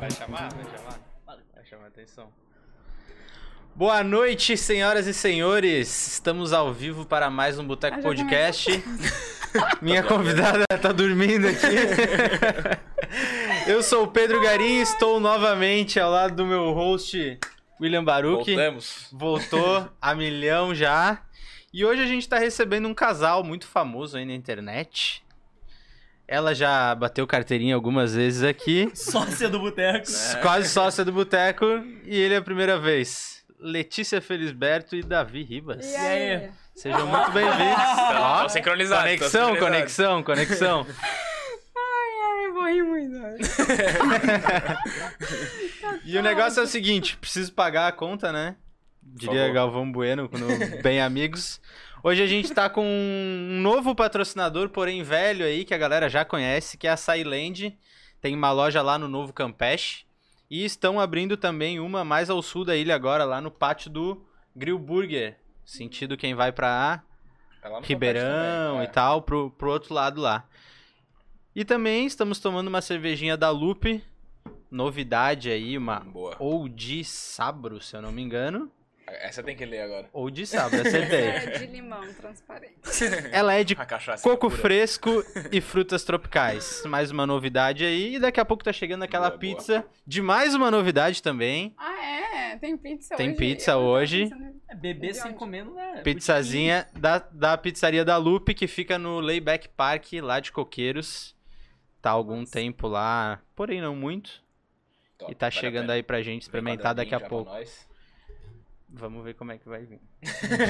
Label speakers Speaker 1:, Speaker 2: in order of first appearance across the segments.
Speaker 1: Vai chamar? Vai chamar? Vai chamar a atenção. Boa noite, senhoras e senhores. Estamos ao vivo para mais um
Speaker 2: Ah,
Speaker 1: Boteco
Speaker 2: já
Speaker 1: Podcast. Minha convidada tá dormindo aqui. Eu sou o Pedro Garim e estou novamente ao lado do meu host, William Baruch.
Speaker 3: Voltamos.
Speaker 1: Voltou a milhão já. E hoje a gente tá recebendo um casal muito famoso aí na internet. Ela já bateu carteirinha algumas vezes aqui.
Speaker 4: Sócia do boteco.
Speaker 1: É. Quase sócia do Boteco. E ele é a primeira vez. Letícia Felisberto e Davi Ribas.
Speaker 2: E aí?
Speaker 1: Sejam muito bem-vindos. Ó,
Speaker 3: Tá sincronizado. tá
Speaker 1: conexão,
Speaker 3: sincronizado.
Speaker 1: conexão, conexão.
Speaker 2: Ai, eu vou rir muito. hoje.
Speaker 1: E o negócio é o seguinte: preciso pagar a conta, né? Diria
Speaker 3: favor.
Speaker 1: Galvão Bueno, quando bem amigos. Hoje a gente tá com um novo patrocinador, porém velho aí, que a galera já conhece, que é a Sailand. Tem uma loja lá no Novo Campeche. E estão abrindo também uma mais ao sul da ilha agora, lá no pátio do Grill Burger. Sentido quem vai pra
Speaker 3: Tá lá no
Speaker 1: Ribeirão
Speaker 3: Campeche também, é.
Speaker 1: e tal, pro, pro outro lado lá. E também estamos tomando uma cervejinha da Lupe, novidade aí,
Speaker 3: é.
Speaker 1: uma
Speaker 3: Boa.
Speaker 1: ou de sabro, se eu não me engano.
Speaker 3: Essa tem que ler agora.
Speaker 1: Ou de sabro, acertei.
Speaker 2: Essa é de limão transparente.
Speaker 1: Ela é de
Speaker 3: A cachaça.
Speaker 1: coco
Speaker 3: pura.
Speaker 1: fresco e frutas tropicais. Mais uma novidade aí. E daqui a pouco tá chegando aquela
Speaker 3: Boa, boa.
Speaker 1: pizza de mais uma novidade também.
Speaker 2: Ah, é? Tem pizza
Speaker 1: Tem
Speaker 2: hoje?
Speaker 1: pizza
Speaker 2: Eu não tava
Speaker 1: hoje.
Speaker 2: pensando-
Speaker 4: É, Beber
Speaker 2: De
Speaker 4: sem
Speaker 2: onde?
Speaker 4: comer não é.
Speaker 1: Pizzazinha da, da pizzaria da Lupe, que fica no Layback Park, lá de Coqueiros. Tá há algum
Speaker 2: Nossa.
Speaker 1: tempo lá, porém não muito.
Speaker 3: Top,
Speaker 1: e tá
Speaker 3: vale a
Speaker 1: chegando
Speaker 3: pena.
Speaker 1: aí pra gente experimentar
Speaker 3: Vem
Speaker 1: daqui a
Speaker 3: com a
Speaker 1: pouco.
Speaker 3: Dambinha já pra nós.
Speaker 1: Vamos ver como é que vai vir.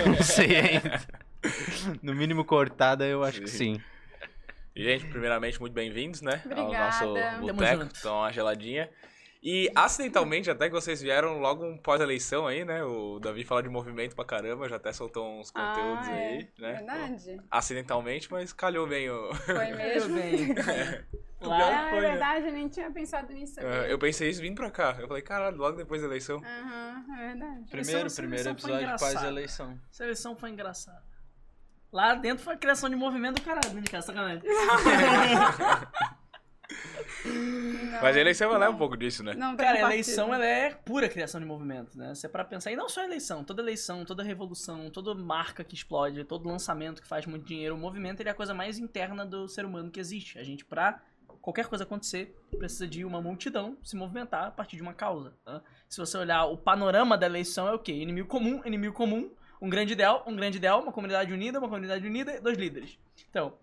Speaker 1: não sei ainda. No mínimo cortada, eu acho que
Speaker 3: Sim.
Speaker 1: sim.
Speaker 3: E, gente, primeiramente, muito bem-vindos, né?
Speaker 2: Obrigada.
Speaker 3: Ao
Speaker 2: Tamo
Speaker 3: nosso boteco.
Speaker 4: junto.
Speaker 3: Então, uma geladinha. E, acidentalmente, até que vocês vieram logo um pós-eleição aí, né? O Davi fala de movimento pra caramba, já até soltou uns
Speaker 2: Ah,
Speaker 3: conteúdos
Speaker 2: é.
Speaker 3: aí, né?
Speaker 2: Verdade?
Speaker 3: Acidentalmente, mas calhou bem o...
Speaker 4: É
Speaker 2: Foi mesmo?
Speaker 4: bem.
Speaker 3: Claro
Speaker 2: Ah,
Speaker 3: que
Speaker 2: é
Speaker 3: foi, né?
Speaker 2: verdade, eu nem tinha pensado nisso.
Speaker 3: Ah, Eu pensei isso vindo pra cá. Eu falei, caralho, logo depois da eleição.
Speaker 2: Aham, é verdade.
Speaker 4: Primeiro- Essa- primeiro essa foi episódio engraçada.
Speaker 1: eleição.
Speaker 4: Seleção foi engraçada. Lá dentro foi a criação de movimento do caralho, né, Tá dentro de casa, sacanagem.
Speaker 2: Não,
Speaker 3: Mas a eleição ela é
Speaker 2: não.
Speaker 3: um pouco disso, né?
Speaker 2: Ah, Não, tem
Speaker 4: Cara, a
Speaker 2: partido.
Speaker 4: eleição ela é pura criação de movimento, né? Você para pensar, e não só a eleição, toda eleição, toda revolução, toda marca que explode, todo lançamento que faz muito dinheiro, o movimento ele é a coisa mais interna do ser humano que existe. A gente pra qualquer coisa acontecer, precisa de uma multidão se movimentar a partir de uma causa, né? Se você olhar o panorama da eleição é o quê? Inimigo comum, inimigo comum, um grande ideal, um grande ideal, uma comunidade unida, uma comunidade unida, e dois líderes. Então,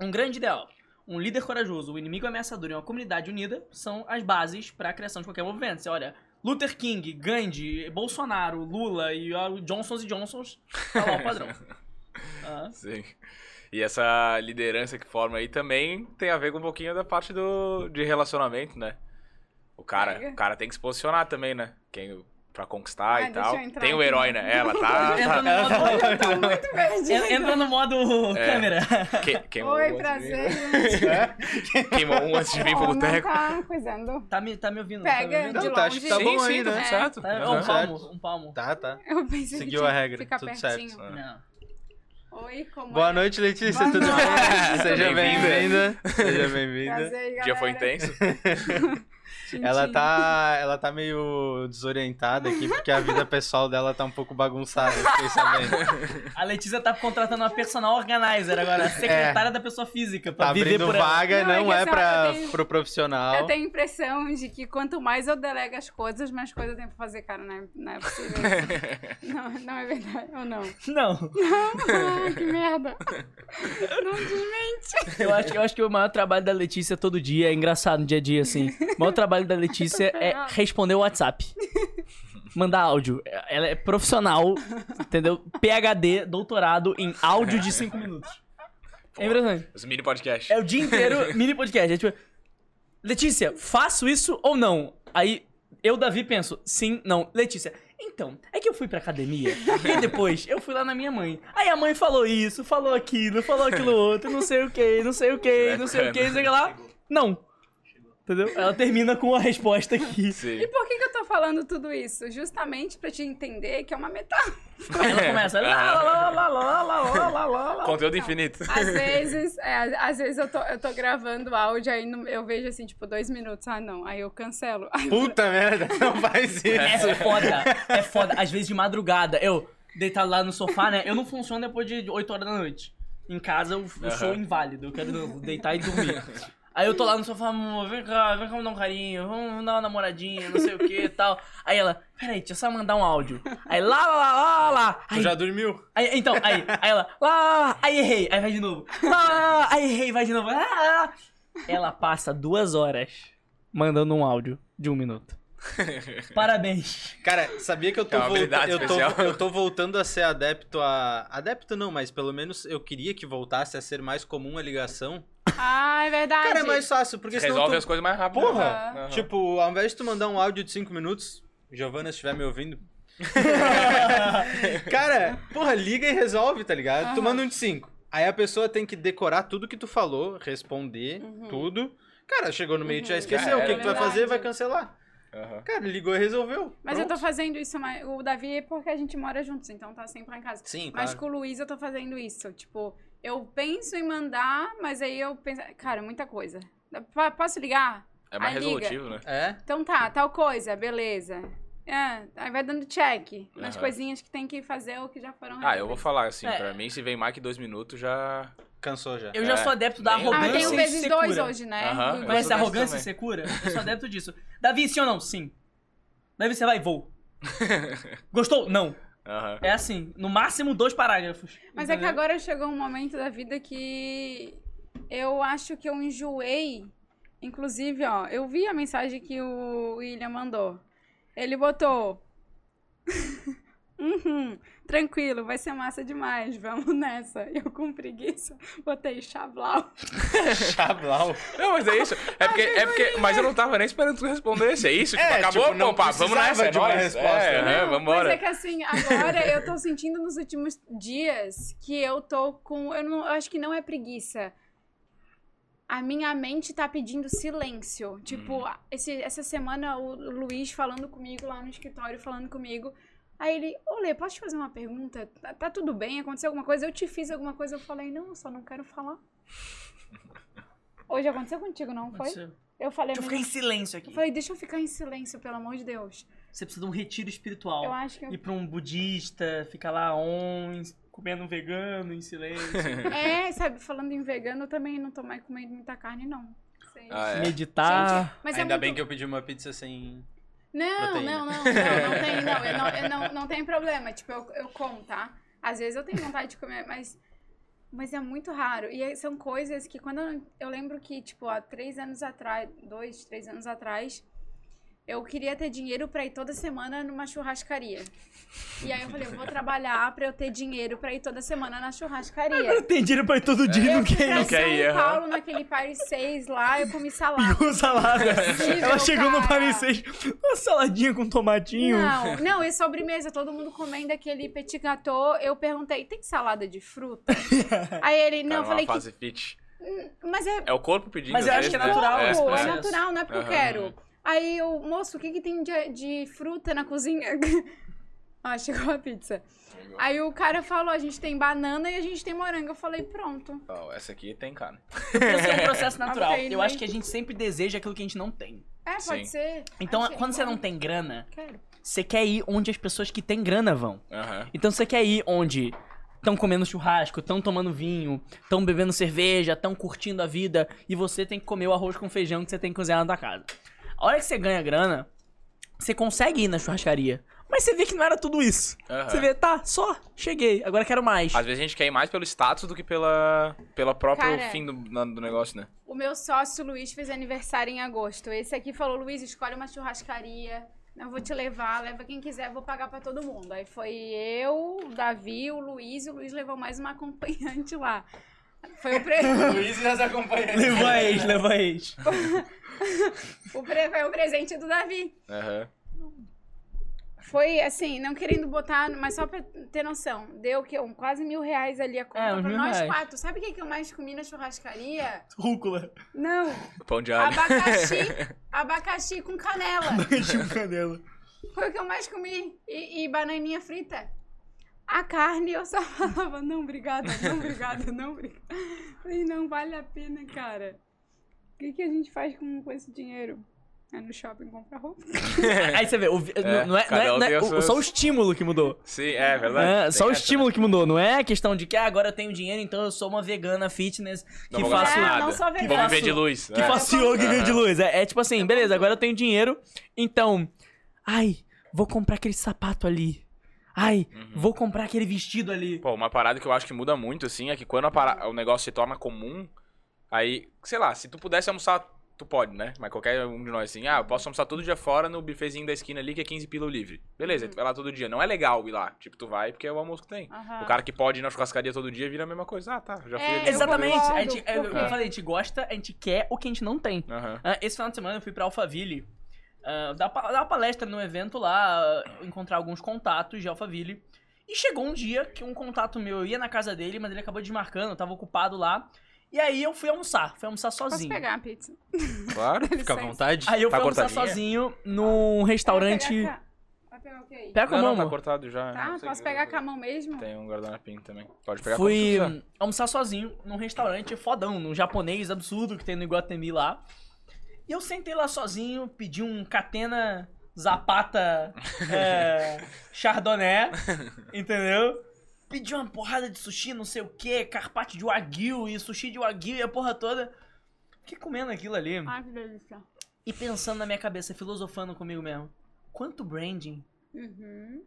Speaker 4: um grande ideal, um líder corajoso, um inimigo ameaçador e uma comunidade unida são as bases para a criação de qualquer movimento. Você olha, Luther King, Gandhi, Bolsonaro, Lula e ó, o Johnsons e Johnsons, tá lá o padrão. Ah,
Speaker 3: Sim. E essa liderança que forma aí também tem a ver com um pouquinho da parte do, de relacionamento, né? O cara,
Speaker 2: Pega.
Speaker 3: o cara tem que se posicionar também, né? Quem, pra conquistar
Speaker 2: Ah,
Speaker 3: e
Speaker 2: deixa
Speaker 3: tal.
Speaker 2: eu entrar
Speaker 3: Tem o
Speaker 2: aqui.
Speaker 3: herói, né? Ela tá. tá
Speaker 4: entra, no modo,
Speaker 2: Eu tô muito perdida.
Speaker 4: entra no modo
Speaker 3: É.
Speaker 4: câmera.
Speaker 3: que, queimou um
Speaker 2: Oi,
Speaker 3: antes de
Speaker 2: prazer.
Speaker 3: vir-
Speaker 2: gente.
Speaker 3: Queimou um antes de vir pro
Speaker 2: Oh, não
Speaker 3: boteco.
Speaker 2: tá coisando.
Speaker 4: Tá me, tá me ouvindo? Tá me
Speaker 2: Pega
Speaker 4: ouvindo?
Speaker 2: de
Speaker 1: Não, tá, acho
Speaker 2: longe.
Speaker 1: que tá bom
Speaker 3: sim,
Speaker 1: aí,
Speaker 3: sim,
Speaker 2: É.
Speaker 3: tudo
Speaker 1: né?
Speaker 3: certo.
Speaker 4: Tá-
Speaker 3: Aham.
Speaker 4: um
Speaker 1: Tá certo.
Speaker 4: palmo, um palmo.
Speaker 1: Tá, tá.
Speaker 2: Eu pensei
Speaker 1: Seguiu
Speaker 2: que
Speaker 1: a
Speaker 2: tinha
Speaker 1: regra,
Speaker 2: que ficar
Speaker 1: tudo
Speaker 2: pertinho.
Speaker 1: certo.
Speaker 4: Não.
Speaker 2: Oi, como
Speaker 1: Boa
Speaker 2: é?
Speaker 1: noite, Letícia.
Speaker 2: Boa
Speaker 1: Tudo bem?
Speaker 2: noite.
Speaker 1: Seja
Speaker 3: Bem-vinda.
Speaker 1: bem-vinda. Seja bem-vinda.
Speaker 2: Prazer,
Speaker 3: O dia foi
Speaker 2: galera. É
Speaker 3: intenso.
Speaker 2: Tchim,
Speaker 1: Ela
Speaker 2: tchim.
Speaker 1: tá, ela tá meio desorientada aqui, porque a vida pessoal dela tá um pouco bagunçada, eu fiquei sabendo.
Speaker 4: A Letícia tá contratando uma personal organizer agora, a secretária da pessoa física, pra
Speaker 1: Tá
Speaker 4: viver
Speaker 1: abrindo
Speaker 4: por ela.
Speaker 1: vaga,
Speaker 2: Não, é
Speaker 1: não,
Speaker 2: que
Speaker 1: é
Speaker 2: assim,
Speaker 1: pra,
Speaker 2: eu tenho-
Speaker 1: pro
Speaker 2: Eu
Speaker 1: profissional.
Speaker 2: tenho a impressão de que quanto mais eu delego as coisas, mais coisa eu tenho pra fazer, cara. Não é, não é possível. não, não é verdade. Ou não?
Speaker 4: Não,
Speaker 2: Ah, que merda. Não desmente.
Speaker 4: eu acho, eu acho que o maior trabalho da Letícia todo dia é engraçado no dia a dia, assim. O maior trabalho da Letícia é responder o WhatsApp. Mandar áudio. Ela é profissional, entendeu? PHD, doutorado em áudio de 5 minutos. É impressionante.
Speaker 3: Os mini podcasts.
Speaker 4: É o dia inteiro mini podcast. É tipo, Letícia, faço isso ou não? Aí eu, Davi, penso, sim, não. Letícia, então, é que eu fui pra academia e depois eu fui lá na minha mãe. Aí a mãe falou isso, falou aquilo, falou aquilo outro, não sei o que, não sei o que, não sei o que, não sei o que lá. Não. Entendeu? Ela termina com a resposta aqui.
Speaker 3: Sim.
Speaker 2: Por que, que eu tô tô falando tudo isso? Justamente pra te entender que é uma metáfora.
Speaker 4: Ela começa. Lá, lá, lá, lá, lá, lá, lá, lá, lá, lá.
Speaker 3: Conteúdo infinito.
Speaker 2: Às vezes, é, às vezes eu tô, eu tô gravando áudio, aí no- eu vejo assim, tipo, dois minutos. Ah, não. Aí eu cancelo. Aí
Speaker 1: Puta merda, não faz isso.
Speaker 4: É foda, é foda. Às vezes de madrugada, eu deitado lá no sofá, né? Eu não funciono depois de 8 horas da noite. Em casa eu, eu sou
Speaker 3: Aham.
Speaker 4: inválido, eu quero deitar e dormir. Aí eu tô lá no sofá, amor, vem cá, vem cá me dar um carinho, vamos vamos dar uma namoradinha, não sei o que e tal. Aí ela, peraí, deixa eu só mandar um áudio. Aí lá, lá, lá, lá, lá, lá.
Speaker 1: Tu
Speaker 4: Aí,
Speaker 1: já dormiu?
Speaker 4: aí, então, aí, aí ela, lá, lá, lá, lá, aí errei, aí vai de novo. Lá, lá, lá, lá, aí errei, vai de novo. "Ah, Lá, lá, lá. Ela passa duas horas mandando um áudio de um minuto. Parabéns.
Speaker 1: Cara, sabia que eu tô,
Speaker 3: É uma
Speaker 1: volta-
Speaker 3: habilidade
Speaker 1: eu, tô,
Speaker 3: especial.
Speaker 1: eu tô voltando a ser adepto a. Adepto não, mas pelo menos eu queria que voltasse a ser mais comum a ligação.
Speaker 2: Ah, é verdade.
Speaker 1: Cara, é mais fácil, porque senão.
Speaker 3: Resolve
Speaker 1: Tu...
Speaker 3: as coisas mais rápido.
Speaker 1: Porra!
Speaker 3: né? Aham.
Speaker 1: Tipo, ao invés de tu mandar um áudio de 5 minutos, Giovana, se estiver me ouvindo. Cara, porra, liga e resolve, tá ligado? Tu
Speaker 2: Aham.
Speaker 1: manda um de 5. Aí a pessoa tem que decorar tudo que tu falou, responder
Speaker 2: Uhum.
Speaker 1: tudo. Cara, chegou no meio e já
Speaker 2: Uhum.
Speaker 1: esqueceu.
Speaker 3: Já
Speaker 1: o que,
Speaker 3: era.
Speaker 1: que tu vai fazer? Vai cancelar.
Speaker 3: Aham.
Speaker 1: Cara, ligou e resolveu.
Speaker 2: Mas eu
Speaker 1: Pronto.
Speaker 2: tô fazendo isso, mas o Davi é porque a gente mora juntos, então tá sempre lá em casa.
Speaker 1: Sim, claro.
Speaker 2: Mas com o Luiz eu tô fazendo isso. Tipo, eu penso em mandar, mas aí eu penso. Cara, muita coisa. Pa- Posso ligar?
Speaker 3: É mais
Speaker 2: Aí liga.
Speaker 3: resolutivo, né?
Speaker 1: É?
Speaker 2: Então tá, tal coisa, beleza. É, aí vai dando check nas
Speaker 3: Aham.
Speaker 2: coisinhas que tem que fazer ou que já foram
Speaker 3: Ah, eu vou falar assim,
Speaker 4: É.
Speaker 3: pra mim, se vem mais que dois minutos, já.
Speaker 1: Cansou já.
Speaker 4: Eu já
Speaker 3: É,
Speaker 4: sou adepto da
Speaker 3: nem-
Speaker 2: Ah, tem o
Speaker 4: arrogância
Speaker 3: Arrogância
Speaker 4: e
Speaker 2: vezes dois
Speaker 4: secura.
Speaker 2: hoje, né?
Speaker 3: Aham,
Speaker 2: Do-
Speaker 3: eu
Speaker 4: Conhece
Speaker 3: sou
Speaker 4: arrogância e
Speaker 3: desse
Speaker 4: secura? Eu sou adepto disso. Davi, sim ou não? Sim. Davi, você vai, vou. Gostou? Não.
Speaker 3: Aham.
Speaker 4: É assim, no máximo dois parágrafos.
Speaker 2: Mas é que
Speaker 4: Entendeu?
Speaker 2: agora chegou um momento da vida que eu acho que eu enjoei. Inclusive, ó, eu vi a mensagem que o William mandou. Ele botou. Uhum, tranquilo, vai ser massa demais, vamos nessa. Eu com preguiça, botei chablau.
Speaker 1: Chablau.
Speaker 3: Não, mas é isso. É porque, é porque. Mas eu não tava nem esperando tu responder esse. É isso? Tipo,
Speaker 1: É,
Speaker 3: acabou,
Speaker 1: tipo, não
Speaker 3: pô, pá, vamos
Speaker 1: precisava
Speaker 3: nessa, é
Speaker 1: de uma
Speaker 3: nóis.
Speaker 1: resposta,
Speaker 3: É,
Speaker 1: né?
Speaker 3: aham,
Speaker 2: Não,
Speaker 3: vambora.
Speaker 2: Mas é que assim, agora eu tô sentindo nos últimos dias que eu tô com. Eu, não, eu acho que não é preguiça. A minha mente tá pedindo silêncio. Tipo,
Speaker 4: Uhum.
Speaker 3: Hum.
Speaker 2: esse- essa semana o Luiz falando comigo lá no escritório, falando comigo. Aí ele, olê, posso te fazer uma pergunta? Tá, tá tudo bem? Aconteceu alguma coisa? Eu te fiz alguma coisa? Eu falei, não, eu só não quero falar. Hoje aconteceu contigo, não foi?
Speaker 4: Deixa eu-
Speaker 2: Eu falei,
Speaker 4: Deixa
Speaker 2: mas-
Speaker 4: eu ficar em silêncio
Speaker 2: eu
Speaker 4: aqui.
Speaker 2: falei, deixa eu ficar em silêncio, pelo amor de Deus.
Speaker 4: Você precisa de um retiro
Speaker 2: Eu
Speaker 4: espiritual.
Speaker 2: acho que eu
Speaker 4: Ir pra um budista, ficar lá on, comendo um vegano em silêncio.
Speaker 2: É, sabe, falando em vegano, eu também não tô mais comendo muita carne, não. Sei.
Speaker 3: Ah, é.
Speaker 4: Meditar.
Speaker 2: Mas
Speaker 1: Ainda
Speaker 2: é muito...
Speaker 1: bem que eu pedi uma pizza sem.
Speaker 2: Não,
Speaker 1: proteína.
Speaker 2: não, não, não, não tem, não, eu não, eu não, não tem problema, tipo, eu, eu como, tá? Às vezes eu tenho vontade de comer, mas, mas é muito raro. E aí são coisas que quando eu, eu lembro que, tipo, há três anos atrás, dois, três anos atrás, eu queria ter dinheiro pra ir toda semana numa churrascaria. E aí eu falei, eu vou trabalhar pra eu ter dinheiro pra ir toda semana na churrascaria.
Speaker 4: Eu tenho dinheiro pra ir todo dia e não
Speaker 2: Fui pra
Speaker 4: quer
Speaker 3: Não quer
Speaker 2: São
Speaker 3: ir, aham.
Speaker 2: Paulo, naquele Paris 6 lá, eu comi salada.
Speaker 4: ir. salada.
Speaker 2: Impossível,
Speaker 4: Ela chegou no
Speaker 2: cara.
Speaker 4: Paris 6, uma saladinha com tomatinho.
Speaker 2: Não, não, e sobremesa, todo mundo comendo aquele petit gâteau. Eu perguntei, tem salada de fruta? Aí ele, não, eu
Speaker 3: Cara,
Speaker 2: falei
Speaker 3: uma
Speaker 2: que.
Speaker 3: fase fit.
Speaker 2: Mas é
Speaker 3: É o corpo pedindo.
Speaker 4: Mas eu
Speaker 3: às
Speaker 4: acho que é
Speaker 3: vezes, né?
Speaker 4: natural,
Speaker 2: pouco, é,
Speaker 4: processo.
Speaker 2: natural, não é porque eu
Speaker 3: Aham.
Speaker 2: quero. Aí eu, moço, o que, que tem de, de fruta na cozinha? Ó, chegou a pizza.
Speaker 3: Chegou.
Speaker 2: Aí o cara falou, a gente tem banana e a gente tem morango. Eu falei, pronto.
Speaker 3: Ó, essa aqui tem carne.
Speaker 4: Esse é um processo natural.
Speaker 2: Ok,
Speaker 4: Eu
Speaker 2: né?
Speaker 4: acho que a gente sempre deseja aquilo que a gente não tem.
Speaker 2: É,
Speaker 3: Sim.
Speaker 2: pode ser.
Speaker 4: Então,
Speaker 2: Aí eu
Speaker 4: quando você não
Speaker 2: falei,
Speaker 4: tem grana,
Speaker 2: Quero.
Speaker 4: você quer ir onde as pessoas que têm grana vão.
Speaker 3: Aham.
Speaker 4: Então você quer ir onde estão comendo churrasco, estão tomando vinho, estão bebendo cerveja, estão curtindo a vida e você tem que comer o arroz com feijão que você tem que cozinhar na tua casa. A hora que você ganha grana, você consegue ir na churrascaria. Mas você vê que não era tudo isso.
Speaker 3: Aham.
Speaker 4: Você vê, tá, só, cheguei, agora quero mais.
Speaker 3: Às vezes a gente quer ir mais pelo status do que pela, pela próprio
Speaker 2: Cara.
Speaker 3: fim do, na- do negócio, né?
Speaker 2: O meu sócio Luiz fez aniversário em agosto. Esse aqui falou: Luiz, escolhe uma churrascaria. Eu vou te levar, leva quem quiser, vou pagar pra todo mundo. Aí foi eu, o Davi, o Luiz, e o Luiz levou mais uma acompanhante lá. Foi o, pre-
Speaker 1: Luiz nas acompanha.
Speaker 4: Leva a ex, leva a ex.
Speaker 2: o pre- foi o presente do Davi.
Speaker 3: Aham.
Speaker 2: Foi assim, não querendo botar, mas só pra ter noção. Deu que um, quase mil reais ali a conta
Speaker 4: É, uns
Speaker 2: pra
Speaker 4: mil
Speaker 2: nós
Speaker 4: reais.
Speaker 2: quatro. Sabe o que, que eu mais comi na churrascaria?
Speaker 4: Rúcula.
Speaker 2: Não,
Speaker 3: Pão de alho.
Speaker 2: abacaxi. abacaxi com canela.
Speaker 4: Abacaxi com Tipo canela.
Speaker 2: Foi o que eu mais comi. E, e bananinha frita. A carne eu só falava, não, obrigada, não, obrigada, não, obrigada. Falei, não vale a pena, cara. O que, que a gente faz com, com esse dinheiro? É no shopping comprar roupa.
Speaker 4: Aí você vê, o vi-
Speaker 3: É,
Speaker 4: não é, não
Speaker 3: cada
Speaker 4: é-
Speaker 3: um
Speaker 4: não é-
Speaker 3: tem as
Speaker 4: o-
Speaker 3: suas-
Speaker 4: só o estímulo que mudou.
Speaker 3: Sim, é verdade.
Speaker 4: É,
Speaker 3: Tem essa,
Speaker 4: só o
Speaker 3: né?
Speaker 4: estímulo que mudou, não é questão de que ah, agora eu tenho dinheiro, então eu sou uma vegana fitness
Speaker 3: Não
Speaker 4: que
Speaker 3: vou
Speaker 4: faço,
Speaker 3: gastar
Speaker 2: É,
Speaker 3: nada.
Speaker 2: não só
Speaker 3: Vou
Speaker 2: vegano.
Speaker 3: viver de luz.
Speaker 4: que
Speaker 3: é.
Speaker 4: faço yoga e ganho de luz. É, é tipo assim, beleza, agora eu tenho dinheiro, então, ai, vou comprar aquele sapato ali. Ai,
Speaker 3: Uhum.
Speaker 4: vou comprar aquele vestido ali.
Speaker 3: Pô, uma parada que eu acho que muda muito, assim, é que quando a para- o negócio se torna comum, aí, sei lá, se tu pudesse almoçar, tu pode, né? Mas qualquer um de nós, assim, ah, eu posso almoçar todo dia fora no bufezinho da esquina ali, que é 15 pila o livre.
Speaker 2: Uhum.
Speaker 3: Beleza, aí tu vai lá todo dia. Não é legal ir lá. Tipo, tu vai porque é o almoço que tem.
Speaker 2: Aham.
Speaker 3: O cara que pode ir na churrascaria todo dia vira a mesma coisa. Ah, tá, já fui
Speaker 2: É,
Speaker 3: ali.
Speaker 2: eu
Speaker 4: Exatamente.
Speaker 2: concordo,
Speaker 4: a gente, é, como
Speaker 2: porque-
Speaker 4: eu falei, a gente gosta, a gente quer o que a gente não tem.
Speaker 3: Aham.
Speaker 4: Ah, Esse final de semana eu fui pra Alphaville ah, dar, pa- dar uma palestra no evento lá, ah, encontrar alguns contatos de Alphaville. E chegou um dia que um contato meu eu ia na casa dele, mas ele acabou desmarcando, eu tava ocupado lá. E aí eu fui almoçar, fui almoçar
Speaker 2: Posso
Speaker 4: sozinho.
Speaker 2: pegar a pizza?
Speaker 3: Claro.
Speaker 1: né? Fica à
Speaker 2: Licença.
Speaker 1: vontade.
Speaker 4: Aí eu
Speaker 3: Tá
Speaker 4: fui almoçar
Speaker 3: cortadinha?
Speaker 4: sozinho num restaurante.
Speaker 2: Vai pegar ca- Vai pegar o quê aí?
Speaker 4: Pega com a
Speaker 3: Não, não,
Speaker 4: mão.
Speaker 3: tá
Speaker 4: amor.
Speaker 3: cortado já.
Speaker 2: É Tá,
Speaker 3: não sei
Speaker 2: posso
Speaker 3: o que-
Speaker 2: pegar com a mão mesmo?
Speaker 3: Tem um guardanapinho também. Pode pegar quando
Speaker 4: Fui
Speaker 3: tu quiser.
Speaker 4: hum, almoçar sozinho num restaurante fodão, num japonês absurdo que tem no Iguatemi lá. E eu sentei lá sozinho, pedi um catena zapata é, chardonnay, entendeu? Pedi uma porrada de sushi, não sei o que, carpaccio de wagyu e sushi de wagyu e a porra toda. Fiquei comendo aquilo ali
Speaker 2: Ai, que delícia.
Speaker 4: e pensando na minha cabeça, filosofando comigo mesmo. Quanto branding?
Speaker 2: Uhum.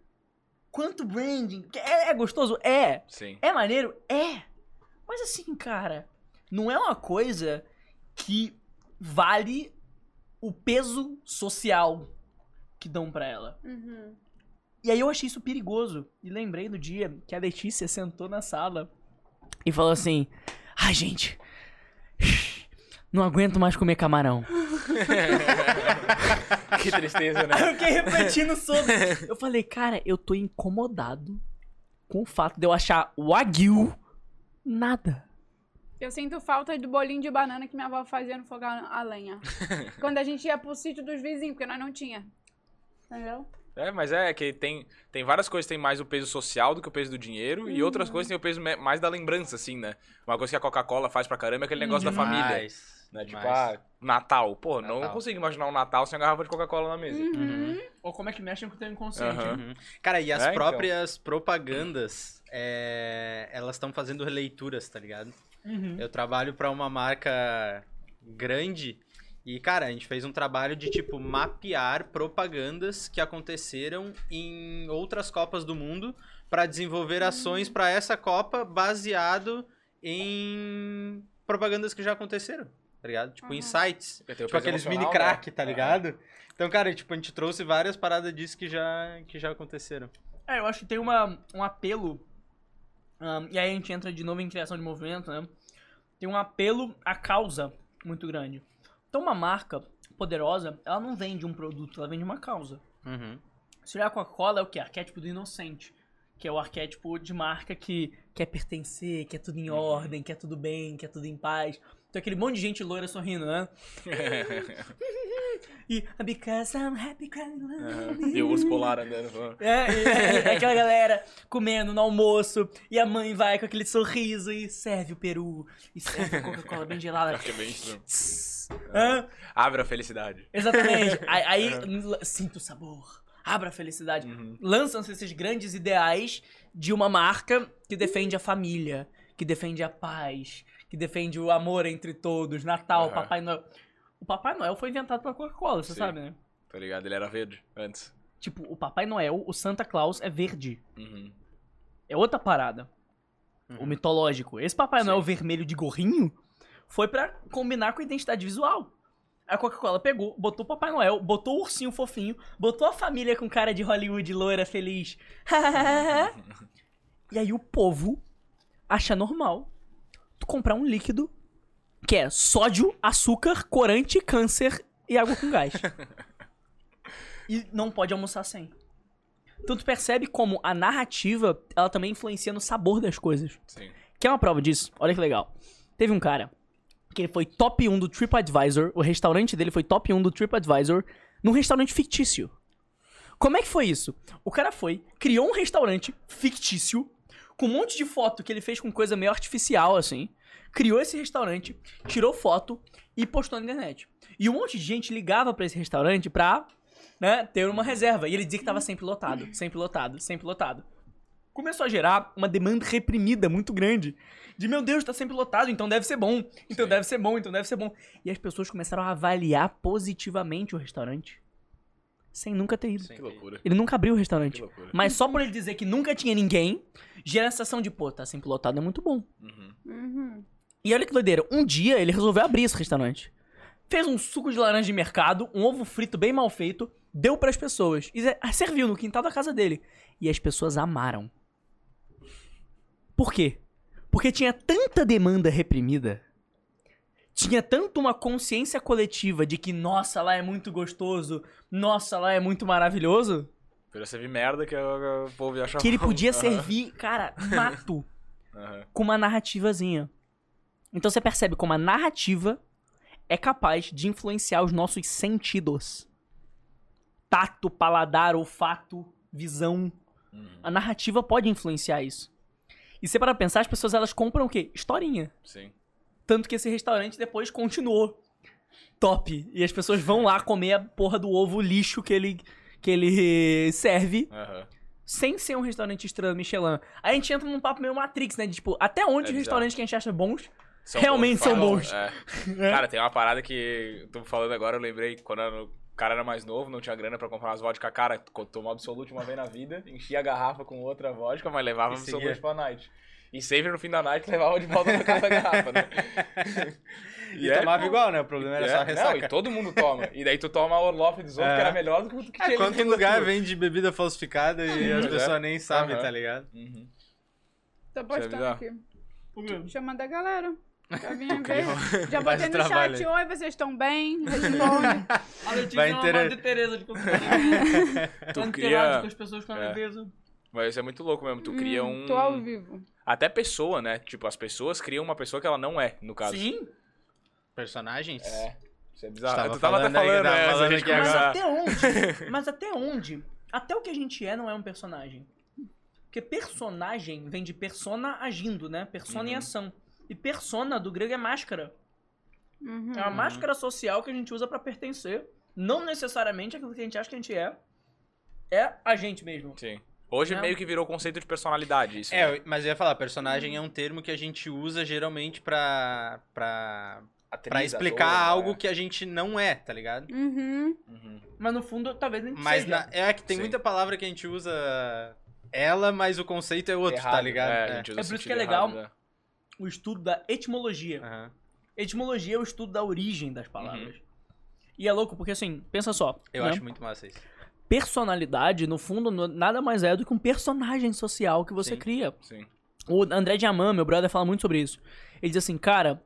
Speaker 4: Quanto branding? É- é gostoso? É,
Speaker 3: Sim.
Speaker 4: é maneiro? É. Mas assim, cara, não é uma coisa que vale o peso social que dão pra ela.
Speaker 2: Uhum.
Speaker 4: E aí eu achei isso perigoso. E lembrei do dia que a Letícia sentou na sala e falou assim: Ai, gente, não aguento mais comer camarão.
Speaker 3: que tristeza, né?
Speaker 4: Aí eu fiquei refletindo sobre. Eu falei, cara, eu tô incomodado com o fato de eu achar o Wagyu nada.
Speaker 2: Eu sinto falta do bolinho de banana que minha avó fazia no fogão a lenha. Quando a gente ia pro sítio dos vizinhos, porque nós não tinha. Entendeu?
Speaker 3: É, mas é que tem, tem várias coisas que tem mais o peso social do que o peso do dinheiro, e outras coisas tem o peso me- mais da lembrança, assim, né? Uma coisa que a Coca-Cola faz pra caramba é aquele negócio da família.
Speaker 1: Uhum. Demais,
Speaker 3: Né? Tipo,
Speaker 1: demais.
Speaker 3: ah, Natal. Pô, não
Speaker 1: Natal.
Speaker 3: consigo imaginar um Natal sem uma garrafa de Coca-Cola na
Speaker 2: Uhum.
Speaker 1: Uhum.
Speaker 3: mesa.
Speaker 4: Ou como é que mexem com o teu inconsciente.
Speaker 3: Aham.
Speaker 4: né?
Speaker 1: Cara, e as
Speaker 3: É, então.
Speaker 1: próprias propagandas, é, elas estão fazendo releituras, tá ligado?
Speaker 4: Uhum.
Speaker 1: Eu trabalho pra uma marca grande e, cara, a gente fez um trabalho de, tipo, mapear propagandas que aconteceram em outras Copas do Mundo pra desenvolver ações pra essa Copa baseado em propagandas que já aconteceram, tá ligado? Tipo,
Speaker 2: Uhum.
Speaker 1: insights.
Speaker 3: Porque tem o
Speaker 1: Tipo
Speaker 3: peso
Speaker 1: aqueles
Speaker 3: emocional,
Speaker 1: mini
Speaker 3: né?
Speaker 1: crack, tá
Speaker 3: É.
Speaker 1: ligado? Então, cara, tipo, a gente trouxe várias paradas disso que já, que já aconteceram.
Speaker 4: É, eu acho que tem uma, um apelo. ahn, e aí a gente entra de novo em criação de movimento, né? Tem um apelo à causa muito grande. Então, uma marca poderosa, ela não vende um produto, ela vende uma causa.
Speaker 1: Uhum.
Speaker 4: Se olhar a Coca-Cola, é o quê? Arquétipo do inocente. Que é o arquétipo de marca que quer pertencer, quer tudo em ordem, quer tudo bem, quer tudo em paz. Tem aquele monte de gente loira sorrindo, né? E because I'm happy, crying,
Speaker 3: Aham. E o urso polar andando.
Speaker 4: É, e- e- e aquela galera comendo no almoço e a mãe vai com aquele sorriso e serve o peru e serve a Coca-Cola bem gelada.
Speaker 3: Acho que é bem isso.
Speaker 4: Tss. Hã?
Speaker 3: Abre a felicidade.
Speaker 4: Exatamente. Aí, aí,
Speaker 3: É.
Speaker 4: l- sinta o sabor. Abra a felicidade.
Speaker 3: Uhum.
Speaker 4: Lançam-se esses grandes ideais de uma marca que defende a família, que defende a paz, que defende o amor entre todos, Natal,
Speaker 3: Aham.
Speaker 4: Papai Noel. O Papai Noel foi inventado pela Coca-Cola, você
Speaker 3: Sim.
Speaker 4: sabe, né?
Speaker 3: Tá ligado? Ele era verde antes.
Speaker 4: Tipo, o Papai Noel, o Santa Claus é verde.
Speaker 3: Uhum.
Speaker 4: É outra parada. O mitológico. Esse Papai
Speaker 3: Sim.
Speaker 4: Noel vermelho de gorrinho foi pra combinar com a identidade visual. A Coca-Cola pegou, botou o Papai Noel, botou o ursinho fofinho, botou a família com cara de Hollywood loira feliz. e aí o povo acha normal tu comprar um líquido que é sódio, açúcar, corante, câncer e água com gás. e não pode almoçar sem. Então tu percebe como a narrativa, ela também influencia no sabor das coisas.
Speaker 3: Sim.
Speaker 4: Quer uma prova disso? Olha que legal. Teve um cara que ele foi top 1 do um TripAdvisor, o restaurante dele foi top 1 do TripAdvisor, num restaurante fictício. Como é que foi isso? O cara foi, criou um restaurante fictício, com um monte de foto que ele fez com coisa meio artificial, assim. Criou esse restaurante, tirou foto e postou na internet. E um monte de gente ligava pra esse restaurante pra né, ter uma reserva. E ele dizia que tava sempre lotado, sempre lotado, sempre lotado. Começou a gerar uma demanda reprimida muito grande. De meu Deus, tá sempre lotado, então deve ser bom. Então
Speaker 3: Sim.
Speaker 4: deve ser bom, então deve ser bom. E as pessoas começaram a avaliar positivamente o restaurante. Sem nunca ter ido.
Speaker 3: Que loucura.
Speaker 4: Ele nunca abriu o
Speaker 3: Que
Speaker 4: restaurante.
Speaker 3: loucura.
Speaker 4: Mas só por ele dizer que nunca tinha ninguém, gera a sensação de, pô, tá sempre lotado, é muito bom.
Speaker 3: Uhum.
Speaker 2: Uhum.
Speaker 4: E olha que doideira, um dia ele resolveu abrir esse restaurante. Fez um suco de laranja de mercado, um ovo frito bem mal feito, deu pras pessoas. E se- serviu no quintal da casa dele. E as pessoas amaram. Por quê? Porque tinha tanta demanda reprimida. Tinha tanto uma consciência coletiva de que, nossa, lá é muito gostoso, nossa, lá é muito maravilhoso,
Speaker 3: Virou servir merda que o o povo ia achar
Speaker 4: que ele
Speaker 3: bom.
Speaker 4: podia
Speaker 3: Aham,
Speaker 4: servir, cara, mato
Speaker 3: aham.
Speaker 4: com uma narrativazinha. Então você percebe como a narrativa é capaz de influenciar os nossos sentidos. Tato, paladar, olfato, visão.
Speaker 3: Uhum.
Speaker 4: A narrativa pode influenciar isso. E você para pra pensar, as pessoas elas compram o quê? Historinha.
Speaker 3: Sim.
Speaker 4: Tanto que esse restaurante depois continuou top. E as pessoas vão lá comer a porra do ovo lixo que ele, que ele serve
Speaker 3: Aham.
Speaker 4: sem ser um restaurante estrela Michelin. Aí a gente entra num papo meio Matrix, né? De, tipo, até onde
Speaker 3: É
Speaker 4: os restaurantes que a gente acha bons.
Speaker 3: São
Speaker 4: Realmente
Speaker 3: de
Speaker 4: são
Speaker 3: fato,
Speaker 4: bons.
Speaker 3: é. Cara, tem uma parada que tu falando agora, eu lembrei que quando eu- o cara era mais novo, não tinha grana pra comprar umas vodka cara, co- tomou absolute uma vez na vida, enchia a garrafa com outra vodka, mas levava
Speaker 1: E seguia.
Speaker 3: absolute pra night. E sempre no fim da night levava de volta pra casa da garrafa, né?
Speaker 1: E tomava igual, né? O problema era só
Speaker 3: É, não, é e
Speaker 1: ressaca.
Speaker 3: todo mundo toma. E daí tu toma a Orloff dos outros,
Speaker 1: É.
Speaker 3: que era melhor do que o que
Speaker 1: É,
Speaker 3: tinha
Speaker 1: quanto
Speaker 3: vendido
Speaker 1: lugar
Speaker 3: tu.
Speaker 1: vende bebida falsificada e as
Speaker 3: Pois é.
Speaker 1: pessoas nem sabem,
Speaker 3: Aham.
Speaker 1: tá ligado?
Speaker 3: Uhum.
Speaker 2: Tô
Speaker 3: Quer
Speaker 2: postando
Speaker 3: avisar?
Speaker 2: aqui. Chamando a galera. Pra vir ver. Já
Speaker 1: Faz
Speaker 2: botei
Speaker 1: o
Speaker 2: no
Speaker 1: trabalho
Speaker 2: chat. Oi, vocês estão bem? Responde.
Speaker 5: A
Speaker 1: Vai
Speaker 5: notícia é uma
Speaker 1: inteira-
Speaker 5: Madre Teresa de
Speaker 1: É.
Speaker 3: Tu
Speaker 5: cria...
Speaker 3: cria...
Speaker 5: com as pessoas com a
Speaker 3: É.
Speaker 5: natureza.
Speaker 3: Mas isso é muito louco mesmo, tu cria
Speaker 2: Hum,
Speaker 3: um...
Speaker 2: Tô ao vivo.
Speaker 3: Até pessoa, né? Tipo, as pessoas criam uma pessoa que ela não é, no caso.
Speaker 5: Sim.
Speaker 1: Personagens?
Speaker 3: É. Isso é bizarro.
Speaker 1: Tava
Speaker 3: tu tava até
Speaker 1: falando aí,
Speaker 3: falando,
Speaker 1: tava
Speaker 3: né? antes
Speaker 1: falando
Speaker 3: da gente
Speaker 1: aqui
Speaker 4: Mas
Speaker 1: agora.
Speaker 3: começar.
Speaker 4: até onde? Mas até onde? Até o que a gente é não é um personagem. Porque personagem vem de persona agindo, né? Persona em
Speaker 3: Uhum.
Speaker 4: ação. E persona do grego é máscara.
Speaker 2: Uhum.
Speaker 4: É uma máscara social que a gente usa pra pertencer. Não necessariamente aquilo que a gente acha que a gente é. É a gente mesmo.
Speaker 3: Sim. Hoje
Speaker 4: Não.
Speaker 3: meio que virou conceito de personalidade, isso. né?
Speaker 1: É, eu- mas eu ia falar, personagem é um termo que a gente usa geralmente pra, pra,
Speaker 3: Atriz,
Speaker 1: pra explicar
Speaker 3: ator,
Speaker 1: algo
Speaker 3: né?
Speaker 1: que a gente não é, tá ligado?
Speaker 2: Uhum.
Speaker 3: Uhum.
Speaker 4: Mas no fundo, talvez a gente
Speaker 1: Mas
Speaker 4: seja.
Speaker 1: na- é que tem
Speaker 3: Sim.
Speaker 1: muita palavra que a gente usa ela, mas o conceito é outro, tá
Speaker 3: Errado,
Speaker 1: ligado?
Speaker 3: É,
Speaker 1: É.
Speaker 3: a gente usa
Speaker 4: É por isso
Speaker 3: sentido
Speaker 4: que é legal.
Speaker 3: errado, né?
Speaker 4: o estudo da etimologia.
Speaker 1: Aham.
Speaker 4: Etimologia é o estudo da origem das palavras. E é louco, porque assim, pensa só.
Speaker 1: Uhum. Eu
Speaker 4: né?
Speaker 1: acho muito massa isso.
Speaker 4: Personalidade, no fundo, no- nada mais é do que um personagem social que você
Speaker 1: Sim.
Speaker 4: cria.
Speaker 3: Sim.
Speaker 4: O André Diamant, meu brother, fala muito sobre isso. Ele diz assim, cara,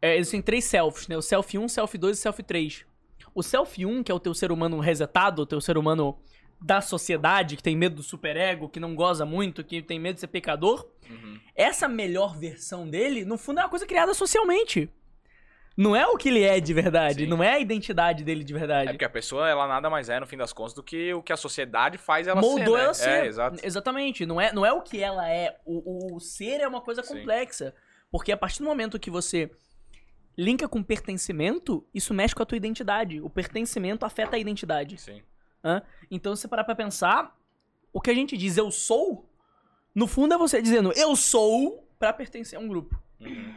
Speaker 4: é, existem três selfies, né? O selfie 1, selfie 2 e selfie 3. O selfie 1, que é o teu ser humano resetado, o teu ser humano da sociedade, que tem medo do superego, que não goza muito, que tem medo de ser pecador,
Speaker 3: Uhum.
Speaker 4: essa melhor versão dele, no fundo, é uma coisa criada socialmente. Não é o que ele é de verdade,
Speaker 3: Sim.
Speaker 4: não é a identidade dele de
Speaker 3: É
Speaker 4: verdade.
Speaker 3: porque a pessoa, ela nada mais é, no fim das contas, do que o que a sociedade faz ela ser.
Speaker 4: Moldou
Speaker 3: né?
Speaker 4: ela ser.
Speaker 3: É, exato.
Speaker 4: Exatamente, não é, não é o que ela é. O, o- o ser é uma coisa
Speaker 3: Sim.
Speaker 4: complexa. Porque a partir do momento que você linka com pertencimento, isso mexe com a tua identidade. O pertencimento afeta a identidade.
Speaker 3: Sim.
Speaker 4: Então, se você parar pra pensar, o que a gente diz eu sou, no fundo é você dizendo eu sou pra pertencer a um grupo.
Speaker 3: Uhum.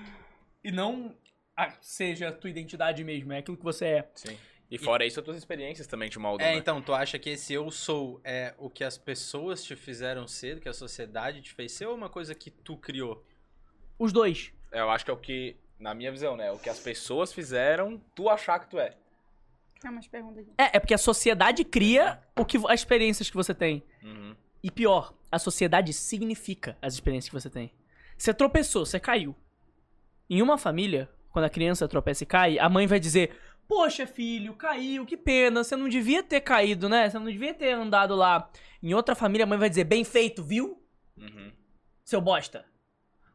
Speaker 4: E não a- seja a tua identidade mesmo, é aquilo que você é.
Speaker 3: Sim. E fora isso, as tuas experiências também te moldam,
Speaker 1: É,
Speaker 3: né?
Speaker 1: então, tu acha que esse eu sou é o que as pessoas te fizeram ser, o que a sociedade te fez ser, ou uma coisa que tu criou?
Speaker 4: Os dois.
Speaker 3: É, Eu acho que é o que, na minha visão, né? O que as pessoas fizeram tu achar que tu é.
Speaker 2: Tem umas perguntas aqui.
Speaker 4: É, é porque a sociedade cria o que, vo- as experiências que você tem.
Speaker 3: Uhum.
Speaker 4: E pior, a sociedade significa as experiências que você tem. Você tropeçou, você caiu. Em uma família, quando a criança tropeça e cai, a mãe vai dizer: Poxa, filho, caiu, que pena, você não devia ter caído, né? Você não devia ter andado lá. Em outra família, a mãe vai dizer: Bem feito, viu,
Speaker 3: Uhum.
Speaker 4: seu bosta?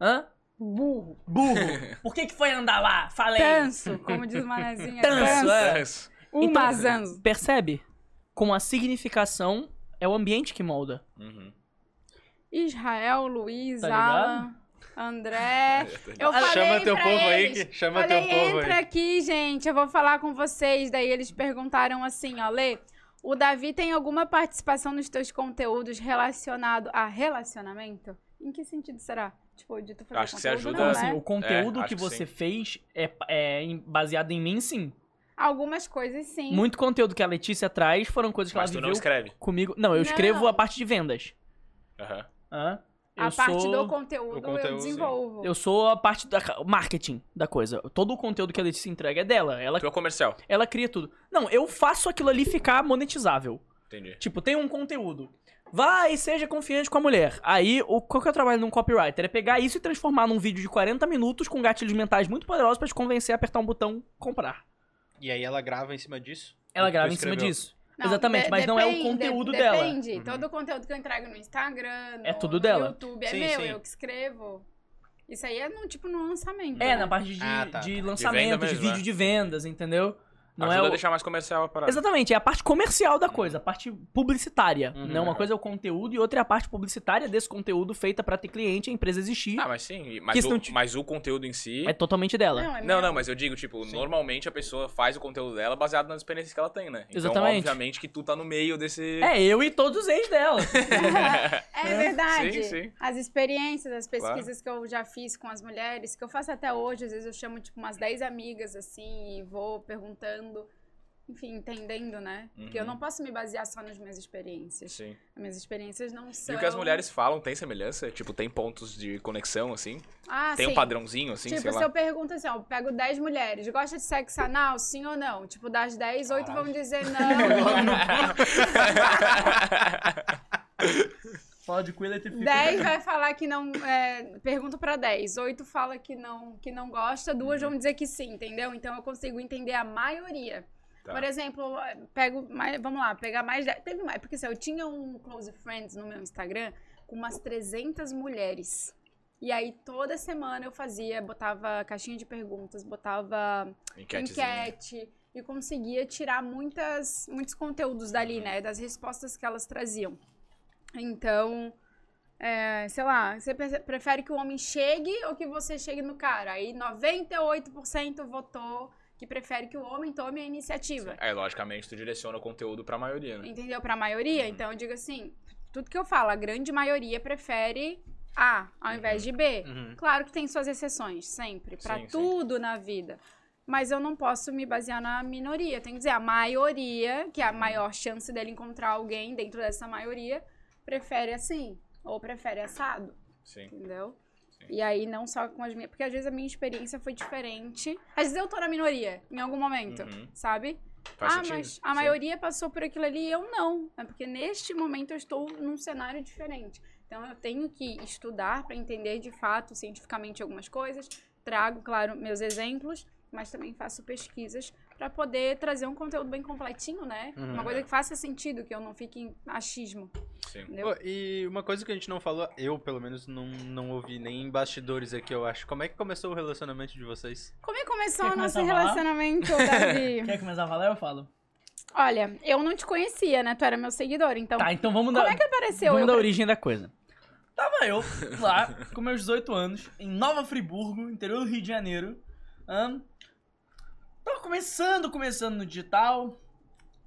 Speaker 4: Hã?
Speaker 2: Burro.
Speaker 4: Burro, por que, que foi andar lá? Falei.
Speaker 2: Tanso, como diz o Manazinha.
Speaker 4: Tanso,
Speaker 2: Tanso.
Speaker 4: é.
Speaker 3: É isso.
Speaker 2: Uma
Speaker 4: Então-
Speaker 2: Zanzo.
Speaker 4: Percebe? com a significação é o ambiente que molda.
Speaker 3: Uhum.
Speaker 2: Israel, Luiz,
Speaker 4: Tá
Speaker 2: Alan, André. Eu falei
Speaker 1: Chama teu
Speaker 2: pra
Speaker 1: povo
Speaker 2: eles,
Speaker 1: aí, que- chama
Speaker 2: falei,
Speaker 1: teu povo
Speaker 2: entra
Speaker 1: aí.
Speaker 2: aqui, gente, eu vou falar com vocês. Daí eles perguntaram assim, ó, Lê, o Davi tem alguma participação nos teus conteúdos relacionado a relacionamento? Em que sentido será? Tipo, de tu fazer
Speaker 3: Acho que você
Speaker 2: conteúdo,
Speaker 3: ajuda-
Speaker 2: não,
Speaker 4: Assim,
Speaker 2: né?
Speaker 4: o conteúdo
Speaker 3: É, acho
Speaker 4: que
Speaker 3: que
Speaker 4: você
Speaker 3: sim.
Speaker 4: fez é, é em- baseado em mim, sim.
Speaker 2: Algumas coisas, sim.
Speaker 4: Muito conteúdo que a Letícia traz foram coisas que
Speaker 3: Mas
Speaker 4: ela
Speaker 3: tu
Speaker 4: viveu
Speaker 3: não escreve.
Speaker 4: comigo. Não, eu
Speaker 2: Não.
Speaker 4: escrevo a parte de vendas.
Speaker 3: Aham.
Speaker 4: Hã? Eu
Speaker 2: a parte
Speaker 4: sou-
Speaker 2: do conteúdo,
Speaker 1: o conteúdo,
Speaker 2: eu
Speaker 1: sim.
Speaker 2: desenvolvo.
Speaker 4: Eu sou a parte da ca- marketing da coisa. Todo o conteúdo que a Letícia entrega é dela. Ela,
Speaker 3: Tu é o comercial.
Speaker 4: ela cria tudo. Não, eu faço aquilo ali ficar monetizável.
Speaker 3: Entendi.
Speaker 4: Tipo, tem um conteúdo. Vai, seja confiante com a mulher. Aí, o, qual que é o trabalho de um copywriter? É pegar isso e transformar num vídeo de 40 minutos com gatilhos mentais muito poderosos pra te convencer a apertar um botão comprar.
Speaker 1: E aí ela grava em cima disso?
Speaker 4: Ela
Speaker 1: Tu
Speaker 4: grava em cima
Speaker 1: escreveu.
Speaker 4: disso. Exatamente, mas não é o conteúdo dela.
Speaker 2: Depende,
Speaker 3: Uhum.
Speaker 2: todo o conteúdo que eu entrego no Instagram, no,
Speaker 4: É tudo
Speaker 2: no
Speaker 4: dela.
Speaker 2: YouTube, é
Speaker 1: Sim,
Speaker 2: meu,
Speaker 1: sim.
Speaker 2: eu que escrevo. Isso aí é no, tipo no lançamento.
Speaker 4: É,
Speaker 2: né?
Speaker 4: na parte de,
Speaker 1: Ah, tá.
Speaker 4: de
Speaker 1: De
Speaker 4: lançamento, de,
Speaker 3: venda mesmo,
Speaker 4: vídeo
Speaker 3: é.
Speaker 4: de vendas, entendeu? Não
Speaker 3: Ajuda
Speaker 4: é
Speaker 3: a
Speaker 4: o...
Speaker 3: deixar mais comercial a parada.
Speaker 4: Exatamente, é a parte comercial da coisa, a parte publicitária.
Speaker 1: Uhum.
Speaker 4: Né? Uma coisa é o conteúdo e outra é a parte publicitária desse conteúdo feita pra ter cliente, a empresa existir.
Speaker 3: Ah, mas sim. e-
Speaker 4: Que
Speaker 3: Mas,
Speaker 4: isso não
Speaker 3: o,
Speaker 4: te-
Speaker 3: mas o conteúdo em si...
Speaker 4: É totalmente dela.
Speaker 2: é
Speaker 3: Não,
Speaker 2: meu.
Speaker 3: não, mas eu digo, tipo, normalmente a pessoa faz o conteúdo dela baseado nas experiências que ela tem, né? Então,
Speaker 4: Exatamente.
Speaker 3: obviamente que tu tá no meio desse...
Speaker 4: É eu e todos os ex dela.
Speaker 2: é verdade.
Speaker 3: Sim, sim.
Speaker 2: As experiências, as pesquisas que eu já fiz com as mulheres, que eu faço até hoje, às vezes eu chamo tipo umas 10 amigas assim e vou perguntando, enfim, entendendo, né? Porque eu
Speaker 3: Uhum.
Speaker 2: não posso me basear só nas minhas experiências.
Speaker 3: Sim.
Speaker 2: As minhas experiências não são
Speaker 3: E o que as mulheres falam tem semelhança? Tipo, tem pontos de conexão, assim?
Speaker 2: Ah,
Speaker 3: tem um
Speaker 2: sim.
Speaker 3: padrãozinho, assim,
Speaker 2: tipo,
Speaker 3: sei
Speaker 2: se
Speaker 3: lá?
Speaker 2: eu pergunto assim, ó, eu pego 10 mulheres, gosta de sexo anal, sim ou não? Tipo, das 10, 8 vão dizer não.
Speaker 5: Fala de Quillet e fica.
Speaker 2: 10 vai falar que não. é, pergunto pra 10, 8 fala que não, que não gosta, duas vão dizer que sim, entendeu? Então eu consigo entender a maioria.
Speaker 3: Tá.
Speaker 2: Por exemplo, eh, pego mais, vamos lá, pegar mais. de- Teve mais, porque assim, eu tinha um Close Friends no meu Instagram com umas 300 mulheres. E aí toda semana eu fazia, botava caixinha de perguntas, botava
Speaker 3: Enquetezinha.
Speaker 2: enquete e conseguia tirar muitas, muitos conteúdos dali, né? Das respostas que elas traziam. Então, é, sei lá, você pre- prefere que o homem chegue ou que você chegue no cara? Aí 98% votou que prefere que o homem tome a iniciativa.
Speaker 3: Aí, É, logicamente, tu direciona o conteúdo pra maioria, né?
Speaker 2: Entendeu? Pra maioria, então eu digo assim, tudo que eu falo, a grande maioria prefere A ao invés de B.
Speaker 1: Uhum.
Speaker 2: Claro que tem suas exceções, sempre, pra
Speaker 3: Sim, sim.
Speaker 2: tudo na vida. Mas eu não posso me basear na minoria. Tem que dizer, a maioria, que é a
Speaker 3: Uhum.
Speaker 2: maior chance dele encontrar alguém dentro dessa maioria, prefere assim, ou prefere assado,
Speaker 3: Sim.
Speaker 2: entendeu?
Speaker 3: Sim.
Speaker 2: E aí, não só com as minhas. Porque às vezes a minha experiência foi diferente. Às vezes eu tô na minoria, em algum momento,
Speaker 3: Uhum.
Speaker 2: sabe?
Speaker 3: Faz
Speaker 2: Então. ah,
Speaker 3: sentido.
Speaker 2: mas a
Speaker 3: Sim.
Speaker 2: maioria passou por aquilo ali e eu não. É porque neste momento eu estou num cenário diferente. Então eu tenho que estudar para entender de fato, cientificamente, algumas coisas. Trago, claro, meus exemplos, mas também faço pesquisas para poder trazer um conteúdo bem completinho, né?
Speaker 1: Uhum.
Speaker 2: Uma coisa que faça sentido, que eu não fique em achismo.
Speaker 3: Sim.
Speaker 2: Entendeu?
Speaker 1: Pô, e uma coisa que a gente não falou, eu pelo menos não, não ouvi nem em bastidores aqui, eu acho. Como é que começou o relacionamento de vocês?
Speaker 2: Como é que começou
Speaker 5: Quer
Speaker 2: o nosso
Speaker 5: começar a falar?
Speaker 2: relacionamento, Davi?
Speaker 5: Quer começar a falar? Eu falo.
Speaker 2: Olha, eu não te conhecia, né? Tu era meu seguidor, então.
Speaker 4: Tá, então vamos
Speaker 2: Como
Speaker 4: dar,
Speaker 2: é que apareceu?
Speaker 4: vamos
Speaker 2: Eu-
Speaker 4: dar a origem da coisa.
Speaker 5: Tava eu lá, com meus 18 anos, em Nova Friburgo, interior do Rio de Janeiro. ahn. tava começando, começando no digital.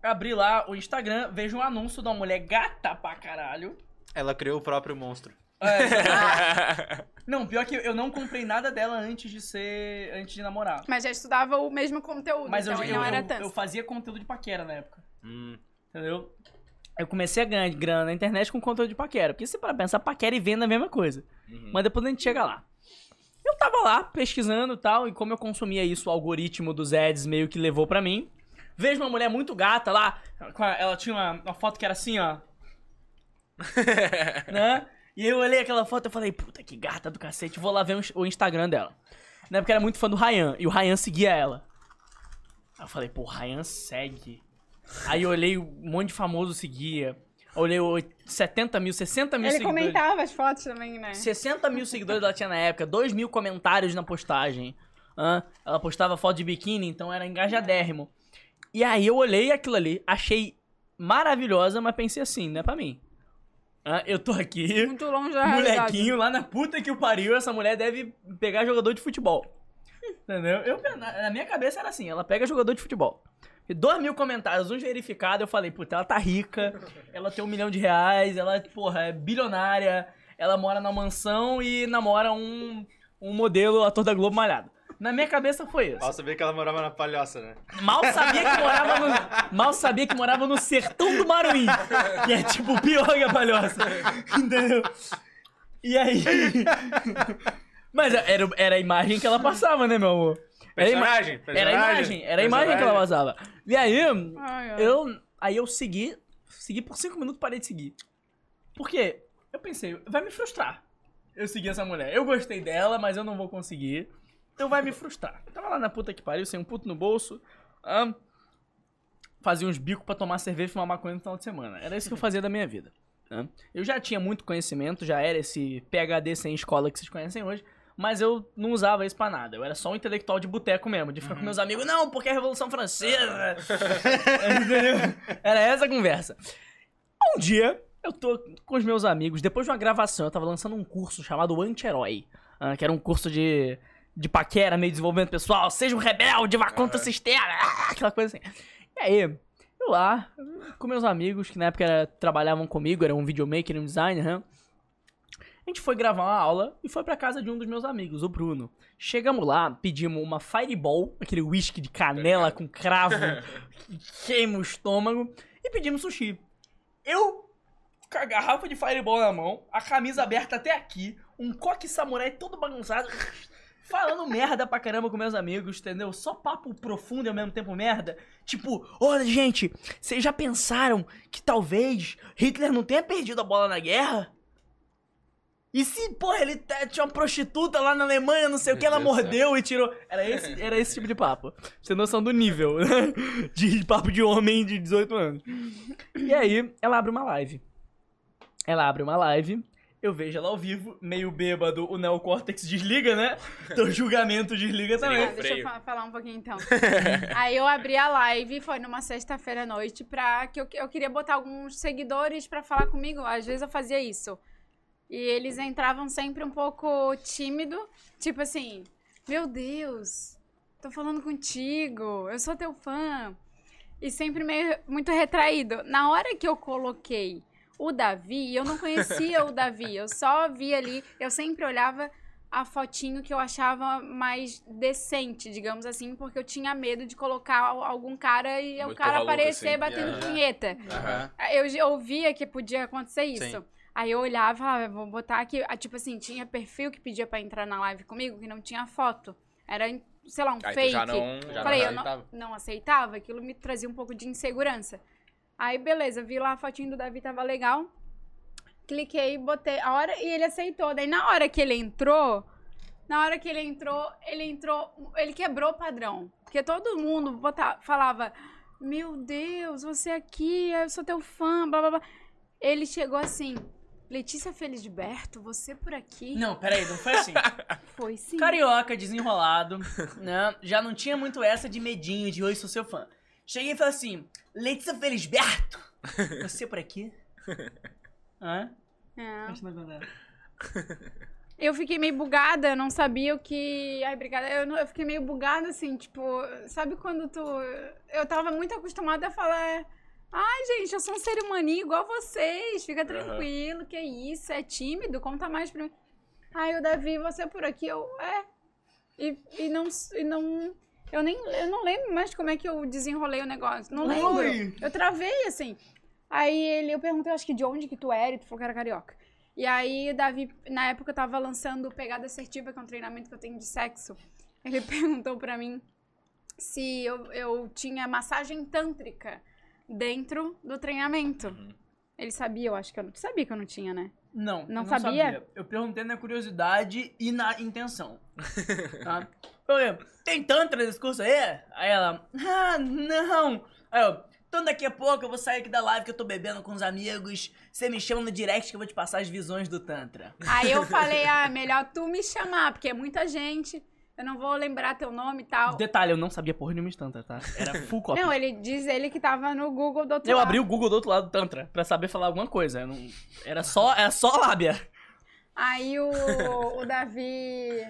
Speaker 5: Abri lá o Instagram, vejo um anúncio de uma mulher gata pra caralho. É,
Speaker 1: Ela criou o próprio monstro.
Speaker 2: Ah!
Speaker 5: Não, pior que eu não comprei nada dela antes de ser. antes de namorar.
Speaker 2: Mas já estudava o mesmo conteúdo,
Speaker 5: Mas eu,
Speaker 2: então
Speaker 5: eu,
Speaker 2: ele não era
Speaker 5: eu-
Speaker 2: tanto.
Speaker 5: eu fazia conteúdo de paquera na época.
Speaker 1: Hum,
Speaker 5: Entendeu?
Speaker 4: Eu comecei a ganhar grana na internet com conteúdo de paquera. Porque se para pensar, paquera e venda é a mesma coisa.
Speaker 3: Uhum.
Speaker 4: Mas depois a gente chega lá. Eu tava lá pesquisando e tal, e como eu consumia isso, o algoritmo dos ads meio que levou pra mim. Vejo uma mulher muito gata lá, com a- ela tinha uma, uma foto que era assim, ó. né? E eu olhei aquela foto e falei, puta que gata do cacete, vou lá ver o ins- o Instagram dela. Na época eu era muito fã do Ryan, e o Ryan seguia ela. Aí eu falei, pô, o Ryan segue. Aí eu olhei, um monte de famoso seguia. Olhei o 70 mil, 60 mil
Speaker 2: Ele
Speaker 4: seguidores.
Speaker 2: comentava as fotos também, né?
Speaker 4: 60 mil seguidores ela tinha na época, 2 mil comentários na postagem. Hã? Ela postava foto de biquíni, então era engajadérrimo. E aí eu olhei aquilo ali, achei maravilhosa, mas pensei assim, não é pra mim. Ah, eu tô aqui,
Speaker 2: Muito longe da realidade. né?
Speaker 4: molequinho lá na puta que o pariu, essa mulher deve pegar jogador de futebol. Entendeu? Eu, na na minha cabeça era assim, ela pega jogador de futebol. E dois mil comentários, um verificado, eu falei, puta, ela tá rica, ela tem um milhão de reais, ela, porra, é bilionária, ela mora na mansão e namora um, um modelo ator da Globo malhado. Na minha cabeça foi isso.
Speaker 1: Mal sabia que ela morava na palhoça, né?
Speaker 4: Mal sabia que morava no, mal sabia que morava no sertão do Maruim, que é tipo pior que a palhoça, entendeu? E aí... Mas era, era a imagem que ela passava, né, meu amor? Era a ima-
Speaker 1: Personagem,
Speaker 4: era a imagem, era a imagem que ela passava. E aí,
Speaker 2: Ai, ai.
Speaker 4: eu, aí eu segui, segui por cinco minutos, parei de seguir. Por quê? Eu pensei, vai me frustrar. Eu segui essa mulher. Eu gostei dela, mas eu não vou conseguir. Então vai me frustrar. Eu tava lá na puta que pariu, sem um puto no bolso. ahn, fazia uns bicos pra tomar cerveja e fumar maconha no final de semana. Era isso que eu fazia da minha vida. né? Eu já tinha muito conhecimento, já era esse PHD sem escola que vocês conhecem hoje. Mas eu não usava isso pra nada. Eu era só um intelectual de boteco mesmo, de ficar com meus amigos, não, porque é a Revolução Francesa. Entendeu? Era essa a conversa. Um dia, eu tô com os meus amigos, depois de uma gravação, eu tava lançando um curso chamado Anti-Herói, ah, que era um curso de, de paquera, meio desenvolvimento pessoal, seja um rebelde, vá contra o sistema, ah, aquela coisa assim. E aí, eu lá, com meus amigos, que na época era- trabalhavam comigo, era um videomaker, um designer, né? A gente foi gravar uma aula e foi pra casa de um dos meus amigos, o Bruno. Chegamos lá, pedimos uma Fireball, aquele whisky de canela com cravo, que queima o estômago, e pedimos sushi. Eu com a garrafa de fireball na mão, a camisa aberta até aqui, um coque samurai todo bagunçado, falando merda pra caramba com meus amigos, entendeu? Só papo profundo e ao mesmo tempo merda. Tipo, olha, gente, vocês já pensaram que talvez Hitler não tenha perdido a bola na guerra? E se, porra, ele tá- tinha uma prostituta lá na Alemanha, não sei o que, ela
Speaker 3: Meu Deus do
Speaker 4: mordeu e tirou. Era esse, era esse tipo de papo. Pra você ter noção do nível, né? De papo de homem de 18 anos. E aí, ela abre uma live. Ela abre uma live, eu vejo ela ao vivo, meio bêbado, o neocórtex desliga, né? Então o julgamento desliga também.
Speaker 2: Ah, deixa eu
Speaker 3: freio.
Speaker 2: fa- falar um pouquinho então. Aí eu abri a live, foi numa sexta-feira à noite, pra que eu, que- eu queria botar alguns seguidores pra falar comigo. Às vezes eu fazia isso. E eles entravam sempre um pouco tímido, tipo assim, meu Deus, tô falando contigo, eu sou teu fã. E sempre meio muito retraído. Na hora que eu coloquei o Davi, eu não conhecia o Davi, eu só via ali, eu sempre olhava a fotinho que eu achava mais decente, digamos assim, porque eu tinha medo de colocar al- algum cara e o
Speaker 3: Muito
Speaker 2: cara
Speaker 3: porra louca,
Speaker 2: aparecer
Speaker 3: assim.
Speaker 2: batendo
Speaker 1: Yeah.
Speaker 2: punheta.
Speaker 3: Aham.
Speaker 2: É, Eu já ouvia que podia acontecer isso.
Speaker 1: Sim.
Speaker 2: Aí eu olhava e falava, vou botar aqui. Ah, Tipo assim, tinha perfil que pedia pra entrar na live comigo, que não tinha foto. Era, sei lá, um
Speaker 3: Aí tu
Speaker 2: fake
Speaker 3: já não. Já
Speaker 1: tá,
Speaker 2: Falei,
Speaker 3: não
Speaker 2: eu não, não aceitava, aquilo me trazia um pouco de insegurança. Aí, beleza, vi lá a fotinho do Davi, tava legal. Cliquei, botei a hora e ele aceitou. Daí, na hora que ele entrou, na hora que ele entrou, ele entrou, ele quebrou o padrão. Porque todo mundo bota- falava, meu Deus, você aqui, eu sou teu fã, blá, blá, blá. Ele chegou assim, Letícia Felisberto, você por aqui?
Speaker 4: Não, peraí, não foi assim.
Speaker 2: Foi sim.
Speaker 4: Carioca, desenrolado, né? Já não tinha muito essa de medinho, de oi, sou seu fã. Cheguei e falei assim, Letícia Felisberto, você é por aqui? Hã?
Speaker 2: É.
Speaker 4: Continua contando.
Speaker 2: Eu fiquei meio bugada, não sabia o que. Ai, obrigada. Eu, não- eu fiquei meio bugada, assim, tipo, sabe quando tu. Eu tava muito acostumada a falar. Ai, gente, eu sou um ser humaninho igual vocês. Fica tranquilo, que isso, é tímido, conta mais pra mim. Ai, o Davi, você por aqui, eu. É. E, e não. E não eu nem eu não lembro mais como é que eu desenrolei o negócio. Não lembro.
Speaker 4: Ui.
Speaker 2: Eu travei, assim. Aí ele, eu perguntei, acho que de onde que tu era, e tu falou que era carioca. E aí, o Davi, na época eu tava lançando o Pegada Assertiva, que é um treinamento que eu tenho de sexo. Ele perguntou pra mim se eu, eu tinha massagem tântrica dentro do treinamento. Ele sabia, eu acho que eu não sabia que eu não tinha, né?
Speaker 4: Não, eu
Speaker 2: Não sabia?
Speaker 4: Eu perguntei na curiosidade e na intenção. tá? Eu falei, tem tantra nesse curso aí? Aí ela, ah, não. Aí eu, então daqui a pouco eu vou sair aqui da live que eu tô bebendo com os amigos. Você me chama no direct que eu vou te passar as visões do tantra.
Speaker 2: Aí eu falei, ah, melhor tu me chamar, porque é muita gente. eu não vou lembrar teu nome e tal.
Speaker 4: Detalhe, eu não sabia porra nenhuma de Tantra, tá? Era full copy.
Speaker 2: Não, ele diz ele que tava no Google do outro
Speaker 4: eu
Speaker 2: lado.
Speaker 4: abri o Google do outro lado do Tantra pra saber falar alguma coisa. eu não- Era só, era só lábia.
Speaker 2: Aí o, o Davi.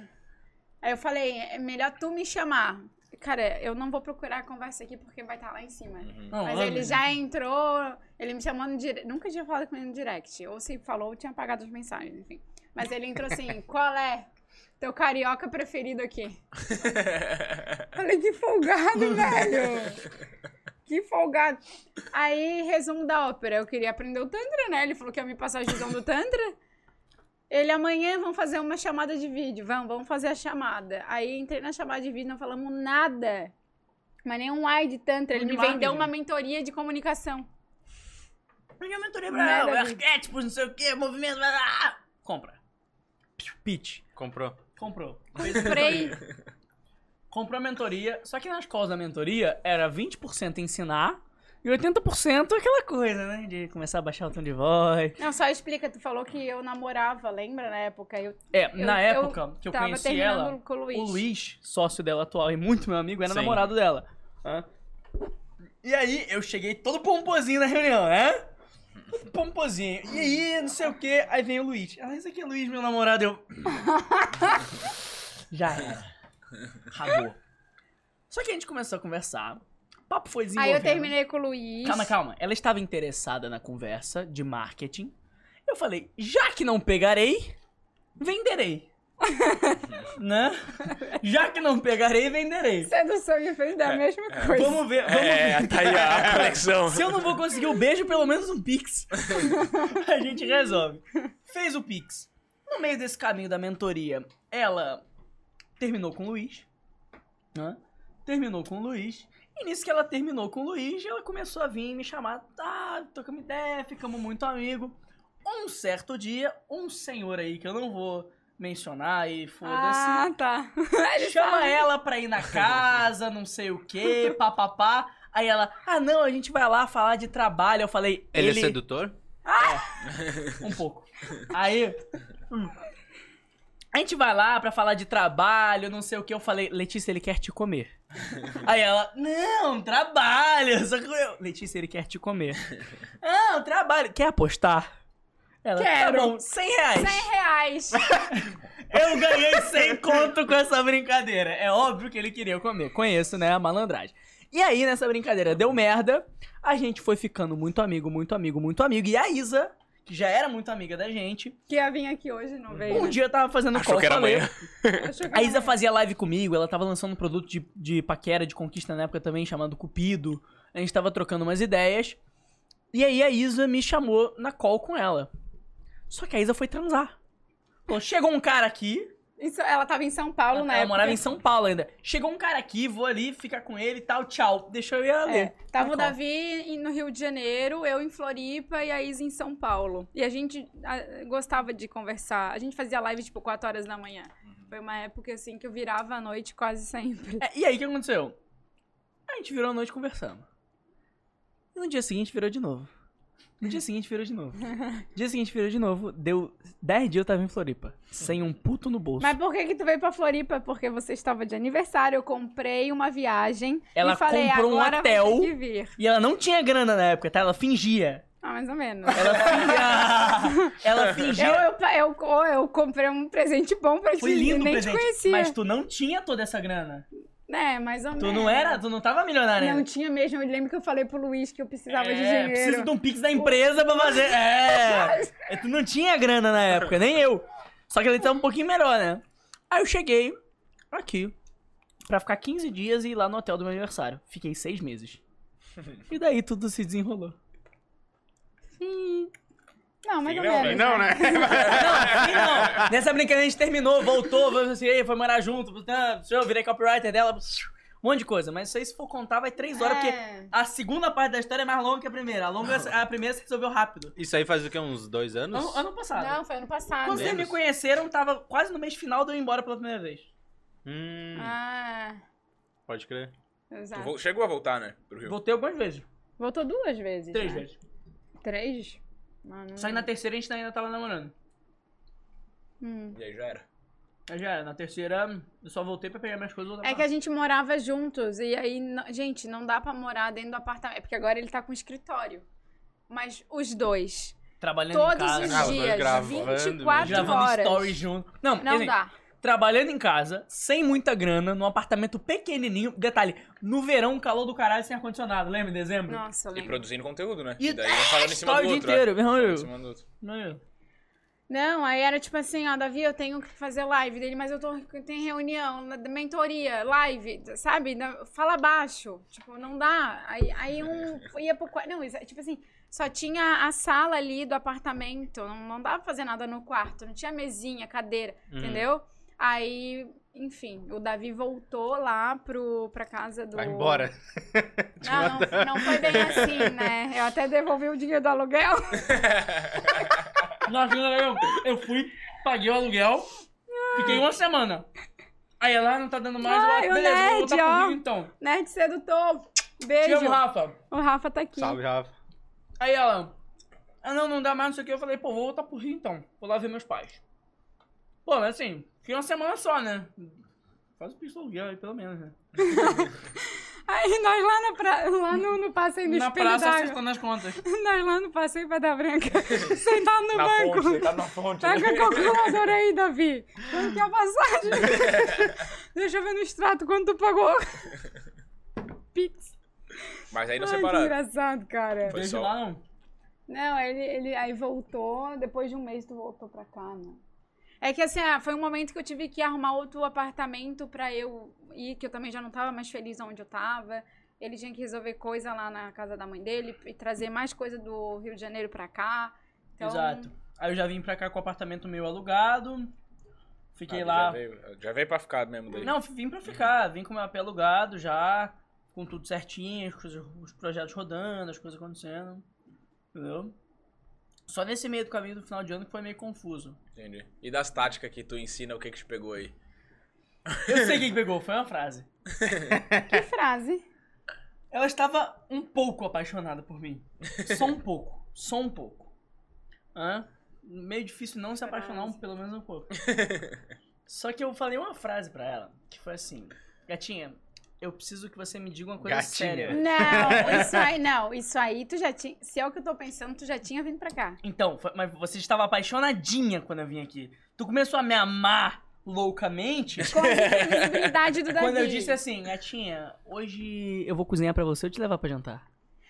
Speaker 2: Aí eu falei, é melhor tu me chamar. Cara, eu não vou procurar a conversa aqui porque vai estar lá em cima.
Speaker 3: Uhum.
Speaker 4: Não, é.
Speaker 2: Mas
Speaker 4: lábia.
Speaker 2: ele já entrou, ele me chamou no direct. Nunca tinha falado com ele no direct. Ou se falou, eu tinha apagado as mensagens, enfim. Mas ele entrou assim: qual é teu carioca preferido aqui? Falei, que folgado, velho! Que folgado. Aí, resumo da ópera. Eu queria aprender o Tantra, né? Ele falou que ia me passar a visão do Tantra. Ele, amanhã, vamos fazer uma chamada de vídeo. Vamos, vamos fazer a chamada. Aí, entrei na chamada de vídeo, não falamos nada. Mas nem um ai de Tantra. Ele
Speaker 4: Muito
Speaker 2: me vendeu
Speaker 4: marketing.
Speaker 2: uma mentoria de comunicação.
Speaker 4: Eu já mentorei
Speaker 2: Né,
Speaker 4: é pra ela,
Speaker 2: Davi?
Speaker 4: arquétipos, não sei o que, movimento. blá, blá, blá. Compra. Pitch.
Speaker 1: Comprou.
Speaker 4: Comprou.
Speaker 2: Comprei.
Speaker 4: Comprou a mentoria, só que nas calls da mentoria era 20% ensinar e 80% aquela coisa, né? De começar a baixar o tom de voz.
Speaker 2: Não, só explica. Tu falou que eu namorava, lembra? Na época, eu
Speaker 4: É, na
Speaker 2: eu
Speaker 4: época que eu
Speaker 2: tava
Speaker 4: conheci
Speaker 2: terminando
Speaker 4: ela,
Speaker 2: com o Luiz.
Speaker 4: o Luiz, sócio dela atual e muito meu amigo, era
Speaker 1: Sim.
Speaker 4: namorado dela. Hã? E aí eu cheguei todo pomposinho na reunião, né? Todo pomposinho. E aí, não sei o que, aí vem o Luiz. Ela, esse aqui é o Luiz, meu namorado, eu. Já era. Rabou. Só que a gente começou a conversar. O papo foi
Speaker 2: Aí
Speaker 4: desenvolvido.
Speaker 2: eu terminei com o Luiz.
Speaker 4: Calma, calma. Ela estava interessada na conversa de marketing. Eu falei, já que não pegarei, venderei. né? Já que não pegarei, venderei.
Speaker 2: Sedução e fez
Speaker 4: É.
Speaker 2: da mesma coisa.
Speaker 4: Vamos ver, vamos
Speaker 3: É,
Speaker 4: ver.
Speaker 3: tá aí a conexão.
Speaker 4: Se eu não vou conseguir o beijo, pelo menos um pix. a gente resolve. Fez o pix. No meio desse caminho da mentoria, ela terminou com o Luiz. né? Terminou com o Luiz. E nisso que ela terminou com o Luiz, ela começou a vir me chamar. Tá, trocamos ideia, ficamos muito amigo. Um certo dia, um senhor aí que eu não vou mencionar e foda-se.
Speaker 2: Ah, tá. Ele
Speaker 4: Chama
Speaker 2: sabe.
Speaker 4: ela pra ir na casa, não sei o que, papapá. Aí ela, ah não, a gente vai lá falar de trabalho. Eu falei,
Speaker 1: Ele,
Speaker 4: ele, Ah!"
Speaker 1: é sedutor?
Speaker 2: Ah!
Speaker 4: um pouco. Aí, hum. a gente vai lá pra falar de trabalho, não sei o que. Eu falei, Letícia, ele quer te comer. Aí ela, não, trabalho. Só que eu, Letícia, ele quer te comer. Não, trabalho. Quer apostar? Ela,
Speaker 2: Quero.
Speaker 4: tá bom, 100 reais.
Speaker 2: 100 reais.
Speaker 4: Eu ganhei 100 conto com essa brincadeira. É óbvio que ele queria comer. Conheço, né, a malandragem. E aí, nessa brincadeira, deu merda. A gente foi ficando muito amigo, muito amigo, muito amigo. E a Isa, que já era muito amiga da gente,
Speaker 2: Que ia vir aqui hoje, não veio.
Speaker 4: um
Speaker 2: né?
Speaker 4: dia tava fazendo
Speaker 3: Achou
Speaker 4: call,
Speaker 3: que era
Speaker 4: falei.
Speaker 3: amanhã.
Speaker 2: Achou que
Speaker 4: A
Speaker 2: não
Speaker 4: Isa
Speaker 2: ia.
Speaker 4: fazia live comigo, ela tava lançando um produto de, de paquera, de conquista na época também, chamado Cupido. A gente tava trocando umas ideias. E aí a Isa me chamou na call com ela. Só que a Isa foi transar. Falou, chegou um cara aqui,
Speaker 2: Isso, ela tava em São Paulo,
Speaker 4: ela,
Speaker 2: né?
Speaker 4: ela morava em São Paulo ainda. Chegou um cara aqui, vou ali, ficar com ele e tal, tchau. Deixa eu ir ali.
Speaker 2: É, tava o
Speaker 4: São Paulo. Ah, tá.
Speaker 2: Davi em- no Rio de Janeiro, eu em Floripa e a Isa em São Paulo. E a gente ah, gostava de conversar. A gente fazia live tipo 4 horas da manhã.
Speaker 4: Uhum.
Speaker 2: Foi uma época assim que eu virava a noite quase sempre.
Speaker 4: É, e aí, o que aconteceu? A gente virou a noite conversando. E no dia seguinte virou de novo. No dia seguinte virou de novo. No dia seguinte virou de novo. Deu 10 dias eu tava em Floripa. Sem um puto no bolso.
Speaker 2: Mas por que que tu veio pra Floripa? Porque você estava de aniversário, eu comprei uma viagem.
Speaker 4: Ela
Speaker 2: e falei,
Speaker 4: comprou um
Speaker 2: agora vai
Speaker 4: hotel."
Speaker 2: ter que vir.
Speaker 4: E ela não tinha grana na época, tá? Ela fingia.
Speaker 2: Ah, mais ou menos.
Speaker 4: Ela fingia. ela
Speaker 2: Eu,
Speaker 4: fingia.
Speaker 2: eu, eu, eu, comprei um presente bom pra
Speaker 4: Foi
Speaker 2: ti,
Speaker 4: lindo o
Speaker 2: nem
Speaker 4: presente.
Speaker 2: te conhecia.
Speaker 4: Mas tu não tinha toda essa grana.
Speaker 2: É, mais ou
Speaker 4: Tu
Speaker 2: menos.
Speaker 4: não era, tu não tava milionária.
Speaker 2: Não tinha mesmo, eu lembro que eu falei pro Luiz que eu precisava
Speaker 4: é,
Speaker 2: de dinheiro.
Speaker 4: preciso de um pix da empresa pra fazer. É. É, Tu não tinha grana na época, nem eu. Só que ele tava um pouquinho melhor, né? Aí eu cheguei aqui pra ficar 15 dias e ir lá no hotel do meu aniversário. Fiquei seis meses. E daí tudo se desenrolou.
Speaker 2: Sim. Hum. Não, mais
Speaker 3: Sim,
Speaker 2: ou
Speaker 3: não,
Speaker 2: menos.
Speaker 3: não, né?
Speaker 4: Não, e não. Nessa brincadeira a gente terminou, voltou, foi assim, "Ei, foi morar junto, tá, eu virei copywriter dela, um monte de coisa. Mas isso aí, se for contar, vai três horas, porque
Speaker 2: É.
Speaker 4: a segunda parte da história é mais longa que a primeira. A, longa, a primeira se resolveu rápido.
Speaker 1: Isso aí faz o quê? Uns dois anos?
Speaker 4: Ano, ano passado.
Speaker 2: Não, foi ano passado.
Speaker 4: Quando vocês me
Speaker 1: menos.
Speaker 4: conheceram, tava quase no mês final de eu ir embora pela primeira vez.
Speaker 1: Hum,
Speaker 2: Ah,
Speaker 1: pode crer.
Speaker 3: Tu
Speaker 2: exato.
Speaker 3: vo- Chegou a voltar, né? Pro Rio.
Speaker 4: Voltei algumas vezes.
Speaker 2: Voltou duas vezes.
Speaker 4: Três
Speaker 2: né?
Speaker 4: vezes.
Speaker 2: Três? Mano.
Speaker 4: Só que na terceira a gente ainda tava namorando.
Speaker 2: Hum.
Speaker 3: E aí já era.
Speaker 4: Aí já era, na terceira eu só voltei pra pegar minhas coisas e voltar
Speaker 2: É que
Speaker 4: pra
Speaker 2: a
Speaker 4: casa.
Speaker 2: gente morava juntos e aí, no- gente, não dá pra morar dentro do apartamento. É porque agora ele tá com escritório. Mas os dois,
Speaker 4: Trabalhando em
Speaker 2: todos
Speaker 4: casa.
Speaker 2: os
Speaker 3: Ah, os dois
Speaker 2: dias,
Speaker 3: gravando,
Speaker 2: 24
Speaker 4: Gravando
Speaker 2: horas.
Speaker 4: stories junto. Não,
Speaker 2: Não
Speaker 4: assim,
Speaker 2: dá.
Speaker 4: trabalhando em casa, sem muita grana, num apartamento pequenininho. Detalhe, no verão, calor do caralho, sem ar-condicionado. Lembra em dezembro?
Speaker 2: Nossa, eu
Speaker 3: E
Speaker 2: lembro.
Speaker 3: produzindo conteúdo, né?
Speaker 4: E-
Speaker 3: E daí um falando em cima do
Speaker 4: História o dia
Speaker 3: outro.
Speaker 4: inteiro, meu irmão.
Speaker 3: né? Em
Speaker 4: eu-
Speaker 3: cima do outro.
Speaker 4: meu irmão.
Speaker 2: Não, aí era tipo assim, ó, Davi, eu tenho que fazer live dele, mas eu tô tem reunião, na- da mentoria, live, sabe? Na- Fala baixo, tipo, não dá. Aí, aí um ia pro quarto, não, isso é, tipo assim, só tinha a sala ali do apartamento, não, não dava pra fazer nada no quarto, não tinha mesinha, cadeira,
Speaker 1: Hum.
Speaker 2: entendeu? Aí, enfim, o Davi voltou lá pro, pra casa do...
Speaker 1: Vai embora.
Speaker 2: Não, não, não foi bem assim, né? Eu até devolvi o dinheiro do aluguel.
Speaker 4: Nossa, eu, né, eu fui, paguei o aluguel, fiquei uma semana. Aí ela não tá dando mais, eu, ah,
Speaker 2: Ai, o
Speaker 4: beleza, vou voltar
Speaker 2: Ned, ó.
Speaker 4: comigo então.
Speaker 2: Nerd sedutor,
Speaker 4: Te
Speaker 2: beijo.
Speaker 4: amo, Rafa.
Speaker 2: O Rafa tá aqui.
Speaker 1: Salve, Rafa.
Speaker 4: Aí ela, ah não, não dá mais, não sei o que. Eu falei, pô, vou voltar pro Rio então, vou lá ver meus pais. Pô, mas assim, fiquei uma semana só, né? Faz o piso aluguel aí, pelo menos, né?
Speaker 2: Aí nós lá, na pra... lá no, no passeio do
Speaker 4: Na
Speaker 2: espelho
Speaker 4: praça,
Speaker 2: d'água.
Speaker 4: acertando as contas.
Speaker 2: Nós lá no passeio Pedra Branca. Sentado no
Speaker 3: Na
Speaker 2: banco.
Speaker 3: fonte, tá na fonte. né?
Speaker 2: Pega a calculadora aí, Davi. Quanto que é a passagem? Deixa eu ver no extrato quanto tu pagou. Pix.
Speaker 3: Mas aí não Ah,
Speaker 2: Ai, que
Speaker 3: separaram.
Speaker 2: engraçado, cara.
Speaker 3: Foi
Speaker 4: Desde
Speaker 3: só-
Speaker 4: lá, não.
Speaker 2: Não, ele, ele aí voltou, depois de um mês tu voltou pra cá, né? É que assim, ah, foi um momento que eu tive que arrumar outro apartamento pra eu ir, que eu também já não tava mais feliz onde eu tava. Ele tinha que resolver coisa lá na casa da mãe dele e trazer mais coisa do Rio de Janeiro pra cá. Então,
Speaker 4: Exato. Aí eu já vim pra cá com o apartamento meu alugado. Fiquei
Speaker 3: Nada, Ah, Já
Speaker 4: lá
Speaker 3: veio, já veio pra ficar mesmo daí.
Speaker 4: Não, vim pra ficar, vim com meu AP alugado já, com tudo certinho, as coisas- os projetos rodando, as coisas acontecendo. Entendeu? Só nesse meio do caminho do final de ano que foi meio confuso.
Speaker 3: Entendi. E das táticas que tu ensina, o que que te pegou aí?
Speaker 4: Eu sei quem pegou, foi uma frase.
Speaker 2: que frase.
Speaker 4: Ela estava um pouco apaixonada por mim. Só um pouco. Só um pouco. Hã? Meio difícil não se apaixonar, um- pelo menos um pouco. Só que eu falei uma frase pra ela, que foi assim: Gatinha, eu preciso que você me diga uma coisa
Speaker 1: Gatinha.
Speaker 4: séria.
Speaker 2: Não, isso aí, não, isso aí tu já tinha, se é o que eu tô pensando, tu já tinha vindo pra cá.
Speaker 4: Então, foi- mas você estava apaixonadinha quando eu vim aqui. Tu começou a me amar loucamente
Speaker 2: Com a invisibilidade do Davi.
Speaker 4: quando eu disse assim, gatinha, hoje eu vou cozinhar pra você, eu te levar pra jantar.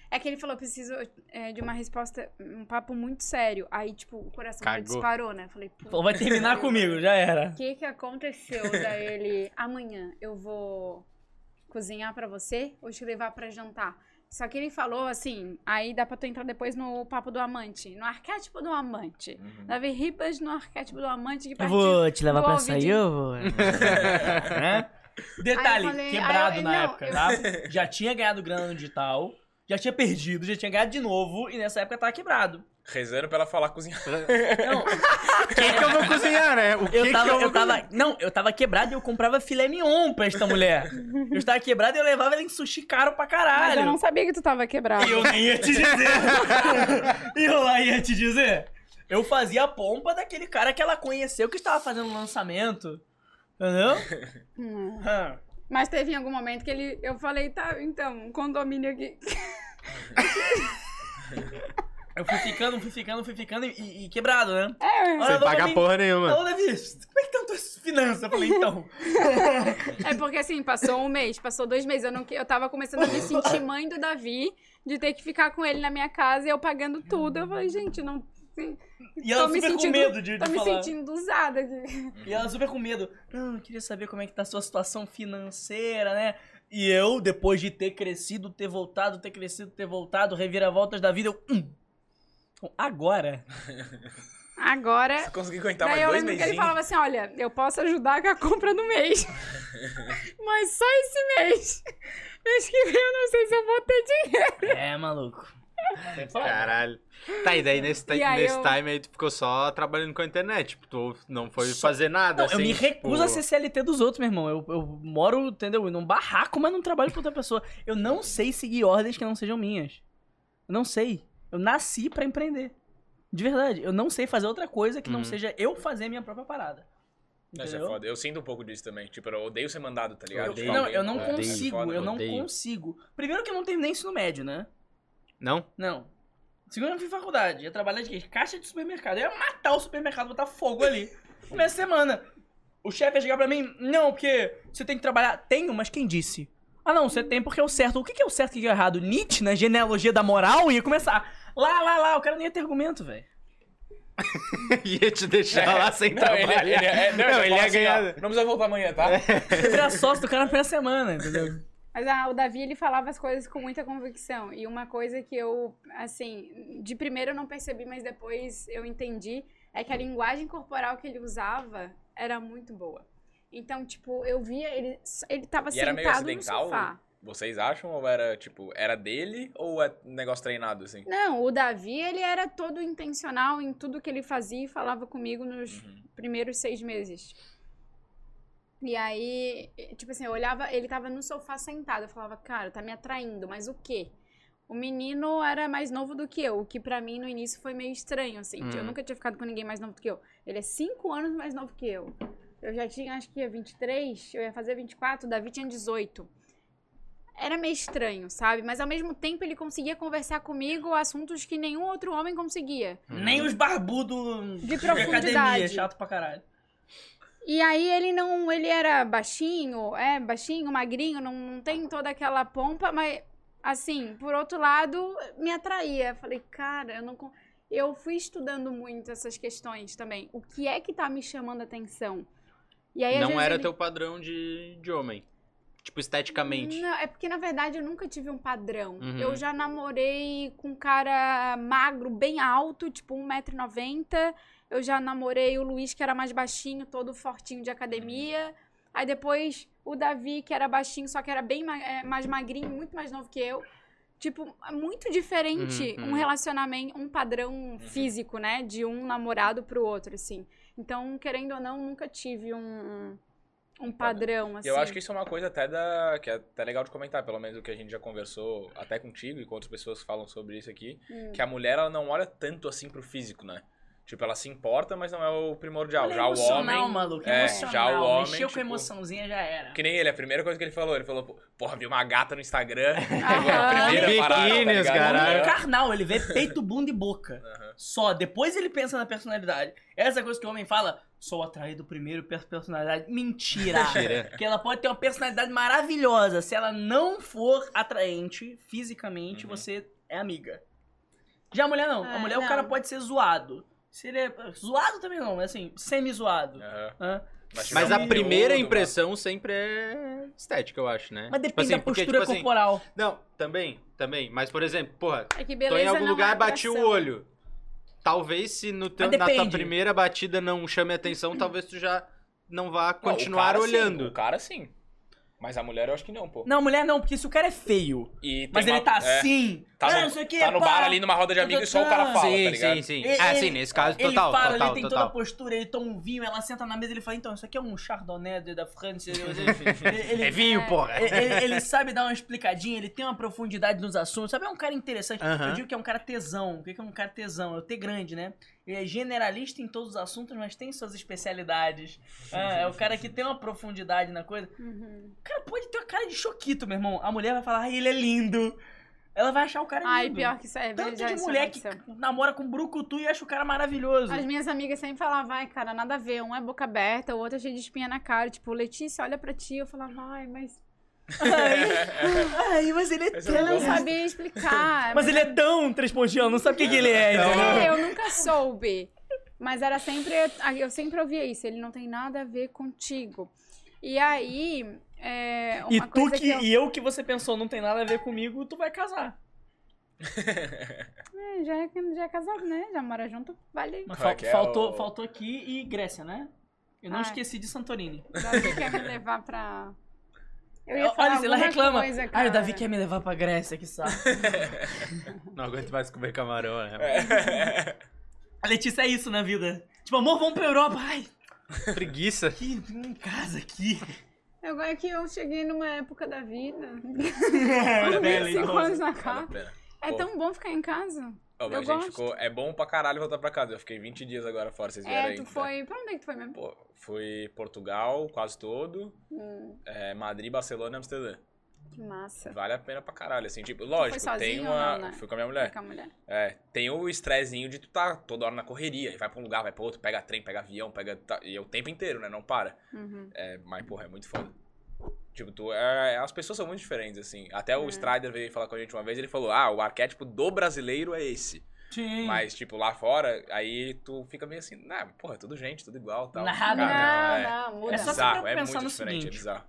Speaker 2: É que ele falou, preciso é, de uma resposta, um papo muito sério. Aí, tipo, o coração
Speaker 1: Cagou.
Speaker 2: disparou, né? Falei,
Speaker 4: Ou
Speaker 2: pô,
Speaker 4: vai terminar comigo, já era.
Speaker 2: o que que aconteceu? Daí ele, amanhã eu vou cozinhar pra você ou te levar pra jantar? Só que ele falou assim, aí dá pra tu entrar depois no papo do amante, no arquétipo do amante. Davi Ribas no arquétipo do amante que
Speaker 4: Eu
Speaker 2: partiu.
Speaker 4: vou te levar
Speaker 2: Vou
Speaker 4: pra
Speaker 2: ouvir
Speaker 4: sair,
Speaker 2: de-
Speaker 4: eu vou. Né? Detalhe,
Speaker 2: Aí eu falei,
Speaker 4: quebrado
Speaker 2: aí eu-
Speaker 4: na
Speaker 2: não,
Speaker 4: época,
Speaker 2: eu-
Speaker 4: tá? Já tinha ganhado grana no digital, já tinha perdido, já tinha ganhado de novo, e nessa época tava quebrado.
Speaker 3: Rezando pra ela falar cozinhar.
Speaker 4: Não,
Speaker 1: O que que eu vou cozinhar, né? O que
Speaker 4: Eu
Speaker 1: que
Speaker 4: tava,
Speaker 1: eu vou
Speaker 4: eu tava. Não, eu tava quebrado e eu comprava filé mignon pra esta mulher. Eu estava quebrado e eu levava ela em sushi caro pra
Speaker 2: Mas eu não
Speaker 4: caralho.
Speaker 2: sabia que tu tava quebrado.
Speaker 4: E eu nem ia te dizer. eu lá ia te dizer. Eu fazia a pompa daquele cara que ela conheceu que estava fazendo um lançamento. Entendeu?
Speaker 2: Hum.
Speaker 4: Hã.
Speaker 2: Mas teve em algum momento que ele, eu falei, tá, então, um condomínio aqui.
Speaker 4: Eu fui ficando, fui ficando, fui ficando e, e quebrado, né?
Speaker 2: É,
Speaker 4: Olha,
Speaker 1: Sem pagar
Speaker 4: Davi,
Speaker 1: porra nenhuma.
Speaker 4: Ô, Davi, como é que estão tuas finanças? Eu falei, então.
Speaker 2: É porque assim, passou um mês, passou dois meses. Eu, não, que- eu tava começando a me sentir mãe do Davi, de ter que ficar com ele na minha casa e eu pagando tudo. Eu falei, gente, não.
Speaker 4: E ela
Speaker 2: Tô me
Speaker 4: super com
Speaker 2: sentindo-
Speaker 4: medo de, de
Speaker 2: Tô me
Speaker 4: falar.
Speaker 2: sentindo usada aqui.
Speaker 4: E ela super com medo. Não, eu queria saber como é que tá a sua situação financeira, né? E eu, depois de ter crescido, ter voltado, ter crescido, ter voltado, reviravoltas da vida, eu. Hum. Bom, agora.
Speaker 2: Agora.
Speaker 4: É.
Speaker 3: Você conseguiu aguentar
Speaker 2: Daí
Speaker 3: mais
Speaker 2: eu
Speaker 3: Tá, dois
Speaker 2: lembro que ele
Speaker 3: mesinhos.
Speaker 2: falava assim: olha, eu posso ajudar com a compra do mês. Mas só esse mês. Mês que vem eu não sei se eu vou ter dinheiro.
Speaker 4: É, maluco.
Speaker 1: Caralho. Tá, e daí nesse, ti-
Speaker 2: E aí
Speaker 1: nesse
Speaker 2: eu-
Speaker 1: time aí tu ficou só trabalhando com a internet. Tipo, tu não foi fazer nada.
Speaker 4: Não,
Speaker 1: assim,
Speaker 4: eu me recuso
Speaker 1: tipo...
Speaker 4: a ser CLT dos outros, meu irmão. Eu, eu moro, entendeu? Num barraco, mas não trabalho pra outra pessoa. Eu não sei seguir ordens que não sejam minhas. Eu não sei. Eu nasci pra empreender. De verdade. Eu não sei fazer outra coisa que não
Speaker 1: Uhum.
Speaker 4: seja eu fazer minha própria parada.
Speaker 3: Isso é
Speaker 4: Entendeu?
Speaker 3: foda. Eu sinto um pouco disso também. Tipo, eu odeio ser mandado, tá
Speaker 1: Eu
Speaker 3: ligado?
Speaker 1: odeio.
Speaker 3: Tipo,
Speaker 4: Não,
Speaker 3: alguém-
Speaker 4: eu não
Speaker 3: É,
Speaker 4: consigo,
Speaker 3: foda.
Speaker 4: eu não
Speaker 1: odeio.
Speaker 4: consigo. Primeiro que eu não terminei ensino médio, né?
Speaker 1: Não?
Speaker 4: Não. Segundo, eu não fui faculdade. Ia trabalhar de quê? Caixa de supermercado. Eu ia matar o supermercado, botar fogo ali. Começa a semana. O chefe ia chegar pra mim, não, porque você tem que trabalhar. Tenho, mas quem disse? Ah, não, você tem porque é o certo. O que que é o certo e o que é o errado? Nietzsche, na genealogia da moral, ia começar. Lá, lá, lá, o cara nem ia ter argumento, velho.
Speaker 1: Ia te deixar
Speaker 4: É.
Speaker 1: lá sem
Speaker 3: Não, ele,
Speaker 1: trabalhar.
Speaker 3: ele, é, não,
Speaker 1: Não,
Speaker 3: ele
Speaker 1: ele
Speaker 3: ia
Speaker 1: ia ganhar-
Speaker 4: assim,
Speaker 3: não precisa voltar amanhã,
Speaker 4: É.
Speaker 3: tá?
Speaker 4: Você virar sócio do cara na primeira semana, entendeu?
Speaker 2: Mas ah, o Davi, ele falava as coisas com muita convicção. E uma coisa que eu, assim, de primeiro eu não percebi, mas depois eu entendi, é que a linguagem corporal que ele usava era muito boa. Então, tipo, eu via ele, ele tava
Speaker 3: E era meio
Speaker 2: sentado no
Speaker 3: acidental?
Speaker 2: sofá.
Speaker 3: Vocês acham ou era, tipo, era dele ou é um negócio treinado, assim?
Speaker 2: Não, o Davi, ele era todo intencional em tudo que ele fazia e falava comigo nos
Speaker 3: Uhum.
Speaker 2: primeiros seis meses. E aí, eh, tipo assim, eu olhava, ele tava no sofá sentado, eu falava, cara, tá me atraindo, mas o quê? O menino era mais novo do que eu, o que pra mim no início foi meio estranho, assim. Eu
Speaker 1: Uhum.
Speaker 2: nunca tinha ficado com ninguém mais novo do que eu. Ele é cinco anos mais novo que eu. Eu já tinha, acho que ia 23, eu ia fazer 24, o Davi tinha 18. Era meio estranho, sabe? Mas ao mesmo tempo ele conseguia conversar comigo assuntos que nenhum outro homem conseguia.
Speaker 1: Uhum. Hum.
Speaker 4: Nem os barbudos
Speaker 2: De
Speaker 4: academia, é
Speaker 2: profundidade.
Speaker 4: chato pra caralho.
Speaker 2: E aí ele não, ele era baixinho, é, baixinho, magrinho, não, não tem toda aquela pompa, mas assim, por outro lado, me atraía. Falei, cara, eu não con- eu fui estudando muito essas questões também. O que é que tá me chamando a atenção? E aí, às
Speaker 1: Não
Speaker 2: vezes,
Speaker 1: era
Speaker 2: ele-
Speaker 1: teu padrão de, de homem. Tipo, esteticamente.
Speaker 2: Não, é porque na verdade eu nunca tive um padrão.
Speaker 1: Uhum.
Speaker 2: Eu já namorei com um cara magro, bem alto, tipo 1,90m. Eu já namorei o Luiz, que era mais baixinho, todo fortinho de academia. Aí depois o Davi, que era baixinho, só que era bem ma- é, mais magrinho, muito mais novo que eu. Tipo, muito diferente
Speaker 1: Uhum.
Speaker 2: um relacionamento, um padrão físico, né? De um namorado pro outro, assim. Então, querendo ou não, nunca tive um, um padrão,
Speaker 3: E
Speaker 2: assim.
Speaker 3: eu acho que isso é uma coisa até da. que é até legal de comentar, pelo menos o que a gente já conversou até contigo e com outras pessoas que falam sobre isso aqui.
Speaker 2: Hum.
Speaker 3: Que a mulher ela não olha tanto assim pro físico, né? Tipo, ela se importa, mas não é o primordial.
Speaker 4: Olha,
Speaker 3: Já o
Speaker 4: emocional,
Speaker 3: homem.
Speaker 4: maluco,
Speaker 3: é,
Speaker 4: emocional.
Speaker 3: já o homem,
Speaker 4: Mexeu
Speaker 3: tipo,
Speaker 4: com a emoçãozinha, já era.
Speaker 3: Que nem ele, a primeira coisa que ele falou, ele falou, pô, porra, vi uma gata no Instagram.
Speaker 2: Aham.
Speaker 3: Primeira
Speaker 1: De
Speaker 3: parada,
Speaker 1: biquíni,
Speaker 3: tá
Speaker 1: os
Speaker 3: ligado?
Speaker 1: caralho.
Speaker 4: É carnal, ele vê peito, bunda e boca.
Speaker 3: Aham.
Speaker 4: Só, depois ele pensa na personalidade. Essa coisa que o homem fala, sou atraído primeiro pela personalidade. Mentira!
Speaker 1: Mentira.
Speaker 4: Porque ela pode ter uma personalidade maravilhosa. Se ela não for atraente fisicamente,
Speaker 3: Uhum.
Speaker 4: você é amiga. Já a mulher não. a
Speaker 2: Ah,
Speaker 4: mulher, o
Speaker 2: não.
Speaker 4: cara pode ser zoado. Se ele é. Zoado também não, mas assim, semi-zoado.
Speaker 3: Aham.
Speaker 4: Hã?
Speaker 1: Mas
Speaker 3: tiver um
Speaker 1: a
Speaker 3: conteúdo,
Speaker 1: primeira
Speaker 3: uma-
Speaker 1: impressão sempre é estética, eu acho, né?
Speaker 4: Mas depende
Speaker 1: Tipo assim,
Speaker 4: da
Speaker 1: porque,
Speaker 4: postura
Speaker 1: tipo assim,
Speaker 4: corporal.
Speaker 1: Não, também, também. Mas, por exemplo, porra,
Speaker 2: É que
Speaker 1: tô
Speaker 2: beleza
Speaker 1: Então, em algum
Speaker 2: não é
Speaker 1: lugar e bati o
Speaker 2: atração.
Speaker 1: olho. Talvez se no teu,
Speaker 4: Mas
Speaker 1: na tua
Speaker 4: depende.
Speaker 1: primeira batida não chame atenção, talvez tu já não vá
Speaker 3: Não, o
Speaker 1: continuar
Speaker 3: cara, sim,
Speaker 1: olhando.
Speaker 3: o cara sim. Mas a mulher eu acho que não, pô.
Speaker 4: Não, mulher não, porque se o cara é feio,
Speaker 3: E tem
Speaker 4: mas ele
Speaker 3: uma-
Speaker 4: tá
Speaker 3: é,
Speaker 4: assim.
Speaker 3: Tá
Speaker 4: ah,
Speaker 3: no,
Speaker 4: não sei o quê,
Speaker 3: tá no
Speaker 4: pá.
Speaker 3: bar ali numa roda de amigos e só o cara fala,
Speaker 1: sim,
Speaker 3: tá ligado?
Speaker 1: sim, sim.
Speaker 4: Ele-
Speaker 1: ah, sim, nesse caso,
Speaker 4: Ele
Speaker 1: total,
Speaker 4: fala,
Speaker 1: total,
Speaker 4: ele tem toda a
Speaker 1: total.
Speaker 4: postura, ele toma um vinho, ela senta na mesa, ele fala, então, isso aqui é um chardonnay de- da França. Ele,
Speaker 1: É
Speaker 4: ele, é,
Speaker 1: vinho, porra.
Speaker 4: ele- ele sabe dar uma explicadinha, ele tem uma profundidade nos assuntos, sabe? É um cara interessante.
Speaker 1: Aham.
Speaker 4: Eu digo que é um cara tesão. O que que é um cara tesão? É o T grande, né? Ele é generalista em todos os assuntos, mas tem suas especialidades. Ah, é o cara que tem uma profundidade na coisa.
Speaker 2: Uhum.
Speaker 4: O cara pode ter uma cara de choquito, meu irmão. A mulher vai falar, ai, ele é lindo. Ela vai achar o cara
Speaker 2: Ai,
Speaker 4: lindo.
Speaker 2: pior que isso é
Speaker 4: Tanto
Speaker 2: verdade.
Speaker 4: de mulher que namora com brucutu e acha o cara maravilhoso.
Speaker 2: As minhas amigas sempre falavam, ai, cara, nada a ver. Um é boca aberta, o outro é cheio de espinha na cara. Tipo, Letícia, olha pra ti. Eu falava, ai, mas
Speaker 4: Ai, mas ele é
Speaker 3: Mas eu
Speaker 2: eu não
Speaker 3: gosto.
Speaker 4: tão...
Speaker 2: sabia explicar.
Speaker 4: Mas ele é tão três pontinhos, não sabe o que, que ele é. entendeu?
Speaker 2: É, eu nunca soube. Mas era sempre. Eu sempre ouvia isso. Ele não tem nada a ver contigo. E aí. É, uma
Speaker 4: E tu
Speaker 2: coisa
Speaker 4: que,
Speaker 2: que eu...
Speaker 4: e eu que você pensou não tem nada a ver comigo, tu vai casar.
Speaker 2: É, já, é- já é casado, né? Já mora junto. Vale.
Speaker 4: Mas
Speaker 3: Vai
Speaker 4: fal-
Speaker 3: que é
Speaker 4: faltou,
Speaker 3: o-
Speaker 4: faltou aqui e Grécia, né? Eu não
Speaker 2: Ai.
Speaker 4: esqueci de Santorini.
Speaker 2: Davi quer me levar pra. Eu
Speaker 4: Olha, ela
Speaker 2: alguma
Speaker 4: reclama.
Speaker 2: coisa,
Speaker 4: Ai,
Speaker 2: cara.
Speaker 4: o Davi quer me levar pra Grécia, que sabe.
Speaker 1: Não aguento mais comer camarão, né?
Speaker 3: É.
Speaker 4: A Letícia é isso na vida. Tipo, amor, vamos pra Europa. Ai, É.
Speaker 1: Preguiça.
Speaker 4: que em casa aqui.
Speaker 2: Eu, é que eu cheguei numa época da vida. Com
Speaker 4: Olha, É, velho,
Speaker 2: 25
Speaker 4: então. idosa.
Speaker 2: anos na
Speaker 3: Vale a
Speaker 2: cara.
Speaker 3: pena.
Speaker 2: É
Speaker 3: Pô.
Speaker 2: tão bom ficar em casa.
Speaker 3: Ó, mas,
Speaker 2: Eu
Speaker 3: gente,
Speaker 2: gosto.
Speaker 3: ficou... é bom pra caralho voltar pra casa. Eu fiquei 20 dias agora fora, vocês vieram
Speaker 2: É,
Speaker 3: aí.
Speaker 2: tu foi. Pra onde é que tu foi mesmo?
Speaker 3: Pô, fui Portugal quase todo,
Speaker 2: Hum,
Speaker 3: é, Madrid, Barcelona e Amsterdã.
Speaker 2: que massa.
Speaker 3: Vale a pena pra caralho, assim, tipo, lógico, tem
Speaker 2: sozinho ou
Speaker 3: uma...
Speaker 2: não, né?
Speaker 3: Fui com a minha mulher.
Speaker 2: Fica a mulher.
Speaker 3: É, tem o estressinho de tu tá toda hora na correria, e vai pra um lugar, vai pra outro, pega trem, pega avião, pega... ta- E é o tempo inteiro, né, não para.
Speaker 2: Uhum.
Speaker 3: É, mas, porra, é muito foda. Tipo, tu, é, as pessoas são muito diferentes, assim. Até o
Speaker 4: Uhum.
Speaker 2: É.
Speaker 3: Strider veio falar com a gente uma vez, ele falou, ah, o arquétipo do brasileiro é esse.
Speaker 4: Sim.
Speaker 3: Mas, tipo, lá fora, aí tu fica meio assim, nah, porra, é tudo gente, tudo igual, tal.
Speaker 4: Nada. Ah,
Speaker 2: não,
Speaker 3: Cara, é-
Speaker 2: não, muda.
Speaker 3: É
Speaker 4: só você
Speaker 3: bizarro, é
Speaker 4: pensar
Speaker 3: muito
Speaker 4: no
Speaker 3: diferente, é
Speaker 4: seguinte.
Speaker 3: bizarro.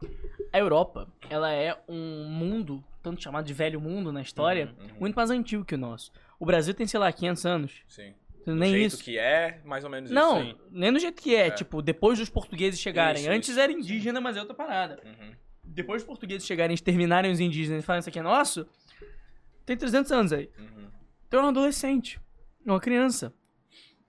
Speaker 4: A Europa, ela é um mundo, tanto chamado de velho mundo na história,
Speaker 3: Uhum, uhum.
Speaker 4: muito mais antigo que o nosso. O Brasil tem, sei lá, 500 anos.
Speaker 3: Sim. Do
Speaker 4: Nem
Speaker 3: jeito
Speaker 4: isso.
Speaker 3: que é, mais ou menos
Speaker 4: Não,
Speaker 3: isso.
Speaker 4: nem do jeito que é.
Speaker 3: É.
Speaker 4: Tipo, depois dos portugueses chegarem.
Speaker 3: Isso,
Speaker 4: Antes
Speaker 3: isso.
Speaker 4: era indígena, mas é outra parada.
Speaker 3: Não. Uhum.
Speaker 4: Depois dos portugueses chegarem, exterminarem os indígenas e falarem isso aqui é nosso, tem 300 anos aí.
Speaker 3: Uhum.
Speaker 4: Então é um adolescente, é uma criança.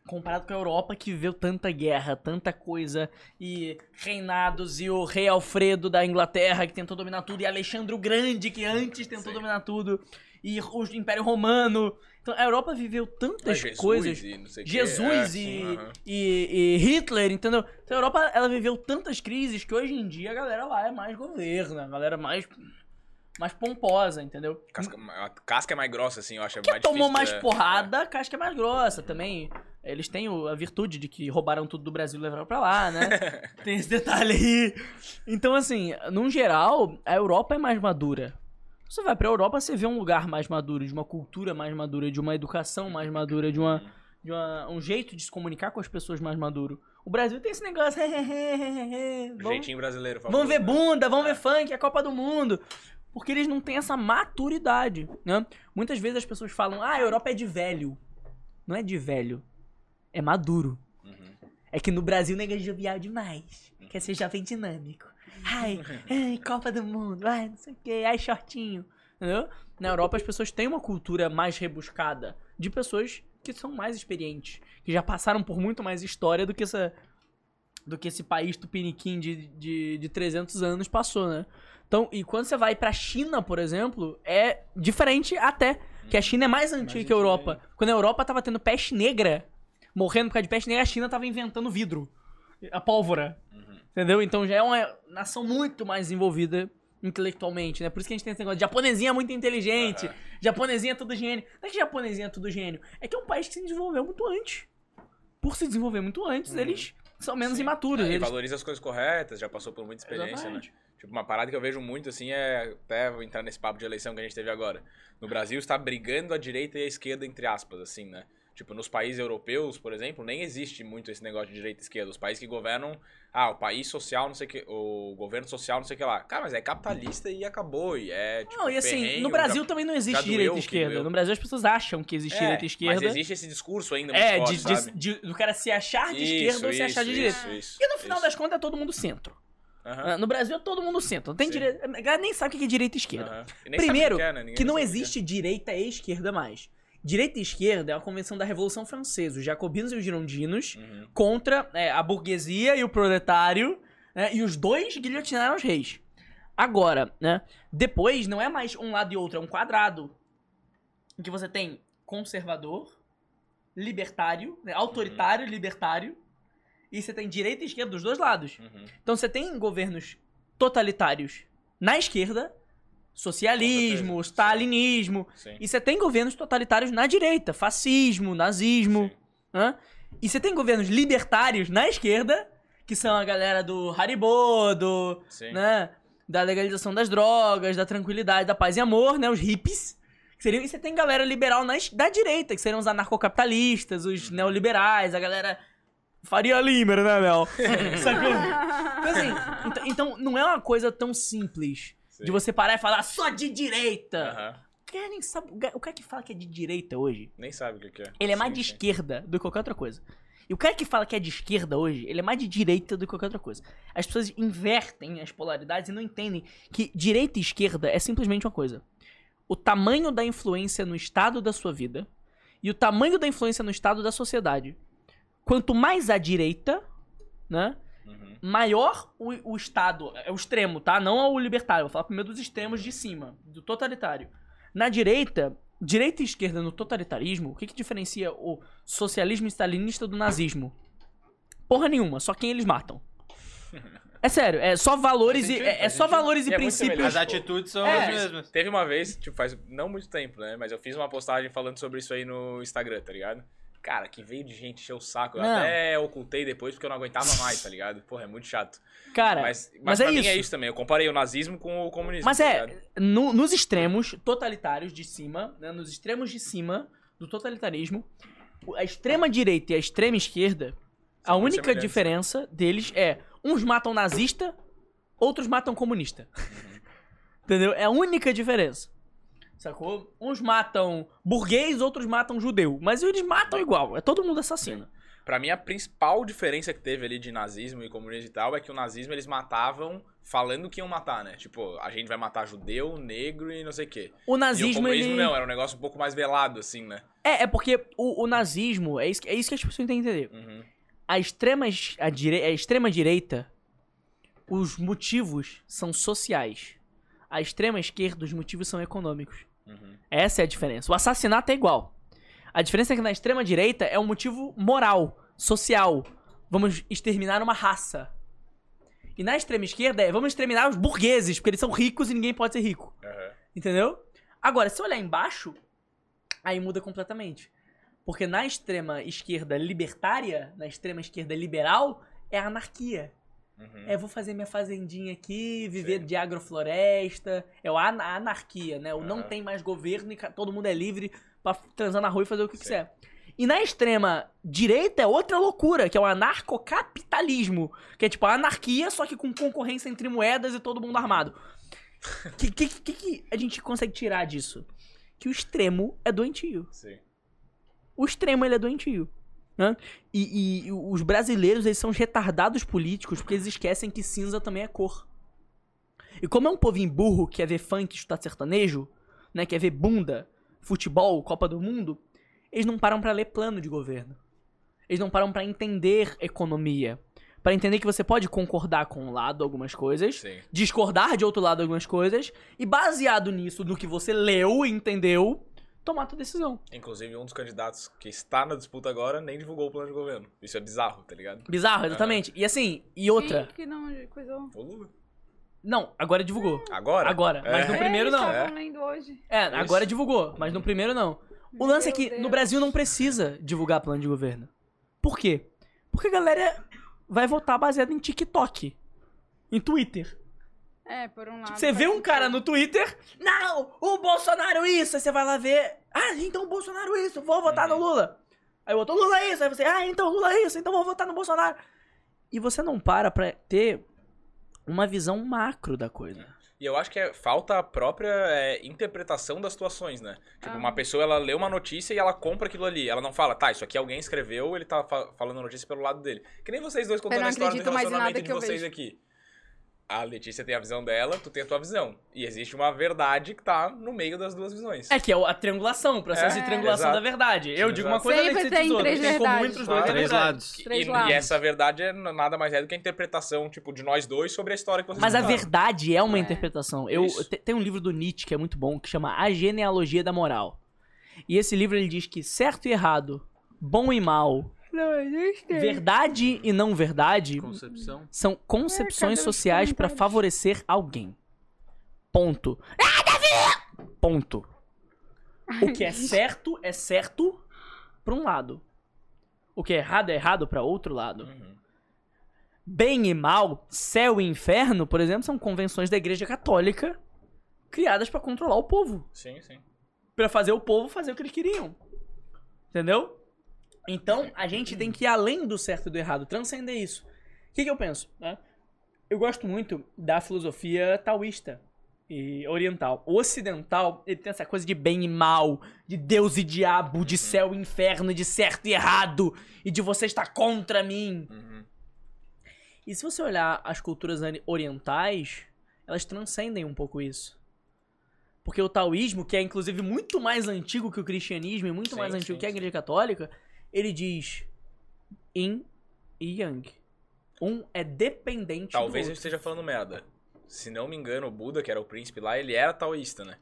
Speaker 4: Comparado com a Europa que viveu tanta guerra, tanta coisa, e reinados, e o rei Alfredo da Inglaterra que tentou dominar tudo, e Alexandre o Grande que antes tentou
Speaker 3: Sim.
Speaker 4: dominar tudo, e o Império Romano. Então a Europa viveu
Speaker 3: É,
Speaker 4: tantas
Speaker 3: Jesus
Speaker 4: coisas.
Speaker 3: e não sei o quê, é,
Speaker 4: Jesus
Speaker 3: sim,
Speaker 4: e,
Speaker 3: aham.
Speaker 4: e, e Hitler, entendeu? Então, a Europa ela viveu tantas crises que hoje em dia a galera lá é mais governo, a galera é mais, mais pomposa, entendeu?
Speaker 3: Casca, a casca é mais grossa, assim, eu acho. é
Speaker 4: Quem
Speaker 3: mais
Speaker 4: tomou
Speaker 3: difícil,
Speaker 4: mais
Speaker 3: né?
Speaker 4: porrada, a casca é mais grossa também. Eles têm o- a virtude de que roubaram tudo do Brasil e levaram pra lá, né? Tem esse detalhe aí. Então, assim, num geral, a Europa é mais madura. Você vai pra Europa, você vê um lugar mais maduro, de uma cultura mais madura, de uma educação mais madura, de, uma, de uma- um jeito de se comunicar com as pessoas mais maduro. O Brasil tem esse negócio. vamos-
Speaker 3: Jeitinho brasileiro, né?
Speaker 4: Vão ver
Speaker 3: bom
Speaker 4: bunda, vão ver funk, é a Copa do Mundo. Porque eles não têm essa maturidade, né? Muitas vezes as pessoas falam, ah, a Europa é de velho. Não é de velho, é maduro. É que no Brasil nega é jovial demais. Quer ser jovem dinâmico. Ai, ai, Copa do Mundo, ai, não sei o quê, ai, shortinho. Entendeu? Na Europa as pessoas têm uma cultura mais rebuscada de pessoas que são mais experientes, que já passaram por muito mais história do que essa do que esse país tupiniquim de, de, de 300 anos passou, né? Então, e quando você vai pra China, por exemplo, é diferente até, que a China é mais antiga é. que a
Speaker 5: antiga
Speaker 4: Europa. Quando a Europa tava tendo peste negra, morrendo por causa de peste negra, a China tava inventando vidro, a pólvora, entendeu? Então já é uma nação muito mais desenvolvida intelectualmente, né? Por isso que a gente tem esse negócio de japonesinha é muito inteligente,
Speaker 3: Aham.
Speaker 4: japonesinha é tudo gênio. Não é que japonesinha é tudo gênio, é que é um país que se desenvolveu muito antes. Por se desenvolver muito antes,
Speaker 3: Uhum.
Speaker 4: eles são menos imaturos.
Speaker 3: Ele
Speaker 4: eles
Speaker 3: É, valoriza as coisas corretas, já passou por muita experiência,
Speaker 4: Exatamente.
Speaker 3: né? Tipo, uma parada que eu vejo muito, assim, é até vou entrar nesse papo de eleição que a gente teve agora. No Brasil está brigando a direita e a esquerda, entre aspas, assim, né? Tipo, nos países europeus, por exemplo, nem existe muito esse negócio de direita e esquerda. Os países que governam, ah, o país social, não sei o que, o governo social, não sei o que lá. Cara, mas é capitalista e acabou. E é, tipo,
Speaker 4: Não, e assim,
Speaker 3: ferrenho,
Speaker 4: no
Speaker 3: já-
Speaker 4: Brasil também não existe
Speaker 3: já doeu
Speaker 4: direita e
Speaker 3: que
Speaker 4: esquerda.
Speaker 3: doeu.
Speaker 4: No Brasil as pessoas acham que existe
Speaker 3: É,
Speaker 4: direita e esquerda.
Speaker 3: Mas existe esse discurso ainda muito
Speaker 4: é,
Speaker 3: forte,
Speaker 4: de- de-
Speaker 3: sabe?
Speaker 4: de- do cara se achar de esquerda ou se achar de direita.
Speaker 3: isso, isso,
Speaker 4: E no final
Speaker 3: isso.
Speaker 4: das contas é todo mundo centro.
Speaker 3: Aham,
Speaker 4: No Brasil é todo mundo centro. Não tem
Speaker 3: Sim.
Speaker 4: direita. A galera nem sabe o que é direita e esquerda.
Speaker 3: aham. E nem sabe o
Speaker 4: Primeiro,
Speaker 3: é, né? Ninguém
Speaker 4: que não
Speaker 3: sabe o é.
Speaker 4: existe direita e esquerda mais. Direita e esquerda é uma convenção da Revolução Francesa. Os jacobinos e os girondinos
Speaker 3: Uhum.
Speaker 4: contra é, a burguesia e o proletário, né, e os dois guilhotinaram os reis. Agora, né, depois não é mais um lado e outro, é um quadrado. Em que você tem conservador, libertário, né, autoritário, libertário, e você tem direita e esquerda dos dois lados.
Speaker 3: Uhum.
Speaker 4: Então você tem governos totalitários na esquerda, socialismo,
Speaker 3: certeza.
Speaker 4: stalinismo,
Speaker 3: Sim.
Speaker 4: e você tem governos totalitários na direita, fascismo, nazismo.
Speaker 3: Sim.
Speaker 4: Hã? E você tem governos libertários na esquerda, que são a galera do Haribo, do,
Speaker 3: Sim.
Speaker 4: né, da legalização das drogas, da tranquilidade, da paz e amor, né, os hippies. Que seriam, e você tem galera liberal na, es- da direita, que seriam os anarcocapitalistas,
Speaker 3: Uhum.
Speaker 4: os neoliberais, a galera Faria Lima, né, Mel? Sacou? Então, assim, então, então, não é uma coisa tão simples
Speaker 3: Sim.
Speaker 4: de você parar e falar só de direita.
Speaker 3: Aham.
Speaker 4: Cara, nem sabe- o ga- o cara que fala que é de direita hoje,
Speaker 3: Nem sabe o que que é.
Speaker 4: ele é mais
Speaker 3: Sim,
Speaker 4: de
Speaker 3: sim.
Speaker 4: esquerda do que qualquer outra coisa. E o cara que fala que é de esquerda hoje, ele é mais de direita do que qualquer outra coisa. As pessoas invertem as polaridades e não entendem que direita e esquerda é simplesmente uma coisa. O tamanho da influência no estado da sua vida e o tamanho da influência no estado da sociedade. Quanto mais à direita, né?
Speaker 3: Uhum.
Speaker 4: maior o, o Estado, é o extremo, tá? Não é o libertário, vou falar primeiro dos extremos de cima, do totalitário. Na direita, direita e esquerda no totalitarismo, o que, que diferencia o socialismo stalinista do nazismo? Porra nenhuma, só quem eles matam. É sério, é só valores
Speaker 3: Faz
Speaker 4: e
Speaker 3: sentido,
Speaker 4: é, é
Speaker 3: faz
Speaker 4: só
Speaker 3: sentido.
Speaker 4: valores e,
Speaker 3: E é muito
Speaker 4: princípios.
Speaker 3: semelhante.
Speaker 1: As atitudes são
Speaker 4: É.
Speaker 1: as mesmas.
Speaker 3: Teve uma vez, tipo, faz não muito tempo, né? Mas eu fiz uma postagem falando sobre isso aí no Instagram, tá ligado? Cara, que veio de gente encher o saco. Eu
Speaker 4: Não.
Speaker 3: até ocultei depois porque eu não aguentava mais, tá ligado? Porra, é muito chato.
Speaker 4: Cara,
Speaker 3: Mas, mas,
Speaker 4: mas é
Speaker 3: pra mim é
Speaker 4: isso.
Speaker 3: isso também. Eu comparei o nazismo com o comunismo.
Speaker 4: Mas
Speaker 3: tá
Speaker 4: é,
Speaker 3: ligado?
Speaker 4: no- nos extremos totalitários de cima, né, nos extremos de cima do totalitarismo, o- a extrema direita e a extrema esquerda, a
Speaker 3: muito
Speaker 4: única
Speaker 3: semelhantes.
Speaker 4: diferença deles é uns matam nazista, outros matam comunista.
Speaker 3: Uhum.
Speaker 4: Entendeu? É a única diferença. Sacou? Uns matam burguês, outros matam judeu. Mas eles matam igual. É todo mundo assassino.
Speaker 3: Pra mim, a principal diferença que teve ali de nazismo e comunismo e tal é que o nazismo eles matavam falando que iam matar, né? Tipo, a gente vai matar judeu, negro e não sei o quê.
Speaker 4: O
Speaker 3: e o
Speaker 4: nazismo,
Speaker 3: comunismo
Speaker 4: ele...
Speaker 3: não, era um negócio um pouco mais velado, assim, né?
Speaker 4: É, é porque o, o nazismo, é isso, que- é isso que as pessoas têm que entender.
Speaker 3: Uhum.
Speaker 4: a extrema, a direi- a extrema direita, os motivos são sociais. A extrema esquerda, os motivos são econômicos.
Speaker 3: Uhum.
Speaker 4: Essa é a diferença. O assassinato é igual. A diferença é que na extrema direita é um motivo moral, social. Vamos exterminar uma raça. E na extrema esquerda é vamos exterminar os burgueses, porque eles são ricos e ninguém pode ser rico.
Speaker 3: Aham.
Speaker 4: Entendeu? Agora, se eu olhar embaixo, aí muda completamente. Porque na extrema esquerda libertária, na extrema esquerda liberal, é a anarquia.
Speaker 3: Uhum.
Speaker 4: É, vou fazer minha fazendinha aqui, viver
Speaker 3: Sim.
Speaker 4: de agrofloresta. É o ana- a anarquia, né? O não
Speaker 3: Aham.
Speaker 4: tem mais governo e ca- todo mundo é livre pra transar na rua e fazer o que
Speaker 3: Sim.
Speaker 4: quiser. E na extrema direita é outra loucura, que é o anarcocapitalismo. Que é tipo a anarquia, só que com concorrência entre moedas e todo mundo armado. O que, que, que- que a gente consegue tirar disso? Que o extremo é doentio
Speaker 3: Sim.
Speaker 4: o extremo ele é doentio. Né? E, e os brasileiros eles são os retardados políticos porque eles esquecem que cinza também é cor. E como é um povinho burro que quer ver funk estudar sertanejo, né, quer ver bunda, futebol, Copa do Mundo, eles não param pra ler plano de governo. Eles não param pra entender economia. Pra entender que você pode concordar com um lado algumas coisas,
Speaker 3: Sim.
Speaker 4: discordar de outro lado algumas coisas, e baseado nisso, no que você leu e entendeu, tomar a tua decisão.
Speaker 3: Inclusive, um dos candidatos que está na disputa agora nem divulgou o plano de governo. Isso é bizarro, tá ligado?
Speaker 4: Bizarro, exatamente. E assim, e outra.
Speaker 2: Quem que não coisou?
Speaker 3: O Lula.
Speaker 4: Não, agora divulgou.
Speaker 3: Agora?
Speaker 4: Agora, mas
Speaker 3: É.
Speaker 4: no primeiro
Speaker 2: Eles
Speaker 4: não.
Speaker 2: estavam lendo hoje.
Speaker 4: É,
Speaker 3: Isso.
Speaker 4: agora divulgou, mas no primeiro não. O lance é que
Speaker 2: Meu
Speaker 4: no
Speaker 2: Deus.
Speaker 4: Brasil não precisa divulgar plano de governo. Por quê? Porque a galera vai votar baseada em TikTok. Em Twitter.
Speaker 2: É, por um lado.
Speaker 4: Tipo, você vê
Speaker 2: faz
Speaker 4: um cara no Twitter, não, o Bolsonaro isso, aí você vai lá ver, ah, então o Bolsonaro isso, vou votar no Lula. Aí o outro, Lula isso, aí você, ah, então Lula isso, então vou votar no Bolsonaro. E você não para pra ter uma visão macro da coisa.
Speaker 3: E eu acho que é, falta a própria é, interpretação das situações, né? Tipo,
Speaker 2: Ah.
Speaker 3: uma pessoa, ela lê uma notícia e ela compra aquilo ali. Ela não fala, tá, isso aqui alguém escreveu, ele tá fa- falando a notícia pelo lado dele. Que nem vocês dois contando
Speaker 2: não
Speaker 3: a história do
Speaker 2: acredito mais em nada
Speaker 3: relacionamento de
Speaker 2: que eu
Speaker 3: vocês
Speaker 2: vejo.
Speaker 3: aqui. A Letícia tem a visão dela, tu tem a tua visão. E existe uma verdade que tá no meio das duas visões.
Speaker 2: tipo,
Speaker 4: É que é a triangulação, o processo
Speaker 3: É,
Speaker 4: de triangulação
Speaker 3: exato.
Speaker 4: da verdade. Eu digo uma
Speaker 3: Exato.
Speaker 4: coisa,
Speaker 2: Sempre
Speaker 4: Letícia
Speaker 2: tem
Speaker 4: diz outra.
Speaker 2: três
Speaker 4: Tem como
Speaker 2: verdades.
Speaker 4: muitos dois é
Speaker 1: Três
Speaker 4: verdade.
Speaker 1: lados.
Speaker 2: Três
Speaker 3: e,
Speaker 2: lados.
Speaker 3: e essa verdade é n- nada mais é do que a interpretação, tipo, de nós dois sobre a história que vocês
Speaker 4: Mas a
Speaker 3: contaram.
Speaker 4: verdade é uma
Speaker 2: É.
Speaker 4: interpretação. Eu
Speaker 3: Isso.
Speaker 4: te- tem um livro do Nietzsche que é muito bom que chama A Genealogia da Moral. E esse livro ele diz que certo e errado, bom e mal,
Speaker 2: Não existe.
Speaker 4: verdade e não verdade
Speaker 1: Concepção.
Speaker 4: são concepções
Speaker 2: Mercado
Speaker 4: sociais pra
Speaker 2: de
Speaker 4: favorecer alguém. Ponto. Ah, Davi! Ponto. O que é certo é certo pra um lado. O que é errado é errado pra outro lado.
Speaker 3: Uhum.
Speaker 4: Bem e mal, céu e inferno, por exemplo, são convenções da Igreja Católica criadas pra controlar o povo,
Speaker 3: Sim, sim.
Speaker 4: Pra fazer o povo fazer o que eles queriam. Entendeu? Então, a gente tem que ir além do certo e do errado, transcender isso. O que, que eu penso? né? Eu gosto muito da filosofia taoísta e oriental. O ocidental, ele tem essa coisa de bem e mal, de Deus e diabo,
Speaker 3: Uhum.
Speaker 4: de céu e inferno, de certo e errado, e de você estar contra mim.
Speaker 3: Uhum.
Speaker 4: E se você olhar as culturas ani- orientais, elas transcendem um pouco isso. Porque o taoísmo, que é inclusive muito mais antigo que o cristianismo e muito
Speaker 3: Sim,
Speaker 4: mais antigo
Speaker 3: sim,
Speaker 4: que a
Speaker 3: sim.
Speaker 4: igreja católica, ele diz yin e yang. Um é dependente
Speaker 3: Talvez
Speaker 4: do
Speaker 3: eu
Speaker 4: outro.
Speaker 3: esteja falando merda. Se não me engano, o Buda, que era o príncipe lá, ele era taoísta, né?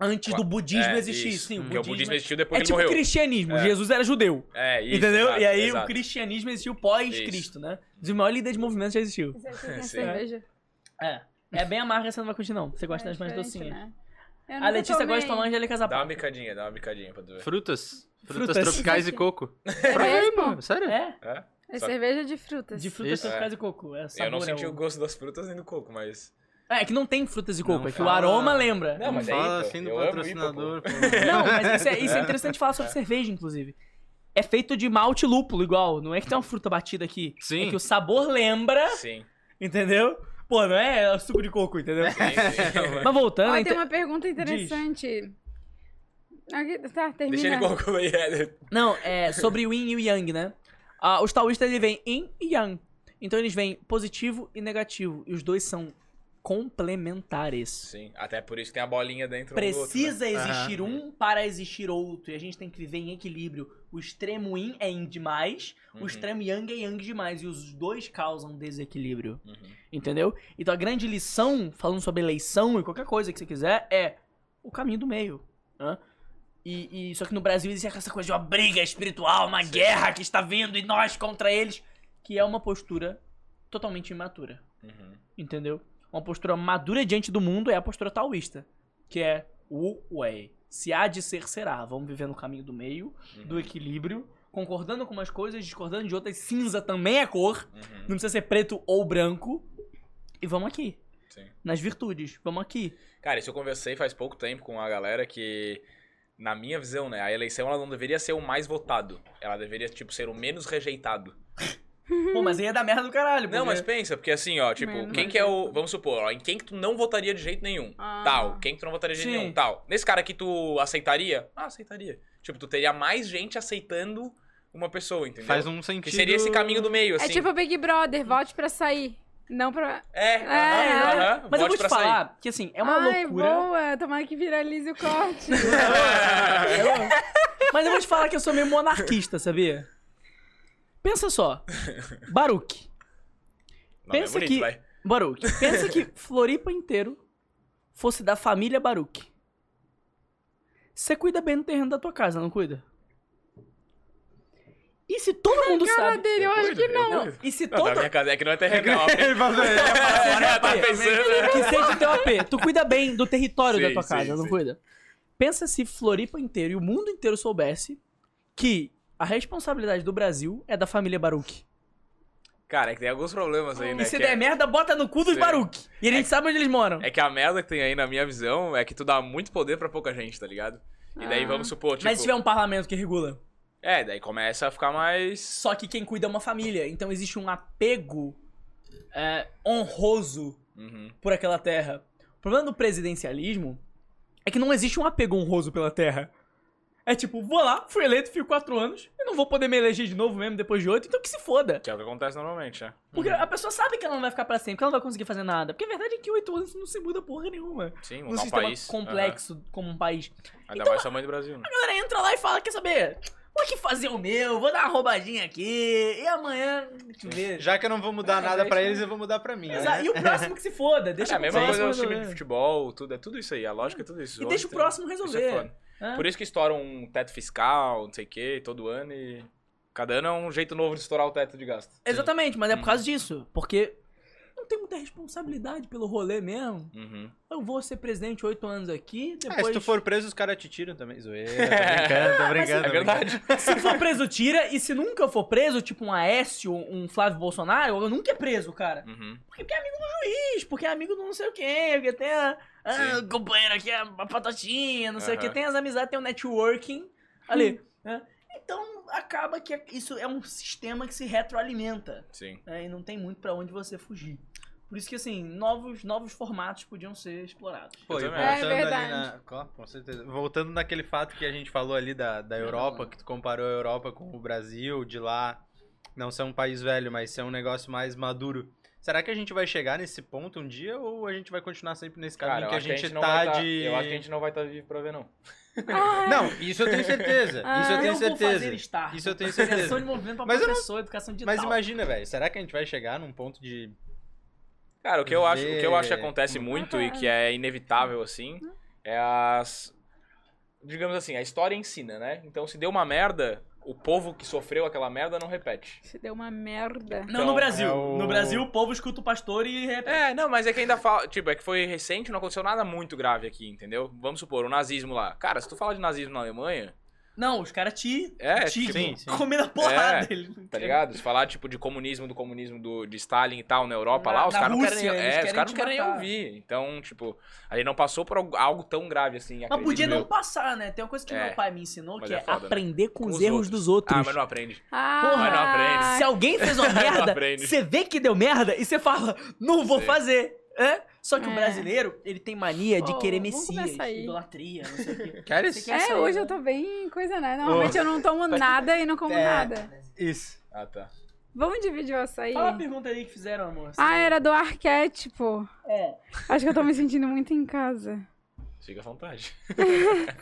Speaker 4: antes do budismo
Speaker 3: É,
Speaker 4: existir.
Speaker 3: isso.
Speaker 4: Sim, o
Speaker 3: Porque o
Speaker 4: budismo,
Speaker 3: budismo existiu depois
Speaker 4: é
Speaker 3: que
Speaker 4: tipo
Speaker 3: ele morreu.
Speaker 4: cristianismo.
Speaker 3: É.
Speaker 4: Jesus era judeu.
Speaker 3: É, isso.
Speaker 4: entendeu?
Speaker 3: exato,
Speaker 4: e aí o
Speaker 3: exato.
Speaker 4: cristianismo existiu pós-Cristo, né? Um dos maiores líderes de movimento já existiu.
Speaker 2: Isso aqui tem
Speaker 3: Sim.
Speaker 2: cerveja.
Speaker 4: É. É bem amarga, você não vai curtir, não. Você gosta
Speaker 2: É
Speaker 4: das mais
Speaker 2: diferente,
Speaker 4: docinhas.
Speaker 2: né? Eu
Speaker 4: A
Speaker 2: nunca
Speaker 4: Letícia gosta de
Speaker 2: tomei.
Speaker 4: tomar Angélica
Speaker 3: Dá uma
Speaker 4: Zapata.
Speaker 3: bicadinha, dá uma bicadinha pra tu ver.
Speaker 1: Frutas. Frutas,
Speaker 4: Frutas.
Speaker 1: tropicais e coco.
Speaker 2: É mesmo?
Speaker 1: mano. Sério?
Speaker 4: É,
Speaker 3: É?
Speaker 2: É
Speaker 3: Só-
Speaker 2: cerveja de frutas.
Speaker 4: de frutas
Speaker 1: Isso.
Speaker 4: tropicais e coco. É, sabor,
Speaker 3: Eu não
Speaker 4: é
Speaker 3: senti
Speaker 4: o-
Speaker 3: o gosto das frutas nem do coco, mas.
Speaker 4: É, que não tem frutas e coco,
Speaker 1: Não
Speaker 4: é que o
Speaker 1: fala-
Speaker 4: aroma lembra.
Speaker 3: Não, mas é
Speaker 1: Fala
Speaker 3: IPA.
Speaker 1: assim do
Speaker 3: Eu amo IPA,
Speaker 1: patrocinador. pô.
Speaker 4: Não, mas isso é, isso é interessante falar sobre cerveja, inclusive. É feito de malte lúpulo, igual. Não é que tem uma fruta batida aqui.
Speaker 1: Sim.
Speaker 4: É que o sabor lembra,
Speaker 3: Sim.
Speaker 4: entendeu? Pô, não é suco de coco, entendeu?
Speaker 3: Sim, sim.
Speaker 4: Mas voltando, então-
Speaker 2: Ó,
Speaker 4: inte-
Speaker 2: tem uma pergunta interessante. Aqui- tá, termina.
Speaker 3: Deixa ele concluir. é.
Speaker 4: Não, é sobre o yin e o yang, né? Ah, os taoístas, ele vem yin e yang. Então eles vêm positivo e negativo. E os dois são complementares.
Speaker 3: Sim. Até por isso que tem a bolinha dentro um do outro, né?
Speaker 4: Precisa existir um para existir outro. E a gente tem que viver em equilíbrio. O extremo yin é yin demais.
Speaker 3: Uhum.
Speaker 4: O extremo yang é yang demais. E os dois causam desequilíbrio.
Speaker 3: Uhum.
Speaker 4: Entendeu? Então a grande lição, falando sobre eleição e qualquer coisa que você quiser, é o caminho do meio. né? E, e- só que no Brasil existe essa coisa de uma briga espiritual, uma guerra que está vindo e nós contra eles, que é uma postura totalmente imatura.
Speaker 3: Uhum.
Speaker 4: Entendeu? Uma postura madura diante do mundo é a postura taoísta, que é o Wei. Se há de ser, será. Vamos viver no caminho do meio,
Speaker 3: Uhum.
Speaker 4: do equilíbrio, concordando com umas coisas, discordando de outras. Cinza também é cor.
Speaker 3: Uhum.
Speaker 4: Não precisa ser preto ou branco. E vamos aqui.
Speaker 3: Sim.
Speaker 4: Nas virtudes. Vamos aqui.
Speaker 3: Cara, isso eu conversei faz pouco tempo com a galera que, na minha visão, né, a eleição ela não deveria ser o mais votado. Ela deveria, tipo, ser o menos rejeitado.
Speaker 4: Pô, mas aí é da merda do caralho.
Speaker 3: Não, mas
Speaker 4: porque-
Speaker 3: pensa, porque assim, ó, tipo,
Speaker 2: Menos
Speaker 3: quem que é o. Vamos supor, ó, em quem que tu não votaria de jeito nenhum?
Speaker 2: Ah.
Speaker 3: Tal. Quem que tu não votaria de jeito
Speaker 4: Sim.
Speaker 3: nenhum? Tal. Nesse cara aqui tu aceitaria? Ah, aceitaria. Tipo, tu teria mais gente aceitando uma pessoa, entendeu?
Speaker 1: Faz um sentido.
Speaker 3: Que seria esse caminho do meio, assim.
Speaker 2: É tipo o Big Brother, volte pra sair. Não pra.
Speaker 3: É,
Speaker 2: É.
Speaker 3: aham, aham,
Speaker 4: Mas eu
Speaker 3: vote
Speaker 4: vou
Speaker 3: pra
Speaker 4: te falar que assim, é uma
Speaker 2: Ai,
Speaker 4: loucura.
Speaker 2: boa, tomara que viralize o corte.
Speaker 3: sair.
Speaker 4: Mas eu vou te falar que eu sou meio monarquista, sabia? Pensa só. Baruque.
Speaker 3: Não, é
Speaker 4: Pensa
Speaker 3: bonito,
Speaker 4: que-
Speaker 3: vai.
Speaker 4: Baruque. Pensa que Floripa inteiro fosse da família Baruque. Você cuida bem do terreno da tua casa, não cuida? E se todo mundo
Speaker 2: Cara
Speaker 4: sabe.
Speaker 2: dele, eu acho que não.
Speaker 4: Não, e se
Speaker 3: Não, da
Speaker 4: todo.
Speaker 3: minha casa é que não é terrecal.
Speaker 1: Ele faz- um- ele ia falar-
Speaker 3: Olha, tá pensando.
Speaker 4: que seja teu AP. Tu cuida bem do território
Speaker 3: Sim,
Speaker 4: da tua
Speaker 3: sim,
Speaker 4: casa, não
Speaker 3: sim.
Speaker 4: cuida? Pensa se Floripa inteiro e o mundo inteiro soubesse que a responsabilidade do Brasil é da família Baruch.
Speaker 3: Cara, é que tem alguns problemas aí, né?
Speaker 4: E se
Speaker 3: que
Speaker 4: der
Speaker 3: é...
Speaker 4: merda, bota no cu dos
Speaker 3: Sim.
Speaker 4: Baruch. E a gente sabe onde eles moram.
Speaker 3: É que a merda que tem aí, na minha visão, é que tu dá muito poder pra pouca gente, tá ligado? E daí
Speaker 2: Ah.
Speaker 3: vamos supor, tipo.
Speaker 4: Mas se tiver um parlamento que regula.
Speaker 3: É, daí começa a ficar mais.
Speaker 4: Só que quem cuida é uma família. Então existe um apego é, honroso
Speaker 3: Uhum.
Speaker 4: por aquela terra. O problema do presidencialismo é que não existe um apego honroso pela terra. É tipo, vou lá, fui eleito, fico quatro anos, eu não vou poder me eleger de novo mesmo depois de oito, então que se foda.
Speaker 3: Que é o que acontece normalmente, né?
Speaker 4: Porque a pessoa sabe que ela não vai ficar pra sempre, que ela não vai conseguir fazer nada. Porque a verdade é que oito anos não se muda porra nenhuma.
Speaker 3: Sim,
Speaker 4: Num
Speaker 3: mudar um
Speaker 4: sistema
Speaker 3: país.
Speaker 4: complexo como um país.
Speaker 3: Aham. Ainda
Speaker 4: Então,
Speaker 3: mais tamanho do Brasil, né?
Speaker 4: A galera entra lá e fala, quer saber? Vou aqui fazer o meu, vou dar uma roubadinha aqui, e amanhã... Deixa eu ver.
Speaker 1: Já que eu não vou mudar
Speaker 2: É,
Speaker 1: nada
Speaker 2: mas-
Speaker 1: pra eles, eu vou mudar pra mim. né?
Speaker 4: Exa- E o próximo que se foda, deixa
Speaker 3: Cara, a mesma
Speaker 4: o
Speaker 3: coisa
Speaker 4: próximo
Speaker 3: é os times de
Speaker 4: resolver.
Speaker 3: futebol, tudo, é tudo isso aí. A lógica é tudo isso.
Speaker 4: E
Speaker 3: Os
Speaker 4: deixa o
Speaker 3: outros-
Speaker 4: próximo
Speaker 3: isso é
Speaker 4: resolver.
Speaker 3: foda.
Speaker 4: É.
Speaker 3: Por isso que estouram um teto fiscal, não sei o quê, todo ano e. Cada ano é um jeito novo de estourar o teto de gasto.
Speaker 4: Exatamente, mas é
Speaker 3: Hum.
Speaker 4: por causa disso. Porque não tem muita responsabilidade pelo rolê mesmo.
Speaker 3: Uhum.
Speaker 4: Eu vou ser presidente oito anos
Speaker 3: É,
Speaker 4: aqui,
Speaker 1: Ah,
Speaker 4: depois.
Speaker 1: se tu for preso, os caras te tiram também. Zoeira, tô brincando, tô brincando.
Speaker 3: É
Speaker 1: tô brincando.
Speaker 3: verdade.
Speaker 4: Se for preso, tira. E se nunca for preso, tipo um Aécio, um Flávio Bolsonaro, eu nunca é preso, cara.
Speaker 3: Uhum.
Speaker 4: Porque porque é amigo do juiz, porque é amigo do não sei o quê, porque tem a, a
Speaker 3: Sim.
Speaker 4: companheira aqui, a, a patotinha, não sei o quê,
Speaker 3: Aham. Hum.
Speaker 4: tem as amizades, tem o networking ali. né? Então acaba que isso é um sistema que se retroalimenta.
Speaker 3: Sim.
Speaker 4: né, e não tem muito pra onde você fugir. Por isso que, assim, novos, novos formatos podiam ser explorados.
Speaker 1: Pô, e
Speaker 3: Eu
Speaker 1: voltando
Speaker 3: também
Speaker 2: acho. É
Speaker 1: ali
Speaker 2: verdade.
Speaker 1: na. Ó, Com certeza. Voltando naquele fato que a gente falou ali da, da Europa, que tu comparou a Europa com o Brasil, de lá não ser um país velho, mas ser um negócio mais maduro. Será que a gente vai chegar nesse ponto um dia ou a gente vai continuar sempre nesse caminho
Speaker 3: eu
Speaker 1: que a
Speaker 3: acho
Speaker 1: gente,
Speaker 3: não
Speaker 1: tá
Speaker 3: vai tá-
Speaker 1: de.
Speaker 3: Eu acho que a gente não vai estar vivo pra ver, não.
Speaker 2: Ai,
Speaker 1: Não, isso eu tenho certeza. isso eu
Speaker 2: Ah.
Speaker 1: tenho
Speaker 4: Vou fazer
Speaker 1: certeza.
Speaker 4: estar.
Speaker 1: Isso eu tenho
Speaker 4: Criação
Speaker 1: certeza.
Speaker 4: de movimento pra
Speaker 1: Mas eu não-
Speaker 4: professor, educação digital.
Speaker 1: Mas imagina, velho, será que a gente vai chegar num ponto de.
Speaker 3: Cara, o que eu acho, o que eu acho que
Speaker 1: Ver-
Speaker 3: acontece muito e que é inevitável, assim, É as. Digamos assim, a história ensina, né? Então, se deu uma merda, o povo que sofreu aquela merda não repete.
Speaker 2: Se deu uma merda.
Speaker 4: Não no Brasil. No Brasil, o povo escuta o pastor e repete.
Speaker 3: É, não, mas é que ainda fala. Tipo, é que foi recente, não aconteceu nada muito grave aqui, entendeu? Vamos supor, o nazismo lá. Cara, se tu fala de nazismo na Alemanha,
Speaker 4: Não, os caras te,
Speaker 3: é,
Speaker 4: te
Speaker 3: tipo,
Speaker 1: sim, sim.
Speaker 4: comem na porrada.
Speaker 3: É,
Speaker 4: ele não
Speaker 3: tá
Speaker 4: quer-
Speaker 3: ligado? Se falar, tipo, de comunismo, do comunismo do, de Stalin e tal, na Europa
Speaker 4: Na-
Speaker 3: lá, os
Speaker 4: na
Speaker 3: caras não querem,
Speaker 4: Rússia,
Speaker 3: nem-
Speaker 4: eles
Speaker 3: é, os
Speaker 4: querem
Speaker 3: caras não
Speaker 4: te
Speaker 3: querem nem
Speaker 4: matar.
Speaker 3: ouvir. Então, tipo, a gente não passou por algo, algo tão grave assim,
Speaker 4: Mas
Speaker 3: acredito
Speaker 4: podia não
Speaker 3: eu.
Speaker 4: passar, né? Tem uma coisa que
Speaker 3: É.
Speaker 4: meu pai me ensinou,
Speaker 3: Mas
Speaker 4: que
Speaker 3: é
Speaker 4: é,
Speaker 3: foda, né?
Speaker 6: aprender com,
Speaker 3: Com
Speaker 6: os,
Speaker 3: os
Speaker 6: erros dos outros.
Speaker 3: Ah, mas não aprende.
Speaker 2: Ah,
Speaker 3: Porra, não aprende.
Speaker 6: Se alguém fez uma
Speaker 3: Não
Speaker 6: merda,
Speaker 3: aprende.
Speaker 6: você vê que deu merda e você fala, não vou
Speaker 3: Sim.
Speaker 6: fazer. É? Só que
Speaker 2: É.
Speaker 6: o brasileiro, ele tem mania de
Speaker 2: Ô,
Speaker 6: querer
Speaker 2: vamos
Speaker 6: messias,
Speaker 2: começar aí.
Speaker 6: idolatria, não sei o quê.
Speaker 1: Queres?
Speaker 6: Você quer sair,
Speaker 2: É, hoje
Speaker 6: né?
Speaker 2: eu tô bem coisa, né? Normalmente eu não tomo nada e não como
Speaker 1: É.
Speaker 2: nada.
Speaker 1: Isso.
Speaker 3: Ah, tá.
Speaker 2: Vamos dividir o açaí?
Speaker 4: Fala a pergunta aí que fizeram, amor.
Speaker 2: Ah, era do arquétipo.
Speaker 4: É.
Speaker 2: Acho que eu tô me sentindo muito em casa.
Speaker 3: Fica à vontade.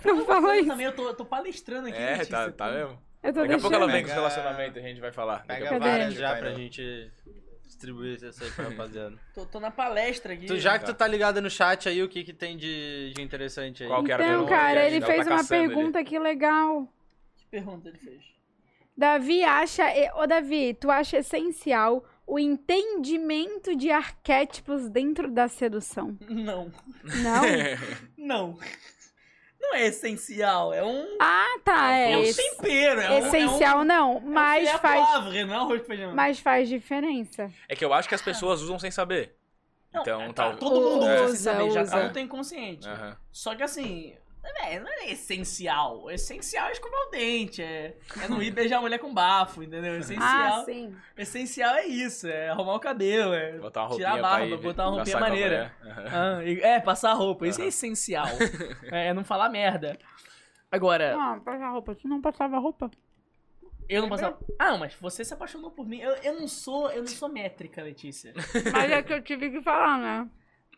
Speaker 2: Não fala isso.
Speaker 4: Também eu tô, eu tô palestrando aqui.
Speaker 3: É,
Speaker 4: Letícia,
Speaker 3: tá, tá
Speaker 4: pô.
Speaker 3: mesmo.
Speaker 2: Eu tô
Speaker 3: Daqui a pouco ela
Speaker 2: deixando.
Speaker 3: vem com os
Speaker 1: Pega-
Speaker 3: relacionamentos e a gente vai falar. Daqui a
Speaker 1: Pega
Speaker 2: Cadê?
Speaker 3: pouco
Speaker 1: várias
Speaker 3: a gente
Speaker 1: já
Speaker 3: vai
Speaker 1: pra
Speaker 3: nela.
Speaker 1: gente distribuir isso aí pra rapaziada.
Speaker 4: Tô, tô na palestra aqui.
Speaker 1: tu, já que tu tá ligado no chat aí, o que que tem de, de interessante aí?
Speaker 3: Qual que era a
Speaker 2: Então,
Speaker 3: pergunta que
Speaker 2: cara,
Speaker 3: a
Speaker 2: ele
Speaker 3: Gilda tá
Speaker 2: fez uma
Speaker 3: caçando ali?
Speaker 2: pergunta que legal.
Speaker 4: Que pergunta ele fez?
Speaker 2: Davi acha. e- Ô, Davi, tu acha essencial o entendimento de arquétipos dentro da sedução?
Speaker 4: Não.
Speaker 2: Não?
Speaker 4: Não. Não é essencial. É um,
Speaker 2: Ah, tá.
Speaker 4: é
Speaker 2: É.
Speaker 4: um
Speaker 3: Esse-
Speaker 4: tempero. É um-
Speaker 2: Essencial não,
Speaker 4: É um,
Speaker 2: mas
Speaker 4: é um filé à
Speaker 2: faz,
Speaker 4: poivre, não é arroz com feijão.
Speaker 2: mas faz diferença.
Speaker 3: É que eu acho que as pessoas usam sem saber.
Speaker 4: Não,
Speaker 3: Então,
Speaker 4: tá,
Speaker 3: talvez.
Speaker 4: Todo mundo usa,
Speaker 2: Usa,
Speaker 4: sem saber. Já
Speaker 2: usa.
Speaker 4: tá no teu inconsciente.
Speaker 3: Aham.
Speaker 4: Só que assim, é, não é essencial. O essencial é escovar o dente. É, é não ir beijar a mulher com bafo, entendeu? O Essencial,
Speaker 2: Ah, sim.
Speaker 4: o essencial é isso. É arrumar o cabelo. É,
Speaker 3: Botar uma roupinha
Speaker 4: Tirar a barba,
Speaker 3: pra ir
Speaker 4: botar uma roupinha
Speaker 3: dançar com a
Speaker 4: maneira.
Speaker 3: mulher. Aham.
Speaker 4: Ah, e- é, passar roupa. Isso é
Speaker 3: Aham.
Speaker 4: essencial. é, é não falar merda. Agora,
Speaker 2: Ah, passar roupa. Tu não passava roupa?
Speaker 4: eu não
Speaker 2: é
Speaker 4: passava. Ah, mas você se apaixonou por mim. Eu, eu não sou, eu não sou métrica, Letícia.
Speaker 2: Mas é que eu tive que falar, né?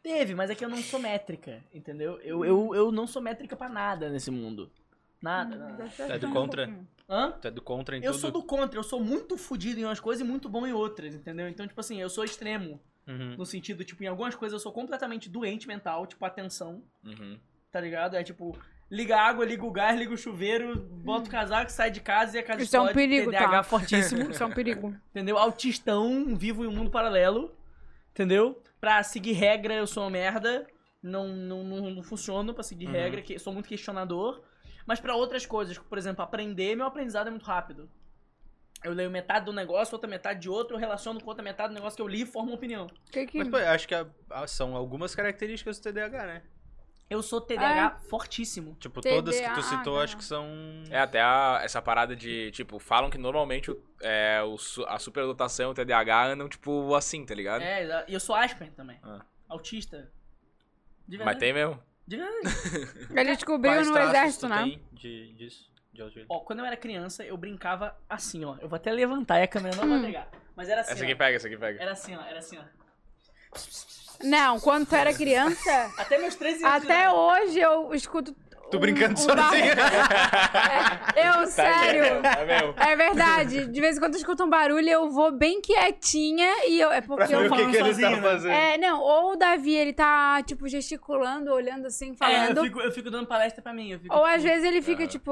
Speaker 4: Teve, mas é que eu não sou métrica, entendeu? Eu, eu, eu não sou métrica pra nada nesse mundo. Nada, nada.
Speaker 1: É
Speaker 2: um
Speaker 1: do contra?
Speaker 4: Hã?
Speaker 1: Tu é do contra em
Speaker 4: Eu
Speaker 1: tudo?
Speaker 4: sou do contra, eu sou muito fodido em umas coisas e muito bom em outras, entendeu? Então, tipo assim, eu sou extremo.
Speaker 1: Uhum.
Speaker 4: No sentido, tipo, em algumas coisas eu sou completamente doente mental, tipo, atenção,
Speaker 3: Uhum.
Speaker 4: tá ligado? É tipo, liga a água, liga o gás, liga o chuveiro, bota o casaco, sai de casa e a casa
Speaker 2: Hum. Isso é um
Speaker 4: explode,
Speaker 2: perigo,
Speaker 4: TDAH
Speaker 2: tá?
Speaker 4: fortíssimo,
Speaker 2: Isso é um perigo.
Speaker 4: entendeu? Autistão, vivo em um mundo paralelo, entendeu? Pra seguir regra eu sou uma merda, não, não, não, não funciono pra seguir
Speaker 1: Uhum.
Speaker 4: regra, que, sou muito questionador. Mas pra outras coisas, por exemplo, aprender, meu aprendizado é muito rápido. Eu leio metade do negócio, outra metade de outro, eu relaciono com outra metade do negócio que eu li e formo uma opinião.
Speaker 2: Que que...
Speaker 1: Mas, pô, eu acho que a- a- são algumas características do TDAH, né?
Speaker 4: Eu sou TDAH fortíssimo.
Speaker 1: Tipo,
Speaker 2: TDAH,
Speaker 1: todas que tu citou,
Speaker 2: cara.
Speaker 1: acho que são...
Speaker 2: né?
Speaker 3: É até a- essa parada de, tipo, falam que normalmente o- é, o su- a superdotação e o TDAH andam, tipo, assim, tá ligado?
Speaker 4: É, exa- e eu sou Aspen também.
Speaker 3: Ah.
Speaker 4: Autista. De
Speaker 3: Mas
Speaker 4: verdade.
Speaker 3: tem mesmo.
Speaker 4: De verdade.
Speaker 2: Ele descobriu
Speaker 1: Quais
Speaker 2: no
Speaker 1: traços
Speaker 2: exército,
Speaker 1: tu
Speaker 2: né?
Speaker 1: tem de, disso? De autismo?
Speaker 4: Ó, quando eu era criança, eu brincava assim, ó. Eu vou até levantar e a câmera não
Speaker 2: Hum.
Speaker 4: vai pegar. Mas era assim.
Speaker 3: Essa aqui
Speaker 4: ó.
Speaker 3: pega, essa aqui pega.
Speaker 4: Era assim, ó, era assim, ó.
Speaker 2: Não, quando tu era criança,
Speaker 4: Até meus 13 anos. de
Speaker 2: até
Speaker 4: idade.
Speaker 2: hoje eu escuto.
Speaker 1: Tu
Speaker 2: um-
Speaker 1: brincando
Speaker 2: um
Speaker 1: sozinha?
Speaker 2: barulho. É, eu,
Speaker 3: Tá aí,
Speaker 2: sério.
Speaker 3: Tá mesmo.
Speaker 2: É verdade. De vez em quando eu escuto um barulho, eu vou bem quietinha e eu. É
Speaker 1: Pra ver
Speaker 2: porque eu
Speaker 1: o que,
Speaker 4: falando
Speaker 1: que ele
Speaker 4: sozinho,
Speaker 1: tá
Speaker 4: né?
Speaker 1: fazendo.
Speaker 2: É, não, ou o Davi, ele tá, tipo, gesticulando, olhando assim,
Speaker 4: É,
Speaker 2: falando.
Speaker 4: eu fico, eu fico dando palestra pra mim. Eu fico,
Speaker 2: Ou
Speaker 4: tipo,
Speaker 2: às vezes ele fica,
Speaker 3: Ah.
Speaker 2: tipo,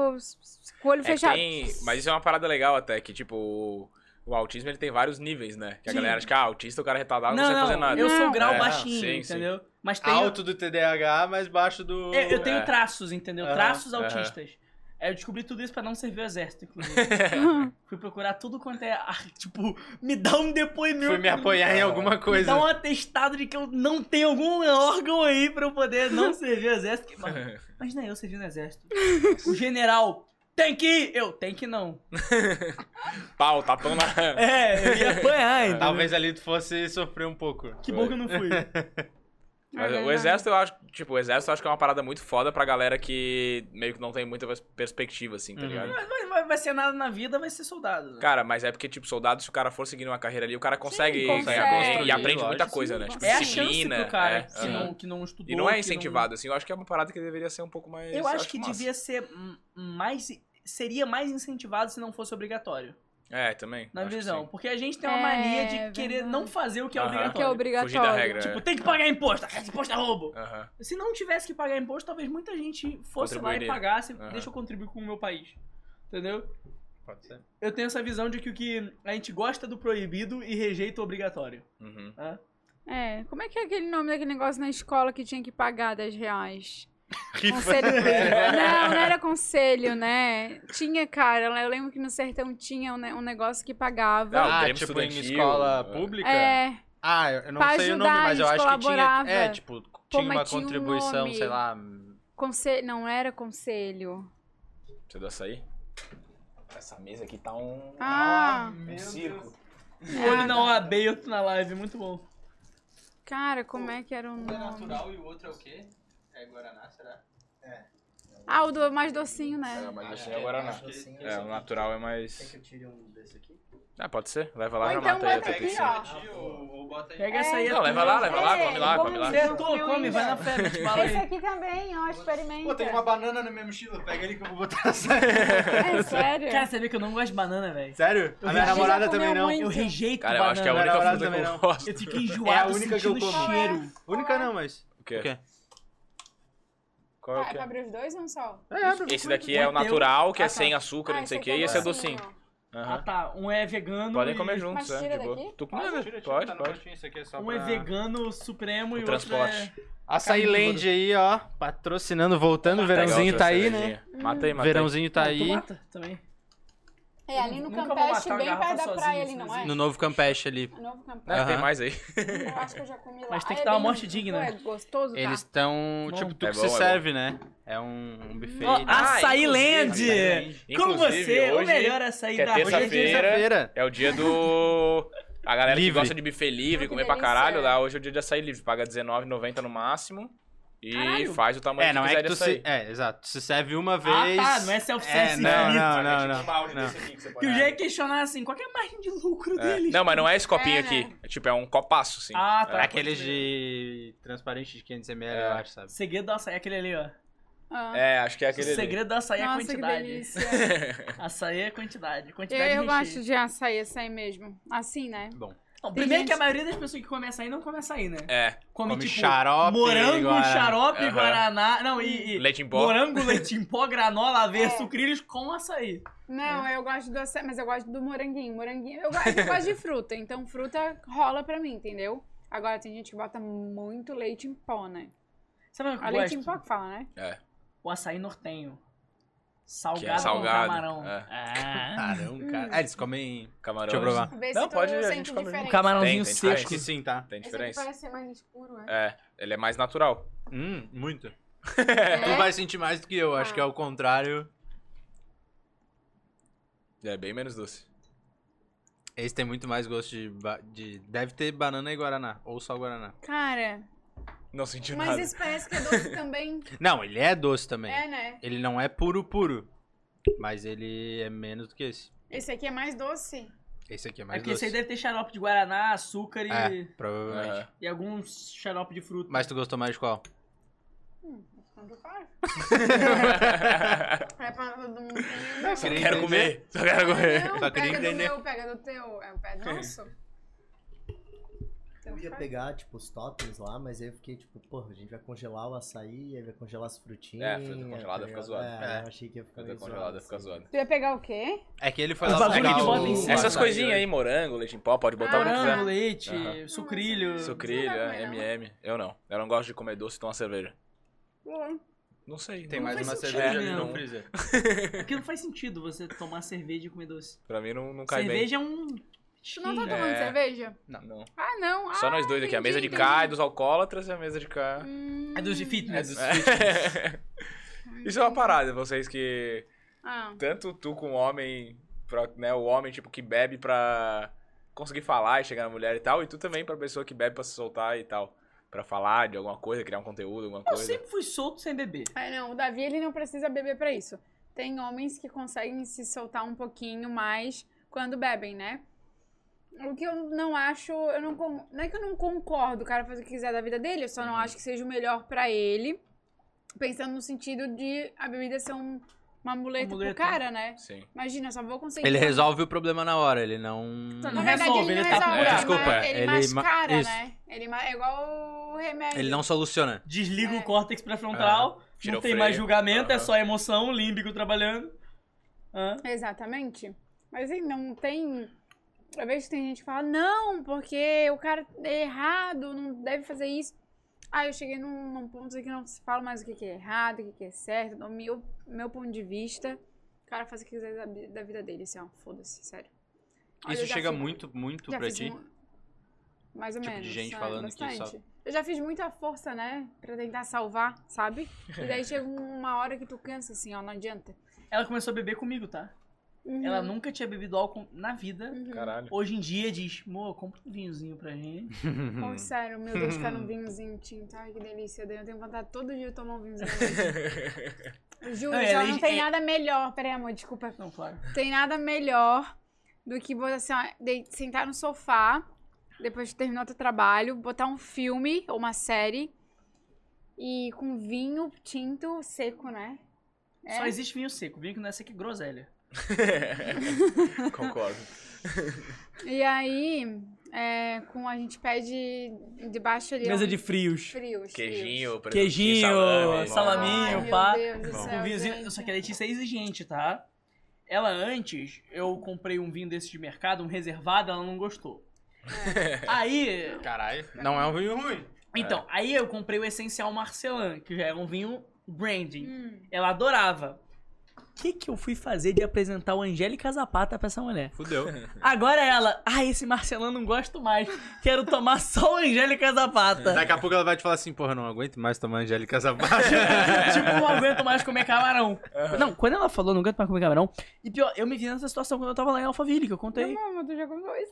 Speaker 2: com o olho
Speaker 3: É que
Speaker 2: fechado.
Speaker 3: tem- mas isso é uma parada legal até, que tipo, o, o autismo ele tem vários níveis, né? Que a
Speaker 4: Sim.
Speaker 3: galera acha que ah, autista, o cara é retardado, não,
Speaker 4: Não,
Speaker 3: sabe
Speaker 4: não,
Speaker 3: fazer nada.
Speaker 4: eu sou
Speaker 2: Não.
Speaker 4: grau
Speaker 3: É,
Speaker 4: baixinho,
Speaker 3: sim, sim.
Speaker 4: entendeu? Mas tem.
Speaker 1: Alto do TDAH, mas baixo do...
Speaker 4: É, eu tenho
Speaker 3: É.
Speaker 4: traços, entendeu?
Speaker 1: Aham,
Speaker 4: Traços
Speaker 3: aham.
Speaker 4: autistas. É, eu descobri tudo isso pra não servir o exército, inclusive.
Speaker 3: é,
Speaker 4: Fui procurar tudo quanto é. ar- Tipo, me dá um depoimento.
Speaker 1: Fui me apoiar
Speaker 2: Então,
Speaker 1: em alguma coisa.
Speaker 4: Me dá um atestado de que eu não tenho algum órgão aí pra eu poder não servir o exército. Que, mano, imagina é eu servir no exército. O general. Tem que ir! Eu, tem que não.
Speaker 3: Pau, tapão na.
Speaker 4: É, eu ia apanhar ainda.
Speaker 1: Talvez ali tu fosse sofrer um pouco.
Speaker 4: Que bom que eu não fui.
Speaker 3: Mas
Speaker 2: É
Speaker 3: o
Speaker 2: verdade.
Speaker 3: exército, eu acho, tipo, o exército eu acho que é uma parada muito foda pra galera que meio que não tem muita pers- perspectiva, assim, tá
Speaker 1: Uhum.
Speaker 3: ligado?
Speaker 4: Mas não vai, vai ser nada na vida, vai ser soldado. né?
Speaker 3: Cara, mas é porque, tipo, soldado, se o cara for seguindo uma carreira ali, o cara consegue,
Speaker 2: consegue.
Speaker 3: ganhar bem
Speaker 1: Construir,
Speaker 3: e aprende muita
Speaker 1: lógico,
Speaker 3: coisa,
Speaker 2: sim,
Speaker 3: né? Tipo,
Speaker 2: consegue.
Speaker 4: é a chance
Speaker 3: disciplina.
Speaker 4: pro cara
Speaker 3: é,
Speaker 4: que,
Speaker 3: aham.
Speaker 4: não, que não estudou.
Speaker 3: E não é
Speaker 4: que
Speaker 3: incentivado, assim. Eu acho que é uma parada que deveria ser um pouco mais.
Speaker 4: Eu acho que
Speaker 3: massa.
Speaker 4: devia ser hum, mais. Seria mais incentivado se não fosse obrigatório.
Speaker 3: É, também.
Speaker 4: Na
Speaker 3: acho que
Speaker 4: visão.
Speaker 3: sim.
Speaker 4: Porque a gente tem uma
Speaker 2: É,
Speaker 4: mania de querer
Speaker 2: verdade.
Speaker 4: não fazer o que é
Speaker 3: Aham.
Speaker 2: Que é
Speaker 4: obrigatório.
Speaker 3: Fugir da
Speaker 2: obrigatório.
Speaker 3: regra.
Speaker 4: Tipo,
Speaker 3: é.
Speaker 4: tem que pagar imposto. Ah, esse imposto é roubo.
Speaker 3: Aham.
Speaker 4: Se não tivesse que pagar imposto, talvez muita gente fosse lá e
Speaker 3: Contribuiria.
Speaker 4: pagasse.
Speaker 3: Aham.
Speaker 4: Deixa eu contribuir com o meu país. Entendeu?
Speaker 1: Pode ser.
Speaker 4: Eu tenho essa visão de que o que a gente gosta do proibido e rejeita o obrigatório.
Speaker 3: Uhum.
Speaker 2: É. Como é que é aquele nome daquele negócio na escola que tinha que pagar 10 reais?
Speaker 3: Rifa.
Speaker 2: Conselho. não, não era conselho, né? Tinha, cara. lá Eu lembro que no sertão tinha um, ne- um negócio que pagava.
Speaker 1: Ah,
Speaker 3: Grêmio
Speaker 1: tipo, em
Speaker 3: estudantil,
Speaker 1: escola
Speaker 3: é.
Speaker 1: pública?
Speaker 2: é.
Speaker 1: Ah, eu eu não
Speaker 2: Pra
Speaker 1: sei o
Speaker 2: ajudar,
Speaker 1: nome, mas eu
Speaker 2: eles
Speaker 1: acho que tinha.
Speaker 2: colaboravam.
Speaker 1: É, tipo, tinha uma
Speaker 2: mas tinha um
Speaker 1: contribuição,
Speaker 2: nome.
Speaker 1: sei lá.
Speaker 2: Conselho. Não era conselho.
Speaker 3: Você deu açaí? Essa mesa aqui tá um.
Speaker 2: Ah.
Speaker 3: um circo.
Speaker 4: Um olho na OAB e outro na live. Muito bom.
Speaker 2: Cara, como é que era o nome?
Speaker 5: e o outro é o quê? É Guaraná, será?
Speaker 2: Ah, o do mais docinho, né?
Speaker 3: mas assim agora não. É, o natural é mais.
Speaker 5: eu tire um desse aqui?
Speaker 3: Ah, pode ser. Leva lá,
Speaker 2: Ou
Speaker 3: já
Speaker 2: então
Speaker 3: mata aí a
Speaker 2: bota
Speaker 3: tua
Speaker 2: aqui,
Speaker 3: pizza.
Speaker 2: ó.
Speaker 5: ou, bota aí. É,
Speaker 4: Pega essa aí.
Speaker 3: É.
Speaker 4: é
Speaker 3: Não, leva lá, leva lá, come lá,
Speaker 2: É,
Speaker 3: come lá.
Speaker 2: vamos
Speaker 4: Tentou,
Speaker 2: Eu
Speaker 4: come,
Speaker 2: ainda.
Speaker 4: vai na febre, te fala aí.
Speaker 2: Esse aqui também, ó, experimenta.
Speaker 1: banana na minha mochila, pega ali que eu vou botar essa.
Speaker 2: É sério?
Speaker 4: Cara, você vê que eu não gosto de banana, velho.
Speaker 1: Sério? A minha
Speaker 2: já
Speaker 1: namorada
Speaker 2: comeu
Speaker 1: também não.
Speaker 2: muito.
Speaker 4: Eu rejeito
Speaker 3: Cara, eu
Speaker 4: banana.
Speaker 3: acho que é a
Speaker 1: Não,
Speaker 3: única
Speaker 1: não, não,
Speaker 3: fruta que
Speaker 1: também
Speaker 3: eu
Speaker 1: não.
Speaker 3: gosto.
Speaker 4: Eu fico enjoado
Speaker 1: É a única que eu
Speaker 4: sentindo o
Speaker 1: como.
Speaker 4: cheiro.
Speaker 1: Única não, mas.
Speaker 3: O quê?
Speaker 1: O quê?
Speaker 3: Qual é
Speaker 2: Tá,
Speaker 3: o
Speaker 2: é
Speaker 3: quê?
Speaker 2: pra abrir os dois ou um só?
Speaker 1: É,
Speaker 3: Esse daqui é o
Speaker 4: Meu
Speaker 3: natural, que é
Speaker 4: Ah, tá.
Speaker 3: sem açúcar,
Speaker 2: Ah,
Speaker 3: não sei o
Speaker 2: aqui
Speaker 3: que, e esse é docinho.
Speaker 2: docinho.
Speaker 4: Ah
Speaker 3: Aham.
Speaker 4: tá, um é vegano.
Speaker 3: Podem
Speaker 4: e-
Speaker 3: comer juntos,
Speaker 2: Mas tira
Speaker 3: é, de boa.
Speaker 2: daqui?
Speaker 3: Tu come,
Speaker 5: tá
Speaker 3: pode, pode.
Speaker 4: Um é vegano supremo
Speaker 3: O
Speaker 4: e o
Speaker 3: transporte.
Speaker 4: outro é
Speaker 1: Açaí
Speaker 4: Carne de
Speaker 1: Land aí, ó. Patrocinando, voltando. o verãozinho
Speaker 3: Legal,
Speaker 1: tá aí, né?
Speaker 3: cervejinha. então, Mata aí, mata aí.
Speaker 1: Verãozinho tá
Speaker 4: é...
Speaker 1: aí.
Speaker 4: Tomata também.
Speaker 2: É, ali no
Speaker 4: Nunca vou
Speaker 2: Campeche,
Speaker 4: matar a
Speaker 2: bem
Speaker 4: garrafa assim,
Speaker 2: perto da
Speaker 4: sozinho,
Speaker 2: praia ali, não é?
Speaker 4: sozinho.
Speaker 1: No novo Campeche ali.
Speaker 2: O Novo Campeche.
Speaker 3: É, tem
Speaker 1: Aham.
Speaker 3: mais aí.
Speaker 2: Eu acho que eu já comi lá.
Speaker 4: Mas tem que
Speaker 2: É
Speaker 4: dar uma
Speaker 2: bem-
Speaker 4: morte digna. né?
Speaker 2: Pô, É gostoso, tá?
Speaker 1: Eles estão.
Speaker 4: Bom.
Speaker 1: Tipo, tu
Speaker 3: É
Speaker 1: que
Speaker 3: bom,
Speaker 1: se
Speaker 3: é bom.
Speaker 1: serve, né? É um, um né? buffet.
Speaker 4: Ó,
Speaker 1: né?
Speaker 4: açaí
Speaker 3: inclusive,
Speaker 4: Land! Como
Speaker 3: Inclusive,
Speaker 4: você, o
Speaker 3: hoje-
Speaker 4: melhor açaí
Speaker 3: que é
Speaker 4: da
Speaker 1: Hoje é
Speaker 4: rede.
Speaker 3: terça-feira.
Speaker 1: terça-feira.
Speaker 3: É o dia do. A galera
Speaker 1: Livre.
Speaker 3: que gosta de buffet livre,
Speaker 2: Que
Speaker 3: comer pra
Speaker 2: delícia.
Speaker 3: caralho, lá hoje é o dia de açaí livre. Paga R$19,90 no máximo e
Speaker 4: Caralho.
Speaker 3: faz o tamanho
Speaker 1: É, não é
Speaker 3: que quiser
Speaker 1: que tu
Speaker 3: de açaí.
Speaker 1: se. É, exato. Tu se serve uma
Speaker 4: Ah
Speaker 1: vez.
Speaker 4: tá, não é self-service
Speaker 1: É, não,
Speaker 4: infinito.
Speaker 1: não, não,
Speaker 3: um
Speaker 1: não. não.
Speaker 4: Que o jeito é questionar assim, qual que é a margem de lucro
Speaker 3: É.
Speaker 4: deles?
Speaker 3: Não, mas não é esse copinho
Speaker 2: É,
Speaker 3: aqui.
Speaker 2: né?
Speaker 3: É tipo, é um copaço, sim.
Speaker 4: Ah tá.
Speaker 1: Aqueles de. transparente de 500ml,
Speaker 3: É.
Speaker 1: eu acho, sabe?
Speaker 4: Segredo do açaí, aquele ali, ó.
Speaker 2: Ah.
Speaker 3: É, acho que é
Speaker 4: O
Speaker 3: aquele. ali.
Speaker 4: segredo do açaí é a
Speaker 2: Nossa, que
Speaker 4: quantidade.
Speaker 2: delícia.
Speaker 4: Açaí é quantidade.
Speaker 2: Eu,
Speaker 4: Quantidade
Speaker 2: eu
Speaker 4: de
Speaker 2: gosto
Speaker 4: recheio.
Speaker 2: de açaí, açaí mesmo. Assim, né?
Speaker 1: Bom.
Speaker 4: Não,
Speaker 2: Tem
Speaker 4: primeiro
Speaker 2: gente-
Speaker 4: que a maioria das pessoas que come açaí não come açaí, né?
Speaker 3: É,
Speaker 4: Come,
Speaker 1: Come
Speaker 4: tipo
Speaker 1: xarope,
Speaker 4: morango,
Speaker 1: guaraná.
Speaker 4: xarope,
Speaker 3: Aham.
Speaker 4: guaraná. Não, e, e
Speaker 3: leite em pó.
Speaker 4: morango, leite em pó, granola, aveia,
Speaker 2: É.
Speaker 4: sucrilhos com açaí. É.
Speaker 2: Não, eu gosto do açaí, mas eu gosto do moranguinho. Moranguinho, eu, go- eu gosto de fruta, então fruta rola pra mim, entendeu? Agora tem gente que bota muito leite em pó, né?
Speaker 4: Sabe o que
Speaker 2: A
Speaker 4: eu
Speaker 2: leite em
Speaker 4: gosto?
Speaker 2: pó que fala, né?
Speaker 3: É,
Speaker 4: O açaí nortenho. Salgado,
Speaker 3: Que é salgado,
Speaker 4: com camarão.
Speaker 3: é.
Speaker 4: Ah.
Speaker 1: Caramba, cara. É, eles comem.
Speaker 3: Camarão.
Speaker 1: Deixa eu provar.
Speaker 2: Vê
Speaker 3: Não,
Speaker 2: se tu
Speaker 3: pode, a
Speaker 2: sente
Speaker 3: gente come.
Speaker 2: diferente.
Speaker 4: Um
Speaker 3: Tem,
Speaker 4: camarãozinho
Speaker 3: tem
Speaker 1: Acho
Speaker 4: seco. É
Speaker 1: que sim, tá?
Speaker 3: Tem
Speaker 2: Esse aqui
Speaker 3: diferença?
Speaker 2: parece ser mais escuro, é?
Speaker 3: É, ele é mais natural.
Speaker 1: Hum, muito. Tu
Speaker 2: É?
Speaker 1: vai sentir mais do que eu, acho
Speaker 2: Ah.
Speaker 1: que é o contrário.
Speaker 3: É bem menos doce.
Speaker 1: Esse tem muito mais gosto de, ba- de- Deve ter banana e guaraná, ou só guaraná.
Speaker 2: Cara,
Speaker 3: Não senti
Speaker 2: mas
Speaker 3: nada.
Speaker 2: isso parece que é doce também.
Speaker 1: Não, ele é doce também.
Speaker 2: é, né?
Speaker 1: Ele não é puro, puro. Mas ele é menos do que esse.
Speaker 2: Esse aqui é mais doce.
Speaker 1: Esse aqui é
Speaker 4: É
Speaker 1: mais
Speaker 4: porque
Speaker 1: doce.
Speaker 4: esse aí deve ter xarope de guaraná, açúcar e,
Speaker 1: É, provavelmente.
Speaker 3: É.
Speaker 4: e algum xarope de fruta.
Speaker 1: Mas tu gostou mais de qual?
Speaker 2: Quando faz. É pra todo mundo comer, não.
Speaker 1: Só
Speaker 3: Quero comer, só quero comer.
Speaker 2: Não,
Speaker 1: Só queria
Speaker 2: pega do
Speaker 1: entender.
Speaker 2: meu, pega do teu. É o pé nosso.
Speaker 4: Então
Speaker 2: Então,
Speaker 7: Eu ia pegar, tipo, os toppings lá, mas aí eu fiquei tipo, porra, a gente vai congelar o açaí, aí vai congelar as frutinhas.
Speaker 3: É, fruta congelada
Speaker 7: tá
Speaker 3: fica
Speaker 7: ligado?
Speaker 3: zoado.
Speaker 1: É.
Speaker 7: É, eu achei que ia ficar
Speaker 3: Quando é
Speaker 7: meio
Speaker 3: congelado,
Speaker 7: zoado,
Speaker 3: fica
Speaker 7: assim.
Speaker 3: zoado.
Speaker 2: Tu ia pegar o quê?
Speaker 1: É que ele foi
Speaker 4: Os
Speaker 1: lá
Speaker 4: bagulho
Speaker 1: pegar
Speaker 4: que
Speaker 1: o-
Speaker 4: bota em cima.
Speaker 3: Essas
Speaker 1: açaí
Speaker 3: coisinhas aí,
Speaker 1: hoje.
Speaker 3: morango, leite em pó, pode botar o que
Speaker 4: Morango,
Speaker 3: quiser.
Speaker 4: Ah, leite,
Speaker 3: né?
Speaker 2: é
Speaker 4: é
Speaker 3: Aham.
Speaker 4: sucrilho.
Speaker 3: Sucrilha,
Speaker 2: Não, não.
Speaker 3: MM. Eu não. Eu não gosto de comer doce, então uma cerveja.
Speaker 4: Hum.
Speaker 3: Não sei.
Speaker 1: Tem
Speaker 3: não-
Speaker 1: mais
Speaker 4: faz
Speaker 1: uma
Speaker 4: sentido,
Speaker 1: cerveja ali
Speaker 4: né?
Speaker 1: no freezer.
Speaker 4: Porque não faz sentido você tomar cerveja e comer doce.
Speaker 3: Pra mim não, não cai bem.
Speaker 4: cerveja é um.
Speaker 2: Tu não tá tomando
Speaker 3: É.
Speaker 2: cerveja?
Speaker 3: Não.
Speaker 2: Ah, não.
Speaker 3: Só
Speaker 2: ah,
Speaker 3: nós dois aqui. A mesa de
Speaker 2: entendi,
Speaker 3: cá é
Speaker 2: entendi.
Speaker 3: dos alcoólatras e a mesa de cá.
Speaker 2: Hum,
Speaker 4: É doce de fitness.
Speaker 3: Isso é uma parada, vocês que.
Speaker 2: Ah,
Speaker 3: Tanto tu com o homem. pra- né, o homem, tipo, que bebe pra conseguir falar e chegar na mulher e tal. E tu também pra pessoa que bebe pra se soltar e tal. Pra falar de alguma coisa, criar um conteúdo, alguma
Speaker 4: Eu
Speaker 3: coisa.
Speaker 4: sempre fui solto sem beber.
Speaker 2: ah, não. O Davi, ele não precisa beber pra isso. Tem homens que conseguem se soltar um pouquinho mais quando bebem, né? O que eu não acho, eu não, con- não é que eu não concordo, o cara faz o que quiser da vida dele, eu só não
Speaker 3: Uhum.
Speaker 2: acho que seja o melhor pra ele, pensando no sentido de a bebida ser um- uma muleta,
Speaker 4: muleta.
Speaker 2: pro cara, né?
Speaker 3: Sim.
Speaker 2: Imagina, eu só vou conseguir.
Speaker 1: Ele resolve o problema na hora, ele não.
Speaker 4: Tá,
Speaker 2: Na
Speaker 4: Não
Speaker 2: verdade,
Speaker 4: resolve,
Speaker 2: ele não
Speaker 4: ele tá-
Speaker 2: resolve.
Speaker 3: É,
Speaker 2: ele
Speaker 1: desculpa,
Speaker 2: ma-
Speaker 1: é,
Speaker 2: ele,
Speaker 1: ele ma-
Speaker 2: mascara,
Speaker 1: isso.
Speaker 2: né? Ele ma- é igual o remédio.
Speaker 1: Ele não soluciona.
Speaker 4: Desliga
Speaker 2: É.
Speaker 4: o córtex pré-frontal,
Speaker 3: Tira
Speaker 4: não
Speaker 3: o
Speaker 4: tem
Speaker 3: É. freio.
Speaker 4: mais julgamento, é
Speaker 3: Aham.
Speaker 4: só emoção, límbico trabalhando. Hã?
Speaker 2: Exatamente. Mas assim, não tem. Eu vejo que tem gente que fala, não, porque o cara é errado, não deve fazer isso. Aí eu cheguei num, num ponto aqui que não se fala mais o que que é errado, o que que é certo, do meu, meu ponto de vista. O cara faz o que quiser da, bi- da vida dele, assim, ó, foda-se, sério. Olha,
Speaker 1: Isso
Speaker 2: eu já
Speaker 1: chega
Speaker 2: fiz- um-
Speaker 1: muito, muito
Speaker 2: já
Speaker 1: pra
Speaker 2: fiz
Speaker 1: ti.
Speaker 2: mu- Mais ou
Speaker 1: Tipo de
Speaker 2: menos.
Speaker 1: gente
Speaker 2: né?
Speaker 1: falando que só-
Speaker 2: Bastante. Eu já fiz muita força, né? Pra tentar salvar, sabe? E daí chega uma hora que tu cansa, assim, ó, não adianta.
Speaker 4: Ela começou a beber comigo, tá? Ela nunca tinha bebido álcool na vida.
Speaker 2: Uhum.
Speaker 3: Caralho.
Speaker 4: Hoje em dia diz, Mô, compra um vinhozinho pra gente.
Speaker 2: Oh,
Speaker 5: Hum.
Speaker 2: sério, meu Deus, ficar num vinhozinho tinto. Ai, que delícia. Eu tenho vontade todo dia de tomar um vinhozinho. Eu Juro,
Speaker 4: Não,
Speaker 2: não,
Speaker 4: é
Speaker 2: já
Speaker 4: legi-
Speaker 2: não tem
Speaker 4: é-
Speaker 2: nada melhor. Peraí, amor, desculpa.
Speaker 4: Não, claro.
Speaker 2: Tem nada melhor do que botar assim, ó, de- sentar no sofá, depois de terminar teu trabalho, botar um filme ou uma série e com vinho tinto seco, né? É.
Speaker 4: Só existe vinho seco. Vinho que não é seco é groselha.
Speaker 3: Concordo.
Speaker 2: E aí, é, com a gente pede debaixo ali.
Speaker 5: Mesa
Speaker 2: um-
Speaker 5: de frios.
Speaker 2: frios. frios.
Speaker 3: Queijinho, presunto,
Speaker 5: Queijinho,
Speaker 3: salame.
Speaker 4: salaminho.
Speaker 2: Ai,
Speaker 4: pá.
Speaker 2: Meu Deus do
Speaker 1: Bom.
Speaker 2: céu,
Speaker 4: um vinhozinho.
Speaker 2: gente.
Speaker 4: Só que a Letícia é exigente, tá? Ela antes, eu comprei um vinho desse de mercado, um reservado, ela não gostou.
Speaker 2: É.
Speaker 4: Aí,
Speaker 1: Caralho. Não é um vinho ruim.
Speaker 4: Então, aí eu comprei o Essencial Marcelan, que já era um vinho branding.
Speaker 2: Hum.
Speaker 4: Ela adorava. O que, que eu fui fazer de apresentar o Angélica Zapata pra essa mulher?
Speaker 1: Fudeu.
Speaker 4: Agora ela, ah, esse Marcelan não gosto mais. Quero tomar só o Angélica Zapata.
Speaker 1: Daqui a pouco ela vai te falar assim, porra, não aguento mais tomar Angélica Zapata.
Speaker 4: tipo, não aguento mais comer camarão. Não, quando ela falou, não aguento mais comer camarão. E pior, eu me vi nessa situação quando eu tava lá em Alphaville, que eu contei.
Speaker 2: Não, mas tu já contou isso.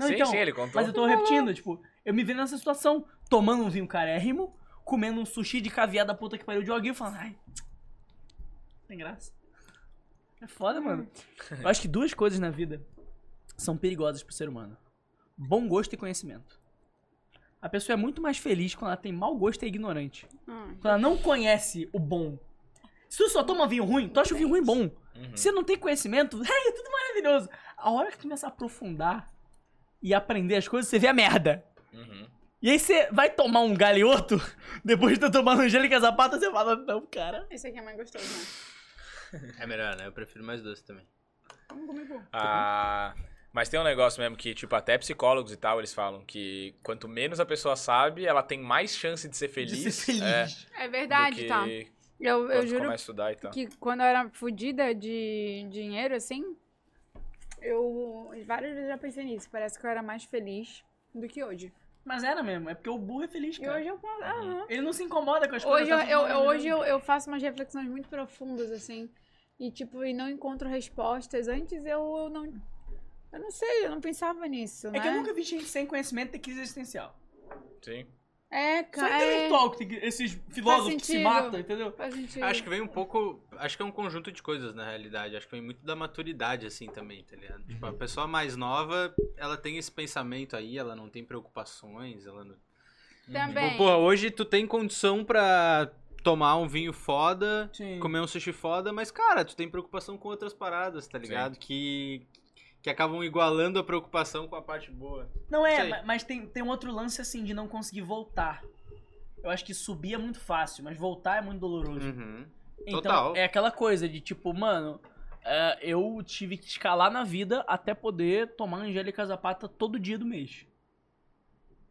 Speaker 4: Não,
Speaker 3: sim,
Speaker 4: então,
Speaker 3: sim, ele contou.
Speaker 4: Mas eu tô repetindo, tipo, eu me vi nessa situação, tomando um vinho carérrimo, comendo um sushi de caviar da puta que pariu de alguém, falando, ai, tem graça. É foda,
Speaker 3: Hum.
Speaker 4: mano. Eu acho que duas coisas na vida são perigosas pro ser humano. Bom gosto e conhecimento. A pessoa é muito mais feliz quando ela tem mau gosto e é ignorante.
Speaker 2: Hum.
Speaker 4: Quando ela não conhece o bom. Se tu só toma vinho ruim, tu acha o vinho ruim bom.
Speaker 3: Uhum.
Speaker 4: Você não tem conhecimento, é tudo maravilhoso. A hora que tu começa a aprofundar e aprender as coisas, você vê a merda.
Speaker 3: Uhum.
Speaker 4: E aí você vai tomar um galeoto, depois de tu tomar no Angélica Zapata, você fala, não, cara.
Speaker 2: Esse aqui é mais gostoso, né?
Speaker 1: é melhor, né? Eu prefiro mais doce também.
Speaker 2: Vamos comer bom.
Speaker 3: Ah, mas tem um negócio mesmo que, tipo, até psicólogos e tal, eles falam que quanto menos a pessoa sabe, ela tem mais chance de ser feliz.
Speaker 4: De ser feliz.
Speaker 3: É,
Speaker 2: É
Speaker 3: do
Speaker 2: verdade,
Speaker 3: que
Speaker 2: tá? Eu, eu
Speaker 3: quando
Speaker 2: juro
Speaker 3: começa a estudar e tal.
Speaker 2: que quando eu era fodida de dinheiro, assim, eu várias vezes já pensei nisso. Parece que eu era mais feliz do que hoje.
Speaker 4: Mas era mesmo, é porque o burro é Uhum. feliz,
Speaker 2: E
Speaker 4: cara.
Speaker 2: hoje eu posso. Aham.
Speaker 4: Ele não se incomoda com as
Speaker 2: Hoje, eu,
Speaker 4: coisas. tá tudo
Speaker 2: eu- eu-
Speaker 4: maravilhoso.
Speaker 2: hoje eu, eu faço umas reflexões muito profundas, assim. E, tipo, e não encontro respostas. Antes eu, eu não. Eu não sei, eu não pensava nisso, né?
Speaker 4: É que eu nunca vi gente sem conhecimento ter crise existencial.
Speaker 3: Sim.
Speaker 2: É,
Speaker 4: Só
Speaker 2: cara. é-
Speaker 4: intelectual que tem que- esses filósofos que se
Speaker 2: sentido.
Speaker 4: matam, entendeu?
Speaker 2: Faz sentido.
Speaker 1: Acho que vem um pouco. Acho que é um conjunto de coisas, na realidade. Acho que vem muito da maturidade, assim, também, tá ligado? Tipo, a pessoa mais nova, ela tem esse pensamento aí, ela não tem preocupações, ela não. Tipo,
Speaker 2: Também.
Speaker 1: Pô, hoje tu tem condição pra tomar um vinho foda,
Speaker 4: Sim.
Speaker 1: comer um sushi foda, mas, cara, tu tem preocupação com outras paradas, tá ligado? Que. Que acabam igualando a preocupação com a parte boa.
Speaker 4: Não é,
Speaker 1: Sei.
Speaker 4: ma- mas tem, tem um outro lance assim de não conseguir voltar. Eu acho que subir é muito fácil, mas voltar é muito doloroso.
Speaker 1: Uhum.
Speaker 4: Então,
Speaker 1: Total.
Speaker 4: é aquela coisa de tipo, mano, é, eu tive que escalar na vida até poder tomar Angélica Zapata todo dia do mês.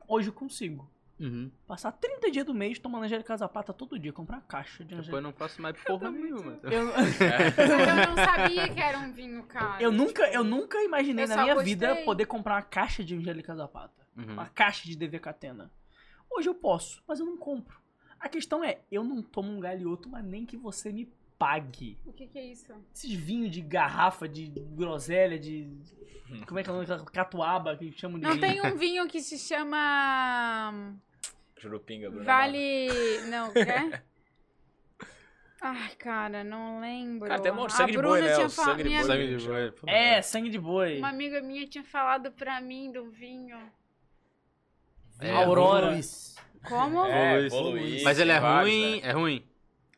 Speaker 4: Hoje eu consigo.
Speaker 1: Uhum.
Speaker 4: Passar 30 dias do mês tomando Angélica Zapata todo dia, comprar uma caixa de
Speaker 1: Depois eu
Speaker 4: Angélica
Speaker 1: não faço mais porra nenhuma.
Speaker 2: Mas eu não sabia que era um vinho caro.
Speaker 4: um eu nunca, eu nunca imaginei
Speaker 2: Eu
Speaker 4: na
Speaker 2: só
Speaker 4: minha
Speaker 2: gostei.
Speaker 4: vida poder comprar uma caixa de Angélica Zapata.
Speaker 1: Uhum.
Speaker 4: Uma caixa de DV Catena. Hoje eu posso, mas eu não compro. A questão é, eu não tomo um galhoto, mas nem que você me pague.
Speaker 2: O que, que é isso?
Speaker 4: Esses vinhos de garrafa, de groselha, de. Como é que é o nome? daquela Catuaba, que chamam de.
Speaker 2: Não tem um vinho que se chama.
Speaker 3: Jurupinga, Bruno.
Speaker 2: Vale. Não, quer? Ai, cara, não lembro.
Speaker 3: Cara, tem um monte de
Speaker 2: A
Speaker 3: sangue de boi,
Speaker 2: Bruna
Speaker 3: né?
Speaker 2: tinha
Speaker 3: O
Speaker 2: fa-
Speaker 3: sangue de
Speaker 2: minha-
Speaker 3: boi.
Speaker 1: Sangue de boi, pô.
Speaker 4: É, sangue de boi.
Speaker 2: Uma amiga minha tinha falado pra mim do vinho.
Speaker 1: É,
Speaker 4: Aurora.
Speaker 7: É, Luiz.
Speaker 2: Como?
Speaker 3: É,
Speaker 1: né? Mas ele é ruim, é ruim.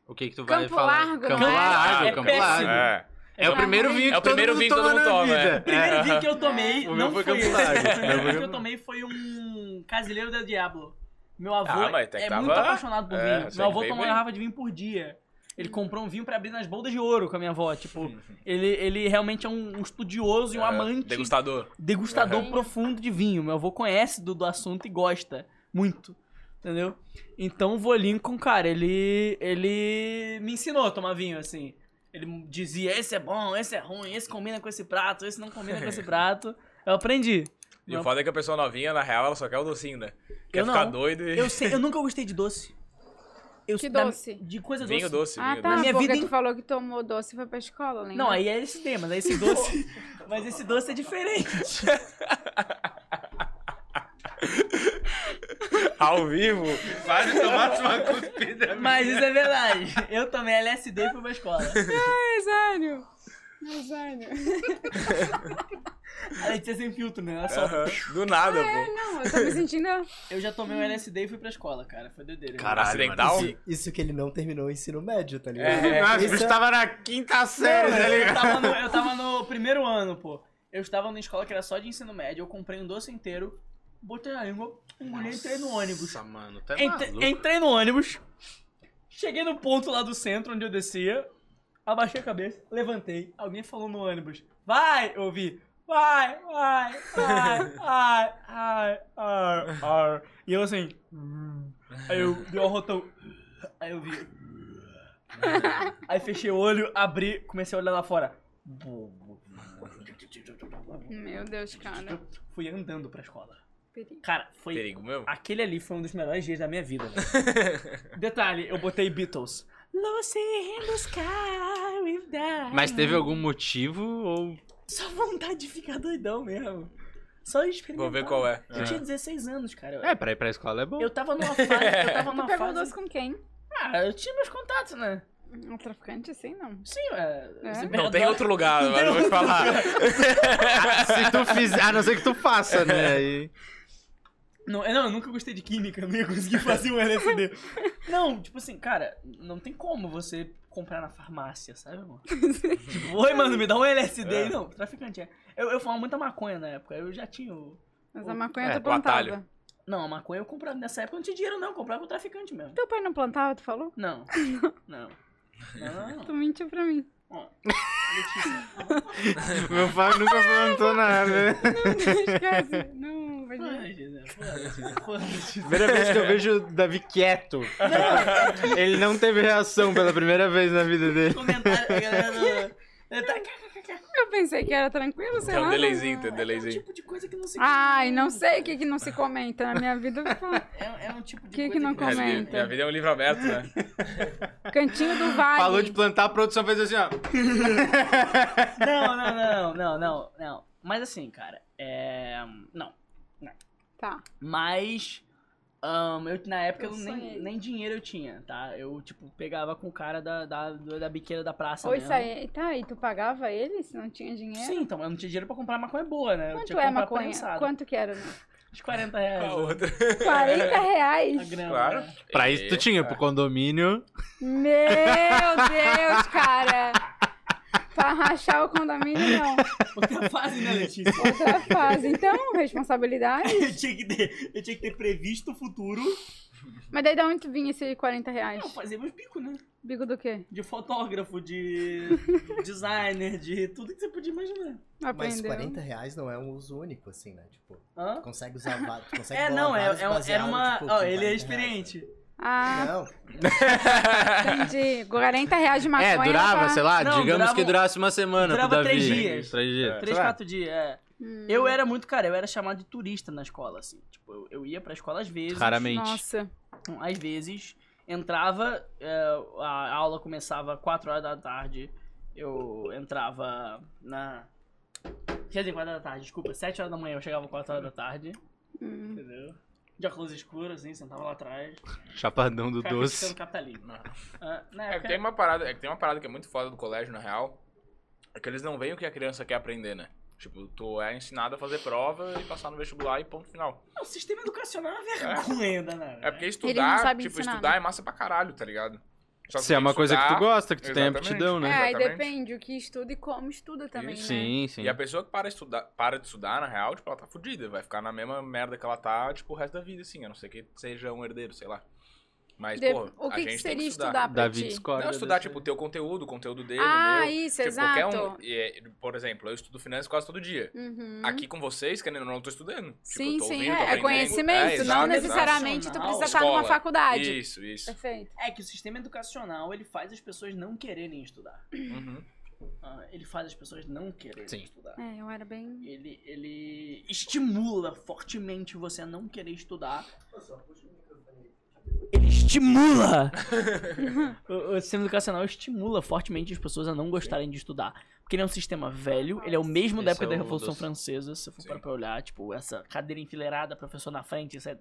Speaker 1: O O que que tu vai
Speaker 2: Campo
Speaker 1: falar?
Speaker 2: Largo,
Speaker 1: Campo
Speaker 2: não é?
Speaker 1: Largo,
Speaker 4: É
Speaker 1: Campo
Speaker 4: péssimo.
Speaker 1: Largo. É.
Speaker 3: É.
Speaker 1: o primeiro vinho que
Speaker 3: É o primeiro
Speaker 1: todo mundo
Speaker 3: vinho que todo
Speaker 1: toma
Speaker 3: mundo
Speaker 1: na
Speaker 3: toma,
Speaker 1: vida.
Speaker 3: é.
Speaker 4: primeiro vinho que eu tomei
Speaker 1: O meu
Speaker 4: não
Speaker 1: foi
Speaker 4: foi,
Speaker 1: Campo
Speaker 4: esse.
Speaker 1: Largo.
Speaker 4: O primeiro
Speaker 1: Meu
Speaker 4: vinho que
Speaker 1: foi-
Speaker 4: eu tomei foi um Casileiro del Diablo. Meu avô
Speaker 3: Ah, mas tem que
Speaker 4: é
Speaker 3: tava-
Speaker 4: muito apaixonado por
Speaker 3: é,
Speaker 4: vinho.
Speaker 3: sei
Speaker 4: Meu avô
Speaker 3: que veio bem.
Speaker 4: toma uma
Speaker 3: Uhum.
Speaker 4: garrafa de vinho por dia. Ele comprou um vinho pra abrir nas boldas de ouro com a minha avó. Tipo, ele, ele realmente é um, um estudioso e um
Speaker 3: É,
Speaker 4: amante,
Speaker 3: Degustador.
Speaker 4: degustador
Speaker 2: Aham.
Speaker 4: profundo de vinho. Meu avô conhece do, do assunto e gosta muito. Entendeu? Então o Volinco, cara, ele. ele me ensinou a tomar vinho, assim. Ele dizia, esse é bom, esse é ruim, esse combina com esse prato, esse não combina com esse prato. Eu aprendi.
Speaker 3: E
Speaker 4: Não.
Speaker 3: o foda é que a pessoa novinha, na real, ela só quer o docinho, né? Quer
Speaker 4: Eu
Speaker 3: ficar
Speaker 4: não.
Speaker 3: doido e.
Speaker 4: Eu, sei, eu nunca gostei de doce. Eu,
Speaker 2: Que
Speaker 4: da-
Speaker 2: doce?
Speaker 4: De coisa
Speaker 3: Vinho
Speaker 4: doce.
Speaker 3: doce,
Speaker 2: Ah,
Speaker 3: vinho
Speaker 2: tá.
Speaker 4: Na
Speaker 3: doce.
Speaker 4: minha
Speaker 2: porque
Speaker 4: vida
Speaker 2: tu
Speaker 4: em-
Speaker 2: falou que tomou doce e foi pra escola, lembra?
Speaker 4: Não, aí é LSD, mas aí esse doce. mas esse doce é diferente.
Speaker 3: Ao vivo.
Speaker 1: Para de tomar uma cuspida.
Speaker 4: mas isso é verdade. Eu tomei LSD e fui pra escola.
Speaker 2: é Mesário!
Speaker 3: É
Speaker 2: Mesário.
Speaker 4: A Letícia sem filtro, né? Ela só
Speaker 3: Aham. Do nada, pô.
Speaker 2: Não, eu tô me sentindo...
Speaker 4: Eu já tomei um LSD e fui pra escola, cara. Foi doideira.
Speaker 1: Caralho,
Speaker 3: Acidental?
Speaker 1: mano,
Speaker 7: Isso, isso que ele não terminou o ensino médio, tá ligado?
Speaker 4: Ah,
Speaker 3: É,
Speaker 1: Nossa, o
Speaker 7: Isso
Speaker 1: bicho
Speaker 7: é-
Speaker 1: tava na quinta série, tá
Speaker 4: Eu
Speaker 1: ligado?
Speaker 4: tava, no, eu tava no primeiro ano, pô. Eu estava numa escola que era só de ensino médio. Eu comprei um doce inteiro, botei na língua, engoli e entrei no ônibus.
Speaker 1: Nossa, mano, tá
Speaker 2: é
Speaker 4: Entre-
Speaker 1: maluco.
Speaker 4: entrei no ônibus, cheguei no ponto lá do centro onde eu descia, abaixei a cabeça, levantei. Alguém falou no ônibus: Vai! Eu ouvi. Vai, vai, vai, ai, ai, ai, ai. E eu assim. "Hum." Aí eu dei um arrotão. Aí eu vi. Aí fechei o olho, abri, comecei a olhar lá fora.
Speaker 2: Meu Deus, cara.
Speaker 4: Fui andando pra escola.
Speaker 2: Perigo.
Speaker 4: Cara, foi.
Speaker 3: Perigo mesmo.
Speaker 4: Aquele ali foi um dos melhores dias da minha vida. velho. Detalhe, eu botei Beatles. Lucy in the sky with that.
Speaker 1: Mas teve algum motivo ou...
Speaker 4: Só vontade de ficar doidão mesmo. Só
Speaker 3: Vou
Speaker 4: experimentar.
Speaker 3: ver qual é.
Speaker 4: Eu tinha 16 anos, cara.
Speaker 1: É, pra ir pra escola é bom.
Speaker 4: Eu tava numa fase. Eu tava
Speaker 2: Tu
Speaker 4: numa
Speaker 2: pegou o
Speaker 4: fase.
Speaker 2: doce com quem?
Speaker 4: Ah, eu tinha meus contatos, né?
Speaker 2: Um traficante assim, não.
Speaker 4: Sim, é.
Speaker 2: É?
Speaker 4: você
Speaker 3: Não
Speaker 4: perdeu-
Speaker 3: tem outro lugar,
Speaker 4: Não tem
Speaker 3: agora eu vou te
Speaker 4: outro
Speaker 3: falar.
Speaker 1: Se tu fizer, a não ser que tu faça, né? Aí-
Speaker 4: Não, eu- não, eu nunca gostei de química, eu não ia conseguir fazer um LSD. não, tipo assim, cara, não tem como você comprar na farmácia, sabe, amor? tipo, oi, mano, me dá um LSD.
Speaker 3: É.
Speaker 4: Não, traficante é. Eu, eu fumava muita maconha na época, eu já tinha o...
Speaker 2: Mas a maconha
Speaker 3: É,
Speaker 2: tu
Speaker 3: o atalho.
Speaker 2: plantava.
Speaker 4: Não, a maconha eu comprava nessa época, eu não tinha dinheiro não, eu comprava com o traficante mesmo.
Speaker 2: Teu pai não plantava, tu falou?
Speaker 4: Não, não. Não, não,
Speaker 2: Tu
Speaker 4: não.
Speaker 2: mentiu pra mim.
Speaker 4: Letícia.
Speaker 1: Meu pai nunca perguntou nada.
Speaker 2: Esquece. Não, vai
Speaker 4: Porra,
Speaker 2: dizer.
Speaker 4: Letícia, porra, Letícia, porra, Letícia.
Speaker 1: Primeira vez que eu vejo o Davi quieto.
Speaker 4: é
Speaker 1: Ele não teve reação pela primeira vez na vida dele.
Speaker 4: Comentário, a galera... É, tá, do-
Speaker 2: Eu pensei que era tranquilo, sei
Speaker 3: Tem
Speaker 1: Então,
Speaker 2: lá.
Speaker 3: um delayzinho, tem um
Speaker 2: não.
Speaker 4: É um
Speaker 3: delayzinho.
Speaker 4: tipo de coisa que não se
Speaker 2: Ai, não sei o
Speaker 4: comenta.
Speaker 2: que, que não se comenta na minha vida. eu falo,
Speaker 4: É, é um tipo de
Speaker 2: Que que
Speaker 4: coisa
Speaker 2: não
Speaker 3: É,
Speaker 2: comenta?
Speaker 3: minha- minha vida é um livro aberto, né?
Speaker 2: Cantinho do Vale.
Speaker 1: Falou de plantar, a produção fez assim, ó.
Speaker 4: Não, não, não, não, não, não. Mas assim, cara, é. Não.
Speaker 2: Tá.
Speaker 4: Mas. ahn, eu, na época eu,
Speaker 2: Eu
Speaker 4: nem,
Speaker 2: sonhei.
Speaker 4: nem dinheiro eu tinha, tá? Eu, tipo, pegava com o cara da, da, do- da biqueira da praça.
Speaker 2: Oi,
Speaker 4: mesmo.
Speaker 2: saí. Tá, e tu pagava ele se não tinha dinheiro?
Speaker 4: é. Sim, então, mas eu não tinha dinheiro pra comprar maconha boa, né? eu
Speaker 2: Quanto é
Speaker 4: tinha que
Speaker 2: a
Speaker 4: comprar
Speaker 2: maconha?
Speaker 4: prensada.
Speaker 2: Quanto que era?
Speaker 4: Uns 40 reais.
Speaker 3: A outra.
Speaker 2: 40
Speaker 4: A
Speaker 2: reais?
Speaker 4: grama.
Speaker 3: Claro.
Speaker 4: né?
Speaker 1: Pra isso tu tinha, pro condomínio.
Speaker 2: Meu Deus, cara! Pra rachar o condomínio, não.
Speaker 4: Outra fase, né, Letícia?
Speaker 2: Outra fase. Então, responsabilidade.
Speaker 4: eu, tinha que ter, eu tinha que ter previsto o futuro.
Speaker 2: Mas daí de onde tu vinha esse 40 reais?
Speaker 4: Não, fazer meus bicos, né?
Speaker 2: Bigo do quê?
Speaker 4: De fotógrafo, de designer, de tudo que você podia imaginar.
Speaker 7: Mas
Speaker 2: Aprendeu.
Speaker 7: 40 reais não é um uso único, assim, né? Tipo,
Speaker 4: Hã?
Speaker 7: tu consegue usar va- tu consegue
Speaker 4: É,
Speaker 7: bolar
Speaker 4: não, é,
Speaker 7: vários
Speaker 4: é, um- era
Speaker 7: baseados,
Speaker 4: uma.
Speaker 7: tipo,
Speaker 4: Ó,
Speaker 7: com
Speaker 4: ele é
Speaker 7: 40 reais, assim.
Speaker 4: experiente.
Speaker 2: Ah,
Speaker 7: Não,
Speaker 2: entendi. 40 reais de maconha.
Speaker 1: É, durava,
Speaker 2: pra...
Speaker 1: sei lá,
Speaker 4: Não,
Speaker 1: digamos
Speaker 4: durava-
Speaker 1: que durasse uma semana pro
Speaker 4: durava
Speaker 1: Davi.
Speaker 4: três dias.
Speaker 1: Três dias.
Speaker 4: Três,
Speaker 1: sei lá.
Speaker 4: quatro dias, é.
Speaker 2: Hum,
Speaker 4: Eu era muito, cara, eu era chamado de turista na escola, assim. Tipo, eu, eu ia pra escola às vezes.
Speaker 1: Raramente.
Speaker 2: Nossa.
Speaker 4: Às vezes, entrava, é, a aula começava 4 horas da tarde. Eu entrava na. Quer dizer, 4 horas da tarde, desculpa, 7 horas da manhã eu chegava 4 horas da tarde,
Speaker 2: Hum.
Speaker 4: entendeu? De óculos escuros, assim, sentava lá atrás.
Speaker 1: Chapadão do
Speaker 4: ficava
Speaker 1: doce.
Speaker 4: criticando É, o capitalismo. Ah, na
Speaker 3: É que,
Speaker 4: época,
Speaker 3: tem uma parada, é que tem uma parada que é muito foda do colégio, na real. É que eles não veem o que a criança quer aprender, né? Tipo, tu é ensinado a fazer prova e passar no vestibular e ponto final.
Speaker 4: o sistema educacional é uma vergonha, danada.
Speaker 3: É
Speaker 2: Ele
Speaker 3: porque
Speaker 2: não
Speaker 3: estudar,
Speaker 2: sabe
Speaker 3: tipo,
Speaker 2: ensinar,
Speaker 3: estudar
Speaker 2: né?
Speaker 3: é massa pra caralho, tá ligado? Só que
Speaker 1: Se é
Speaker 3: tem que
Speaker 1: uma coisa que tu
Speaker 3: estudar,
Speaker 1: gosta, que tu tem
Speaker 3: Exatamente.
Speaker 1: aptidão, né?
Speaker 2: É, e
Speaker 3: Exatamente.
Speaker 2: depende o que estuda e como estuda também, né?
Speaker 1: Sim, sim.
Speaker 3: E a pessoa que para, estudar, para de estudar, na real, tipo, ela tá fudida. Vai ficar na mesma merda que ela tá, tipo, o resto da vida, assim. A não ser que seja um herdeiro, sei lá. Mas,
Speaker 2: De-
Speaker 3: pô,
Speaker 2: o
Speaker 3: a
Speaker 2: que, que
Speaker 3: gente tem que
Speaker 2: seria
Speaker 3: estudar.
Speaker 2: estudar, pra
Speaker 1: Davi
Speaker 2: ti?
Speaker 1: discorda.
Speaker 3: Não, estudar,
Speaker 1: desse-
Speaker 3: tipo, o teu conteúdo, o conteúdo dele,
Speaker 2: Ah,
Speaker 3: meu.
Speaker 2: isso,
Speaker 3: tipo,
Speaker 2: exato.
Speaker 3: qualquer um. e é, por exemplo, eu estudo finanças quase todo dia.
Speaker 2: Uhum.
Speaker 3: Aqui com vocês, querendo ou não, eu tô estudando. Tipo,
Speaker 2: sim,
Speaker 3: eu tô
Speaker 2: sim,
Speaker 3: ouvindo,
Speaker 2: é,
Speaker 3: tô
Speaker 2: é
Speaker 3: aprendendo. É,
Speaker 2: conhecimento, não
Speaker 3: exato,
Speaker 2: necessariamente tu
Speaker 4: Não,
Speaker 2: precisa estar numa
Speaker 3: escola.
Speaker 2: faculdade.
Speaker 3: Isso, isso.
Speaker 2: Perfeito.
Speaker 4: É que o sistema educacional, ele faz as pessoas não quererem estudar.
Speaker 3: Uhum.
Speaker 4: Ah, ele faz as pessoas não quererem
Speaker 1: Sim.
Speaker 4: estudar.
Speaker 2: É, eu era bem.
Speaker 4: Ele, ele estimula fortemente você a não querer estudar. Ele estimula! o, o sistema educacional estimula fortemente as pessoas a não gostarem de estudar. Porque ele é um sistema velho, ele é o mesmo da
Speaker 1: Esse
Speaker 4: época
Speaker 1: é
Speaker 4: da
Speaker 1: o
Speaker 4: Revolução
Speaker 1: dos-
Speaker 4: Francesa, se eu for
Speaker 3: Sim.
Speaker 4: parar pra olhar, tipo, essa cadeira enfileirada, professor na frente, isso é.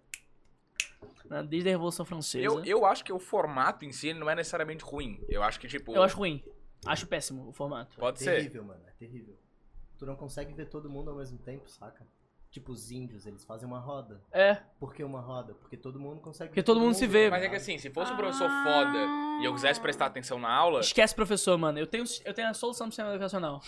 Speaker 4: né, Desde a Revolução Francesa.
Speaker 3: Eu, eu acho que o formato em si ele não é necessariamente ruim. Eu acho que, tipo,
Speaker 4: Eu acho ruim. Acho péssimo o formato.
Speaker 3: pode ser.
Speaker 7: terrível, mano. É terrível. Tu não consegue ver todo mundo ao mesmo tempo, saca? Tipo, os índios, eles fazem uma roda.
Speaker 4: É.
Speaker 7: Por que uma roda? Porque todo mundo consegue
Speaker 4: Porque
Speaker 7: ver
Speaker 4: todo mundo se vê.
Speaker 3: Mas é que assim, se fosse um professor
Speaker 2: Ah.
Speaker 3: foda e eu quisesse prestar atenção na aula,
Speaker 4: Esquece, professor, mano. Eu tenho, eu tenho a solução pro sistema educacional.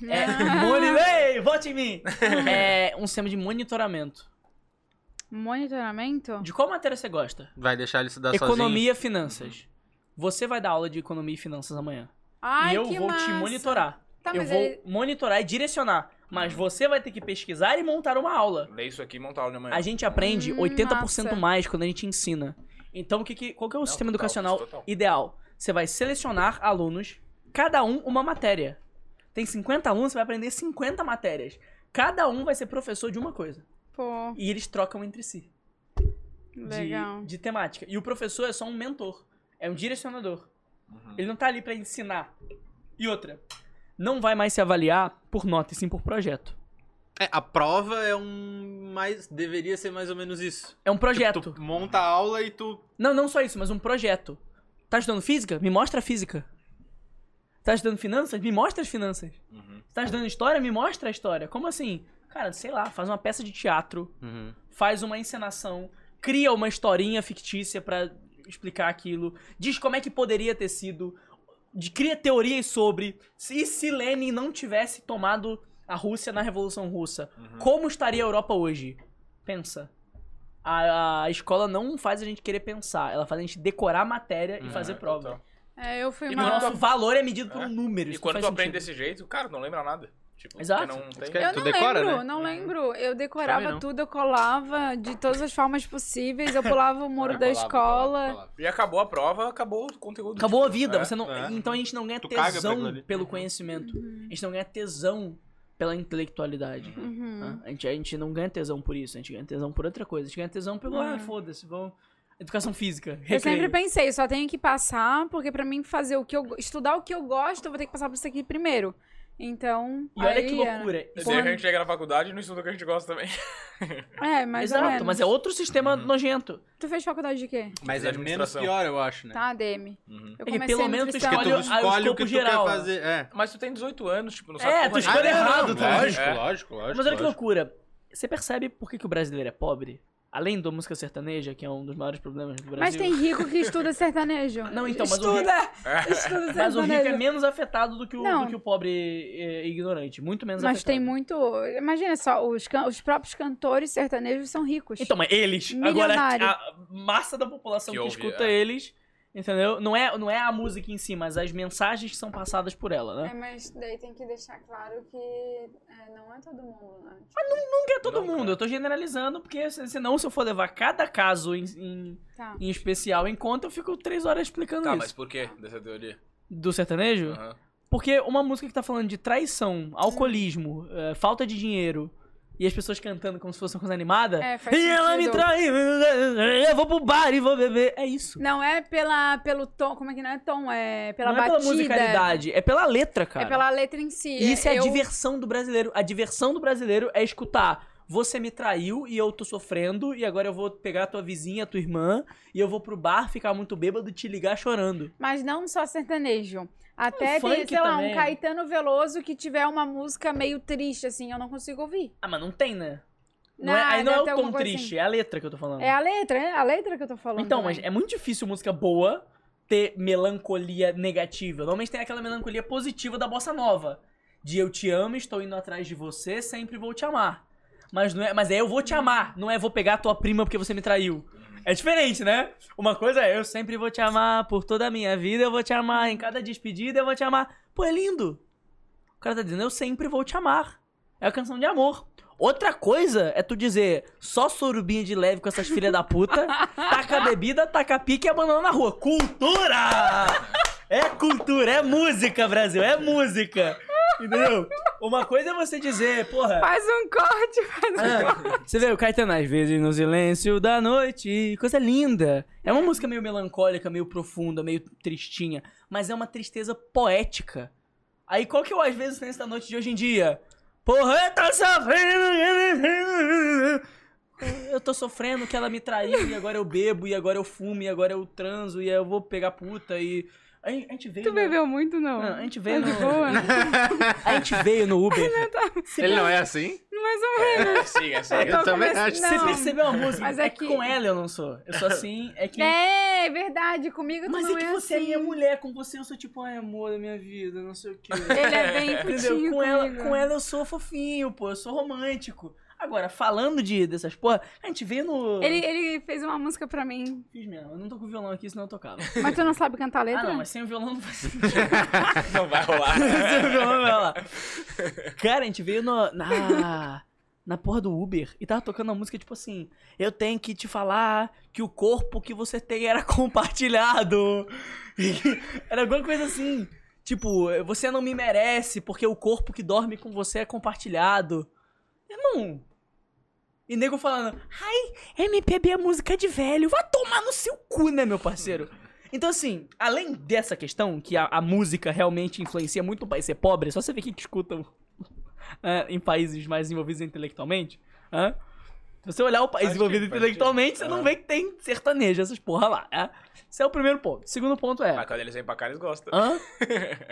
Speaker 4: É,
Speaker 2: Ah,
Speaker 4: moni- Ei, vote em mim! É um sistema de monitoramento.
Speaker 2: Ah. Monitoramento?
Speaker 4: De qual matéria você gosta?
Speaker 1: Vai deixar ele estudar Tá sozinho.
Speaker 4: economia e finanças. Você vai dar aula de economia e finanças amanhã.
Speaker 2: Ai,
Speaker 4: e eu
Speaker 2: que
Speaker 4: vou
Speaker 2: massa.
Speaker 4: te monitorar.
Speaker 2: Tá,
Speaker 4: eu
Speaker 2: mas
Speaker 4: vou
Speaker 2: ele-
Speaker 4: monitorar e direcionar. Mas você vai ter que pesquisar e montar uma aula.
Speaker 3: lê isso aqui e montar aula de manhã.
Speaker 4: A gente aprende
Speaker 2: Hum,
Speaker 4: 80%
Speaker 2: massa.
Speaker 4: mais quando a gente ensina. Então, o que que, qual que é o sistema
Speaker 3: total,
Speaker 4: educacional
Speaker 3: total.
Speaker 4: ideal? Você vai selecionar alunos, cada um uma matéria. Tem 50 alunos, você vai aprender 50 matérias. Cada um vai ser professor de uma coisa.
Speaker 2: Pô,
Speaker 4: E eles trocam entre si de-
Speaker 2: legal.
Speaker 4: De, temática. E o professor é só um mentor, é um direcionador.
Speaker 3: Uhum.
Speaker 4: Ele não tá ali pra ensinar. E outra, não vai mais se avaliar por nota, e sim por projeto.
Speaker 1: É, a prova é um mais deveria ser mais ou menos isso. Tipo,
Speaker 4: É um projeto.
Speaker 1: Tu monta a aula e tu
Speaker 4: Não, não só isso, mas um projeto. Tá estudando física? Me mostra a física. Tá estudando finanças? Me mostra as finanças.
Speaker 3: Uhum.
Speaker 4: Tá estudando história? Me mostra a história. Como assim? Cara, sei lá, faz uma peça de teatro,
Speaker 2: Uhum.
Speaker 4: faz uma encenação, cria uma historinha fictícia pra explicar aquilo, diz como é que poderia ter sido, de- cria teorias sobre se, e se Lenin não tivesse tomado a Rússia na Revolução Russa,
Speaker 3: Uhum.
Speaker 4: como estaria a Europa hoje? Pensa. A, a escola não faz a gente querer pensar, ela faz a gente decorar a matéria e
Speaker 1: Uhum,
Speaker 4: fazer
Speaker 3: É,
Speaker 4: prova.
Speaker 3: total.
Speaker 2: É, eu fui
Speaker 3: E
Speaker 4: O
Speaker 2: mal.
Speaker 3: quando
Speaker 4: nosso valor é medido por
Speaker 3: É.
Speaker 4: um número.
Speaker 3: E
Speaker 4: isso
Speaker 3: quando
Speaker 4: não
Speaker 3: tu
Speaker 4: faz
Speaker 3: aprende
Speaker 4: sentido.
Speaker 3: desse jeito, cara, não lembra nada. Tipo, porque
Speaker 4: Exato.
Speaker 3: não tem-
Speaker 1: quer-
Speaker 2: Eu
Speaker 1: Tu
Speaker 2: não
Speaker 1: decora,
Speaker 2: lembro,
Speaker 1: né?
Speaker 4: É.
Speaker 2: não
Speaker 3: Uhum.
Speaker 2: lembro. Eu
Speaker 1: Também
Speaker 2: decorava
Speaker 1: não.
Speaker 2: tudo, eu colava de todas as formas possíveis, eu pulava o muro da escola.
Speaker 3: E acabou a prova, acabou o conteúdo.
Speaker 4: Acabou a vida,
Speaker 3: É,
Speaker 4: você não,
Speaker 1: é.
Speaker 4: então a gente não ganha
Speaker 1: Tu caga pra aquilo
Speaker 4: tesão
Speaker 1: ali. Uhum.
Speaker 4: pelo conhecimento. A gente não ganha tesão pela intelectualidade.
Speaker 2: Uhum.
Speaker 4: né? A, gente, a gente não ganha tesão por isso, a gente ganha tesão por outra coisa. A gente ganha tesão pelo,
Speaker 2: Ah.
Speaker 4: ah, foda-se, vão educação física,
Speaker 2: Eu
Speaker 4: recreio.
Speaker 2: sempre pensei, só tenho que passar, porque pra mim fazer o que eu go- estudar o que eu gosto, eu vou ter que passar por isso aqui primeiro. Então,
Speaker 4: E olha
Speaker 2: aí é
Speaker 4: que
Speaker 2: era-
Speaker 4: loucura. é
Speaker 3: E daí
Speaker 4: Quando-
Speaker 3: a gente chega na faculdade e não estuda o que a gente gosta também.
Speaker 2: É, mas
Speaker 4: Exato, mas é outro sistema
Speaker 1: Uhum.
Speaker 4: nojento.
Speaker 2: Tu fez faculdade de quê?
Speaker 1: Mas
Speaker 3: de
Speaker 1: é menos
Speaker 3: administração.
Speaker 1: pior, eu acho, né?
Speaker 2: Tá, ADM.
Speaker 3: Uhum.
Speaker 2: Eu
Speaker 4: É que
Speaker 2: comecei
Speaker 4: pelo
Speaker 2: em
Speaker 4: menos tu
Speaker 2: nutrição.
Speaker 1: Porque tu
Speaker 4: Olha, ah, o
Speaker 1: escolhe o
Speaker 4: escopo
Speaker 1: que tu
Speaker 4: geral.
Speaker 1: quer fazer. É. Ah,
Speaker 3: Mas tu tem 18 anos, tipo, não
Speaker 4: É,
Speaker 3: sabe porra
Speaker 4: tu
Speaker 3: nenhuma.
Speaker 4: escolhe errado,
Speaker 1: não,
Speaker 4: tá?
Speaker 1: lógico,
Speaker 3: É.
Speaker 1: lógico, lógico.
Speaker 4: Mas olha
Speaker 1: lógico.
Speaker 4: que loucura. Você percebe por que, que o brasileiro é pobre? Além da música sertaneja, que é um dos maiores problemas do Brasil.
Speaker 2: Mas tem rico que estuda sertanejo.
Speaker 4: Não, então, mas o rico-
Speaker 2: estuda, estuda sertanejo.
Speaker 4: Mas o rico é menos afetado do que o,
Speaker 2: Não.
Speaker 4: do que o pobre é, ignorante. Muito menos
Speaker 2: Mas
Speaker 4: afetado.
Speaker 2: tem muito. Imagina só, os, can- os próprios cantores sertanejos são ricos.
Speaker 4: Então, mas eles.
Speaker 2: Milionário.
Speaker 4: Agora, a massa da população
Speaker 3: Que
Speaker 4: que,
Speaker 3: ouve,
Speaker 4: escuta
Speaker 3: é.
Speaker 4: eles, entendeu? Não é, não é a música em si, mas as mensagens que são passadas por ela, né?
Speaker 2: É, mas daí tem que deixar claro que é, não é todo mundo, né?
Speaker 4: Não é todo
Speaker 3: Não,
Speaker 4: mundo,
Speaker 3: cara.
Speaker 4: eu tô generalizando, porque se- senão se eu for levar cada caso em, em-
Speaker 2: Tá.
Speaker 4: em especial em conta, eu fico três horas explicando
Speaker 3: Tá,
Speaker 4: isso.
Speaker 3: mas Ah. por que dessa teoria?
Speaker 4: Do sertanejo?
Speaker 3: Aham.
Speaker 4: Porque uma música que tá falando de traição, alcoolismo,
Speaker 2: Hum.
Speaker 4: eh, falta de dinheiro, e as pessoas cantando como se fosse uma coisa animada...
Speaker 2: É, faz
Speaker 4: E ela me
Speaker 2: sentido.
Speaker 4: traiu, eu vou pro bar e vou beber. É isso.
Speaker 2: Não é pela, pelo tom, como é que não é tom? É pela
Speaker 4: não
Speaker 2: batida.
Speaker 4: é pela musicalidade, é pela letra, cara.
Speaker 2: É pela letra em si.
Speaker 4: E isso é
Speaker 2: eu-
Speaker 4: a diversão do brasileiro. A diversão do brasileiro é escutar. Você me traiu e eu tô sofrendo, e agora eu vou pegar tua vizinha, tua irmã, e eu vou pro bar ficar muito bêbado e te ligar chorando.
Speaker 2: Mas não só sertanejo. Até tem,
Speaker 4: Um funk
Speaker 2: sei lá, um
Speaker 4: também.
Speaker 2: Caetano Veloso que tiver uma música meio triste, assim, eu não consigo ouvir.
Speaker 4: Ah, mas não tem, né? Não é,
Speaker 2: Ah,
Speaker 4: aí não é
Speaker 2: deve
Speaker 4: o
Speaker 2: ter
Speaker 4: tom
Speaker 2: alguma coisa
Speaker 4: triste, é a letra que eu tô falando.
Speaker 2: assim. É a letra, é a letra que eu tô falando.
Speaker 4: Então, mas
Speaker 2: também.
Speaker 4: é muito difícil música boa ter melancolia negativa. Normalmente tem aquela melancolia positiva da bossa nova. De eu te amo, estou indo atrás de você, sempre vou te amar. Mas não é, mas é eu vou te amar, não é vou pegar a tua prima porque você me traiu. É diferente, né? Uma coisa é eu sempre vou te amar por toda a minha vida, eu vou te amar em cada despedida, eu vou te amar. Pô, é lindo. O cara tá dizendo eu sempre vou te amar. É a canção de amor. Outra coisa é tu dizer só sorubinho de leve com essas filhas da puta, taca a bebida, taca a pique e abandona na rua. Cultura! É cultura, é música, Brasil, é música. Entendeu? Uma coisa é você dizer, porra,
Speaker 2: Faz um corte, faz um corte.
Speaker 4: ah, Você vê o Caetano às vezes no silêncio da noite. Coisa linda. É uma música meio melancólica, meio profunda, meio tristinha. Mas é uma tristeza poética. Aí qual que é o às vezes o silêncio da noite de hoje em dia? Porra, eu tô sofrendo. Eu tô sofrendo que ela me traiu e agora eu bebo e agora eu fumo e agora eu transo e eu vou pegar puta e... A gente a gente veio
Speaker 2: Tu
Speaker 4: no-
Speaker 2: bebeu muito, não?
Speaker 4: Não, a gente veio
Speaker 2: Tá
Speaker 4: no...
Speaker 2: de boa?
Speaker 4: A gente veio no Uber.
Speaker 1: Ele não é assim?
Speaker 2: Mais ou menos.
Speaker 3: É, Siga, siga.
Speaker 1: Eu também
Speaker 2: começando-
Speaker 1: acho.
Speaker 4: Você
Speaker 2: Não.
Speaker 4: percebeu a música?
Speaker 2: Mas
Speaker 4: é
Speaker 2: é
Speaker 4: que...
Speaker 2: que-
Speaker 4: com ela eu não sou. Eu sou assim, é que.
Speaker 2: É, verdade. Comigo tu
Speaker 4: Mas é
Speaker 2: não
Speaker 4: que
Speaker 2: é
Speaker 4: você é
Speaker 2: assim.
Speaker 4: minha mulher, com você eu sou tipo, ai amor da minha vida, não sei o quê.
Speaker 2: Ele é bem
Speaker 4: Entendeu?
Speaker 2: putinho
Speaker 4: Com ela,
Speaker 2: comigo.
Speaker 4: com ela eu sou fofinho, pô, eu sou romântico. Agora, falando de, dessas porra, a gente vê no.
Speaker 2: Ele, ele fez uma música pra mim,
Speaker 4: Fiz mesmo, eu não tô com o violão aqui, senão eu tocava.
Speaker 2: mas tu não sabe cantar a letra?
Speaker 4: Ah, não, mas sem o violão não faz sentido. É.
Speaker 3: Não vai rolar.
Speaker 4: sem é o violão, vai lá. Cara, a gente veio no, na. Na porra do Uber e tava tocando uma música tipo assim: Eu tenho que te falar que o corpo que você tem era compartilhado. Era alguma coisa assim. Tipo, você não me merece porque o corpo que dorme com você é compartilhado. Irmão. E nego falando, ai, MPB é música de velho. Vai tomar no seu cu, né, meu parceiro? Então, assim, além dessa questão, que a, a música realmente influencia muito o país ser pobre, é só você ver quem que escutam em países mais desenvolvidos intelectualmente. hã? Se você olhar o país
Speaker 3: Faz
Speaker 4: desenvolvido
Speaker 3: sentido, faz
Speaker 4: intelectualmente, você
Speaker 3: sentido.
Speaker 4: não
Speaker 3: Ah.
Speaker 4: vê que tem sertanejo, essas porra lá. hã? Esse é o primeiro ponto. Segundo ponto é.
Speaker 3: Mas quando eles vêm pra cá, eles gostam.
Speaker 4: Hã?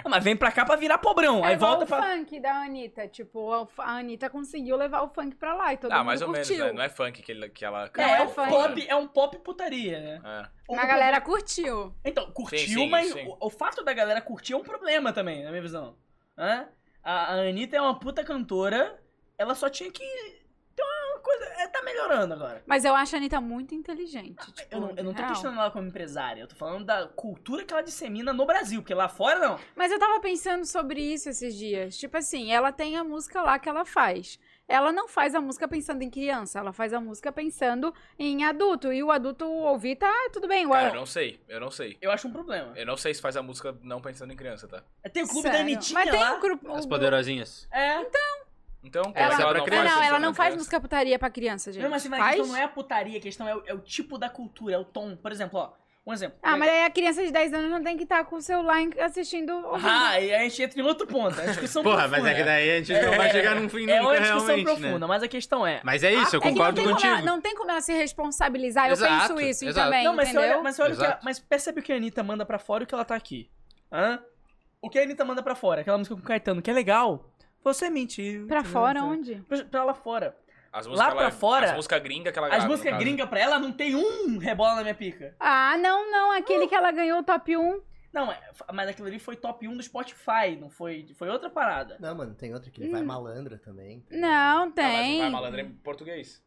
Speaker 4: Ah, mas vem pra cá pra virar pobrão.
Speaker 2: É
Speaker 4: aí
Speaker 2: igual
Speaker 4: volta
Speaker 2: o
Speaker 4: pra.
Speaker 2: funk da Anitta. Tipo, a- a Anitta conseguiu levar o funk pra lá e todo
Speaker 3: Ah,
Speaker 2: mundo
Speaker 3: mais ou menos,
Speaker 2: curtiu.
Speaker 3: né? Não é funk que, ele, que ela né?
Speaker 4: É,
Speaker 2: Não,
Speaker 4: é
Speaker 2: é
Speaker 4: um
Speaker 2: funk.
Speaker 4: pop, é um pop putaria, né?
Speaker 3: É.
Speaker 4: O-
Speaker 2: Mas a galera curtiu.
Speaker 4: Então, curtiu,
Speaker 3: Sim, sim,
Speaker 4: mas
Speaker 3: sim.
Speaker 4: O, o fato da galera curtir é um problema também, na minha visão. Hã? A, a Anitta é uma puta cantora, ela só tinha que. ter uma coisa. É, tá melhorando agora.
Speaker 2: Mas eu acho a Anitta muito inteligente. Tipo,
Speaker 4: Eu não, eu não tô
Speaker 2: real.
Speaker 4: questionando ela como empresária, eu tô falando da cultura que ela dissemina no Brasil, porque lá fora não.
Speaker 2: Mas eu tava pensando sobre isso esses dias. Tipo assim, ela tem a música lá que ela faz. Ela não faz a música pensando em criança, ela faz a música pensando em adulto. E o adulto ouvir tá tudo bem. O-
Speaker 3: Cara, eu não sei. Eu não sei.
Speaker 4: Eu acho um problema. É,
Speaker 3: Eu não sei se faz a música não pensando em criança, tá?
Speaker 4: Tem o clube da
Speaker 2: Sério.
Speaker 4: Anitinha
Speaker 2: Mas tem
Speaker 4: lá.
Speaker 2: um grupo.
Speaker 1: As
Speaker 2: o-
Speaker 1: poderosinhas.
Speaker 4: É.
Speaker 3: Então, como
Speaker 2: Ela-
Speaker 3: é que ela
Speaker 1: pra
Speaker 2: Não,
Speaker 3: não faz
Speaker 1: criança.
Speaker 2: não, ela
Speaker 3: pensando
Speaker 2: não
Speaker 3: em
Speaker 2: faz
Speaker 3: criança?
Speaker 2: música putaria pra criança, gente.
Speaker 4: Não, mas a
Speaker 2: faz?
Speaker 4: questão não é a putaria, a questão é, o- é o tipo da cultura, é o tom. Por exemplo, ó, um exemplo.
Speaker 2: Ah, mas aí a criança de 10 anos não tem que estar com o celular em- assistindo.
Speaker 4: Ah, e aí a gente entra em outro ponto. É uma discussão
Speaker 1: Porra, mas
Speaker 4: profunda.
Speaker 1: é que daí a gente não vai chegar num fim
Speaker 4: É
Speaker 1: nunca
Speaker 4: uma discussão
Speaker 1: realmente,
Speaker 4: profunda,
Speaker 1: né?
Speaker 4: mas a questão é.
Speaker 1: Mas é isso, eu
Speaker 2: É que não
Speaker 1: concordo
Speaker 2: tem, como ela,
Speaker 1: contigo.
Speaker 2: não tem como ela se responsabilizar. Eu
Speaker 1: Exato,
Speaker 2: penso isso
Speaker 1: exato.
Speaker 2: também,
Speaker 4: Não, mas você
Speaker 2: É, entendeu?
Speaker 4: olha, mas, você olha o que ela,
Speaker 1: Exato.
Speaker 4: mas percebe o que a Anitta manda pra fora e o que ela tá aqui. Hã? O que a Anitta manda pra fora? Aquela música com o Caetano, que é legal. Você mentiu.
Speaker 2: Pra
Speaker 4: Você
Speaker 2: fora,
Speaker 4: mentiu.
Speaker 2: onde?
Speaker 4: Pra, pra lá fora.
Speaker 3: As
Speaker 4: Lá
Speaker 3: músicas,
Speaker 4: pra
Speaker 3: ela- é-
Speaker 4: fora,
Speaker 3: As músicas gringas que ela grava.
Speaker 4: As
Speaker 3: no
Speaker 4: músicas
Speaker 3: caso.
Speaker 4: gringas pra ela não tem um rebola na minha pica.
Speaker 2: Ah, não, não. Aquele que ela ganhou o top 1.
Speaker 4: Não, é- mas aquilo ali foi top 1 do Spotify, não foi, foi outra parada.
Speaker 7: Não, mano, tem outra que ele vai malandra também. tá
Speaker 2: Não,
Speaker 7: ligado?
Speaker 3: Hum. Não, mas
Speaker 2: tem.
Speaker 3: Vai malandra em português.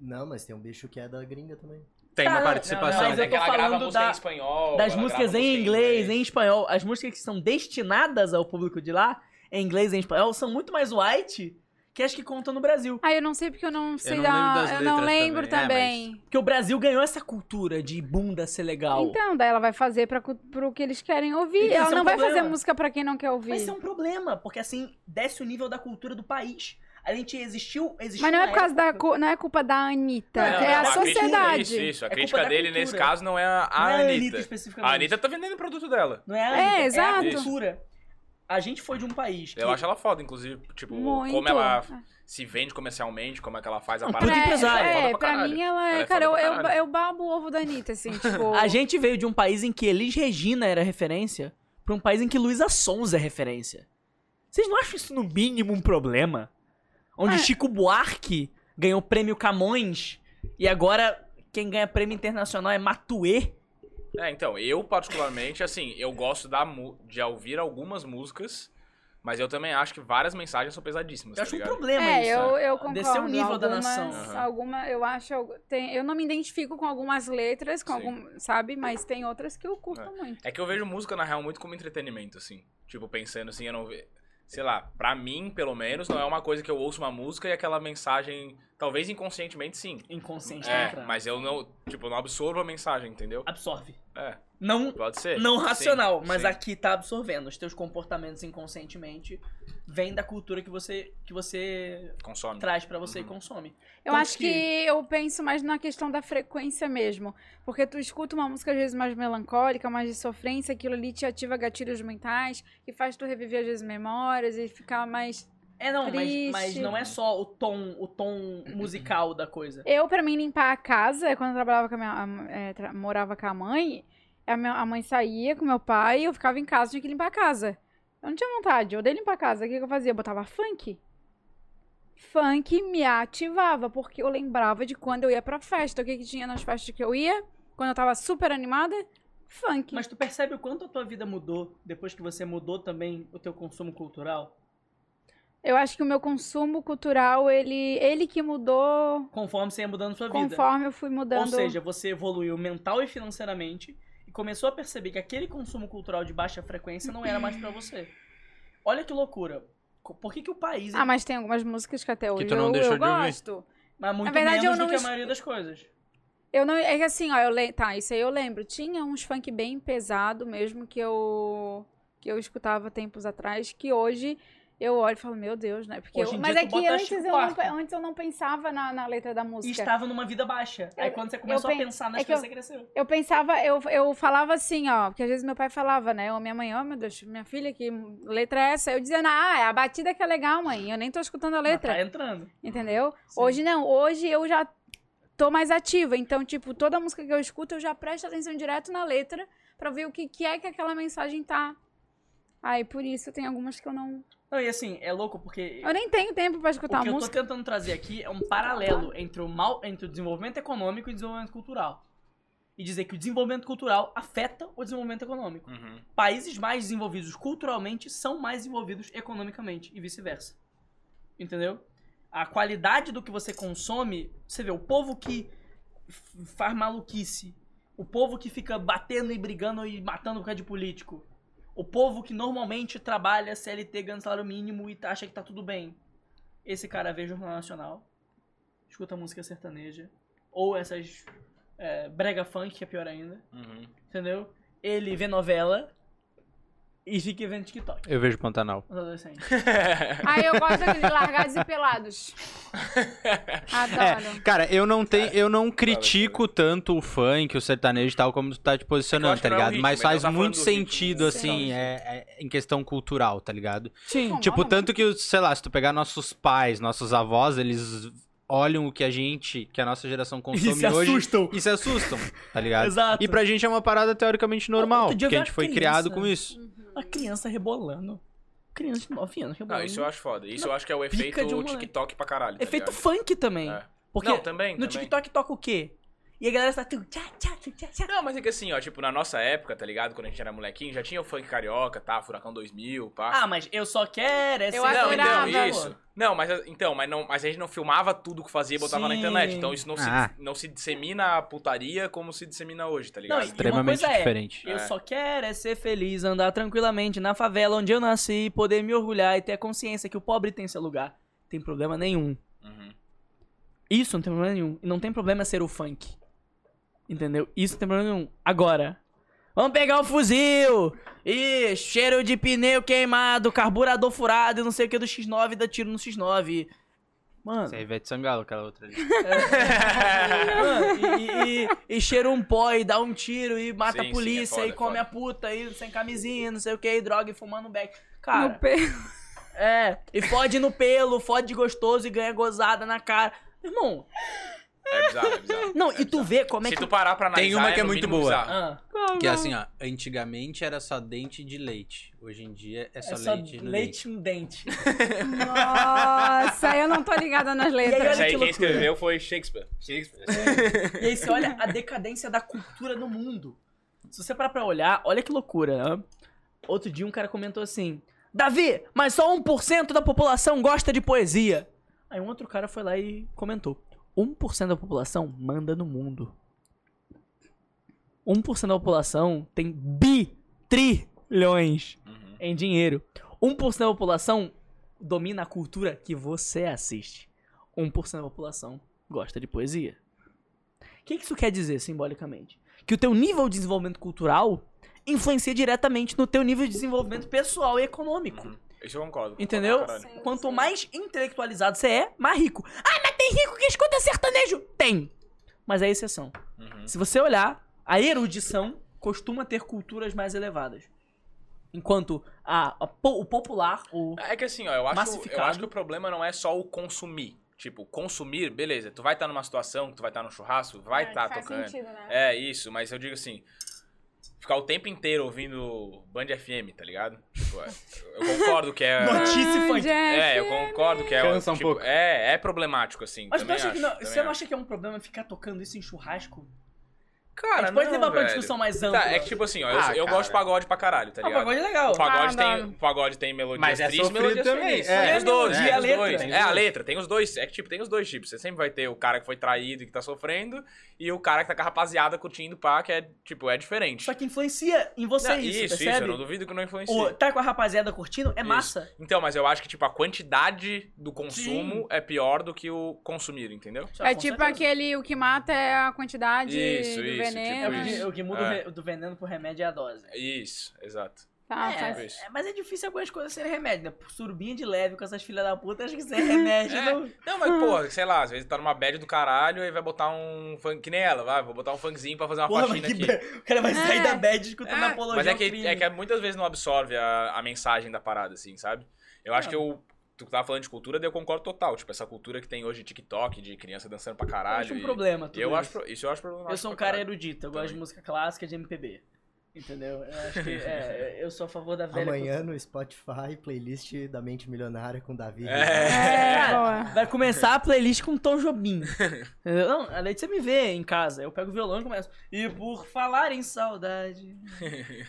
Speaker 7: Não, mas tem um bicho que é da gringa também.
Speaker 1: Tem
Speaker 4: Tá,
Speaker 1: uma
Speaker 4: não,
Speaker 1: participação. né?
Speaker 4: não, mas eu
Speaker 3: é que
Speaker 4: tô
Speaker 3: ela grava
Speaker 4: falando
Speaker 3: música
Speaker 4: da-
Speaker 3: em espanhol.
Speaker 4: das
Speaker 3: ela grava
Speaker 4: músicas
Speaker 3: música
Speaker 4: em inglês, em espanhol, as músicas que são destinadas ao público de lá, em inglês e em espanhol, são muito mais white que as que contam no Brasil.
Speaker 2: Ah, eu não sei porque eu não sei
Speaker 1: não
Speaker 2: da.
Speaker 1: lembro das
Speaker 2: eu não
Speaker 1: letras
Speaker 2: lembro
Speaker 1: também. É,
Speaker 2: também.
Speaker 4: Porque o Brasil ganhou essa cultura de bunda ser legal.
Speaker 2: Então, daí ela vai fazer pra, cu- pro que eles querem ouvir.
Speaker 4: Então,
Speaker 2: ela
Speaker 4: isso é um
Speaker 2: não vai
Speaker 4: problema.
Speaker 2: fazer música pra quem não quer ouvir.
Speaker 4: Mas isso é um problema, porque assim, desce o nível da cultura do país. A gente existiu, existiu
Speaker 2: Mas não é
Speaker 4: uma
Speaker 2: por causa da.
Speaker 4: época-
Speaker 2: cu- Não é culpa da Anitta.
Speaker 4: Não,
Speaker 2: é
Speaker 4: não,
Speaker 2: a
Speaker 4: a
Speaker 3: crítica-
Speaker 2: sociedade.
Speaker 3: Isso, isso. A
Speaker 4: É culpa
Speaker 3: crítica
Speaker 4: da
Speaker 3: dele,
Speaker 4: cultura.
Speaker 3: nesse caso, não é a,
Speaker 4: Não
Speaker 3: a
Speaker 4: é
Speaker 3: Anitta.
Speaker 4: especificamente.
Speaker 3: A Anitta tá vendendo o produto dela.
Speaker 4: Não é a
Speaker 2: É,
Speaker 4: Anitta, é,
Speaker 2: exato.
Speaker 4: a cultura. A gente foi de um país que...
Speaker 3: Eu acho ela foda, inclusive. Tipo,
Speaker 2: Muito.
Speaker 3: como ela se vende comercialmente, como é que ela faz a
Speaker 4: Não,
Speaker 3: parada.
Speaker 4: puta
Speaker 2: Pra-
Speaker 4: empresária.
Speaker 3: Ela
Speaker 2: É,
Speaker 3: foda pra
Speaker 2: pra
Speaker 3: caralho.
Speaker 2: mim ela
Speaker 3: Ela
Speaker 2: é.
Speaker 3: é
Speaker 2: cara, eu,
Speaker 3: foda pra
Speaker 2: eu,
Speaker 3: caralho.
Speaker 2: eu babo o ovo da Anitta, assim, tipo.
Speaker 4: A gente veio de um país em que Elis Regina era referência pra um país em que Luísa Sons é referência. Vocês não acham isso no mínimo um problema? Onde
Speaker 2: Ah.
Speaker 4: Chico Buarque ganhou o prêmio Camões e agora quem ganha prêmio internacional é Matuê,
Speaker 3: É, então, eu particularmente, assim, eu gosto da mu- de ouvir algumas músicas, mas eu também acho que várias mensagens são pesadíssimas,
Speaker 4: Eu
Speaker 3: tá
Speaker 4: acho um
Speaker 3: ligado?
Speaker 4: problema
Speaker 2: é,
Speaker 4: isso.
Speaker 2: eu, eu concordo.
Speaker 4: Descer o nível da
Speaker 2: algumas,
Speaker 4: nação.
Speaker 3: Aham.
Speaker 2: Alguma, eu acho, algu- tem, eu não me identifico com algumas letras, com
Speaker 3: Sim.
Speaker 2: algum, sabe? Mas tem outras que eu curto muito.
Speaker 3: É que eu vejo música, na real, muito como entretenimento, assim. Tipo, pensando assim, eu não vejo. Sei lá, pra mim, pelo menos, não é uma coisa que eu ouço uma música e aquela mensagem. Talvez inconscientemente sim.
Speaker 4: Inconsciente tá
Speaker 3: É,
Speaker 4: entrando.
Speaker 3: mas eu não. Tipo, eu não absorvo a mensagem, entendeu?
Speaker 4: Absorve.
Speaker 3: É,
Speaker 4: Não,
Speaker 3: pode ser.
Speaker 4: não
Speaker 3: Sim,
Speaker 4: racional, mas
Speaker 3: sim.
Speaker 4: aqui tá absorvendo. Os teus comportamentos inconscientemente vêm da cultura que você, que você
Speaker 3: Consome.
Speaker 4: traz pra você e
Speaker 3: Uhum.
Speaker 4: consome.
Speaker 2: Eu
Speaker 4: Tanto
Speaker 2: acho que... eu penso mais na questão da frequência mesmo. Porque tu escuta uma música, às vezes, mais melancólica, mais de sofrência, aquilo ali te ativa gatilhos mentais, que faz tu reviver, às vezes, memórias e ficar mais.
Speaker 4: É, não, mas, mas
Speaker 2: Triste.
Speaker 4: não é só o tom, o tom musical da coisa.
Speaker 2: Eu, pra mim, limpar a casa, quando eu trabalhava com a minha. a- é, tra- morava com a mãe, a, minha- a mãe saía com meu pai, eu ficava em casa, tinha que limpar a casa. Eu não tinha vontade, eu odeio limpar a casa. O que, que eu fazia? Eu botava funk. Funk me ativava, porque eu lembrava de quando eu ia pra festa. O que, que tinha nas festas que eu ia? Quando eu tava super animada? Funk.
Speaker 4: Mas tu percebe o quanto a tua vida mudou depois que você mudou também o teu consumo cultural?
Speaker 2: Eu acho que o meu consumo cultural, ele, ele que mudou
Speaker 4: Conforme você ia mudando sua vida.
Speaker 2: conforme eu fui mudando.
Speaker 4: Ou seja, você evoluiu mental e financeiramente e começou a perceber que aquele consumo cultural de baixa frequência não era mais pra você. Olha que loucura. Co- Por que, que o país
Speaker 2: ah, mas tem algumas músicas que até hoje
Speaker 1: tu não
Speaker 2: eu,
Speaker 1: deixou
Speaker 2: eu
Speaker 1: de ouvir.
Speaker 2: gosto.
Speaker 4: mas muito
Speaker 2: na verdade, eu
Speaker 4: menos
Speaker 2: não
Speaker 4: do que a
Speaker 2: es-
Speaker 4: maioria das coisas?
Speaker 2: Eu não. É que assim, ó, eu lembro. Tá, isso aí eu lembro. Tinha uns funk bem pesado mesmo que eu. que eu escutava tempos atrás, que hoje eu olho e falo, meu Deus, né? Porque
Speaker 4: Hoje
Speaker 2: eu-
Speaker 4: em
Speaker 2: mas
Speaker 4: dia
Speaker 2: é
Speaker 4: tu
Speaker 2: que
Speaker 4: bota
Speaker 2: antes
Speaker 4: Chico
Speaker 2: eu, não,
Speaker 4: Buarque.
Speaker 2: antes eu não pensava na, na letra da música.
Speaker 4: E estava numa vida baixa. Aí
Speaker 2: Eu-
Speaker 4: quando você começou
Speaker 2: eu
Speaker 4: a
Speaker 2: pen-
Speaker 4: pensar nas
Speaker 2: é que
Speaker 4: coisas,
Speaker 2: eu-
Speaker 4: você cresceu.
Speaker 2: Eu pensava, eu, eu falava assim, ó, porque às vezes meu pai falava, né? Ou minha mãe, ó, meu Deus, minha filha, que letra é essa? Eu dizendo, ah, é a batida que é legal, mãe. Eu nem tô escutando a letra.
Speaker 4: Mas Tá entrando.
Speaker 2: Entendeu?
Speaker 4: Sim.
Speaker 2: Hoje não, hoje eu já tô mais ativa. Então, tipo, toda música que eu escuto, eu já presto atenção direto na letra pra ver o que, que é que aquela mensagem tá. Aí, por isso, tem algumas que eu não.
Speaker 4: Não, e assim, é louco porque
Speaker 2: Eu nem tenho tempo pra
Speaker 4: O que
Speaker 2: escutar a
Speaker 4: eu
Speaker 2: música.
Speaker 4: tô tentando trazer aqui é um paralelo entre o mal, entre o desenvolvimento econômico e o desenvolvimento cultural. E dizer que o desenvolvimento cultural afeta o desenvolvimento econômico.
Speaker 3: Uhum.
Speaker 4: Países mais desenvolvidos culturalmente são mais desenvolvidos economicamente e vice-versa. Entendeu? A qualidade do que você consome, você vê, o povo que f- faz maluquice, o povo que fica batendo e brigando e matando por causa de político, o povo que normalmente trabalha CLT ganhando salário mínimo e tá- acha que tá tudo bem. Esse cara vê Jornal Nacional, escuta música sertaneja, ou essas é, brega funk, que é pior ainda,
Speaker 3: Uhum.
Speaker 4: entendeu? Ele vê novela e fica vendo TikTok.
Speaker 1: Eu vejo Pantanal.
Speaker 4: Os adolescentes.
Speaker 2: Aí eu gosto de largados e pelados. Adoro.
Speaker 1: Cara, eu não tenho, eu não critico tanto o funk, o sertanejo e tal, como tu tá te
Speaker 3: Eu
Speaker 1: posicionando,
Speaker 3: acho
Speaker 1: tá
Speaker 3: que não é o
Speaker 1: ligado?
Speaker 3: ritmo,
Speaker 1: Mas
Speaker 3: ele não
Speaker 1: faz
Speaker 3: tá falando
Speaker 1: muito
Speaker 3: do ritmo,
Speaker 1: sentido,
Speaker 3: né?
Speaker 1: assim, é, é- em questão cultural, tá ligado?
Speaker 4: Hum,
Speaker 2: Sim.
Speaker 1: Tipo, tanto que, sei lá, se tu pegar nossos pais, nossos avós, eles olham o que a gente, que a nossa geração consome hoje
Speaker 4: assustam.
Speaker 1: e se assustam, tá ligado?
Speaker 4: Exato.
Speaker 1: E pra gente é uma parada teoricamente normal,
Speaker 4: Outro dia
Speaker 1: porque a
Speaker 4: eu vi
Speaker 1: gente
Speaker 4: uma
Speaker 1: foi criado
Speaker 4: criança.
Speaker 1: com isso.
Speaker 4: A criança rebolando. Criança de 9 anos rebolando.
Speaker 3: Não, isso eu acho foda. Isso eu acho que é o
Speaker 4: pica
Speaker 3: efeito
Speaker 4: de um moleque.
Speaker 3: TikTok pra caralho. tá
Speaker 4: Efeito
Speaker 3: ligado?
Speaker 4: funk também.
Speaker 3: É.
Speaker 4: Porque
Speaker 3: Não, também.
Speaker 4: no
Speaker 3: também.
Speaker 4: TikTok toca o quê? E a galera tá tudo tchá, tchá, tchá, tchá, tchá.
Speaker 3: Não, mas é que assim, ó, tipo, na nossa época, tá ligado? Quando a gente era molequinho, já tinha o funk carioca, tá? Furacão 2000, pá.
Speaker 4: Ah, mas eu só quero é essa...
Speaker 2: Eu
Speaker 3: não,
Speaker 2: adorava.
Speaker 3: então, isso. Não, mas então, mas não, mas a gente não filmava tudo que fazia e botava na
Speaker 4: Sim.
Speaker 3: internet. Então isso não,
Speaker 1: Ah.
Speaker 3: se, não se dissemina a putaria como se dissemina hoje, tá ligado?
Speaker 4: Não, e-
Speaker 1: Extremamente
Speaker 4: coisa é-
Speaker 1: diferente.
Speaker 4: Eu
Speaker 3: É.
Speaker 4: só quero é ser feliz, andar tranquilamente na favela onde eu nasci, poder me orgulhar e ter a consciência que o pobre tem seu lugar. Tem problema nenhum.
Speaker 3: Uhum.
Speaker 4: Isso não tem problema nenhum. E não tem problema ser o funk. Entendeu? Isso não tem problema nenhum. Agora, vamos pegar o fuzil! E cheiro de pneu queimado, carburador furado e não sei o que do X9 dá tiro no X9. Mano.
Speaker 1: Essa é a Ivete Sangalo, aquela outra ali.
Speaker 4: Mano, e, e- e- e cheira um pó e dá um tiro e mata
Speaker 3: Sim, sim,
Speaker 4: a
Speaker 3: é
Speaker 4: polícia
Speaker 3: foda,
Speaker 4: e
Speaker 3: é
Speaker 4: come
Speaker 3: foda.
Speaker 4: a puta e sem camisinha, não sei o que, e droga e fumando um beck.
Speaker 2: No
Speaker 4: Cara,
Speaker 2: pe-
Speaker 4: é. E fode no pelo, fode de gostoso e ganha gozada na cara. Irmão,
Speaker 3: É bizarro, é bizarro.
Speaker 4: não,
Speaker 3: É
Speaker 4: e tu
Speaker 3: bizarro.
Speaker 4: vê como é
Speaker 3: Se
Speaker 4: que.
Speaker 3: tu parar pra analisar,
Speaker 1: Tem uma que é
Speaker 3: no
Speaker 1: muito
Speaker 3: mínimo
Speaker 1: boa.
Speaker 3: bizarro.
Speaker 4: Ah,
Speaker 1: Que é assim, ó, antigamente era só dente de leite. Hoje em dia é só,
Speaker 4: é só
Speaker 1: leite no
Speaker 4: leite no dente.
Speaker 2: Nossa, eu não tô ligada nas
Speaker 4: E
Speaker 2: letras.
Speaker 4: olha
Speaker 3: Isso aí
Speaker 4: que
Speaker 3: quem
Speaker 4: loucura.
Speaker 3: escreveu foi Shakespeare. assim. Shakespeare.
Speaker 4: E aí você olha a decadência da cultura no mundo. Se você parar pra olhar, olha que loucura, né? Outro dia um cara comentou assim: Davi, mas só 1% da população gosta de poesia. Aí um outro cara foi lá e comentou: 1% da população manda no mundo. 1% da população tem bi, trilhões
Speaker 3: Uhum.
Speaker 4: em dinheiro. 1% da população domina a cultura que você assiste. 1% da população gosta de poesia. O que que isso quer dizer simbolicamente? Que o teu nível de desenvolvimento cultural influencia diretamente no teu nível de desenvolvimento pessoal e econômico.
Speaker 3: Uhum. Isso eu concordo. concordo
Speaker 4: Entendeu?
Speaker 3: pra caralho.
Speaker 4: Quanto mais intelectualizado você é, mais rico. Ah, mas tem rico que escuta sertanejo? Tem. Mas é exceção.
Speaker 3: Uhum.
Speaker 4: Se você olhar, a erudição costuma ter culturas mais elevadas. Enquanto a, a po- o popular, o.
Speaker 3: É que assim, ó, eu acho, eu
Speaker 4: Massificado.
Speaker 3: acho que o problema não é só o consumir. Tipo, consumir, beleza, tu vai estar numa situação, que tu vai estar num churrasco, vai
Speaker 2: É,
Speaker 3: estar
Speaker 2: faz
Speaker 3: tocando.
Speaker 2: sentido, né?
Speaker 3: É, isso, mas eu digo assim, ficar o tempo inteiro ouvindo Band FM, tá ligado? Tipo, é, eu concordo que é...
Speaker 4: Notícia funk.
Speaker 3: É, eu concordo que é...
Speaker 1: Cansa um
Speaker 3: tipo,
Speaker 1: pouco.
Speaker 3: É, é problemático, assim,
Speaker 4: Mas você,
Speaker 3: também
Speaker 4: acha
Speaker 3: acho,
Speaker 4: que não-
Speaker 3: também
Speaker 4: você não
Speaker 3: acho.
Speaker 4: acha que é um problema ficar tocando isso em churrasco?
Speaker 3: Cara,
Speaker 4: a gente pode
Speaker 3: não,
Speaker 4: levar pra
Speaker 3: velho.
Speaker 4: uma discussão mais ampla.
Speaker 3: Tá, é que tipo assim, ó, eu,
Speaker 1: Ah,
Speaker 3: eu
Speaker 1: cara.
Speaker 3: gosto de pagode pra caralho, tá
Speaker 4: Ah, o
Speaker 3: ligado?
Speaker 4: pagode é legal.
Speaker 3: O pagode,
Speaker 2: Ah,
Speaker 3: tem,
Speaker 2: não.
Speaker 3: o pagode tem melodias
Speaker 1: Mas é
Speaker 3: tristes e
Speaker 1: sofrido
Speaker 3: melodias
Speaker 1: também,
Speaker 3: felizes.
Speaker 1: é.
Speaker 3: Tem os dois,
Speaker 4: E a
Speaker 3: é, os
Speaker 4: letra?
Speaker 3: dois.
Speaker 4: Tem os
Speaker 3: É, a
Speaker 1: dois.
Speaker 3: letra, tem os dois. É que, tipo, tem os dois tipos. Você sempre vai ter o cara que foi traído e que tá sofrendo e o cara que tá com a rapaziada curtindo pá, que é, tipo, é diferente.
Speaker 4: Só que influencia em você
Speaker 3: Não,
Speaker 4: isso,
Speaker 3: isso,
Speaker 4: percebe?
Speaker 3: eu não duvido que não
Speaker 4: o,
Speaker 3: influencia.
Speaker 4: tá com a rapaziada curtindo, é
Speaker 3: Isso.
Speaker 4: massa.
Speaker 3: Então, mas eu acho que, tipo, a quantidade do consumo é pior do que o consumir, entendeu?
Speaker 4: Só,
Speaker 2: É
Speaker 4: com
Speaker 2: tipo
Speaker 4: certeza.
Speaker 2: aquele, o que mata é a quantidade
Speaker 3: Isso,
Speaker 2: do
Speaker 3: isso,
Speaker 4: É
Speaker 2: veneno.
Speaker 4: o que,
Speaker 3: isso.
Speaker 4: o que muda o
Speaker 3: É.
Speaker 4: re- do veneno pro remédio é a dose.
Speaker 3: Isso, exato.
Speaker 2: Tá,
Speaker 4: É,
Speaker 2: faz-
Speaker 3: Tipo isso.
Speaker 4: é, mas é difícil algumas coisas serem remédio, né? Surubinha de leve com essas filhas da puta, acho que isso é remédio.
Speaker 3: É.
Speaker 4: não-
Speaker 3: Não, mas, porra, sei lá, às vezes tá numa bad do caralho e vai botar um funk. Que nem ela, vai, vou botar um funkzinho pra fazer uma
Speaker 4: Porra, mas
Speaker 3: faxina
Speaker 4: que
Speaker 3: aqui.
Speaker 4: be- o cara vai sair
Speaker 2: É.
Speaker 4: da bad escutando
Speaker 3: É,
Speaker 4: apologia.
Speaker 3: Mas é
Speaker 4: ao
Speaker 3: que,
Speaker 4: um crime.
Speaker 3: é que muitas vezes não absorve a, a mensagem da parada, assim, sabe? Eu acho
Speaker 4: É.
Speaker 3: que eu. Tu tava falando de cultura, daí eu concordo total. Tipo, essa cultura que tem hoje TikTok, de criança dançando pra
Speaker 4: Eu
Speaker 3: caralho.
Speaker 4: acho um
Speaker 3: e-
Speaker 4: problema. tudo
Speaker 3: eu
Speaker 4: isso.
Speaker 3: acho, pro- isso eu acho problemático.
Speaker 4: Eu sou um
Speaker 3: pra
Speaker 4: cara
Speaker 3: caralho.
Speaker 4: erudito, eu gosto de
Speaker 3: Também.
Speaker 4: música clássica de MPB. Entendeu? Eu acho que é, eu sou a favor da velha.
Speaker 7: Amanhã no Spotify, playlist da Mente Milionária com Davi.
Speaker 3: É.
Speaker 2: É, boa.
Speaker 4: Vai começar a playlist com Tom Jobim. Entendeu? Não, além de você me ver em casa, eu pego o violão e começo. E por falar em saudade,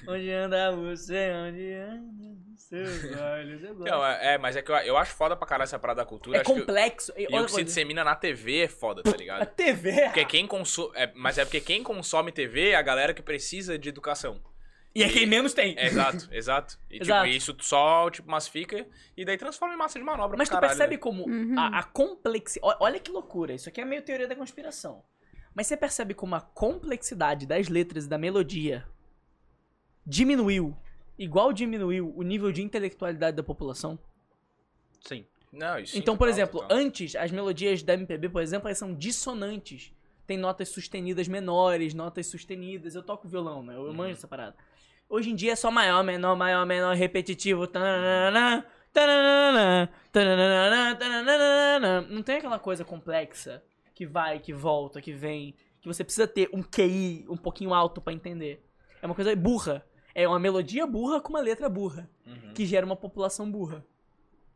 Speaker 4: onde anda você, onde anda seus olhos, eu gosto.
Speaker 3: Não, é, é, mas é que eu, eu acho foda pra caralho essa parada da cultura.
Speaker 4: É
Speaker 3: acho que-
Speaker 4: complexo. E
Speaker 3: e o
Speaker 4: outra
Speaker 3: que se
Speaker 4: coisa,
Speaker 3: dissemina na TV é foda, tá ligado?
Speaker 4: A é TV.
Speaker 3: Porque quem consome. mas é porque quem consome TV é a galera que precisa de educação.
Speaker 4: E é quem menos tem.
Speaker 3: É, exato, exato. E tipo,
Speaker 4: Exato.
Speaker 3: isso só, tipo, massifica e daí transforma em massa de manobra
Speaker 4: Mas tu
Speaker 3: pra caralho.
Speaker 4: percebe
Speaker 3: né?
Speaker 4: como
Speaker 2: Uhum.
Speaker 4: a, a complexidade. Olha que loucura, isso aqui é meio teoria da conspiração. Mas você percebe como a complexidade das letras e da melodia diminuiu, igual diminuiu o nível de intelectualidade da população?
Speaker 1: Sim.
Speaker 3: Não, isso. é sim,
Speaker 4: então, por
Speaker 3: total,
Speaker 4: exemplo,
Speaker 3: total.
Speaker 4: antes as melodias da MPB, por exemplo, elas são dissonantes. Tem notas sustenidas menores, notas sustenidas. Eu toco violão, né? Eu
Speaker 3: Uhum.
Speaker 4: manjo essa parada. Hoje em dia é só maior, menor, maior, menor, repetitivo. tananana, tananana, tananana, tananana. Não tem aquela coisa complexa que vai, que volta, que vem. Que você precisa ter um QI um pouquinho alto pra entender. É uma coisa burra. É uma melodia burra com uma letra burra.
Speaker 3: Uhum.
Speaker 4: Que gera uma população burra.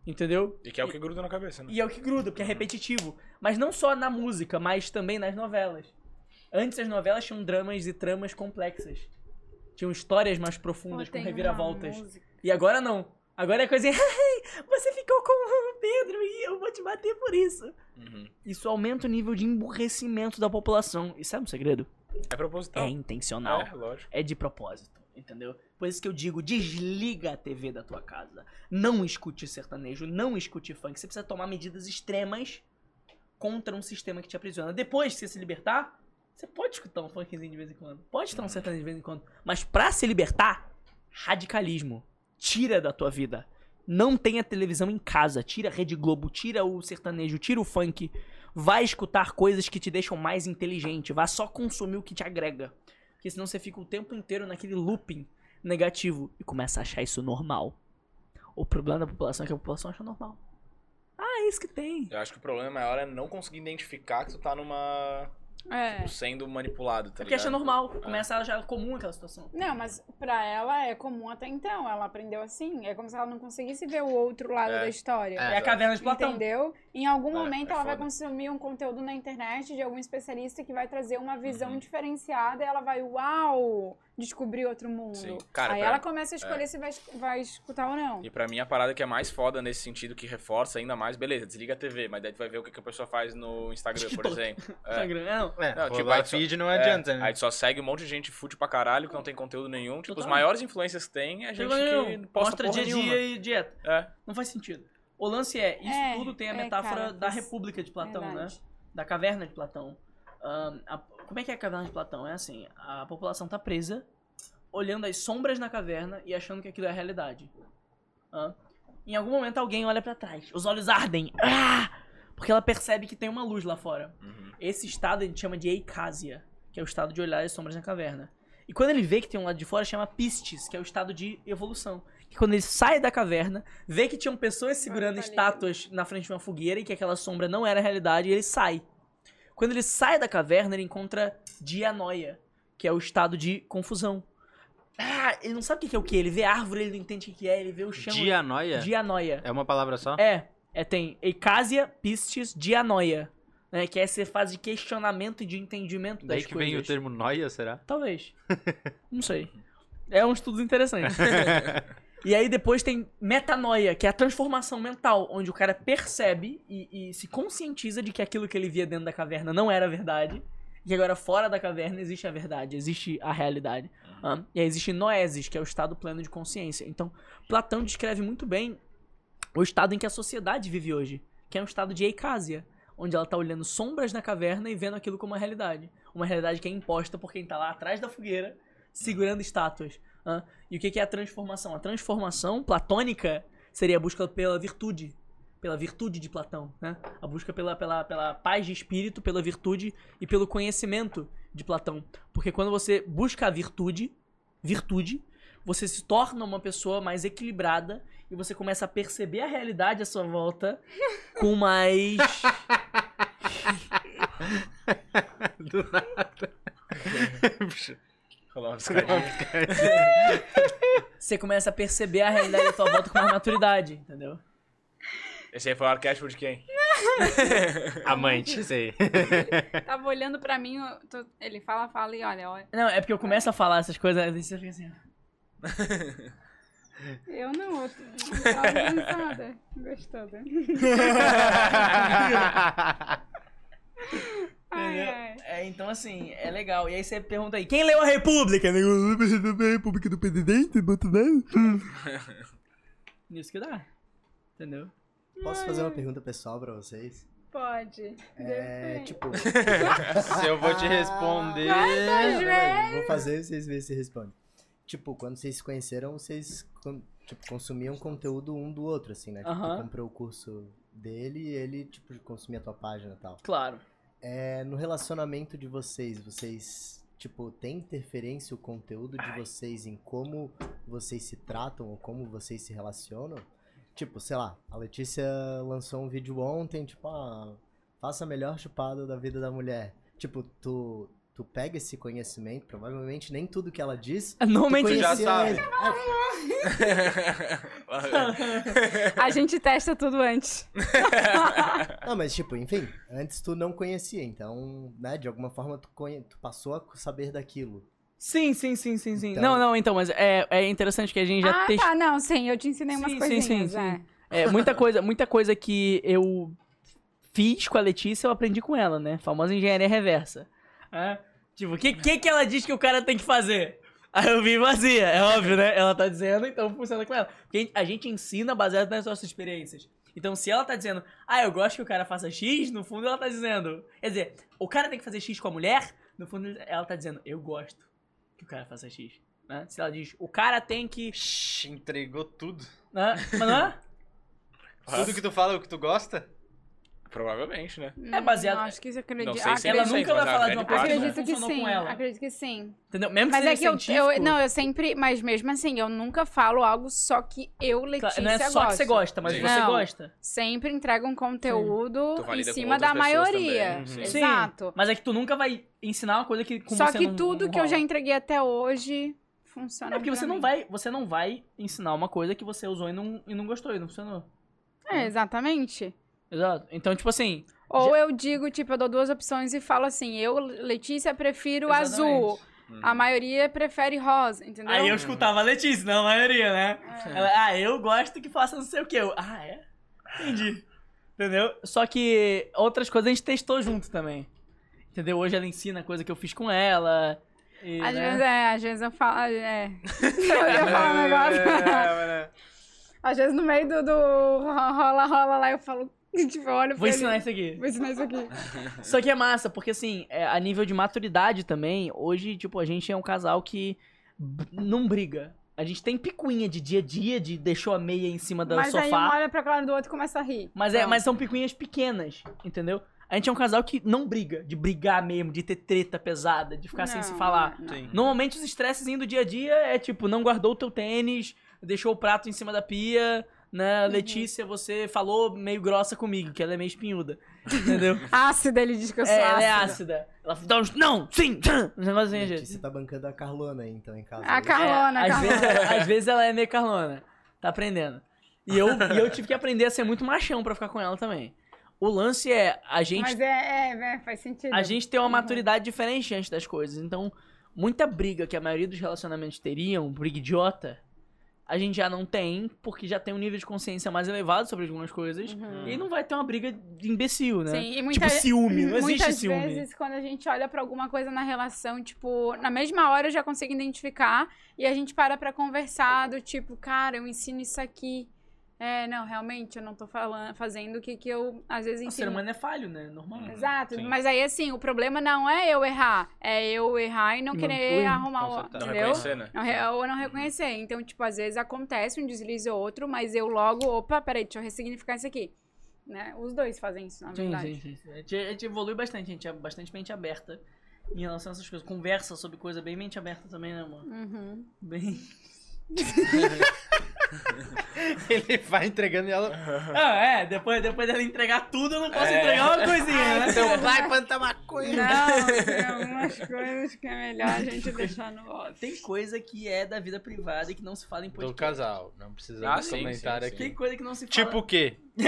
Speaker 4: Entendeu?
Speaker 3: E que é o que gruda na cabeça, né?
Speaker 4: E é o que gruda, porque é repetitivo. Mas não só na música, mas também nas novelas. Antes as novelas tinham dramas e tramas complexas. Tinham histórias mais
Speaker 2: Pô,
Speaker 4: profundas,
Speaker 2: tem
Speaker 4: com
Speaker 2: uma
Speaker 4: reviravoltas.
Speaker 2: música.
Speaker 4: E agora não. Agora é coisa. Ai, você ficou com o Pedro e eu vou te bater por isso.
Speaker 3: Uhum.
Speaker 4: Isso aumenta o nível de emburrecimento da população. E sabe um segredo?
Speaker 3: É
Speaker 4: É
Speaker 3: proposital.
Speaker 4: intencional
Speaker 3: É, lógico.
Speaker 4: é de propósito, entendeu? Por isso que eu digo, desliga a TV da tua casa. Não escute sertanejo, não escute funk. Você precisa tomar medidas extremas contra um sistema que te aprisiona. Depois, se você se libertar, você pode escutar um funkzinho de vez em quando. Pode escutar um sertanejo de vez em quando. Mas pra se libertar, radicalismo. Tira da tua vida. Não tenha televisão em casa. Tira a Rede Globo, tira o sertanejo, tira o funk. Vai escutar coisas que te deixam mais inteligente. Vá só consumir o que te agrega. Porque senão você fica o tempo inteiro naquele looping negativo e começa a achar isso normal. O problema da população é que a população acha normal. Ah, é isso que tem.
Speaker 3: Eu acho que o problema maior é não conseguir identificar que tu tá numa. tipo,
Speaker 2: É.
Speaker 3: sendo manipulado, tá
Speaker 4: É Porque acha
Speaker 3: ligado?
Speaker 4: normal. Começa a achar comum aquela situação.
Speaker 2: Não, mas pra ela é comum até então. Ela aprendeu assim. É como se ela não conseguisse ver o outro lado
Speaker 3: É.
Speaker 2: da história.
Speaker 4: É a caverna de Platão.
Speaker 2: Entendeu? Em algum
Speaker 3: É,
Speaker 2: momento
Speaker 3: é
Speaker 2: ela vai
Speaker 3: foda.
Speaker 2: consumir um conteúdo na internet de algum especialista que vai trazer uma visão
Speaker 3: Uhum.
Speaker 2: diferenciada e ela vai, uau! descobrir outro mundo.
Speaker 3: Sim. Cara,
Speaker 2: Aí
Speaker 3: pra- é.
Speaker 2: ela começa a escolher se vai, vai escutar ou não.
Speaker 3: E pra mim a parada que é mais foda nesse sentido, que reforça ainda mais, beleza, desliga a TV, mas daí tu vai ver o que, que a pessoa faz no Instagram, por exemplo. É.
Speaker 4: Instagram. Não,
Speaker 1: É,
Speaker 3: Não,
Speaker 1: não,
Speaker 3: tipo,
Speaker 1: tipo, a
Speaker 3: aí tu só-
Speaker 1: feed não
Speaker 3: É,
Speaker 1: adianta, né?
Speaker 3: Aí tu só segue um monte de gente fútil pra caralho, que não tem conteúdo nenhum. Tipo, os
Speaker 4: Total.
Speaker 3: maiores influencers que tem é gente que não posta
Speaker 4: mostra dia a dia e dieta.
Speaker 3: É.
Speaker 4: Não faz sentido. O lance é, isso
Speaker 2: É,
Speaker 4: tudo tem a
Speaker 2: é,
Speaker 4: metáfora
Speaker 2: cara,
Speaker 4: da
Speaker 2: faz-
Speaker 4: República de Platão, né?
Speaker 2: Verdade.
Speaker 4: da caverna de Platão. Ahn, a- como é que é a caverna de Platão? É assim, a população tá presa, olhando as sombras na caverna e achando que aquilo é a realidade. Hã? Em algum momento alguém olha pra trás, os olhos ardem, ah! porque ela percebe que tem uma luz lá fora.
Speaker 3: Uhum.
Speaker 4: Esse estado a gente chama de eicasia, que é o estado de olhar as sombras na caverna. E quando ele vê que tem um lado de fora, chama pistis, que é o estado de evolução. Que quando ele sai da caverna, vê que tinham pessoas segurando
Speaker 2: tá lindo.
Speaker 4: estátuas na frente de uma fogueira e que aquela sombra não era a realidade, e ele sai. Quando ele sai da caverna, ele encontra dianoia, que é o estado de confusão. Ah, ele não sabe o que que é o que, ele vê árvore, ele não entende o que que é, ele vê o chão.
Speaker 1: Dianoia?
Speaker 4: Dianoia.
Speaker 1: É uma palavra só?
Speaker 4: É, é tem Eicasia, Pistis, Dianoia, né? Que é essa fase de questionamento e de entendimento
Speaker 1: Daí
Speaker 4: das
Speaker 1: que
Speaker 4: coisas.
Speaker 1: vem o termo noia, será?
Speaker 4: Talvez. Não sei. É um estudo interessante. e aí depois tem metanoia, que é a transformação mental, onde o cara percebe e, e se conscientiza de que aquilo que ele via dentro da caverna não era verdade. E agora fora da caverna existe a verdade, existe a realidade. Ah, e aí existe noesis, que é o estado pleno de consciência. Então, Platão descreve muito bem o estado em que a sociedade vive hoje, que é um estado de eicasia, onde ela tá olhando sombras na caverna e vendo aquilo como uma realidade. Uma realidade que é imposta por quem tá lá atrás da fogueira, segurando estátuas. hã? E o que que é a transformação? A transformação platônica seria a busca pela virtude, pela virtude de Platão, né? A busca pela, pela, pela paz de espírito, pela virtude e pelo conhecimento de Platão. Porque quando você busca a virtude, virtude, você se torna uma pessoa mais equilibrada e você começa a perceber a realidade à sua volta com mais.
Speaker 1: Do nada.
Speaker 3: Rolou uma piscadinha.
Speaker 4: Você começa a perceber a realidade à sua volta com mais maturidade, entendeu?
Speaker 3: Esse aí foi o arquétipo de quem?
Speaker 1: Amante, isso aí.
Speaker 2: Tava olhando pra mim, eu tô- ele fala, fala e olha, olha.
Speaker 4: Não, é porque eu começo a falar essas coisas e você fica assim. ó.
Speaker 2: Eu não, eu tô- não tava né? cansada. Gostosa. Ai, ai.
Speaker 4: É, então assim, é legal. E aí você pergunta aí, quem leu a República? A República do presidente, Bolsonaro? Isso que dá. Entendeu?
Speaker 7: Posso fazer uma pergunta pessoal pra vocês?
Speaker 2: Pode.
Speaker 7: É,
Speaker 2: Depende.
Speaker 7: tipo.
Speaker 1: Se eu vou te responder.
Speaker 7: Não, não, Vou fazer e vocês verem se respondem. Tipo, quando vocês se conheceram, vocês con- tipo, consumiam conteúdo um do outro, assim, né? Tipo,
Speaker 4: Aham.
Speaker 7: tu comprou o curso dele e ele, tipo, consumia a tua página e tal.
Speaker 4: Claro.
Speaker 7: É, no relacionamento de vocês, vocês, tipo, tem interferência o conteúdo de vocês em como vocês se tratam ou como vocês se relacionam? Tipo, sei lá, a Letícia lançou um vídeo ontem, tipo, ah, faça a melhor chupada da vida da mulher. Tipo, tu, tu pega esse conhecimento, provavelmente nem tudo que ela diz.
Speaker 4: Normalmente
Speaker 1: Tu já sabe.
Speaker 7: É,
Speaker 2: A gente testa tudo antes.
Speaker 7: não, mas tipo, enfim, antes tu não conhecia, então, né, de alguma forma tu, conhe- tu passou a saber daquilo.
Speaker 4: Sim, sim, sim, sim, sim.
Speaker 7: Então-
Speaker 4: Não, não, então, mas é, é interessante que a gente já
Speaker 2: ah,
Speaker 4: testou.
Speaker 2: tá, não, sim, eu te ensinei umas
Speaker 4: Sim, sim,
Speaker 2: coisinhas.
Speaker 4: sim, sim.
Speaker 2: é.
Speaker 4: É, muita coisa, muita coisa que eu fiz com a Letícia, eu aprendi com ela, né? Famosa engenharia reversa. É, tipo, o que, que que ela diz que o cara tem que fazer? Aí eu vi vazia, é óbvio, né? Ela tá dizendo, então funciona com ela. Porque a gente- a gente ensina baseado nas nossas experiências. Então, se ela tá dizendo, ah, eu gosto que o cara faça X, no fundo ela tá dizendo. Quer dizer, o cara tem que fazer X com a mulher, no fundo ela tá dizendo, eu gosto que o cara faça X. Né? Se ela diz, o cara tem que.
Speaker 1: Shhh, entregou tudo.
Speaker 4: Né? Mas não é?
Speaker 1: Tudo que tu fala é o que tu gosta?
Speaker 3: Provavelmente, né?
Speaker 4: É baseado-
Speaker 2: Hum, Não, acho que isso eu acredito.
Speaker 3: Não sei se
Speaker 4: Ela
Speaker 3: Sim,
Speaker 4: nunca
Speaker 3: mas
Speaker 4: vai
Speaker 3: a
Speaker 4: falar de
Speaker 3: grande
Speaker 4: uma
Speaker 3: parte,
Speaker 4: pessoa
Speaker 3: né?
Speaker 4: que
Speaker 2: Acredito que
Speaker 4: funcionou
Speaker 2: sim,
Speaker 4: com ela.
Speaker 2: acredito que sim.
Speaker 4: Entendeu? Mesmo que
Speaker 2: Mas
Speaker 4: seja
Speaker 2: é que eu,
Speaker 4: científico,
Speaker 2: eu- Não, eu sempre. Mas mesmo assim, eu nunca falo algo só que eu, Letícia,
Speaker 4: claro, não é só
Speaker 2: gosto.
Speaker 4: que você gosta, mas
Speaker 3: Sim.
Speaker 4: você
Speaker 2: Não.
Speaker 4: gosta.
Speaker 2: Sempre entrego um
Speaker 3: Tu
Speaker 2: conteúdo em
Speaker 3: valida com
Speaker 2: cima
Speaker 3: outras
Speaker 2: da
Speaker 3: pessoas
Speaker 2: maioria.
Speaker 3: também, Uhum. sim.
Speaker 4: Sim.
Speaker 2: Exato.
Speaker 4: Mas é que tu nunca vai ensinar uma coisa que com
Speaker 2: só
Speaker 4: você
Speaker 2: que
Speaker 4: não-
Speaker 2: tudo
Speaker 4: não
Speaker 2: que eu já
Speaker 4: rola.
Speaker 2: entreguei até hoje funciona.
Speaker 4: É porque
Speaker 2: pra
Speaker 4: você não
Speaker 2: mim.
Speaker 4: vai, você não vai ensinar uma coisa que você usou e não, e não gostou e não funcionou.
Speaker 2: É, exatamente.
Speaker 4: Exato. Então, tipo assim,
Speaker 2: Ou eu digo, tipo, eu dou duas opções e falo assim: eu, Letícia, prefiro azul.
Speaker 4: exatamente. Uhum.
Speaker 2: A maioria prefere rosa, entendeu?
Speaker 4: Aí eu escutava a Letícia, não a maioria, né?
Speaker 2: É.
Speaker 4: Ela, ah, eu gosto que faça não sei o que. Eu, ah, é? Entendi. Entendeu? Só que outras coisas a gente testou junto também. Entendeu? Hoje ela ensina a coisa que eu fiz com ela. e,
Speaker 2: Às
Speaker 4: né?
Speaker 2: vezes, é, às vezes eu falo. É. Eu ia falar um negócio. Às vezes no meio do, do ro- rola, rola lá, eu falo, tipo, eu olho
Speaker 4: Vou
Speaker 2: pra
Speaker 4: ensinar
Speaker 2: ele.
Speaker 4: isso aqui.
Speaker 2: Vou ensinar isso aqui.
Speaker 4: Só que é massa, porque assim, é, a nível de maturidade também, hoje, tipo, a gente é um casal que b- não briga. A gente tem picuinha de dia a dia, de deixou a meia em cima do
Speaker 2: Mas aí um
Speaker 4: sofá.
Speaker 2: olha pra cara do outro e começa a rir.
Speaker 4: Mas, é,
Speaker 2: Pronto.
Speaker 4: mas são picuinhas pequenas, entendeu? A gente é um casal que não briga, de brigar mesmo, de ter treta pesada, de ficar sem assim se
Speaker 2: Não,
Speaker 4: falar.
Speaker 2: não, não.
Speaker 3: Sim.
Speaker 4: Normalmente os estresses do dia a dia é tipo, não guardou o teu tênis, deixou o prato em cima da pia,
Speaker 2: Uhum.
Speaker 4: né? Letícia, você falou meio grossa comigo, que ela é meio espinhuda. Entendeu?
Speaker 2: Ácido, ele diz que eu sou
Speaker 4: é, ela é
Speaker 2: ácida.
Speaker 4: ácida. Ela dá uns. Não! Sim! tchan", Uns negocinhos assim,
Speaker 7: Letícia tá bancando a Carlona aí, então, em casa.
Speaker 2: A
Speaker 4: é,
Speaker 7: hoje.
Speaker 2: Carlona,
Speaker 4: às,
Speaker 2: Carlona.
Speaker 4: vezes, às vezes ela é meio Carlona. Tá aprendendo. E eu, e eu tive que aprender a ser muito machão pra ficar com ela também. O lance é a gente,
Speaker 2: Mas é, é, é, faz sentido.
Speaker 4: a gente ter uma
Speaker 2: Uhum.
Speaker 4: maturidade diferente antes das coisas. Então, muita briga que a maioria dos relacionamentos teriam, briga idiota, a gente já não tem, porque já tem um nível de consciência mais elevado sobre algumas coisas.
Speaker 2: Uhum.
Speaker 4: E não vai ter uma briga de imbecil, né?
Speaker 2: Sim, e
Speaker 4: Tipo
Speaker 2: muita,
Speaker 4: ciúme, não existe
Speaker 2: muitas
Speaker 4: ciúme.
Speaker 2: vezes, quando a gente olha pra alguma coisa na relação, tipo, na mesma hora eu já consigo identificar e a gente para pra conversar do tipo, cara, eu ensino isso aqui. É, não, realmente, eu não tô falando, fazendo o que, que eu, às vezes,
Speaker 4: O ser
Speaker 2: ensino.
Speaker 4: humano é falho, né? Normal.
Speaker 2: Exato,
Speaker 3: Sim.
Speaker 2: mas aí, assim, o problema não é eu errar, é eu errar e não
Speaker 4: Não,
Speaker 2: querer
Speaker 4: eu- tá,
Speaker 2: arrumar o...
Speaker 1: Consertar.
Speaker 3: Não
Speaker 2: Entendeu?
Speaker 3: reconhecer, né?
Speaker 2: Não re- Ou não reconhecer. Então, tipo, às vezes acontece um deslize ou outro, mas eu logo, opa, peraí, deixa eu ressignificar isso aqui. Né? Os dois fazem isso, na é
Speaker 4: Sim,
Speaker 2: verdade.
Speaker 4: sim, sim, sim. A gente, a gente evolui bastante, a gente é bastante mente aberta em relação a essas coisas. Conversa sobre coisa bem mente aberta também, né, mano?
Speaker 2: Uhum.
Speaker 4: Bem.
Speaker 1: Ele vai entregando e ela.
Speaker 4: Ah, é, depois, depois dela entregar tudo, eu não posso
Speaker 3: É.
Speaker 4: entregar uma coisinha, né?
Speaker 1: "Então Vai plantar maconha.
Speaker 2: Não, tem algumas coisas que é melhor a gente deixar no off.
Speaker 4: Tem coisa que é da vida privada e que não se fala em
Speaker 1: Do
Speaker 4: podcast.
Speaker 1: casal. Não
Speaker 3: Ah,
Speaker 1: precisamos
Speaker 3: sim,
Speaker 1: comentar
Speaker 3: sim, sim.
Speaker 1: aqui.
Speaker 4: Tem coisa que não se fala.
Speaker 1: Tipo o quê?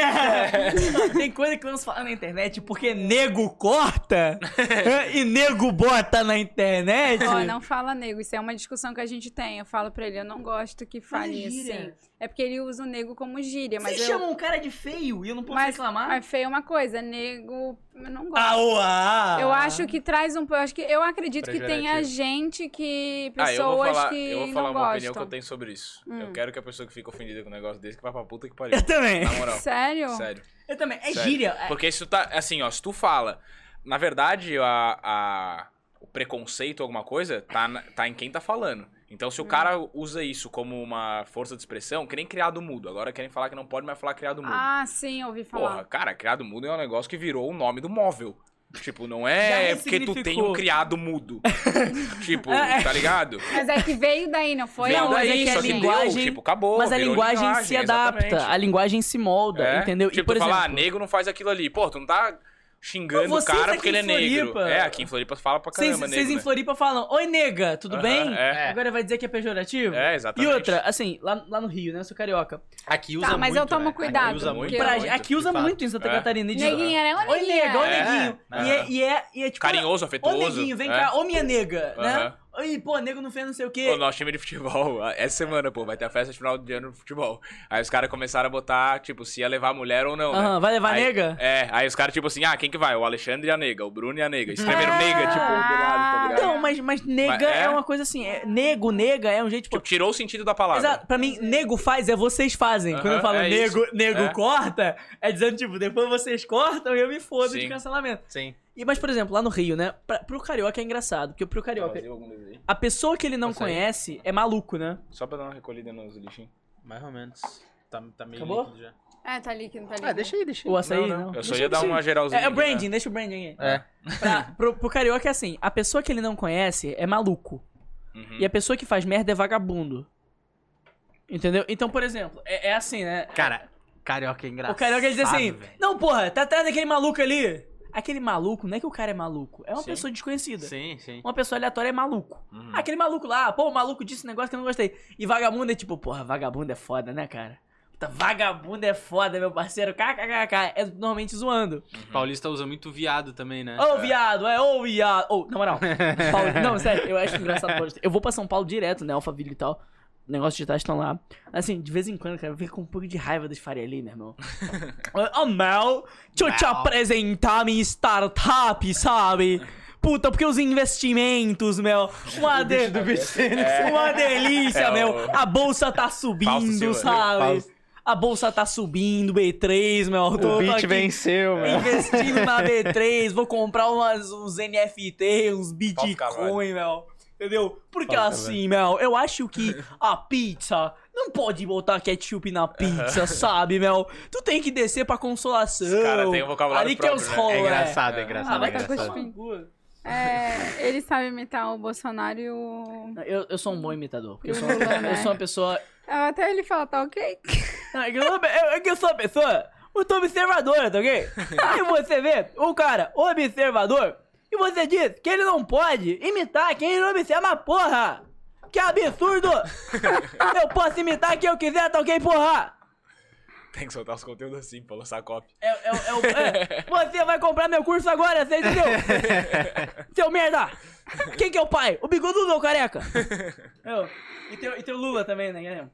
Speaker 4: Tem coisa que não se fala na internet porque nego corta e nego bota na internet.
Speaker 2: Ó, não fala nego, isso é uma discussão que a gente tem. Eu falo pra ele, eu não gosto que fale assim. É porque ele usa o nego como gíria, mas
Speaker 4: Vocês
Speaker 2: eu...
Speaker 4: chamam um cara de feio e eu não posso
Speaker 2: Mas-
Speaker 4: reclamar?
Speaker 2: Mas feio é uma coisa, nego, eu não gosto.
Speaker 4: Aoá!
Speaker 2: Eu acho que traz um. po- Eu, acho que, eu acredito que tenha
Speaker 1: Pejorativo.
Speaker 2: gente que.
Speaker 3: Ah, eu vou
Speaker 2: Pessoas
Speaker 3: falar,
Speaker 2: que.
Speaker 3: eu vou falar
Speaker 2: não
Speaker 3: uma opinião que
Speaker 2: gostam.
Speaker 3: eu tenho sobre isso.
Speaker 2: Hum.
Speaker 3: Eu quero que a pessoa que fica ofendida com um negócio desse que vá pra puta que pariu.
Speaker 4: Eu também.
Speaker 3: Na moral.
Speaker 2: Sério?
Speaker 3: Sério.
Speaker 4: Eu também. É
Speaker 3: Sério.
Speaker 4: gíria. é-
Speaker 3: Porque isso tá. Assim, ó, se tu fala. Na verdade, a, a- o preconceito, alguma coisa, tá, na- tá em quem tá falando. Então,
Speaker 2: Hum.
Speaker 3: se o cara usa isso como uma força de expressão, que nem criado mudo. Agora querem falar que não pode mais falar criado mudo.
Speaker 2: Ah, sim, eu ouvi
Speaker 3: Porra,
Speaker 2: falar.
Speaker 3: cara, criado mudo é um negócio que virou o nome do móvel. Tipo, não é
Speaker 4: Já
Speaker 3: porque tu tem
Speaker 4: ressignificou.
Speaker 3: um criado mudo. tipo,
Speaker 4: É.
Speaker 3: tá ligado?
Speaker 2: Mas é que veio daí, não foi?
Speaker 3: Veio
Speaker 4: Não, mas é
Speaker 3: daí,
Speaker 4: que a
Speaker 3: só que
Speaker 4: linguagem-
Speaker 3: deu, tipo, acabou.
Speaker 4: mas a
Speaker 3: virou
Speaker 4: linguagem, se adapta,
Speaker 3: exatamente.
Speaker 4: a linguagem se molda,
Speaker 3: É,
Speaker 4: entendeu?
Speaker 3: Tipo,
Speaker 4: e por
Speaker 3: tu
Speaker 4: exemplo,
Speaker 3: fala, ah, negro não faz aquilo ali. Pô, tu não tá xingando o
Speaker 4: Vocês
Speaker 3: cara
Speaker 4: aqui
Speaker 3: porque ele é
Speaker 4: em
Speaker 3: negro.
Speaker 4: Floripa.
Speaker 3: É, aqui em Floripa fala pra
Speaker 4: vocês,
Speaker 3: caramba,
Speaker 4: vocês
Speaker 3: negro. né?
Speaker 4: em Floripa falam, oi nega, tudo
Speaker 3: Aham,
Speaker 4: bem?
Speaker 3: é.
Speaker 4: Agora vai dizer que é pejorativo?
Speaker 3: né? É,
Speaker 4: E
Speaker 3: exatamente.
Speaker 4: outra, assim, lá, lá no Rio, né? Eu sou carioca.
Speaker 1: Aqui usa
Speaker 2: Tá, mas eu
Speaker 1: muito,
Speaker 2: tomo
Speaker 1: né?
Speaker 2: cuidado,
Speaker 1: Aqui usa
Speaker 3: porque
Speaker 1: muito.
Speaker 3: eu-
Speaker 4: Pra-
Speaker 3: muito,
Speaker 4: aqui usa
Speaker 1: de fato.
Speaker 4: muito em Santa
Speaker 3: É.
Speaker 4: Catarina. De...
Speaker 2: Neguinha, né? Ô,
Speaker 4: Oi nega, ô
Speaker 2: neguinha.
Speaker 1: É,
Speaker 4: neguinho. E, é,
Speaker 3: aham.
Speaker 4: e, é, e é tipo,
Speaker 3: Carinhoso,
Speaker 4: ô
Speaker 3: afetuoso.
Speaker 4: neguinho, vem
Speaker 3: é.
Speaker 4: cá, ô minha nega, né?
Speaker 3: Aham.
Speaker 4: Oi, pô, nego não fez não sei o quê.
Speaker 3: O nosso time de futebol, a- essa semana, pô, vai ter a festa de final de ano no futebol. Aí os caras começaram a botar, tipo, se ia levar a mulher ou não,
Speaker 4: Aham,
Speaker 3: né?
Speaker 4: vai levar
Speaker 3: Aí-
Speaker 4: nega?
Speaker 3: É, aí os caras, tipo assim, ah, quem que vai? O Alexandre e a nega, o Bruno e a nega. Escreveram nega, tipo, do lado, tá ligado?
Speaker 4: Ah! Então, mas, mas nega
Speaker 3: Mas
Speaker 4: é?
Speaker 3: é?
Speaker 4: uma coisa assim, é, nego, nega é um jeito, tipo,
Speaker 3: Tipo, tirou o sentido da palavra.
Speaker 4: Exato. Pra mim, nego faz é vocês fazem. Quando eu
Speaker 3: Aham,
Speaker 4: falo
Speaker 3: é
Speaker 4: nego, nego
Speaker 3: É.
Speaker 4: corta, é dizendo, tipo, depois vocês cortam e eu me fodo de
Speaker 3: Sim.
Speaker 4: cancelamento.
Speaker 1: Sim.
Speaker 4: E, mas, por exemplo, lá no Rio, né? Pra, pro carioca é engraçado, porque pro carioca, a pessoa que ele não
Speaker 3: Passa aí.
Speaker 4: conhece é maluco, né?
Speaker 3: Só pra dar uma recolhida nos lixinhos.
Speaker 1: Mais ou menos. Tá, tá meio
Speaker 4: Acabou?
Speaker 1: líquido já.
Speaker 2: É, tá líquido, tá líquido.
Speaker 1: Ah, deixa aí, deixa aí.
Speaker 4: O açaí, não.
Speaker 3: Eu só ia dar uma geralzinha.
Speaker 4: É, é o
Speaker 3: aqui, né?
Speaker 4: branding, deixa o branding aí.
Speaker 1: É.
Speaker 4: Pra- pro, pro carioca é assim, a pessoa que ele não conhece é maluco.
Speaker 3: Né? Uhum.
Speaker 4: E a pessoa que faz merda é vagabundo. Entendeu? Então, por exemplo, é- é assim, né?
Speaker 1: Cara, carioca é engraçado.
Speaker 4: O carioca diz assim:
Speaker 1: velho.
Speaker 4: Não, porra, tá atrás daquele maluco ali. Aquele maluco, não é que o cara é maluco, é uma
Speaker 3: Sim.
Speaker 4: pessoa desconhecida.
Speaker 1: Sim, sim.
Speaker 4: Uma pessoa aleatória é maluco.
Speaker 3: Uhum.
Speaker 4: Ah, Aquele maluco lá, pô, o maluco disse um negócio que eu não gostei. E vagabundo é tipo, porra, vagabundo é foda, né, cara? Puta, vagabundo é foda, meu parceiro. KKKK. É normalmente zoando.
Speaker 1: Uhum. Paulista usa muito viado também, né?
Speaker 4: Ô, viado, é, ô, viado. Ô, na moral. Pauli- Não, sério, eu acho engraçado Paulista. Eu vou pra São Paulo direto, né? Alphaville e tal. Negócio de tais estão lá. Assim, de vez em quando, cara, eu fico com um pouco de raiva dos Faria Lima, irmão. Ô, Mel, deixa eu te apresentar minha startup, sabe? Puta, porque os investimentos, meu. Uma, de- uma delícia,
Speaker 3: É,
Speaker 4: meu.
Speaker 3: o-
Speaker 4: A bolsa tá
Speaker 3: Fausto
Speaker 4: subindo,
Speaker 3: Silva.
Speaker 4: sabe?
Speaker 1: Fausto.
Speaker 4: A bolsa tá subindo, B3, meu. Eu tô- tô aqui
Speaker 1: venceu,
Speaker 3: É.
Speaker 4: Investindo na B3, vou comprar umas, uns NFT, uns Bitcoin,
Speaker 3: Carvalho.
Speaker 4: meu. Entendeu? Porque
Speaker 1: Fala,
Speaker 4: assim, meu, eu acho que a pizza não pode botar ketchup na pizza, sabe, meu? Tu tem que descer pra consolação.
Speaker 3: Esse cara tem um vocabulário
Speaker 4: Ali que é
Speaker 3: próprio,
Speaker 4: os
Speaker 3: né?
Speaker 4: rolê.
Speaker 1: É engraçado, é
Speaker 4: Ah,
Speaker 1: engraçado, é
Speaker 4: vai
Speaker 2: cagar
Speaker 1: engraçado.
Speaker 2: cuspinho. É, ele sabe imitar o Bolsonaro e o.
Speaker 4: Eu, eu sou um bom imitador. Porque eu sou,
Speaker 2: Lula, né?
Speaker 4: eu sou uma pessoa.
Speaker 2: Ah, Até ele fala, tá ok?
Speaker 4: Não, é que eu sou, uma- é que eu sou uma pessoa muito observadora, tá ok? Aí você vê o cara observador e você diz que ele não pode imitar quem ele observa, porra! Que absurdo! eu posso imitar quem eu quiser, tá ok, porra?
Speaker 3: Tem que soltar os conteúdos assim pra lançar copy.
Speaker 4: É, é, é o- é, você vai comprar meu curso agora, você entendeu? Seu merda! Quem que é o pai? O bigodudo ou o careca? Eu. E, tem, o- e tem o Lula também, né? galera?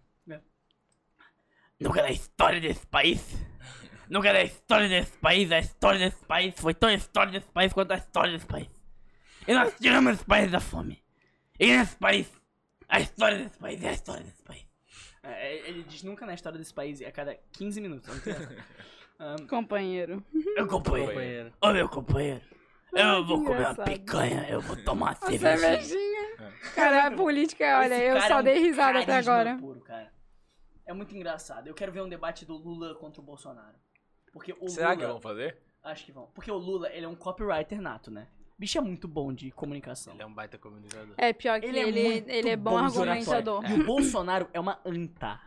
Speaker 4: Nunca na história desse país. Nunca na história desse país. A história desse país foi tão história desse país quanto a história desse país. E nós tiramos esse país da fome. E nesse país, a história desse país é a história desse país. É, Ele diz nunca na história desse país a cada 15 minutos.
Speaker 2: Companheiro.
Speaker 4: Meu companheiro,
Speaker 5: Companheiro.
Speaker 4: ô meu companheiro,
Speaker 2: Ai,
Speaker 4: eu vou
Speaker 2: que
Speaker 4: comer uma
Speaker 2: engraçado.
Speaker 4: picanha, eu vou tomar uma
Speaker 2: A
Speaker 4: cervejinha.
Speaker 2: cervejinha. Cara, a política, olha,
Speaker 4: é Esse
Speaker 2: eu
Speaker 4: cara
Speaker 2: só
Speaker 4: é um
Speaker 2: dei risada até
Speaker 4: carisma
Speaker 2: agora.
Speaker 4: puro, cara. É muito engraçado. Eu quero ver um debate do Lula contra o Bolsonaro. Porque o
Speaker 3: Será
Speaker 4: Lula,
Speaker 3: que vão fazer?
Speaker 4: Acho que vão. Porque o Lula, ele é um copywriter nato, né? O bicho é muito bom de comunicação.
Speaker 1: Ele é um baita comunicador.
Speaker 2: É pior que ele,
Speaker 3: um
Speaker 2: ele, é,
Speaker 4: muito
Speaker 2: bom,
Speaker 4: de oratória.
Speaker 2: argumentador.
Speaker 4: E o Bolsonaro é uma anta.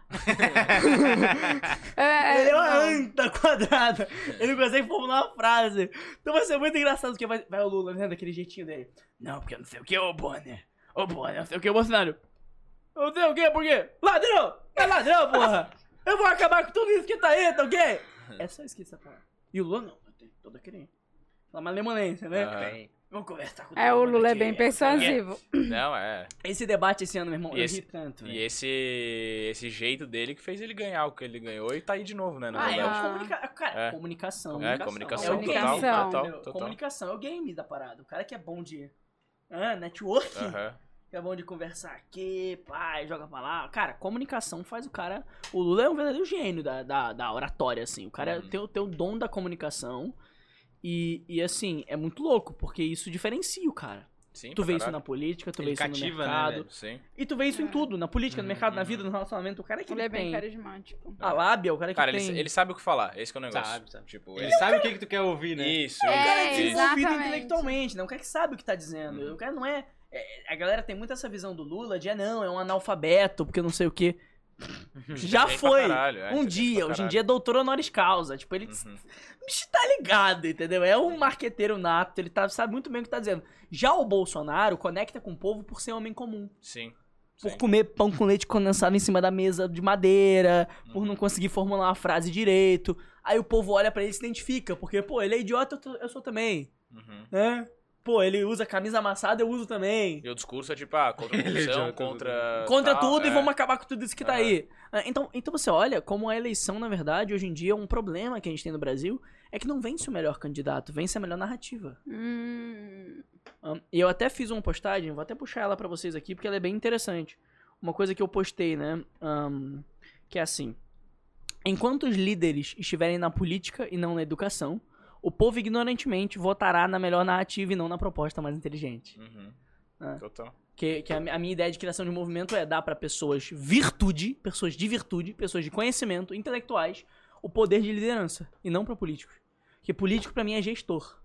Speaker 2: É, é,
Speaker 4: ele é uma
Speaker 2: não.
Speaker 4: anta quadrada. Ele não consegue formular uma frase. Então vai ser muito engraçado, porque vai, vai o Lula, né, daquele jeitinho dele. Não, porque eu não sei o que, ô Bonner. Ô Bonner, não sei o que, ô Bolsonaro. Eu não sei o que, por quê? Ladrão! É ladrão, porra! Eu vou acabar com tudo isso que tá aí, tá ok? É só isso que ele tá falando. E o Lula não, tem todo aquele... Fala mais lemonense, né?
Speaker 3: Aham.
Speaker 4: Tem. Vamos conversar com
Speaker 2: É,
Speaker 4: todo
Speaker 2: o
Speaker 4: mundo
Speaker 2: Lula é
Speaker 4: aqui,
Speaker 2: bem
Speaker 4: não sei o quê.
Speaker 2: persuasivo.
Speaker 4: Uhum.
Speaker 3: Não, é.
Speaker 4: Esse debate esse ano, meu irmão,
Speaker 3: E
Speaker 4: eu
Speaker 3: esse-
Speaker 4: ri tanto. né?
Speaker 3: E
Speaker 4: velho.
Speaker 3: esse, esse jeito dele que fez ele ganhar o que ele ganhou e tá aí de novo, né? Na
Speaker 4: Ah, é,
Speaker 3: verdade.
Speaker 4: a comunica... cara,
Speaker 3: É.
Speaker 4: comunicação.
Speaker 3: É,
Speaker 4: É
Speaker 3: comunicação total,
Speaker 4: o game,
Speaker 2: Comunicação.
Speaker 3: total,
Speaker 4: entendeu?
Speaker 3: total.
Speaker 4: Comunicação, é o game da parada. O cara que é bom de ah, network,
Speaker 3: Aham.
Speaker 4: que é bom de conversar aqui, pai, joga pra lá. Cara, comunicação faz o cara... O Lula é um verdadeiro gênio da, da, da oratória, assim. O cara
Speaker 3: Uhum.
Speaker 4: tem, o- tem o dom da comunicação. E, e, assim, é muito louco, porque isso diferencia o cara.
Speaker 3: Sim,
Speaker 4: Tu
Speaker 3: pra
Speaker 4: vê isso na
Speaker 3: caralho.
Speaker 4: política, tu
Speaker 1: Ele
Speaker 4: vê isso no
Speaker 1: cativa, né,
Speaker 4: mercado.
Speaker 1: velho?
Speaker 3: Sim.
Speaker 4: e tu vê isso em
Speaker 2: É.
Speaker 4: tudo, na política, no mercado, na
Speaker 1: Uhum.
Speaker 4: vida, no relacionamento. O cara que
Speaker 2: Ele é bem
Speaker 4: tem
Speaker 2: carismático.
Speaker 4: a lábia, o cara é que
Speaker 3: Cara,
Speaker 4: tem...
Speaker 3: ele, ele sabe o que falar. Esse que é o negócio.
Speaker 1: Sabe, sabe.
Speaker 3: Tipo,
Speaker 1: Ele
Speaker 3: ele...
Speaker 1: sabe o que, que tu quer ouvir, né?
Speaker 3: Isso.
Speaker 2: É,
Speaker 4: cara é
Speaker 3: isso.
Speaker 4: desenvolvido
Speaker 2: exatamente.
Speaker 4: intelectualmente, né? O cara que sabe o que tá dizendo.
Speaker 3: Uhum.
Speaker 4: O cara não é, é- A galera tem muito essa visão do Lula de, ah, não, é um analfabeto, porque não sei o quê. Uhum. Já
Speaker 3: Inteligente pra
Speaker 4: foi.
Speaker 3: caralho, é,
Speaker 4: um
Speaker 3: inteligente
Speaker 4: dia.
Speaker 3: pra
Speaker 4: Hoje em
Speaker 3: caralho.
Speaker 4: dia é doutor honoris causa. Tipo, ele
Speaker 3: Uhum.
Speaker 4: bicho tá ligado, entendeu? É um marqueteiro nato, ele tá, sabe muito bem o que tá dizendo. Já o Bolsonaro conecta com o povo por ser homem comum.
Speaker 3: Sim.
Speaker 4: Por
Speaker 3: Sim.
Speaker 4: comer pão com leite condensado em cima da mesa de madeira, por
Speaker 3: Uhum.
Speaker 4: não conseguir formular uma frase direito. Aí o povo olha pra ele e se identifica, porque, pô, ele é idiota, eu tô- eu sou também
Speaker 3: Uhum.
Speaker 4: né? Pô, ele usa camisa amassada, eu uso também.
Speaker 3: E o discurso é tipo, ah, contra a
Speaker 1: Ele é
Speaker 3: corrupção,
Speaker 1: idiota,
Speaker 3: contra.
Speaker 4: né? Contra
Speaker 3: tal,
Speaker 4: tudo e
Speaker 3: é.
Speaker 4: vamos acabar com tudo isso que tá
Speaker 3: Aham.
Speaker 4: aí. Ah, Então, então você olha como a eleição, na verdade, hoje em dia, um problema que a gente tem no Brasil é que não vence o melhor candidato, vence a melhor narrativa.
Speaker 2: Hum,
Speaker 4: Ah, E eu até fiz uma postagem, vou até puxar ela pra vocês aqui, porque ela é bem interessante. Uma coisa que eu postei, né? Ahn, que é assim: Enquanto os líderes estiverem na política e não na educação, o povo ignorantemente votará na melhor narrativa e não na proposta mais inteligente.
Speaker 3: Uhum.
Speaker 4: É.
Speaker 3: Total.
Speaker 4: Que, que a, mi- a minha ideia de criação de movimento é dar pra pessoas virtude, pessoas de virtude, pessoas de conhecimento, intelectuais, o poder de liderança e não pra políticos. Porque político pra mim é gestor.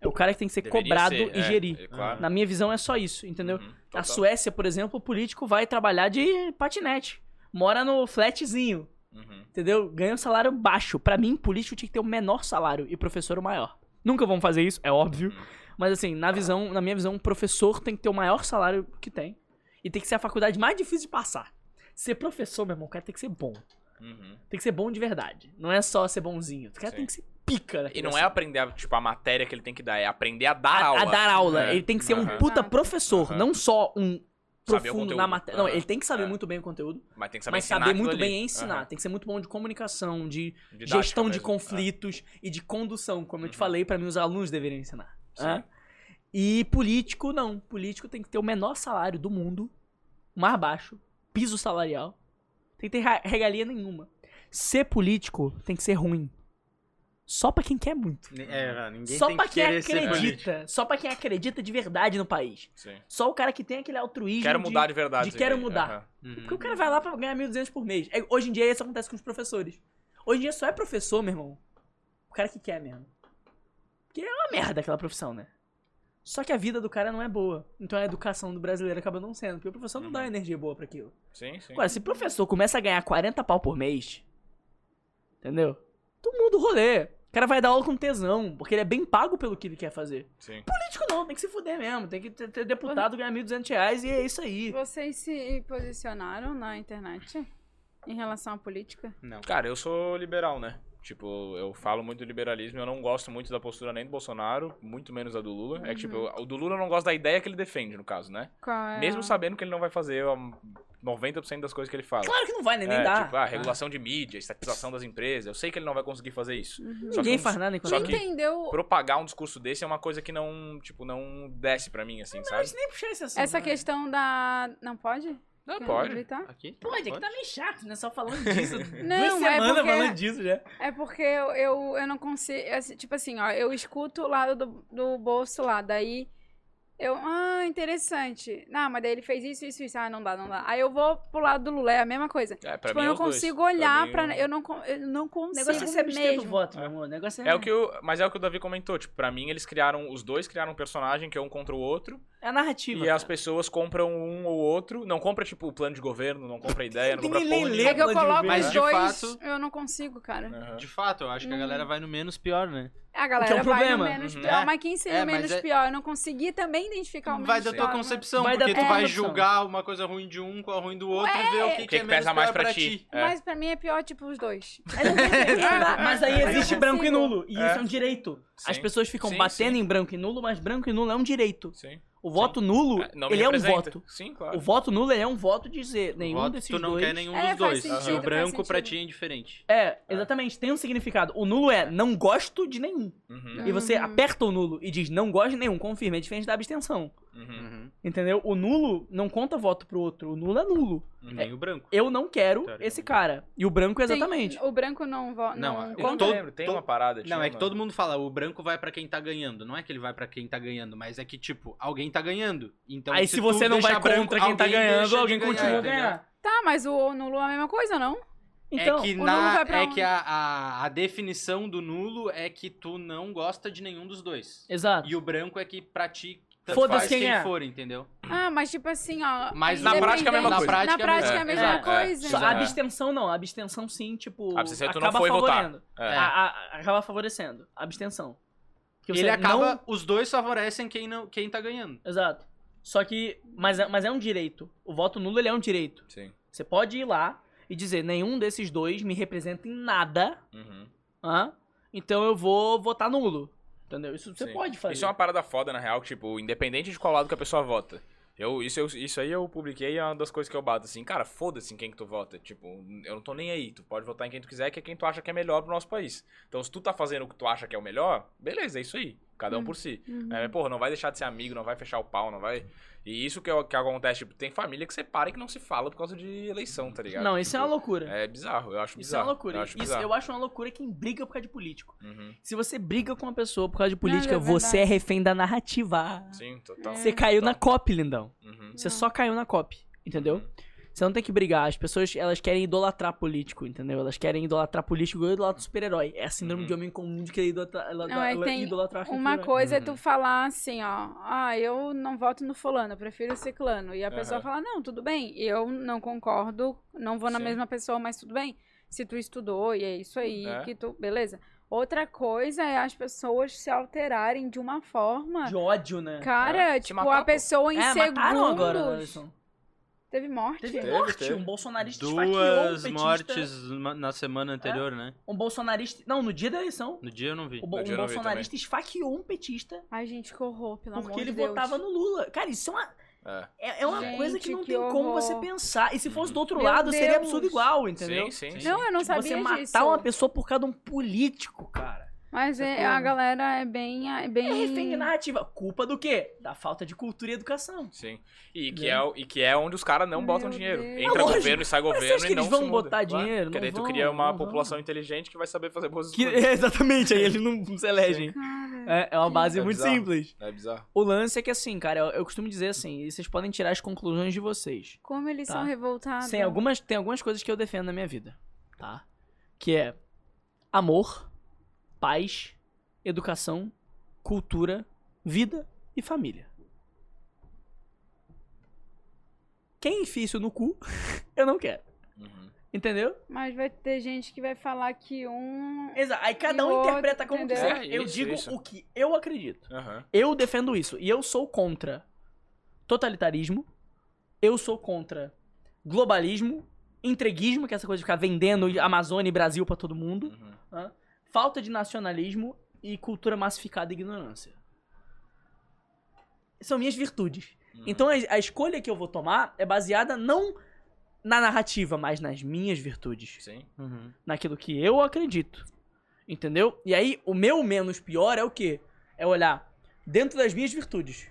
Speaker 4: É o cara que tem que ser
Speaker 3: Deveria
Speaker 4: cobrado
Speaker 3: ser,
Speaker 4: e
Speaker 3: é,
Speaker 4: gerir.
Speaker 3: é claro.
Speaker 4: Na minha visão é só isso, entendeu?
Speaker 3: Uhum.
Speaker 4: Na
Speaker 3: Total.
Speaker 4: Suécia, por exemplo, o político vai trabalhar de patinete, mora no flatzinho,
Speaker 3: Uhum.
Speaker 4: entendeu? Ganha um salário baixo. Pra mim, político tinha que ter o menor salário e professor o maior. Nunca vão fazer isso, é óbvio.
Speaker 3: Uhum.
Speaker 4: Mas assim, na visão, na minha visão, o professor tem que ter o maior salário que tem. E tem que ser a faculdade mais difícil de passar. Ser professor, meu irmão, o cara tem que ser bom.
Speaker 3: Uhum.
Speaker 4: Tem que ser bom de verdade. Não é só ser bonzinho. O cara
Speaker 3: Sim.
Speaker 4: tem que ser pica. naquele
Speaker 3: E não é
Speaker 4: assunto.
Speaker 3: aprender, a, tipo, a matéria que ele tem que dar, é aprender a dar
Speaker 4: Então, assim, a,
Speaker 3: aula.
Speaker 4: a dar aula.
Speaker 3: É.
Speaker 4: Ele tem que ser
Speaker 3: Aham.
Speaker 4: um puta professor,
Speaker 3: Aham.
Speaker 4: não só um
Speaker 3: Saber o
Speaker 4: profundo
Speaker 3: conteúdo.
Speaker 4: na matéria. Não,
Speaker 3: Aham.
Speaker 4: ele tem que saber
Speaker 3: É.
Speaker 4: muito bem o conteúdo,
Speaker 3: Mas tem que saber
Speaker 4: mas
Speaker 3: ensinar
Speaker 4: saber muito
Speaker 3: aquilo
Speaker 4: bem é
Speaker 3: ali.
Speaker 4: ensinar. Tem que ser muito bom de comunicação, de
Speaker 3: Aham. Didática
Speaker 4: gestão
Speaker 1: né?
Speaker 4: de
Speaker 3: mesmo. Ah,
Speaker 4: conflitos e de condução, como eu te
Speaker 3: Uhum.
Speaker 4: falei, pra mim os alunos deveriam ensinar.
Speaker 3: Sim.
Speaker 4: né? E político não, político tem que ter o menor salário do mundo, o mais baixo, piso salarial, tem que ter ra- regalia nenhuma. Ser político tem que ser ruim. Só pra quem quer muito.
Speaker 1: É, ninguém
Speaker 4: só
Speaker 1: tem
Speaker 4: pra
Speaker 1: que
Speaker 4: quem
Speaker 1: querer ser político.
Speaker 4: acredita, só pra quem acredita de verdade no país.
Speaker 3: Sim.
Speaker 4: Só o cara que tem aquele altruísmo
Speaker 3: Quero
Speaker 4: de- um
Speaker 3: mudar de verdade.
Speaker 4: de
Speaker 3: isso
Speaker 4: quero
Speaker 3: aqui.
Speaker 4: mudar.
Speaker 3: Aham.
Speaker 1: Uhum.
Speaker 4: porque o cara vai lá pra ganhar 1.200 por mês. É, hoje em dia isso acontece com os professores. Hoje em dia só é professor, meu irmão. O cara que quer mesmo. Porque é uma merda aquela profissão, né? Só que a vida do cara não é boa. Então a educação do brasileiro acaba não sendo. Porque o professor não dá
Speaker 3: Uhum.
Speaker 4: uma energia boa pra aquilo.
Speaker 3: Sim, sim.
Speaker 4: Agora, se o professor começa a ganhar 40 pau por mês, entendeu? Todo mundo rolê. O cara vai dar aula com tesão, porque ele é bem pago pelo que ele quer fazer.
Speaker 3: sim.
Speaker 4: Político não, tem que se fuder mesmo. Tem que ter, ter deputado ganhar 1.200 reais e é isso aí.
Speaker 2: Vocês se posicionaram na internet em relação à política?
Speaker 1: Não.
Speaker 3: Então, Cara, eu sou liberal, né? Tipo, eu falo muito do liberalismo, eu não gosto muito da postura nem do Bolsonaro, muito menos da do Lula. É que, tipo,
Speaker 4: Uhum.
Speaker 3: eu- o do Lula eu não gosto da ideia que ele defende, no caso, né?
Speaker 2: Qual é
Speaker 3: Mesmo
Speaker 2: a-
Speaker 3: sabendo que ele não vai fazer um, 90% das coisas que ele fala.
Speaker 4: Claro que não vai, né? Nem
Speaker 3: é,
Speaker 4: dá.
Speaker 3: Tipo, ah, regulação de mídia, estatização das empresas. Eu sei que ele não vai conseguir fazer isso.
Speaker 2: Uhum.
Speaker 3: Só que
Speaker 4: Ninguém
Speaker 3: um-
Speaker 4: faz nada enquanto
Speaker 3: só
Speaker 2: Não
Speaker 3: que-
Speaker 2: entendeu
Speaker 3: Propagar um discurso desse é uma coisa que não, tipo, não desce pra mim, assim, sabe?
Speaker 4: nem puxar esse assunto.
Speaker 2: essa
Speaker 4: né?
Speaker 2: questão da. Não pode?
Speaker 3: Não,
Speaker 2: Quer
Speaker 3: pode.
Speaker 2: gritar?
Speaker 1: Aqui?
Speaker 4: Pode, é que tá meio chato, né? Só falando disso. Duas
Speaker 2: Não, é
Speaker 4: semanas
Speaker 2: porque-
Speaker 4: falando disso já.
Speaker 2: É porque eu, eu, eu não consigo. assim, Tipo assim, ó, eu escuto o lado do, do bolso lá, daí eu. Ah, interessante. Não, mas daí ele fez isso, isso, isso. Ah, não dá, não dá. Aí eu vou pro lado do Lula, é a mesma coisa.
Speaker 3: É, pra
Speaker 2: tipo, eu
Speaker 3: mim é
Speaker 2: não
Speaker 3: os dois.
Speaker 2: consigo
Speaker 3: Pra
Speaker 2: olhar
Speaker 3: mim, é um
Speaker 2: pra. Eu não, con- eu não
Speaker 4: O
Speaker 2: consigo.
Speaker 4: negócio é se abster do
Speaker 2: mesmo.
Speaker 4: voto, meu amor. O negócio é.
Speaker 3: É o que o, mas é o que o Davi comentou, tipo, pra mim eles criaram, os dois criaram um personagem que é um contra o outro,
Speaker 4: É a narrativa.
Speaker 3: e as pessoas compram um ou outro, não compra tipo o plano de governo, não compra ideia, não compra
Speaker 4: Ninguém
Speaker 3: porra
Speaker 4: nem
Speaker 3: nenhuma.
Speaker 2: É que eu coloco
Speaker 1: Mas,
Speaker 2: os
Speaker 1: de
Speaker 2: dois.
Speaker 1: fato-
Speaker 2: Eu não consigo, cara.
Speaker 3: Aham.
Speaker 1: De fato, eu
Speaker 4: Hum.
Speaker 1: acho que a galera vai no menos pior, né?
Speaker 2: A galera
Speaker 4: é
Speaker 2: vai
Speaker 4: um
Speaker 2: no
Speaker 4: problema.
Speaker 2: menos
Speaker 3: Uhum.
Speaker 2: pior.
Speaker 1: É,
Speaker 2: Mas quem seria
Speaker 1: é,
Speaker 2: o
Speaker 1: mas
Speaker 2: menos
Speaker 1: é-
Speaker 2: pior? Eu não consegui também identificar o menos
Speaker 1: Vai da tua
Speaker 2: pior, né?
Speaker 1: concepção,
Speaker 4: Vai da
Speaker 1: porque tu
Speaker 4: tua
Speaker 1: vai
Speaker 4: concepção.
Speaker 1: julgar uma coisa ruim de um com a ruim do outro e ver o que,
Speaker 3: O
Speaker 1: que,
Speaker 3: que,
Speaker 1: é
Speaker 3: que
Speaker 1: menos
Speaker 3: pesa
Speaker 1: pior
Speaker 3: mais
Speaker 1: pra,
Speaker 3: pra
Speaker 1: ti.
Speaker 3: ti?
Speaker 2: Mas pra mim é pior, tipo, os dois.
Speaker 4: Mas aí
Speaker 2: Eu não
Speaker 4: existe
Speaker 2: consigo.
Speaker 4: branco e nulo. E
Speaker 3: É.
Speaker 4: isso é um direito. As
Speaker 3: Sim.
Speaker 4: pessoas ficam
Speaker 3: Sim,
Speaker 4: batendo em branco e nulo, mas branco e nulo é um direito.
Speaker 3: Sim.
Speaker 4: O voto nulo,
Speaker 3: Ah, não me
Speaker 4: ele é um
Speaker 3: representa.
Speaker 4: voto.
Speaker 3: Sim,
Speaker 4: O
Speaker 3: claro.
Speaker 4: voto nulo ele é um voto de dizer nenhum
Speaker 1: Voto,
Speaker 4: desses
Speaker 1: tu não
Speaker 4: dois.
Speaker 1: quer nenhum
Speaker 2: É,
Speaker 1: dos
Speaker 2: faz
Speaker 1: dois.
Speaker 2: sentido,
Speaker 1: o
Speaker 2: faz
Speaker 1: branco pra
Speaker 2: sentido.
Speaker 1: ti é indiferente.
Speaker 4: É, exatamente, tem um significado. O nulo é não gosto de nenhum.
Speaker 3: Uhum,
Speaker 4: E você
Speaker 2: Uhum.
Speaker 4: aperta o nulo e diz não gosto de nenhum, confirma, é diferente da abstenção.
Speaker 3: uhum,
Speaker 4: Entendeu? O nulo não conta voto pro outro. O nulo é nulo.
Speaker 1: Nem o branco.
Speaker 4: Eu não quero
Speaker 1: Teoricamente.
Speaker 4: esse cara. E o branco, é
Speaker 2: Tem-
Speaker 4: exatamente.
Speaker 2: o branco não vota.
Speaker 1: Não,
Speaker 2: Não,
Speaker 1: a-
Speaker 3: Eu não é
Speaker 1: Conta-
Speaker 3: me lembro, tem
Speaker 1: to-
Speaker 3: uma parada.
Speaker 1: Não,
Speaker 3: tinha
Speaker 1: é que
Speaker 3: uma-
Speaker 1: todo mundo fala, o branco vai pra quem tá ganhando. Não é que ele vai pra quem tá ganhando, mas é que, tipo, alguém tá ganhando. Então,
Speaker 4: Aí se você
Speaker 1: tu
Speaker 4: não vai
Speaker 1: deixar branco,
Speaker 4: contra quem tá
Speaker 1: alguém
Speaker 4: ganhando,
Speaker 1: deixa de
Speaker 4: alguém continua a
Speaker 1: entendeu?
Speaker 4: ganhar.
Speaker 2: Tá, mas o nulo é a mesma coisa, não?
Speaker 4: Então,
Speaker 1: é que,
Speaker 2: o nulo
Speaker 1: na,
Speaker 2: vai pra
Speaker 1: é
Speaker 2: onde?
Speaker 1: que a, a, a definição do nulo é que tu não gosta de nenhum dos dois.
Speaker 4: exato.
Speaker 1: E o branco é que pra ti, tanto
Speaker 4: Foda-se
Speaker 1: faz
Speaker 4: quem
Speaker 1: quem,
Speaker 4: é.
Speaker 1: for, entendeu?
Speaker 2: Ah, mas tipo assim, ó.
Speaker 1: Mas
Speaker 3: na prática é a mesma
Speaker 2: independente-
Speaker 3: coisa.
Speaker 1: Na
Speaker 2: Na prática é a mesma
Speaker 4: É,
Speaker 3: é.
Speaker 2: coisa.
Speaker 4: Só
Speaker 3: Exato.
Speaker 4: a abstenção não, a abstenção sim, tipo,
Speaker 3: A
Speaker 1: Ah,
Speaker 3: abstenção tu não
Speaker 4: acaba
Speaker 3: foi votar.
Speaker 4: favorecendo.
Speaker 3: É.
Speaker 4: A- a- acaba favorecendo. A abstenção. Que você
Speaker 1: Ele acaba,
Speaker 4: não-
Speaker 1: os dois favorecem quem, não, quem tá ganhando.
Speaker 4: Exato. Só que, mas é, mas é um direito. O voto nulo, ele é um direito.
Speaker 3: Sim.
Speaker 4: Você pode ir lá e dizer, nenhum desses dois me representa em nada,
Speaker 3: Uhum.
Speaker 4: hã? então eu vou votar nulo. Entendeu? Isso você
Speaker 3: Sim.
Speaker 4: pode fazer.
Speaker 3: Isso é uma parada foda, na real, que, tipo, independente de qual lado que a pessoa vota. Eu, isso, eu- isso aí eu publiquei é uma das coisas que eu bato, assim, cara, foda-se em quem que tu vota. Tipo, eu não tô nem aí. Tu pode votar em quem tu quiser, que é quem tu acha que é melhor pro nosso país. Então, se tu tá fazendo o que tu acha que é o melhor, beleza, é isso aí. Cada um
Speaker 2: Hum.
Speaker 3: por si.
Speaker 2: Uhum.
Speaker 3: É, mas, porra, não vai deixar de ser amigo, não vai fechar o pau, não vai. E isso que, é o- que acontece, tipo, tem família que separa e que não se fala por causa de eleição, tá ligado?
Speaker 4: Não, isso é uma
Speaker 3: Tipo,
Speaker 4: loucura.
Speaker 3: É bizarro, eu acho
Speaker 4: Isso é
Speaker 3: bizarro.
Speaker 4: uma loucura.
Speaker 3: Eu
Speaker 4: Isso-
Speaker 3: acho bizarro.
Speaker 4: eu acho uma loucura quem briga por causa de político.
Speaker 3: Uhum.
Speaker 4: Se você briga com uma pessoa por causa de política,
Speaker 2: Não, é verdade.
Speaker 4: você é refém da narrativa.
Speaker 3: Sim, total.
Speaker 4: Você caiu na
Speaker 3: Total.
Speaker 4: COP, lindão.
Speaker 3: Uhum.
Speaker 4: Você
Speaker 2: Não.
Speaker 4: só caiu na COP, entendeu? Você não tem que brigar. As pessoas, elas querem idolatrar político, entendeu? Elas querem idolatrar político igual eu idolatro super-herói. É a síndrome
Speaker 3: Uhum.
Speaker 4: de homem comum de querer idolatrar, ela,
Speaker 2: Não, é que
Speaker 4: ela-
Speaker 2: tem
Speaker 4: idolatrar
Speaker 2: Uma
Speaker 4: super-herói.
Speaker 2: coisa é
Speaker 3: Uhum.
Speaker 2: tu falar assim, ó. Ah, eu não voto no fulano, eu prefiro o ciclano. E a pessoa
Speaker 3: Aham.
Speaker 2: fala, não, tudo bem. Eu não concordo, não vou na
Speaker 3: Sim.
Speaker 2: mesma pessoa, mas tudo bem. Se tu estudou e é isso aí
Speaker 3: É.
Speaker 2: que tu... Beleza. Outra coisa é as pessoas se alterarem de uma forma...
Speaker 4: De ódio, né?
Speaker 2: Cara,
Speaker 3: É, se
Speaker 2: tipo,
Speaker 3: matar,
Speaker 2: a
Speaker 3: pô.
Speaker 2: pessoa em
Speaker 4: é,
Speaker 2: segundos...
Speaker 4: mataram agora, Alisson.
Speaker 2: Teve morte?
Speaker 4: Teve
Speaker 3: Teve,
Speaker 4: morte,
Speaker 3: teve.
Speaker 4: um bolsonarista esfaqueou um
Speaker 1: Duas
Speaker 4: petista-
Speaker 1: mortes ma- na semana anterior, né?
Speaker 4: Um bolsonarista. Não, no dia da eleição.
Speaker 1: No dia eu não vi.
Speaker 4: O bo-
Speaker 3: No
Speaker 4: um
Speaker 3: dia eu não vi
Speaker 4: bolsonarista esfaqueou um petista
Speaker 2: Ai, gente, que horror, pelo amor
Speaker 4: porque
Speaker 2: de
Speaker 4: ele
Speaker 2: Deus.
Speaker 4: votava no Lula. Cara, isso é uma,
Speaker 3: É.
Speaker 4: é, é uma
Speaker 2: Gente,
Speaker 4: coisa que não
Speaker 2: que
Speaker 4: tem como
Speaker 2: horror.
Speaker 4: você pensar. E se fosse do outro
Speaker 2: Meu
Speaker 4: lado, seria
Speaker 2: Deus.
Speaker 4: absurdo igual, entendeu?
Speaker 3: Sim, sim, sim.
Speaker 2: Não, eu não
Speaker 4: Tipo,
Speaker 2: sabia
Speaker 4: você matar
Speaker 2: disso.
Speaker 4: uma pessoa por causa de um político, cara.
Speaker 2: Mas é-
Speaker 4: Sacou?
Speaker 2: a galera é bem... É bem...
Speaker 4: É refém de narrativa. Culpa do quê? Da falta de cultura e educação.
Speaker 3: Sim. E que, é, o- e que é onde os caras não botam
Speaker 2: Meu
Speaker 3: dinheiro.
Speaker 2: Deus.
Speaker 3: Entra
Speaker 4: É Né? lógico.
Speaker 3: governo e sai
Speaker 4: Mas você
Speaker 3: governo
Speaker 4: acha que
Speaker 3: e não
Speaker 4: eles vão
Speaker 3: se muda.
Speaker 4: botar dinheiro?
Speaker 3: Porque
Speaker 4: Não
Speaker 3: daí tu
Speaker 4: vão,
Speaker 3: cria uma
Speaker 4: não vão.
Speaker 3: população inteligente que vai saber fazer boas
Speaker 4: Que-
Speaker 3: escolhas.
Speaker 4: exatamente, aí eles não se elegem.
Speaker 2: Cara,
Speaker 4: É, é uma base
Speaker 3: É
Speaker 4: muito
Speaker 3: bizarro.
Speaker 4: simples.
Speaker 3: É bizarro.
Speaker 4: O lance é que assim, cara, eu, eu costumo dizer assim, e vocês podem tirar as conclusões de vocês.
Speaker 2: como eles
Speaker 4: Tá.
Speaker 2: são revoltados.
Speaker 4: Tem algumas, tem algumas coisas que eu defendo na minha vida, tá? Que é amor, paz, educação, cultura, vida e família. Quem enfia isso no cu, eu não quero.
Speaker 3: Uhum.
Speaker 4: Entendeu?
Speaker 2: Mas vai ter gente que vai falar que um...
Speaker 4: Exato. Aí
Speaker 2: E
Speaker 4: cada
Speaker 2: o
Speaker 4: um
Speaker 2: outro,
Speaker 4: interpreta como
Speaker 2: entendeu?
Speaker 4: quiser.
Speaker 3: É,
Speaker 4: eu
Speaker 3: isso,
Speaker 4: digo
Speaker 3: isso.
Speaker 4: o que eu acredito.
Speaker 3: Aham.
Speaker 4: Eu defendo isso. E eu sou contra totalitarismo. Eu sou contra globalismo, entreguismo, que é essa coisa de ficar vendendo Amazônia e Brasil pra todo mundo,
Speaker 3: Uhum.
Speaker 4: né? falta de nacionalismo e cultura massificada e ignorância. São minhas virtudes.
Speaker 3: Uhum.
Speaker 4: Então a, a escolha que eu vou tomar é baseada não na narrativa, mas nas minhas virtudes
Speaker 3: Sim.
Speaker 4: Uhum. naquilo que eu acredito. Entendeu? E aí, o meu menos pior é o quê? É olhar dentro das minhas virtudes.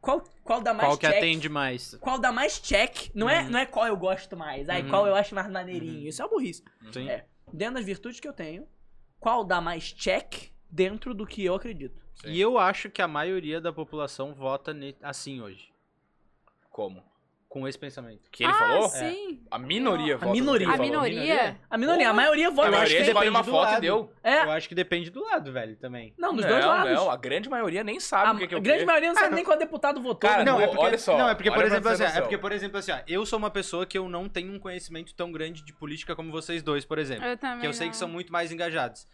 Speaker 4: Qual, qual dá mais
Speaker 1: Qual que
Speaker 4: check?
Speaker 1: atende mais?
Speaker 4: Qual dá mais check? Não, é,
Speaker 1: Uhum.
Speaker 4: não é qual eu gosto mais, aí
Speaker 1: Uhum.
Speaker 4: qual eu acho mais
Speaker 3: Uhum.
Speaker 4: maneirinho. Isso é uma burrice.
Speaker 1: Sim.
Speaker 4: É. Dentro das virtudes que eu tenho, qual dá mais check dentro do que eu acredito?
Speaker 3: sim.
Speaker 1: E eu acho que a maioria da população vota ne- assim hoje.
Speaker 3: Como?
Speaker 1: Com esse pensamento.
Speaker 3: Que ele
Speaker 2: ah,
Speaker 3: falou?
Speaker 4: É.
Speaker 2: sim.
Speaker 3: A minoria
Speaker 4: A
Speaker 3: vota. no que ele
Speaker 4: minoria.
Speaker 2: A
Speaker 3: falou.
Speaker 2: minoria...
Speaker 4: A minoria, a maioria
Speaker 3: A
Speaker 4: vota.
Speaker 1: Eu acho
Speaker 3: maioria
Speaker 1: que
Speaker 3: escolhe uma
Speaker 1: depende do
Speaker 3: foto e
Speaker 1: lado.
Speaker 3: deu.
Speaker 4: É,
Speaker 1: Eu acho que depende do lado, velho, também.
Speaker 4: não, dos
Speaker 3: não,
Speaker 4: dois lados.
Speaker 3: não, a grande maioria nem sabe
Speaker 4: a
Speaker 3: o que, que eu
Speaker 4: grande maioria não sabe
Speaker 1: Ah,
Speaker 4: nem qual deputado votou.
Speaker 3: Cara,
Speaker 4: né?
Speaker 3: não,
Speaker 1: é porque,
Speaker 3: olha só,
Speaker 1: Não, é porque,
Speaker 3: olha
Speaker 1: por
Speaker 3: pra
Speaker 1: exemplo,
Speaker 3: você ter
Speaker 1: assim, é
Speaker 3: noção.
Speaker 1: porque, por exemplo, assim, ó, eu sou uma pessoa que eu não tenho um conhecimento tão grande de política como vocês dois, por exemplo.
Speaker 2: Eu também
Speaker 1: que eu sei que
Speaker 2: não.
Speaker 1: são muito mais engajados.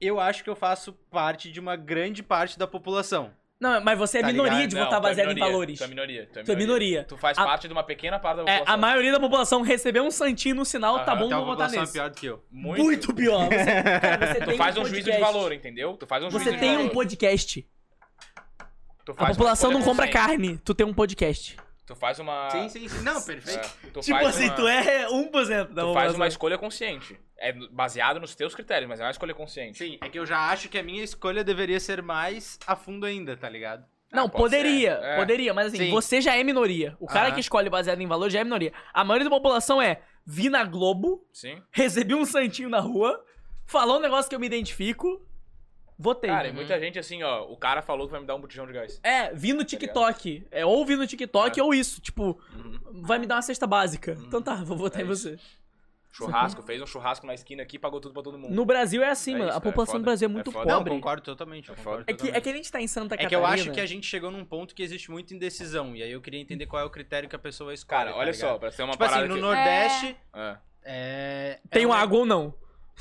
Speaker 1: Eu acho que eu faço parte de uma grande parte da população.
Speaker 4: Não, mas você é
Speaker 1: Tá
Speaker 4: minoria
Speaker 1: ligado?
Speaker 4: de
Speaker 3: Não,
Speaker 4: votar
Speaker 3: tu é
Speaker 4: baseado em
Speaker 3: minoria,
Speaker 4: valores.
Speaker 3: Tu é minoria. Tu é
Speaker 4: Tu é minoria.
Speaker 3: Tu faz
Speaker 4: A-
Speaker 3: parte de uma pequena parte da
Speaker 4: É,
Speaker 3: população.
Speaker 4: a maioria da população recebeu um santinho no sinal, tá
Speaker 3: Aham,
Speaker 4: bom,
Speaker 1: então a
Speaker 4: vou votar
Speaker 1: população é
Speaker 4: nesse.
Speaker 1: pior do que eu.
Speaker 3: Muito.
Speaker 4: Muito pior. Você, cara, você
Speaker 3: Tu
Speaker 4: tem
Speaker 3: faz um
Speaker 4: podcast.
Speaker 3: juízo de valor, entendeu? Tu faz um
Speaker 4: Você
Speaker 3: juízo
Speaker 4: tem
Speaker 3: de
Speaker 4: um
Speaker 3: valor.
Speaker 4: podcast.
Speaker 3: Tu
Speaker 4: A
Speaker 3: faz uma
Speaker 4: população
Speaker 3: escolha
Speaker 4: não compra
Speaker 3: consciente.
Speaker 4: carne, tu tem um podcast.
Speaker 3: Tu faz uma.
Speaker 1: Sim, sim, sim. Não, perfeito.
Speaker 3: Ah. É, tu
Speaker 1: Tipo
Speaker 3: faz
Speaker 1: assim,
Speaker 3: uma...
Speaker 4: é 1% da
Speaker 3: Tu faz
Speaker 1: é-
Speaker 3: uma escolha consciente. É baseado nos teus critérios, mas é uma escolha consciente.
Speaker 1: Sim, é que eu já acho que a minha escolha deveria ser mais a fundo ainda, tá ligado?
Speaker 4: Não,
Speaker 3: Ah, pode
Speaker 4: poderia,
Speaker 3: ser, é.
Speaker 4: poderia, mas assim,
Speaker 1: Sim.
Speaker 4: você já é minoria. O cara
Speaker 1: Aham.
Speaker 4: que escolhe baseado em valor já é minoria. A maioria da população é, vi na Globo,
Speaker 3: Sim.
Speaker 4: recebi um santinho na rua, falou um negócio que eu me identifico, votei.
Speaker 1: né?
Speaker 3: Cara, e muita Tá gente assim, ó. O cara falou que vai me dar um botijão de gás.
Speaker 4: É, vi no TikTok. É, ou vi no TikTok ou isso. Tipo,
Speaker 1: Uhum.
Speaker 4: vai me dar uma cesta básica. Então tá, vou votar
Speaker 3: É
Speaker 4: em você.
Speaker 3: Churrasco, fez um churrasco na esquina aqui e pagou tudo pra todo mundo.
Speaker 4: No Brasil é
Speaker 3: É
Speaker 4: assim, mano.
Speaker 3: isso,
Speaker 4: a
Speaker 3: é
Speaker 4: população
Speaker 3: foda.
Speaker 4: do Brasil é muito
Speaker 3: É foda.
Speaker 4: pobre.
Speaker 1: Não, concordo totalmente. eu
Speaker 3: É
Speaker 1: concordo
Speaker 4: É que,
Speaker 1: totalmente.
Speaker 4: é que a gente tá em Santa
Speaker 1: É
Speaker 4: Catarina.
Speaker 1: que eu acho que a gente chegou num ponto que existe muita indecisão. E aí eu queria entender qual é o critério que a pessoa escolhe.
Speaker 3: Cara,
Speaker 1: tá
Speaker 3: olha
Speaker 1: ligado?
Speaker 3: só, pra ser uma
Speaker 1: Tipo assim,
Speaker 3: parada
Speaker 1: no
Speaker 3: que-
Speaker 1: Nordeste.
Speaker 3: É.
Speaker 1: É... é
Speaker 4: Tem
Speaker 1: um
Speaker 4: uma água ou não.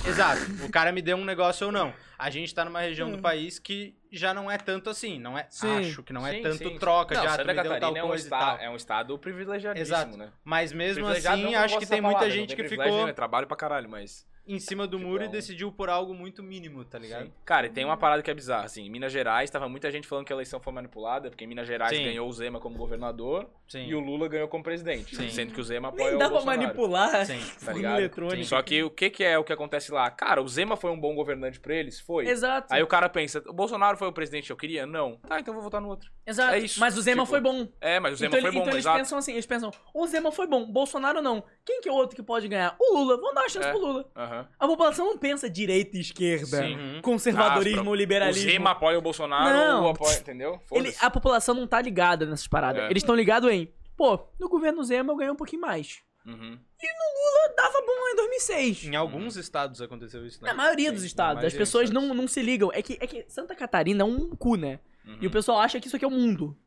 Speaker 1: Exato. O cara me deu um negócio ou não. A gente tá numa região do país que já não é tanto assim, não é?
Speaker 4: Hum. Sim.
Speaker 1: Acho que não é
Speaker 3: Sim,
Speaker 1: tanto
Speaker 3: sim, sim.
Speaker 1: troca
Speaker 3: Não,
Speaker 1: já, tu
Speaker 3: Santa
Speaker 1: me deu tal
Speaker 3: Catarina é um,
Speaker 1: coisa e
Speaker 3: esta-
Speaker 1: tal.
Speaker 3: é um estado privilegiadíssimo,
Speaker 1: Exato.
Speaker 3: né?
Speaker 1: Mas mesmo
Speaker 3: Privilegiado não
Speaker 1: assim,
Speaker 3: que eu
Speaker 1: acho
Speaker 3: gosto
Speaker 1: que
Speaker 3: dessa
Speaker 1: tem muita
Speaker 3: palavra, não
Speaker 1: gente
Speaker 3: tem
Speaker 1: que
Speaker 3: privilégio,
Speaker 1: ficou
Speaker 3: né? Trabalho pra caralho, mas...
Speaker 1: em cima do
Speaker 3: Tipo,
Speaker 1: muro
Speaker 3: é
Speaker 1: e
Speaker 3: um-
Speaker 1: decidiu por algo muito mínimo, tá ligado?
Speaker 3: Sim. Cara, e tem uma parada que é bizarra, assim. Em Minas Gerais, tava muita gente falando que a eleição foi manipulada, porque em Minas Gerais
Speaker 1: Sim.
Speaker 3: ganhou o Zema como governador
Speaker 1: Sim.
Speaker 3: e o Lula ganhou como presidente.
Speaker 1: Sim.
Speaker 3: Sendo que é o Zema apoia
Speaker 4: Nem
Speaker 3: o
Speaker 4: dá pra
Speaker 3: Bolsonaro.
Speaker 4: manipular.
Speaker 1: Sim, tá
Speaker 4: Fone
Speaker 3: ligado?
Speaker 4: eletrônico.
Speaker 3: Só que o que, que é o que acontece lá? Cara, o Zema foi um bom governante pra eles? Foi.
Speaker 4: Exato.
Speaker 3: Aí o cara pensa, o Bolsonaro foi o presidente que eu queria? Não. Tá, então eu vou votar no outro.
Speaker 4: Exato.
Speaker 3: é isso,
Speaker 4: Mas o Zema
Speaker 3: tipo,
Speaker 4: foi bom.
Speaker 3: É, mas o Zema
Speaker 4: então
Speaker 3: foi
Speaker 4: ele-
Speaker 3: bom,
Speaker 4: então eles
Speaker 3: exato.
Speaker 4: pensam assim, eles pensam, o Zema foi bom, Bolsonaro não. Quem que é o outro que pode ganhar? O Lula. Vamos dar uma chance
Speaker 3: É.
Speaker 4: pro Lula.
Speaker 3: Aham.
Speaker 4: A população não pensa direita e esquerda,
Speaker 3: Sim.
Speaker 1: Uhum.
Speaker 4: conservadorismo
Speaker 3: Ah,
Speaker 4: ou
Speaker 3: O
Speaker 4: liberalismo.
Speaker 3: Zema apoia o Bolsonaro
Speaker 4: Não.
Speaker 3: ou apoia, entendeu?
Speaker 4: Ele-
Speaker 3: Foda-se.
Speaker 4: a população não tá ligada nessas paradas.
Speaker 3: É.
Speaker 4: Eles estão ligados em, pô, no governo Zema eu ganhei um pouquinho mais.
Speaker 3: Uhum.
Speaker 4: Eu dava bom em 2006.
Speaker 1: Em alguns estados aconteceu isso, né?
Speaker 4: Na maioria
Speaker 1: Sim,
Speaker 4: dos
Speaker 1: na
Speaker 4: estados.
Speaker 1: maioria
Speaker 4: As
Speaker 1: dos
Speaker 4: pessoas
Speaker 1: estados.
Speaker 4: não, não se ligam. É que, é que Santa Catarina é um cu, né?
Speaker 3: Uhum.
Speaker 4: E o pessoal acha que isso aqui é o mundo.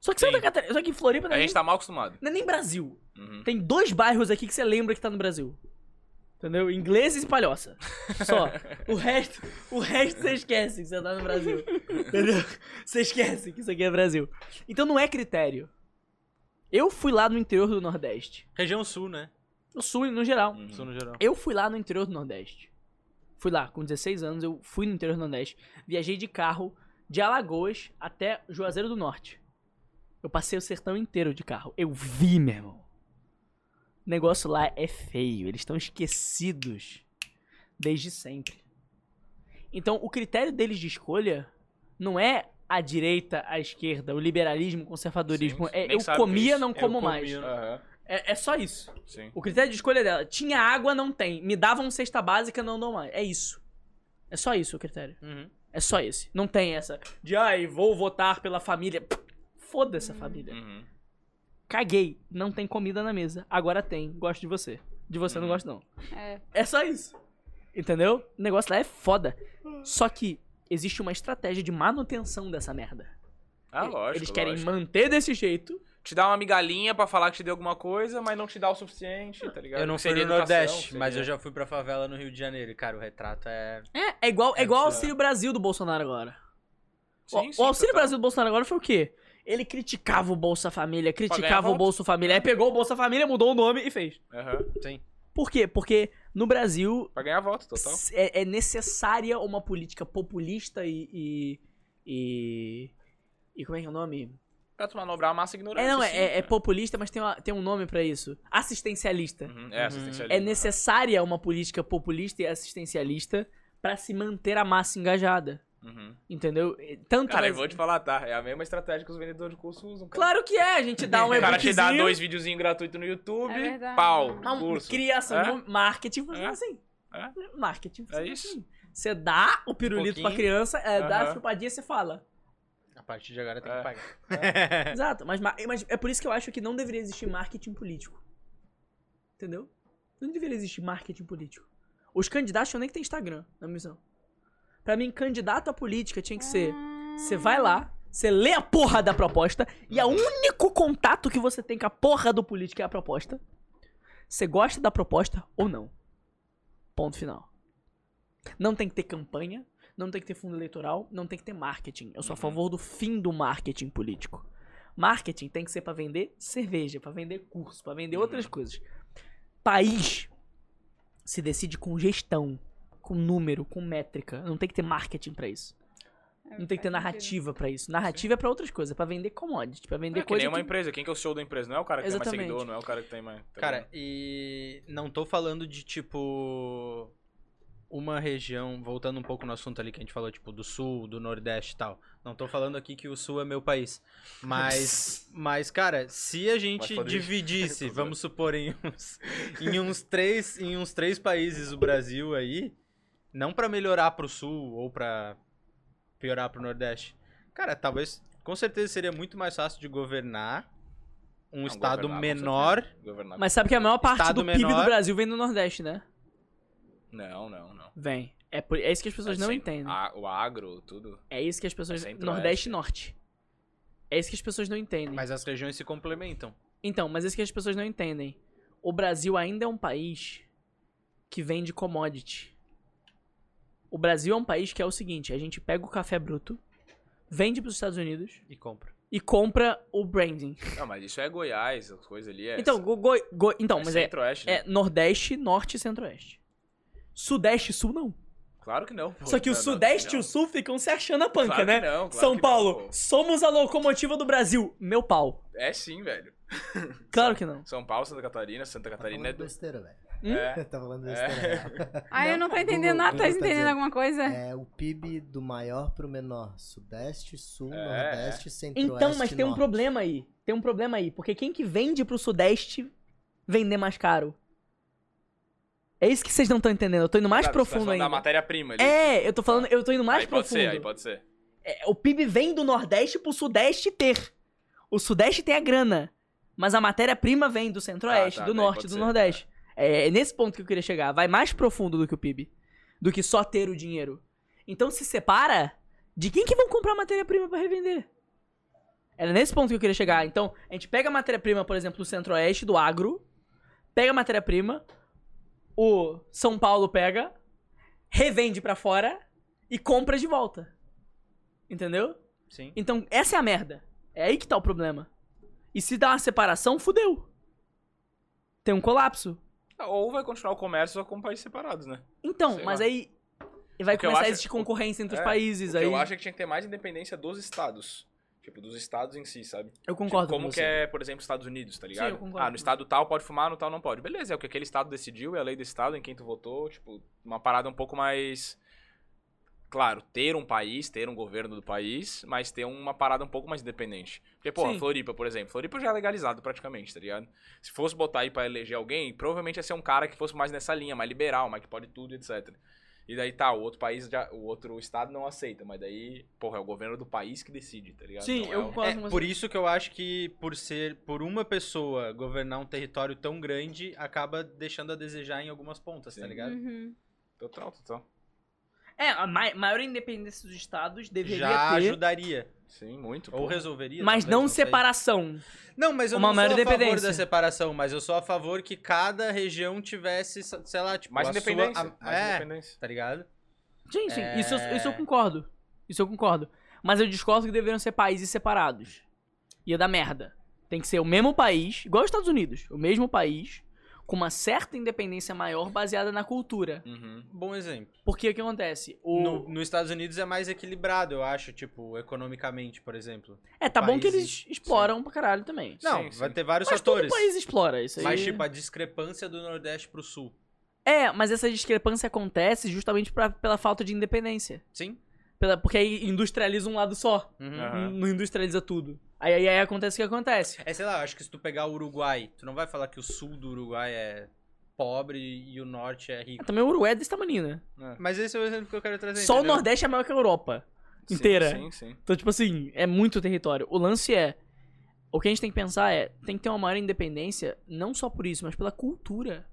Speaker 4: Só que Santa Catarina. Só que Floripa não
Speaker 3: A
Speaker 4: é, nem,
Speaker 3: gente tá mal acostumado.
Speaker 4: não é nem Brasil.
Speaker 3: Uhum.
Speaker 4: Tem dois bairros aqui que você lembra que tá no Brasil. Entendeu? Ingleses e palhoça. Só. O resto, o resto você esquece que você tá no Brasil. Entendeu? Você esquece que isso aqui é Brasil. Então não é critério. Eu fui lá no interior do Nordeste.
Speaker 1: Região sul, né?
Speaker 4: O Sul, no
Speaker 3: Uhum.
Speaker 4: geral.
Speaker 1: Sul no geral.
Speaker 4: Eu fui lá no interior do Nordeste. Fui lá, com 16 anos, eu fui no interior do Nordeste. Viajei de carro de Alagoas até Juazeiro do Norte. Eu passei o sertão inteiro de carro. Eu vi, meu irmão. O negócio lá é feio. Eles estão esquecidos desde sempre. Então, o critério deles de escolha não é a direita, a esquerda, o liberalismo, o conservadorismo.
Speaker 3: Sim,
Speaker 4: é
Speaker 3: nem
Speaker 4: eu
Speaker 3: sabe
Speaker 4: comia,
Speaker 3: disso.
Speaker 4: não como
Speaker 1: comia,
Speaker 4: mais.
Speaker 1: não-
Speaker 3: Aham,
Speaker 4: É- é só isso.
Speaker 3: sim.
Speaker 4: O critério de escolha dela. Tinha água, não tem. Me davam cesta básica, não dou mais. É isso. É só isso o critério.
Speaker 1: Uhum.
Speaker 4: É só esse. Não tem essa de, ai, vou votar pela família. Foda-se a família.
Speaker 3: Uhum.
Speaker 4: Caguei. Não tem comida na mesa. Agora tem. Gosto de você. De você eu não
Speaker 3: Uhum.
Speaker 4: gosto, não.
Speaker 2: É.
Speaker 4: É só isso. Entendeu? O negócio lá é foda. Só que existe uma estratégia de manutenção dessa merda.
Speaker 3: Ah, lógico.
Speaker 4: Eles querem
Speaker 3: lógico.
Speaker 4: manter desse jeito.
Speaker 3: Te dar uma migalhinha pra falar que te deu alguma coisa, mas não te dá o suficiente, tá ligado?
Speaker 1: Eu não
Speaker 3: Que
Speaker 1: fui no
Speaker 3: seria educação, é.
Speaker 1: Nordeste,
Speaker 3: seria-
Speaker 1: mas eu já fui pra favela no Rio de Janeiro. E, cara, o retrato é.
Speaker 4: É, é igual, é igual ao
Speaker 3: Essa-
Speaker 4: Auxílio Brasil do Bolsonaro agora.
Speaker 3: Sim,
Speaker 4: O-
Speaker 3: sim,
Speaker 4: o Auxílio
Speaker 3: total.
Speaker 4: Brasil do Bolsonaro agora foi o quê? Ele criticava o Bolsa Família,
Speaker 3: ganhar
Speaker 4: criticava o
Speaker 3: voto.
Speaker 4: Bolsa Família, aí pegou o Bolsa Família, mudou o nome e fez.
Speaker 3: Aham.
Speaker 4: Por quê? Porque no Brasil
Speaker 3: Pra ganhar voto, total.
Speaker 4: s- é, é necessária uma política populista e. e. e, e como é que é o nome?
Speaker 3: Pra tu manobrar a massa ignorante.
Speaker 4: É, não, é,
Speaker 3: assim,
Speaker 4: é- é
Speaker 3: cara.
Speaker 4: populista, mas tem, uma- tem um nome pra isso: assistencialista.
Speaker 3: Uhum, é assistencialismo.
Speaker 4: É necessária uma política populista e assistencialista pra se manter a massa engajada.
Speaker 3: Uhum.
Speaker 4: Entendeu? E- Tanto
Speaker 3: Cara, eu
Speaker 4: nas-
Speaker 3: vou te falar, tá? É a mesma estratégia que os vendedores de curso usam, cara.
Speaker 4: né? Claro que é, a gente dá um
Speaker 3: O cara te dá
Speaker 4: e-bookzinho.
Speaker 3: dois videozinhos gratuitos no YouTube,
Speaker 2: É verdade.
Speaker 3: pau,
Speaker 4: Não,
Speaker 3: curso.
Speaker 4: um criação,
Speaker 3: É?
Speaker 4: mo- marketing funciona
Speaker 3: É?
Speaker 4: assim.
Speaker 3: É?
Speaker 4: Marketing funciona
Speaker 3: isso.
Speaker 4: assim. Você dá o pirulito
Speaker 1: pouquinho.
Speaker 4: pra criança, é, dá a
Speaker 3: Aham.
Speaker 4: chupadinha e você fala.
Speaker 1: A partir de agora tem
Speaker 3: É.
Speaker 1: que pagar.
Speaker 4: Exato, mas, ma- mas é por isso que eu acho que não deveria existir marketing político. Entendeu? Não deveria existir marketing político. Os candidatos tinham nem que ter Instagram, na minha visão. Pra mim, candidato à política tinha que
Speaker 3: Ah.
Speaker 4: ser.
Speaker 2: Ah,
Speaker 4: Você vai lá, você lê a porra da proposta, e o único contato que você tem com a porra do político é a proposta. Você gosta da proposta ou não. Ponto final. Não tem que ter campanha, não tem que ter fundo eleitoral, não tem que ter marketing. Eu sou a favor do fim do marketing político. Marketing tem que ser pra vender cerveja, pra vender curso, pra vender outras coisas. País se decide com gestão, com número, com métrica. Não tem que ter marketing pra isso.
Speaker 2: É,
Speaker 4: Não tem que ter narrativa pra isso. Narrativa é pra outras coisas, é pra vender commodity, pra vender
Speaker 3: É que
Speaker 4: coisa.
Speaker 3: nem uma
Speaker 4: que-
Speaker 3: empresa. Quem que é o CEO da empresa? Não é o cara que tem
Speaker 4: Exatamente.
Speaker 3: mais seguidor, não é o cara que tem mais... tá
Speaker 1: Cara,
Speaker 3: ligado?
Speaker 1: e não tô falando de tipo uma região, voltando um pouco no assunto ali que a gente falou, tipo do sul, do nordeste e tal. Não tô falando aqui que o sul é meu país, mas mas cara, se a gente
Speaker 3: pode ir.
Speaker 1: dividisse,
Speaker 3: Tô zoando.
Speaker 1: vamos supor em uns, em uns três, em uns três países o Brasil aí, não pra melhorar pro sul ou pra piorar pro nordeste. Cara, talvez com certeza seria muito mais fácil de governar um
Speaker 3: Não,
Speaker 1: estado
Speaker 3: governar, com
Speaker 1: menor
Speaker 3: certeza. Governar.
Speaker 4: Mas sabe que a maior parte
Speaker 1: Estado
Speaker 4: do PIB do
Speaker 1: menor.
Speaker 4: Brasil vem do Nordeste, né?
Speaker 3: Não, não, não.
Speaker 4: Vem. É, por- é isso que as pessoas
Speaker 3: É
Speaker 4: não
Speaker 3: sem-
Speaker 4: entendem.
Speaker 3: a- o agro, tudo.
Speaker 4: É isso que as pessoas.
Speaker 3: É centro-oeste.
Speaker 4: Nordeste e Norte. É isso que as pessoas não entendem.
Speaker 1: Mas as regiões se complementam.
Speaker 4: Então, mas é isso que as pessoas não entendem. O Brasil ainda é um país que vende commodity. O Brasil é um país que é o seguinte: a gente pega o café bruto, vende pros Estados Unidos
Speaker 1: E compra.
Speaker 4: e compra o branding.
Speaker 3: Não, mas isso é Goiás, as coisas ali é...
Speaker 4: Então, go- go- go- então,
Speaker 3: é
Speaker 4: mas é,
Speaker 3: Centro-Oeste, né?
Speaker 4: é Nordeste, Norte e Centro-Oeste. Sudeste e Sul não.
Speaker 3: Claro que não. pô.
Speaker 4: Só que o
Speaker 3: Não, não,
Speaker 4: Sudeste
Speaker 3: não.
Speaker 4: e o Sul ficam se achando a panca,
Speaker 3: Claro que
Speaker 4: né?
Speaker 3: não, claro
Speaker 4: São
Speaker 3: que não,
Speaker 4: Paulo,
Speaker 3: pô.
Speaker 4: somos a locomotiva do Brasil. Meu pau.
Speaker 3: É sim, velho.
Speaker 4: Claro que não.
Speaker 3: São Paulo, Santa Catarina, Santa
Speaker 7: Tá falando
Speaker 3: Catarina é do...
Speaker 7: besteira, velho.
Speaker 4: Hum?
Speaker 3: É.
Speaker 7: Tá falando
Speaker 3: É.
Speaker 7: besteira. real.
Speaker 2: Ai, eu não tô entendendo nada. Tá
Speaker 7: Google tá
Speaker 2: entendendo
Speaker 7: dizendo.
Speaker 2: alguma coisa?
Speaker 7: É o PIB do maior pro menor. Sudeste, sul,
Speaker 3: É.
Speaker 7: nordeste, centro-oeste,
Speaker 4: Então, mas tem um
Speaker 7: norte.
Speaker 4: problema aí. Tem um problema aí. Porque quem que vende pro Sudeste vender mais caro? É isso que vocês não estão entendendo. Eu tô indo mais
Speaker 3: Claro, você tá
Speaker 4: profundo
Speaker 3: falando Da
Speaker 4: ainda.
Speaker 3: matéria-prima ali.
Speaker 4: É, eu tô falando, eu tô indo mais
Speaker 3: aí pode
Speaker 4: profundo.
Speaker 3: ser, aí pode ser.
Speaker 4: É, o PIB vem do Nordeste pro Sudeste ter. O Sudeste tem a grana. Mas a matéria-prima vem do Centro-Oeste,
Speaker 3: Ah, tá,
Speaker 4: do
Speaker 3: daí
Speaker 4: Norte,
Speaker 3: pode
Speaker 4: do
Speaker 3: ser,
Speaker 4: Nordeste. É. nesse ponto que eu queria chegar. Vai mais profundo do que o PIB. Do que só ter o dinheiro. Então se separa de quem que vão comprar a matéria-prima pra revender. Era nesse ponto que eu queria chegar. Então, a gente pega a matéria-prima, por exemplo, do Centro-Oeste, do agro. Pega a matéria-prima. O São Paulo pega. Revende pra fora. E compra de volta. Entendeu?
Speaker 1: Sim.
Speaker 4: Então, essa é a merda. É aí que tá o problema. E se dá uma separação, fudeu. Tem um colapso.
Speaker 3: Ou vai continuar o comércio com países separados, né?
Speaker 4: Então,
Speaker 3: Sei
Speaker 4: mas
Speaker 3: lá.
Speaker 4: aí vai
Speaker 3: O que eu
Speaker 4: começar a
Speaker 3: acho-
Speaker 4: existir concorrência entre
Speaker 3: é,
Speaker 4: os países.
Speaker 3: O que
Speaker 4: aí
Speaker 3: Eu acho é que tinha que ter mais independência dos estados. Tipo, dos estados em si, sabe?
Speaker 4: eu concordo
Speaker 3: Tipo, como
Speaker 4: com você.
Speaker 3: que é, por exemplo, Estados Unidos, tá ligado?
Speaker 4: eu concordo.
Speaker 3: Ah, no estado tal pode fumar, no tal não pode. Beleza, é o que aquele estado decidiu, é a lei desse estado, em quem tu votou, tipo, uma parada um pouco mais claro, ter um país, ter um governo do país, mas ter uma parada um pouco mais independente. Porque, pô,
Speaker 4: Sim.
Speaker 3: Floripa, por exemplo, Floripa já é legalizado praticamente, tá ligado? Se fosse botar aí pra eleger alguém, provavelmente ia ser um cara que fosse mais nessa linha, mais liberal, mais que pode tudo, etc. E daí tá, o outro país, já, o outro estado não aceita, mas daí, porra, é o governo do país que decide, tá ligado?
Speaker 4: Sim,
Speaker 3: Não é
Speaker 4: eu
Speaker 3: o-
Speaker 4: concordo
Speaker 1: É,
Speaker 4: com você.
Speaker 1: por isso que eu acho que por ser por uma pessoa governar um território tão grande acaba deixando a desejar em algumas pontas, tá
Speaker 3: Sim.
Speaker 1: ligado?
Speaker 4: Hum.
Speaker 2: Uhum,
Speaker 3: Total, total.
Speaker 4: É, a mai- maior independência dos estados deveria
Speaker 1: Já
Speaker 4: ter,
Speaker 1: ajudaria
Speaker 3: Sim, muito.
Speaker 1: ou
Speaker 3: porra.
Speaker 1: resolveria.
Speaker 4: mas
Speaker 1: talvez,
Speaker 4: não
Speaker 1: sei.
Speaker 4: separação.
Speaker 1: Não, mas eu
Speaker 4: uma
Speaker 1: não
Speaker 4: maior
Speaker 1: sou a favor
Speaker 4: independência.
Speaker 1: da separação, mas eu sou a favor que cada região tivesse, sei lá, tipo,
Speaker 3: Mais
Speaker 1: a sua-
Speaker 3: independência.
Speaker 1: a-
Speaker 3: mais
Speaker 1: é,
Speaker 3: independência.
Speaker 1: tá ligado?
Speaker 4: Sim, sim, isso, eu- isso eu
Speaker 1: É.
Speaker 4: concordo. Isso eu concordo. Mas eu discordo que deveriam ser países separados. Ia dar merda. Tem que ser o mesmo país, igual os Estados Unidos, o mesmo país, com uma certa independência maior baseada na cultura.
Speaker 3: Uhum.
Speaker 1: Bom exemplo.
Speaker 4: Porque o que acontece? O...
Speaker 1: No, nos Estados Unidos é mais equilibrado, eu acho, tipo, economicamente, por exemplo.
Speaker 4: É, tá bom que
Speaker 1: países-
Speaker 4: eles exploram pra caralho também.
Speaker 1: Não,
Speaker 3: sim.
Speaker 1: vai ter vários
Speaker 4: Mas todo
Speaker 1: fatores.
Speaker 4: país explora isso aí.
Speaker 1: Mas, tipo, a discrepância do Nordeste pro Sul.
Speaker 4: É, mas essa discrepância acontece justamente pra- pela falta de independência.
Speaker 1: Sim?
Speaker 4: Pela- porque aí industrializa um lado só.
Speaker 1: Uhum.
Speaker 3: Aham.
Speaker 4: Não industrializa tudo. Aí, aí, aí acontece o que acontece.
Speaker 1: É, sei lá, eu acho que se tu pegar o Uruguai, tu não vai falar que o sul do Uruguai é pobre e o norte é
Speaker 4: Ah,
Speaker 1: rico.
Speaker 4: Também o Uruguai é desse tamanho, né?
Speaker 1: Mas esse é o exemplo que eu quero trazer.
Speaker 4: Só o
Speaker 1: entendeu?
Speaker 4: Nordeste é maior que a Europa. Inteira.
Speaker 3: Sim, sim. sim.
Speaker 4: Então, tipo assim, é muito território. O lance é. O que a gente tem que pensar é. Tem que ter uma maior independência, não só por isso, mas pela cultura.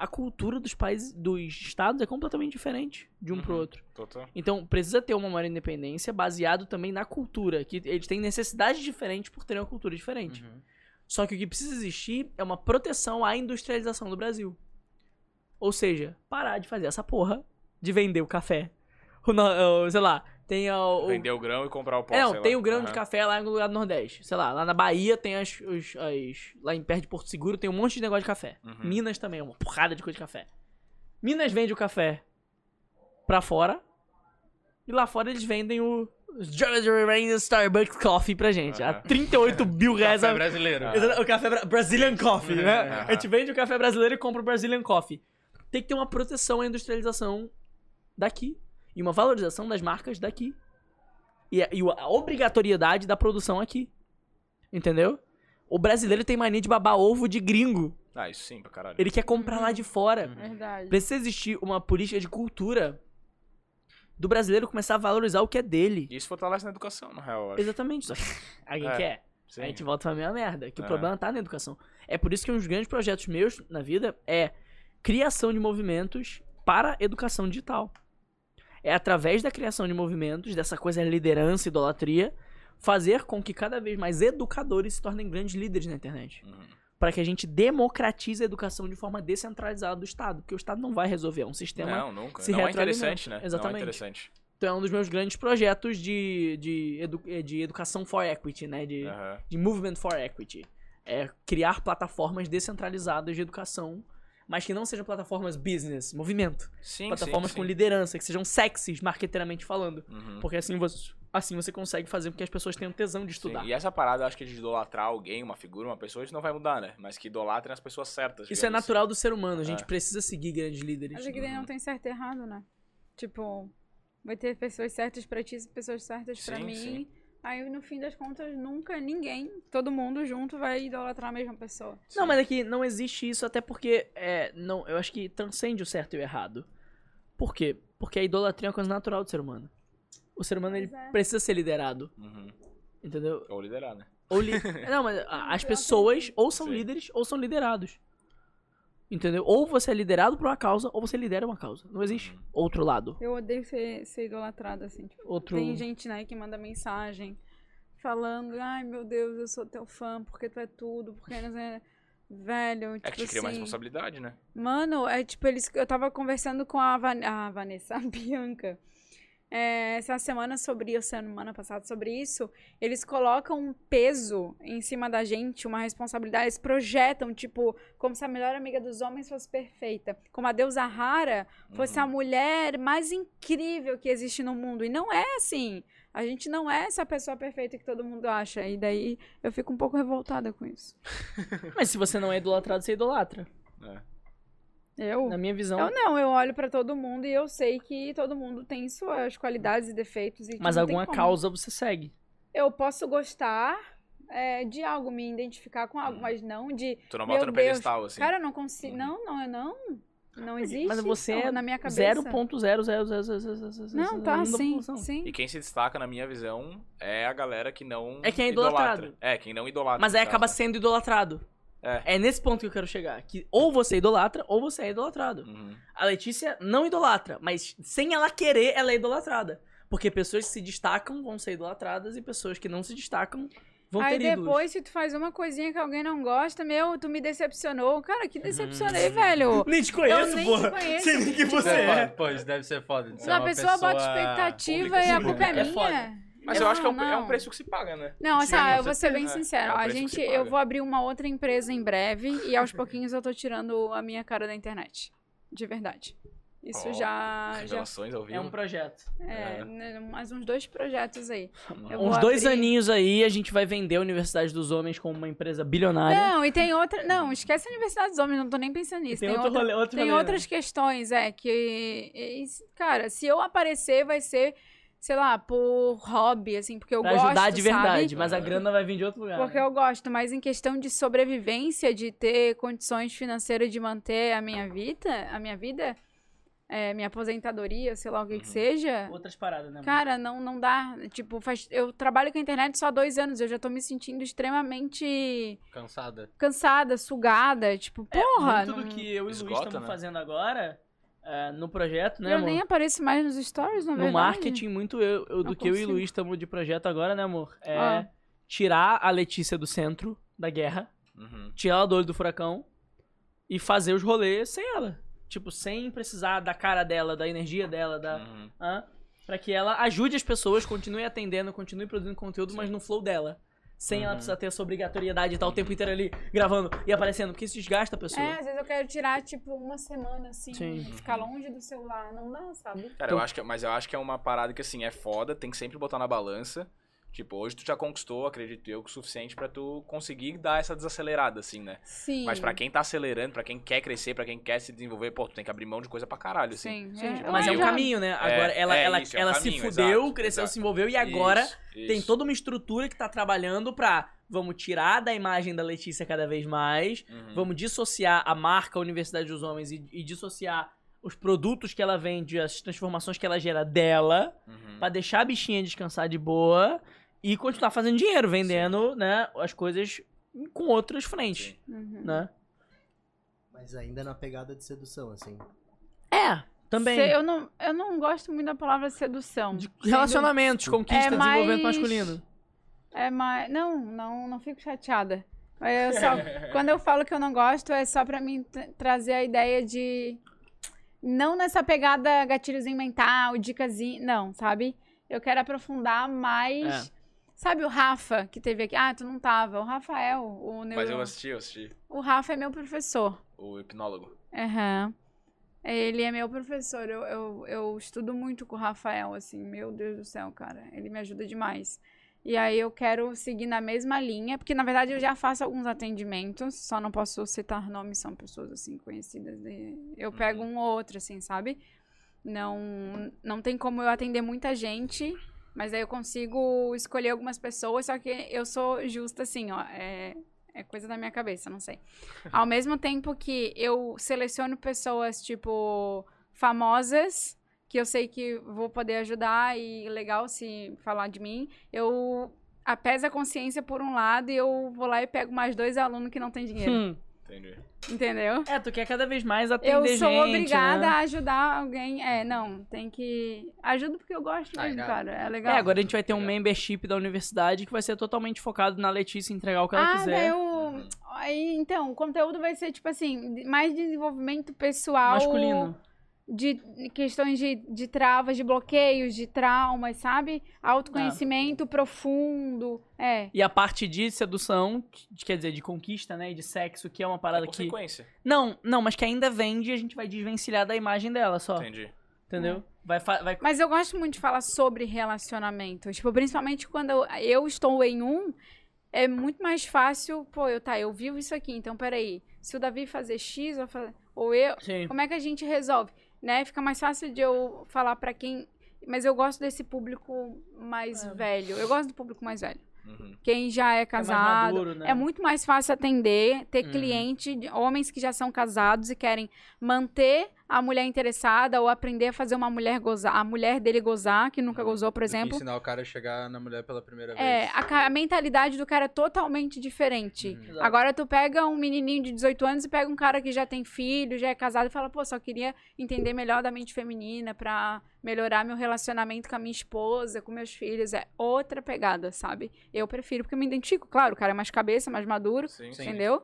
Speaker 4: A cultura dos países, dos estados é completamente diferente de um pro
Speaker 3: Uhum.
Speaker 4: outro.
Speaker 3: Total.
Speaker 4: Então, precisa ter uma maior independência baseado também na cultura, que eles têm necessidades diferentes por terem uma cultura diferente.
Speaker 1: Uhum.
Speaker 4: Só que o que precisa existir é uma proteção à industrialização do Brasil. Ou seja, parar de fazer essa porra de vender o café. O, no- o- sei lá, tem a- o...
Speaker 3: Vender o grão e comprar o pó.
Speaker 4: é,
Speaker 3: sei
Speaker 4: não, tem
Speaker 3: lá.
Speaker 4: o grão de
Speaker 3: Aham.
Speaker 4: café lá no lugar do Nordeste. Sei lá, lá na Bahia tem as, os- as- Lá em perto de Porto Seguro tem um monte de negócio de café.
Speaker 3: Uhum.
Speaker 4: Minas também, é uma porrada de coisa de café. Minas vende o café pra fora. E lá fora eles vendem o. os Jolly Range Starbucks Coffee pra gente. A
Speaker 3: Aham.
Speaker 4: 38 mil
Speaker 2: é
Speaker 4: reais
Speaker 1: Café
Speaker 4: a.
Speaker 1: brasileiro.
Speaker 3: Ah.
Speaker 4: Exato, O café bra- Brazilian Coffee, né?
Speaker 3: Aham.
Speaker 4: A gente vende o café brasileiro e compra o Brazilian Coffee. Tem que ter uma proteção à industrialização daqui. E uma valorização das marcas daqui. E a, e o- a obrigatoriedade da produção aqui. Entendeu? O brasileiro tem mania de babar ovo de gringo.
Speaker 3: Ah, isso sim, pra caralho.
Speaker 4: Ele quer comprar lá de fora.
Speaker 2: Verdade.
Speaker 4: Precisa existir uma política de cultura do brasileiro começar a valorizar o que é dele.
Speaker 3: E Isso fortalece na educação, na real, eu acho.
Speaker 4: Exatamente. Só que Alguém
Speaker 3: É.
Speaker 4: quer?
Speaker 3: Sim.
Speaker 4: A gente volta pra mesma merda. Que o
Speaker 3: É.
Speaker 4: problema tá na educação. É por isso que um dos grandes projetos meus na vida é criação de movimentos para educação digital. É através da criação de movimentos, dessa coisa liderança, idolatria, fazer com que cada vez mais educadores se tornem grandes líderes na internet.
Speaker 3: Uhum.
Speaker 4: Para que a gente democratize a educação de forma descentralizada do Estado. Porque o Estado não vai resolver, é um sistema
Speaker 3: Não, nunca.
Speaker 4: se
Speaker 3: não é
Speaker 4: retroalimenta.
Speaker 3: interessante, né? Não
Speaker 4: Exatamente.
Speaker 3: é interessante.
Speaker 4: Então é um dos meus grandes projetos de, de, edu- eh, de educação for equity, né? De,
Speaker 3: Aham.
Speaker 4: de movement for equity. É criar plataformas descentralizadas de educação, mas que não sejam plataformas business, movimento.
Speaker 3: Sim,
Speaker 4: plataformas
Speaker 3: sim,
Speaker 4: com
Speaker 3: sim.
Speaker 4: liderança, que sejam sexys, marqueteiramente falando.
Speaker 3: Uhum.
Speaker 4: Porque assim você, assim você consegue fazer com que as pessoas tenham tesão de
Speaker 3: Sim,
Speaker 4: estudar.
Speaker 3: E essa parada, eu acho que de idolatrar alguém, uma figura, uma pessoa, isso não vai mudar, né? Mas que idolatrem as pessoas certas.
Speaker 4: Isso é
Speaker 3: digamos assim.
Speaker 4: natural do ser humano, a gente
Speaker 3: É.
Speaker 4: precisa seguir grandes líderes.
Speaker 2: Mas é que daí não tem certo e errado, né? Tipo, vai ter pessoas certas pra ti e pessoas certas pra
Speaker 3: Sim,
Speaker 2: mim.
Speaker 3: sim.
Speaker 2: Aí, no fim das contas, nunca ninguém, todo mundo junto, vai idolatrar a mesma pessoa.
Speaker 3: assim.
Speaker 4: Não, mas é que não existe isso, até porque é, não, eu acho que transcende o certo e o errado. Por quê? Porque a idolatria é uma coisa natural do ser humano. O ser humano ele
Speaker 2: Pois é.
Speaker 4: precisa ser liderado,
Speaker 3: Uhum.
Speaker 4: entendeu?
Speaker 3: Ou liderar, né?
Speaker 4: Ou li- não, mas a- as pessoas ou são
Speaker 3: Sim.
Speaker 4: líderes ou são liderados. Entendeu? Ou você é liderado por uma causa, ou você lidera uma causa. Não existe
Speaker 3: Uhum.
Speaker 4: outro lado.
Speaker 2: Eu odeio ser, ser idolatrada, assim. Tipo,
Speaker 4: Outro.
Speaker 2: Tem gente, né, que manda mensagem falando, ai meu Deus, eu sou teu fã, porque tu é tudo, porque não sei. Velho,
Speaker 3: É que te
Speaker 2: tipo
Speaker 3: cria uma
Speaker 2: assim,
Speaker 3: responsabilidade, né?
Speaker 2: Mano, é tipo, eles, eu tava conversando com a, Van- a Vanessa, a Bianca. é, essa semana sobre, ou semana passada sobre isso, eles colocam um peso em cima da gente, uma responsabilidade, eles projetam, tipo, como se a melhor amiga dos homens fosse perfeita, como a deusa Hara
Speaker 3: Uhum.
Speaker 2: fosse a mulher mais incrível que existe no mundo, e não é assim, a gente não é essa pessoa perfeita que todo mundo acha, e daí eu fico um pouco revoltada com isso.
Speaker 4: Mas se você não é idolatrado, você idolatra.
Speaker 2: Eu...
Speaker 4: Na minha visão.
Speaker 2: Eu não, eu olho pra todo mundo e eu sei que todo mundo tem suas qualidades e defeitos. E que
Speaker 4: Mas
Speaker 2: não tem
Speaker 4: alguma
Speaker 2: como.
Speaker 4: causa você segue.
Speaker 2: Eu posso gostar é, de algo, me identificar com
Speaker 4: Hum.
Speaker 2: algo, mas não de.
Speaker 3: Tu não
Speaker 2: Meu
Speaker 3: bota no
Speaker 2: Deus.
Speaker 3: pedestal, assim.
Speaker 2: Cara, eu não consigo.
Speaker 3: Uhum.
Speaker 2: Não, não, eu não. Não existe.
Speaker 4: mas você
Speaker 2: isso
Speaker 4: é
Speaker 2: na minha cabeça.
Speaker 4: 0.00000.
Speaker 2: Não, tá,
Speaker 4: ainda
Speaker 2: sim.
Speaker 4: população.
Speaker 2: sim.
Speaker 3: E quem se destaca, na minha visão, é a galera que não.
Speaker 4: É quem é
Speaker 3: idolatra.
Speaker 4: idolatrado.
Speaker 3: É, quem não idolatra.
Speaker 4: Mas aí
Speaker 3: no caso,
Speaker 4: acaba
Speaker 3: né?
Speaker 4: sendo idolatrado.
Speaker 3: É.
Speaker 4: É nesse ponto que eu quero chegar. Que ou você idolatra, ou você é idolatrado.
Speaker 3: Uhum.
Speaker 4: A Letícia não idolatra, mas sem ela querer, ela é idolatrada. Porque pessoas que se destacam vão ser idolatradas e pessoas que não se destacam vão
Speaker 2: Aí
Speaker 4: ter ídolos.
Speaker 2: depois, se tu faz uma coisinha que alguém não gosta, meu, tu me decepcionou. Cara, que decepcionei, velho.
Speaker 4: Nem te
Speaker 2: eu
Speaker 4: Uhum. conheço,
Speaker 2: nem
Speaker 4: porra.
Speaker 2: te conheço.
Speaker 4: Sei nem quem você é.
Speaker 1: Pô, isso deve ser foda. Isso é
Speaker 2: Uma pessoa bota expectativa e a
Speaker 3: pública,
Speaker 2: culpa é
Speaker 4: assim. É foda.
Speaker 2: minha.
Speaker 3: Mas eu, acho que é um,
Speaker 2: Não,
Speaker 3: é um
Speaker 2: não.
Speaker 3: preço que se paga, né?
Speaker 2: Não, assim,
Speaker 3: Sim,
Speaker 2: ah,
Speaker 3: com
Speaker 2: eu vou ser bem
Speaker 3: certeza.
Speaker 2: sincero.
Speaker 3: É o
Speaker 2: a
Speaker 3: preço que
Speaker 2: gente,
Speaker 3: se paga.
Speaker 2: eu vou abrir uma outra empresa em breve e aos pouquinhos eu tô tirando a minha cara da internet. De verdade. Isso
Speaker 3: Ó,
Speaker 2: já. Ah, já
Speaker 3: Revelações ao vivo.
Speaker 4: É um projeto.
Speaker 2: é,
Speaker 3: É.
Speaker 2: né, mais uns dois projetos aí. Eu
Speaker 4: Uns
Speaker 2: vou
Speaker 4: dois
Speaker 2: abrir-
Speaker 4: aninhos aí, a gente vai vender a Universidade dos Homens como uma empresa bilionária.
Speaker 2: Não, e tem outra. Não, esquece a Universidade dos Homens, não tô nem pensando nisso. Tem, outra-
Speaker 4: rolê, outro
Speaker 2: tem
Speaker 4: rolê, né?
Speaker 2: outras questões, é, que. e- e, cara, se eu aparecer, vai ser, sei lá, por hobby, assim, porque eu
Speaker 4: Pra
Speaker 2: gosto.
Speaker 4: ajudar de verdade,
Speaker 2: sabe?
Speaker 4: mas a grana vai vir de outro lugar.
Speaker 2: Porque
Speaker 4: né?
Speaker 2: eu gosto, mas em questão de sobrevivência, de ter condições financeiras de manter a minha vida, a minha vida, é, minha aposentadoria, sei lá o que que
Speaker 3: Uhum.
Speaker 2: seja,
Speaker 4: Outras paradas, né?
Speaker 2: cara, não, não dá. Tipo, faz, eu trabalho com a internet só há dois anos, eu já tô me sentindo extremamente
Speaker 1: Cansada.
Speaker 2: cansada, sugada, tipo, porra,
Speaker 4: É Muito
Speaker 2: não-
Speaker 4: do que eu e o Luiz
Speaker 3: Esgota,
Speaker 4: estamos
Speaker 3: né?
Speaker 4: fazendo agora, é, no projeto, né,
Speaker 2: eu
Speaker 4: amor?
Speaker 2: nem apareço mais nos stories, na
Speaker 4: no
Speaker 2: É verdade.
Speaker 4: marketing, muito eu, eu- do
Speaker 2: Não
Speaker 4: que eu e o
Speaker 2: consigo.
Speaker 4: Luiz estamos de projeto agora, né, amor? É
Speaker 2: Ah.
Speaker 4: tirar a Letícia do centro da guerra,
Speaker 3: Uhum.
Speaker 4: tirar ela do olho do furacão e fazer os rolês sem ela. Tipo, sem precisar da cara dela, da energia dela, da.
Speaker 3: Uhum.
Speaker 4: hã? Pra que ela ajude as pessoas, continue atendendo, continue produzindo conteúdo, mas no flow dela. Sem ela
Speaker 1: Uhum.
Speaker 4: precisar ter essa obrigatoriedade de estar o tempo inteiro ali gravando e aparecendo, porque isso desgasta a pessoa.
Speaker 2: É, às vezes eu quero tirar, tipo, uma semana, assim,
Speaker 4: Sim.
Speaker 2: ficar longe do celular, não dá, sabe?
Speaker 3: Cara, eu acho que, mas eu acho que é uma parada que, assim, é foda, tem que sempre botar na balança. Tipo, hoje tu já conquistou, acredito eu, o suficiente pra tu conseguir dar essa desacelerada, assim, né?
Speaker 2: Sim.
Speaker 3: Mas pra quem tá acelerando, pra quem quer crescer, pra quem quer se desenvolver, pô, tu tem que abrir mão de coisa pra caralho, assim.
Speaker 2: Sim,
Speaker 4: Sim,
Speaker 2: é,
Speaker 4: mas é
Speaker 2: eu
Speaker 4: um
Speaker 2: já-
Speaker 4: caminho, né? Agora ela,
Speaker 3: é
Speaker 4: ela,
Speaker 3: isso, é um
Speaker 4: ela se
Speaker 3: caminho,
Speaker 4: fudeu,
Speaker 3: exato,
Speaker 4: cresceu,
Speaker 3: exato.
Speaker 4: se envolveu e agora
Speaker 3: Isso,
Speaker 4: tem
Speaker 3: isso.
Speaker 4: toda uma estrutura que tá trabalhando pra vamos tirar da imagem da Letícia cada vez mais,
Speaker 3: Uhum.
Speaker 4: vamos dissociar a marca Universidade dos Homens e, e dissociar os produtos que ela vende, as transformações que ela gera dela,
Speaker 3: Uhum.
Speaker 4: pra deixar a bichinha descansar de boa e continuar fazendo dinheiro, vendendo, né, as coisas com outras frentes,
Speaker 3: Sim.
Speaker 2: Uhum.
Speaker 4: né?
Speaker 7: Mas ainda na pegada de sedução, assim.
Speaker 4: É, também.
Speaker 2: Se- eu, não, eu não gosto muito da palavra sedução.
Speaker 4: De relacionamentos, conquista,
Speaker 2: É mais-
Speaker 4: desenvolvimento masculino.
Speaker 2: É mais. Não, não, não fico chateada. Mas eu só- quando eu falo que eu não gosto, é só pra mim tra- trazer a ideia de. Não nessa pegada gatilhozinho mental, dicasinha. Não, sabe? Eu quero aprofundar
Speaker 4: É.
Speaker 2: mais. Sabe o Rafa que teve aqui? Ah, tu não tava. O Rafael, o neuro...
Speaker 3: Mas eu assisti, eu assisti.
Speaker 2: O Rafa é meu professor.
Speaker 3: O hipnólogo.
Speaker 2: Aham. Ele é meu professor. Eu, eu, eu estudo muito com o Rafael, assim. Meu Deus do céu, cara. Ele me ajuda demais. E aí eu quero seguir na mesma linha, porque na verdade eu já faço alguns atendimentos, só não posso citar nomes, são pessoas assim conhecidas. e Eu pego um ou outro, assim, sabe? Não, não tem como eu atender muita gente, mas aí eu consigo escolher algumas pessoas, só que eu sou justa, assim, ó. É, é coisa da minha cabeça, não sei. Ao mesmo tempo que eu seleciono pessoas, tipo, famosas, que eu sei que vou poder ajudar e legal se falar de mim, eu apeso a consciência por um lado e eu vou lá e pego mais dois alunos que não têm dinheiro.
Speaker 4: Hum.
Speaker 3: Entendi.
Speaker 2: Entendeu?
Speaker 4: É, tu quer cada vez mais atender
Speaker 2: Eu
Speaker 4: gente,
Speaker 2: sou obrigada
Speaker 4: né?
Speaker 2: a ajudar alguém. É, não, tem que. Ajudo porque eu gosto
Speaker 1: Ah,
Speaker 2: mesmo,
Speaker 1: irado.
Speaker 2: cara. É
Speaker 4: É,
Speaker 2: legal.
Speaker 4: agora a gente vai ter um
Speaker 1: Legal.
Speaker 4: membership da universidade que vai ser totalmente focado na Letícia entregar o que
Speaker 2: ah,
Speaker 4: ela quiser.
Speaker 2: daí eu... Aí, então, o conteúdo vai ser, tipo assim, de- mais desenvolvimento pessoal.
Speaker 4: Masculino.
Speaker 2: de questões de, de travas, de bloqueios, de traumas, sabe? Autoconhecimento profundo. É.
Speaker 4: E a parte de sedução, de- quer dizer, de conquista, né? E de sexo, que é uma parada
Speaker 3: Por
Speaker 4: que.
Speaker 3: sequência.
Speaker 4: Não, não, mas que ainda vende e a gente vai desvencilhar da imagem dela só.
Speaker 3: Entendi.
Speaker 2: Uhum.
Speaker 4: Entendeu? Vai, fa- vai
Speaker 2: Mas eu gosto muito de falar sobre relacionamento. Tipo, principalmente quando eu, eu estou em um, é muito mais fácil, pô, eu tá, eu vivo isso aqui, então peraí. Se o Davi fazer X ou, fa- ou eu,
Speaker 4: Sim.
Speaker 2: como é que a gente resolve? Né? Fica mais fácil de eu falar pra quem. Mas eu gosto desse público mais velho. Eu gosto do público mais velho.
Speaker 3: Uhum.
Speaker 2: Quem já é
Speaker 4: mais
Speaker 2: casado,
Speaker 4: maduro, né?
Speaker 2: é muito mais fácil atender, ter
Speaker 4: Uhum.
Speaker 2: cliente, de- homens que já são casados e querem manter a mulher interessada ou aprender a fazer uma mulher gozar, a mulher dele gozar, que nunca gozou, por exemplo.
Speaker 1: Ensinar o cara a chegar na mulher pela primeira
Speaker 2: É,
Speaker 1: vez. Uhum.
Speaker 2: a, ca- a mentalidade do cara é totalmente diferente.
Speaker 4: Hum, Exato.
Speaker 2: Agora tu pega um menininho de 18 anos e pega um cara que já tem filho, já é casado e fala, pô, só queria entender melhor da mente feminina pra melhorar meu relacionamento com a minha esposa, com meus filhos. É outra pegada, sabe? Eu prefiro, porque eu me identifico. Claro, o cara é mais cabeça, mais maduro,
Speaker 3: Sim,
Speaker 1: Sim.
Speaker 2: entendeu?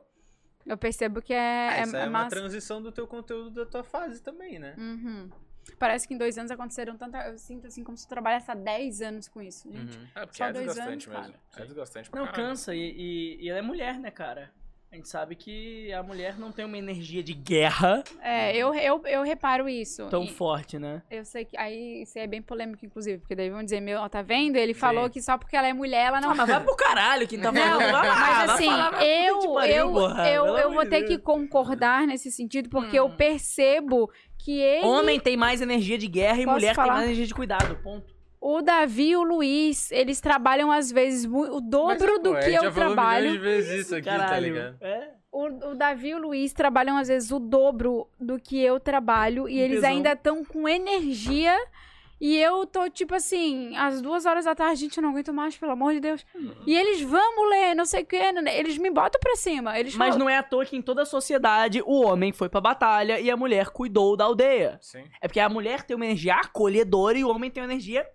Speaker 2: Eu percebo que é, é,
Speaker 1: Essa é,
Speaker 2: é
Speaker 1: uma
Speaker 2: massa.
Speaker 1: transição do teu conteúdo da tua fase também, né?
Speaker 2: Uhum. Parece que em dois anos aconteceram tanta... Eu sinto assim como se eu trabalhasse há 10 anos com isso,
Speaker 1: Uhum.
Speaker 2: gente.
Speaker 3: É, porque
Speaker 2: Só
Speaker 3: é
Speaker 2: dois
Speaker 3: desgastante
Speaker 2: anos,
Speaker 3: mesmo. É desgastante pra
Speaker 4: Não,
Speaker 3: caralho.
Speaker 4: cansa. E, e, e ela é mulher, né, cara? A gente sabe que a mulher não tem uma energia de guerra
Speaker 2: É, eu, eu, eu reparo isso.
Speaker 4: tão
Speaker 2: E-
Speaker 4: forte, né?
Speaker 2: Eu sei que aí isso é bem polêmico, inclusive, porque daí vão dizer, meu, ó, tá vendo? Ele falou que só porque ela é mulher, ela não.
Speaker 4: Ah, mas vai pro caralho quem tá
Speaker 2: Não,
Speaker 4: falando. vai lá,
Speaker 2: mas
Speaker 4: vai
Speaker 2: assim,
Speaker 4: falar pra
Speaker 2: eu,
Speaker 4: puta que pariu,
Speaker 2: eu,
Speaker 4: porra,
Speaker 2: eu,
Speaker 4: pelo
Speaker 2: eu
Speaker 4: amor
Speaker 2: vou
Speaker 4: de
Speaker 2: ter
Speaker 4: Deus.
Speaker 2: que concordar nesse sentido, porque eu percebo que ele,
Speaker 4: Homem tem mais energia de guerra e
Speaker 2: Posso
Speaker 4: mulher tem
Speaker 2: falar?
Speaker 4: mais energia de cuidado, ponto.
Speaker 2: o Davi e o Luiz, eles trabalham às vezes mu- o dobro
Speaker 1: Mas,
Speaker 2: do
Speaker 1: pô, a
Speaker 2: que
Speaker 1: gente
Speaker 2: eu
Speaker 1: já falou milhões
Speaker 2: trabalho.
Speaker 1: de vezes isso aqui, tá
Speaker 4: Caralho.
Speaker 1: ligado?
Speaker 4: é.
Speaker 2: O, o Davi e o Luiz trabalham às vezes o dobro do que eu trabalho e
Speaker 4: Um
Speaker 2: eles
Speaker 4: tesão.
Speaker 2: ainda estão com energia. E eu tô tipo assim, às duas horas da tarde, gente, eu não aguento mais, pelo amor de Deus.
Speaker 3: Uhum.
Speaker 2: E eles, vamos ler, não sei o que, eles me botam pra cima. Eles
Speaker 4: Mas
Speaker 2: falam,
Speaker 4: não é à toa que em toda a sociedade o homem foi pra batalha e a mulher cuidou da aldeia.
Speaker 3: Sim.
Speaker 4: É porque a mulher tem uma energia acolhedora e o homem tem uma energia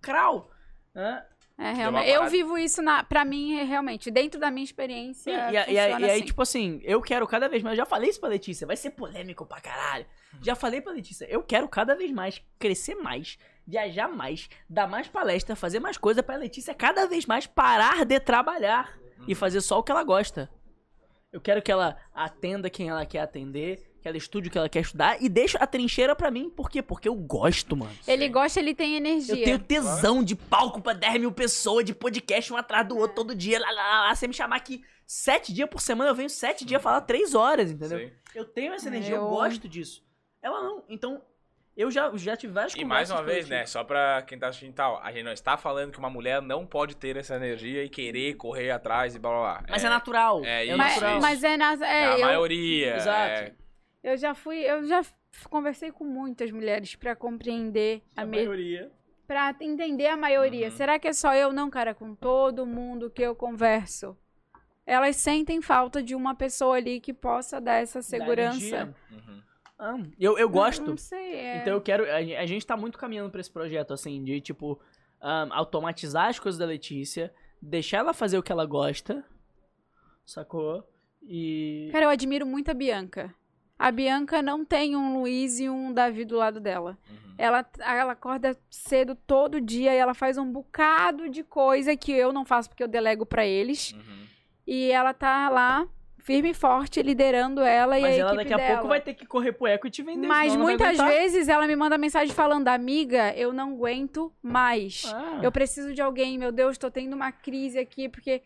Speaker 4: crau. né?
Speaker 2: É,
Speaker 3: Deu uma
Speaker 2: realmente. Eu
Speaker 3: parada.
Speaker 2: vivo isso na, pra mim, é, realmente, dentro da minha experiência.
Speaker 4: Sim, e, a- e a-
Speaker 2: É, funciona
Speaker 4: e aí,
Speaker 2: assim.
Speaker 4: tipo assim, eu quero cada vez mais. Eu já falei isso pra Letícia, vai ser polêmico pra caralho. Já falei pra Letícia, eu quero cada vez mais crescer mais, viajar mais, dar mais palestra, fazer mais coisa pra Letícia cada vez mais parar de trabalhar e fazer só o que ela gosta. Eu quero que ela atenda quem ela quer atender, que ela estude o que ela quer estudar e deixa a trincheira pra mim. Por quê? Porque eu gosto, mano.
Speaker 2: ele
Speaker 3: Sim.
Speaker 2: gosta, ele tem energia.
Speaker 4: Eu tenho tesão de palco pra 10 mil pessoas, de podcast um atrás do outro todo dia. Lá, lá, lá, lá. Você me chamar aqui sete dias por semana, eu venho sete dias falar três horas, entendeu?
Speaker 3: Sim.
Speaker 4: Eu tenho essa energia, eu
Speaker 2: Eu-
Speaker 4: gosto disso. Ela não. Então, eu já, já tive várias
Speaker 3: E mais
Speaker 4: conversas
Speaker 3: uma
Speaker 4: com
Speaker 3: vez,
Speaker 4: ela,
Speaker 3: né? Só pra quem tá assistindo e tal, a gente não está falando que uma mulher não pode ter essa energia e querer correr atrás e blá blá blá.
Speaker 4: tipo, Mas é, natural.
Speaker 3: é isso,
Speaker 2: mas,
Speaker 4: natural.
Speaker 2: mas é na.
Speaker 3: É
Speaker 2: é,
Speaker 4: Ah,
Speaker 3: a
Speaker 2: eu,
Speaker 3: maioria. é.
Speaker 4: Exato.
Speaker 2: eu já fui, eu já f- conversei com muitas mulheres pra compreender a,
Speaker 4: A
Speaker 2: me-
Speaker 4: maioria.
Speaker 2: Pra entender a maioria.
Speaker 3: Uhum.
Speaker 2: Será que é só eu? Não, cara, com todo mundo que eu converso. Elas sentem falta de uma pessoa ali que possa dar essa segurança.
Speaker 4: energia.
Speaker 3: É. Uhum.
Speaker 4: Ah, eu, eu gosto.
Speaker 2: Não, não sei. É...
Speaker 4: Então eu quero. A, gen- a gente tá muito caminhando pra esse projeto, assim, de tipo, ahn, automatizar as coisas da Letícia, deixar ela fazer o que ela gosta, sacou? E.
Speaker 2: Cara, eu admiro muito a Bianca. A Bianca não tem um Luiz e um Davi do lado dela.
Speaker 3: Uhum.
Speaker 2: Ela, ela acorda cedo todo dia e ela faz um bocado de coisa que eu não faço porque eu delego pra eles.
Speaker 3: Uhum.
Speaker 2: E ela tá lá, firme e forte, liderando ela e
Speaker 4: Mas
Speaker 2: a
Speaker 4: ela
Speaker 2: equipe
Speaker 4: daqui a
Speaker 2: dela.
Speaker 4: pouco vai ter que correr pro eco e te vender.
Speaker 2: Mas
Speaker 4: senão ela não vai
Speaker 2: muitas
Speaker 4: aguentar.
Speaker 2: vezes ela me manda mensagem falando, amiga, eu não aguento mais.
Speaker 4: Ah,
Speaker 2: Eu preciso de alguém, meu Deus, tô tendo uma crise aqui, porque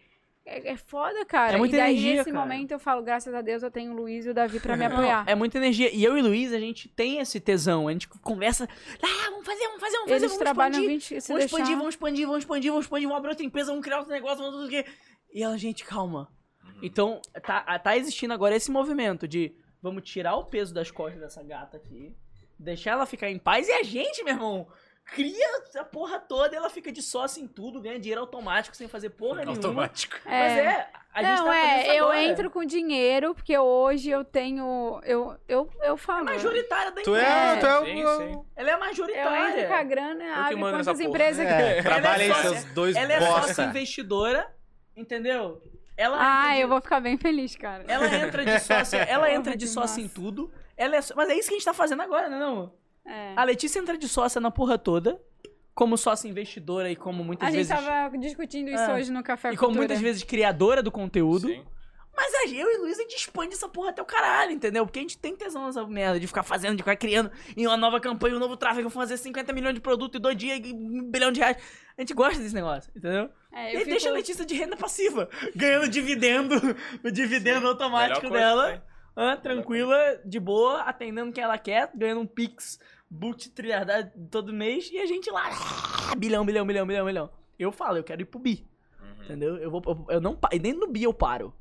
Speaker 2: é, é foda, cara.
Speaker 4: É muita
Speaker 2: e daí,
Speaker 4: energia,
Speaker 2: nesse
Speaker 4: cara.
Speaker 2: momento, eu falo, graças a Deus, eu tenho o Luiz e o Davi pra me
Speaker 4: não,
Speaker 2: apoiar.
Speaker 4: É muita energia. E eu e Luiz, a gente tem esse tesão. A gente conversa. Ah, vamos fazer, vamos fazer, vamos fazer.
Speaker 2: Eles
Speaker 4: vamos
Speaker 2: trabalham
Speaker 4: expandir.
Speaker 2: 20 se
Speaker 4: Vamos
Speaker 2: deixar.
Speaker 4: expandir, vamos expandir, vamos expandir, vamos expandir, vamos abrir outra empresa, vamos criar outro negócio, vamos não sei o quê. E ela, gente, calma.
Speaker 1: Uhum.
Speaker 4: Então, tá, tá existindo agora esse movimento de vamos tirar o peso das costas dessa gata aqui, deixar ela ficar em paz e a gente, meu irmão, cria a porra toda e ela fica de sócio em tudo, ganha dinheiro automático sem fazer porra nenhuma.
Speaker 1: Automático.
Speaker 4: Mas é, a gente
Speaker 2: não,
Speaker 4: tá fazendo isso
Speaker 2: é, eu
Speaker 4: agora.
Speaker 2: entro com dinheiro, porque hoje eu tenho. Eu, eu, eu falo.
Speaker 4: É Majoritária da
Speaker 1: Tu
Speaker 4: empresa.
Speaker 1: é, tu é
Speaker 4: Então,
Speaker 1: o.
Speaker 3: Sim, sim.
Speaker 4: Ela é
Speaker 2: eu entro com a
Speaker 4: majoritária.
Speaker 2: grana,
Speaker 3: que
Speaker 2: abre
Speaker 3: mando nessa
Speaker 2: quantas
Speaker 3: porra.
Speaker 2: empresas que.
Speaker 1: É, trabalha aí
Speaker 4: sócia-
Speaker 1: seus dois
Speaker 4: Ela é sócia
Speaker 1: bosta.
Speaker 4: investidora, entendeu? Ela entra
Speaker 2: Ah,
Speaker 4: de-
Speaker 2: eu vou ficar bem feliz, cara.
Speaker 4: Ela entra de sócia, ela
Speaker 2: Porra,
Speaker 4: entra de
Speaker 2: que
Speaker 4: sócia em
Speaker 2: massa.
Speaker 4: tudo. Ela é só- mas é isso que a gente tá fazendo agora, né, não?
Speaker 2: É.
Speaker 4: A Letícia entra de sócia na porra toda, como sócia investidora e como muitas
Speaker 2: A gente
Speaker 4: vezes.
Speaker 2: tava discutindo isso
Speaker 4: É.
Speaker 2: hoje no Café
Speaker 4: E como
Speaker 2: Cultura.
Speaker 4: muitas vezes criadora do conteúdo.
Speaker 3: Sim.
Speaker 4: Mas a- eu e Luiz, a gente expande essa porra até o caralho, entendeu? Porque a gente tem tesão nessa merda de ficar fazendo, de ficar criando em uma nova campanha, um novo tráfego, fazer 50 milhões de produto e dois dias e um bilhão de reais. A gente gosta desse negócio, entendeu?
Speaker 2: É,
Speaker 4: e
Speaker 2: eu
Speaker 4: aí deixa a
Speaker 2: fico-
Speaker 4: Letícia de renda passiva, ganhando dividendo, o dividendo automático
Speaker 3: Melhor coisa que
Speaker 4: dela. Ah, tranquila, de boa, atendendo quem ela quer, ganhando um Pix, boot trilhardado todo mês, e a gente lá, ah, bilhão, bilhão, bilhão, bilhão, bilhão. Eu falo, eu quero ir pro bi,
Speaker 3: Uhum.
Speaker 4: entendeu? Eu, vou, eu, eu não pa- e nem no bi eu paro.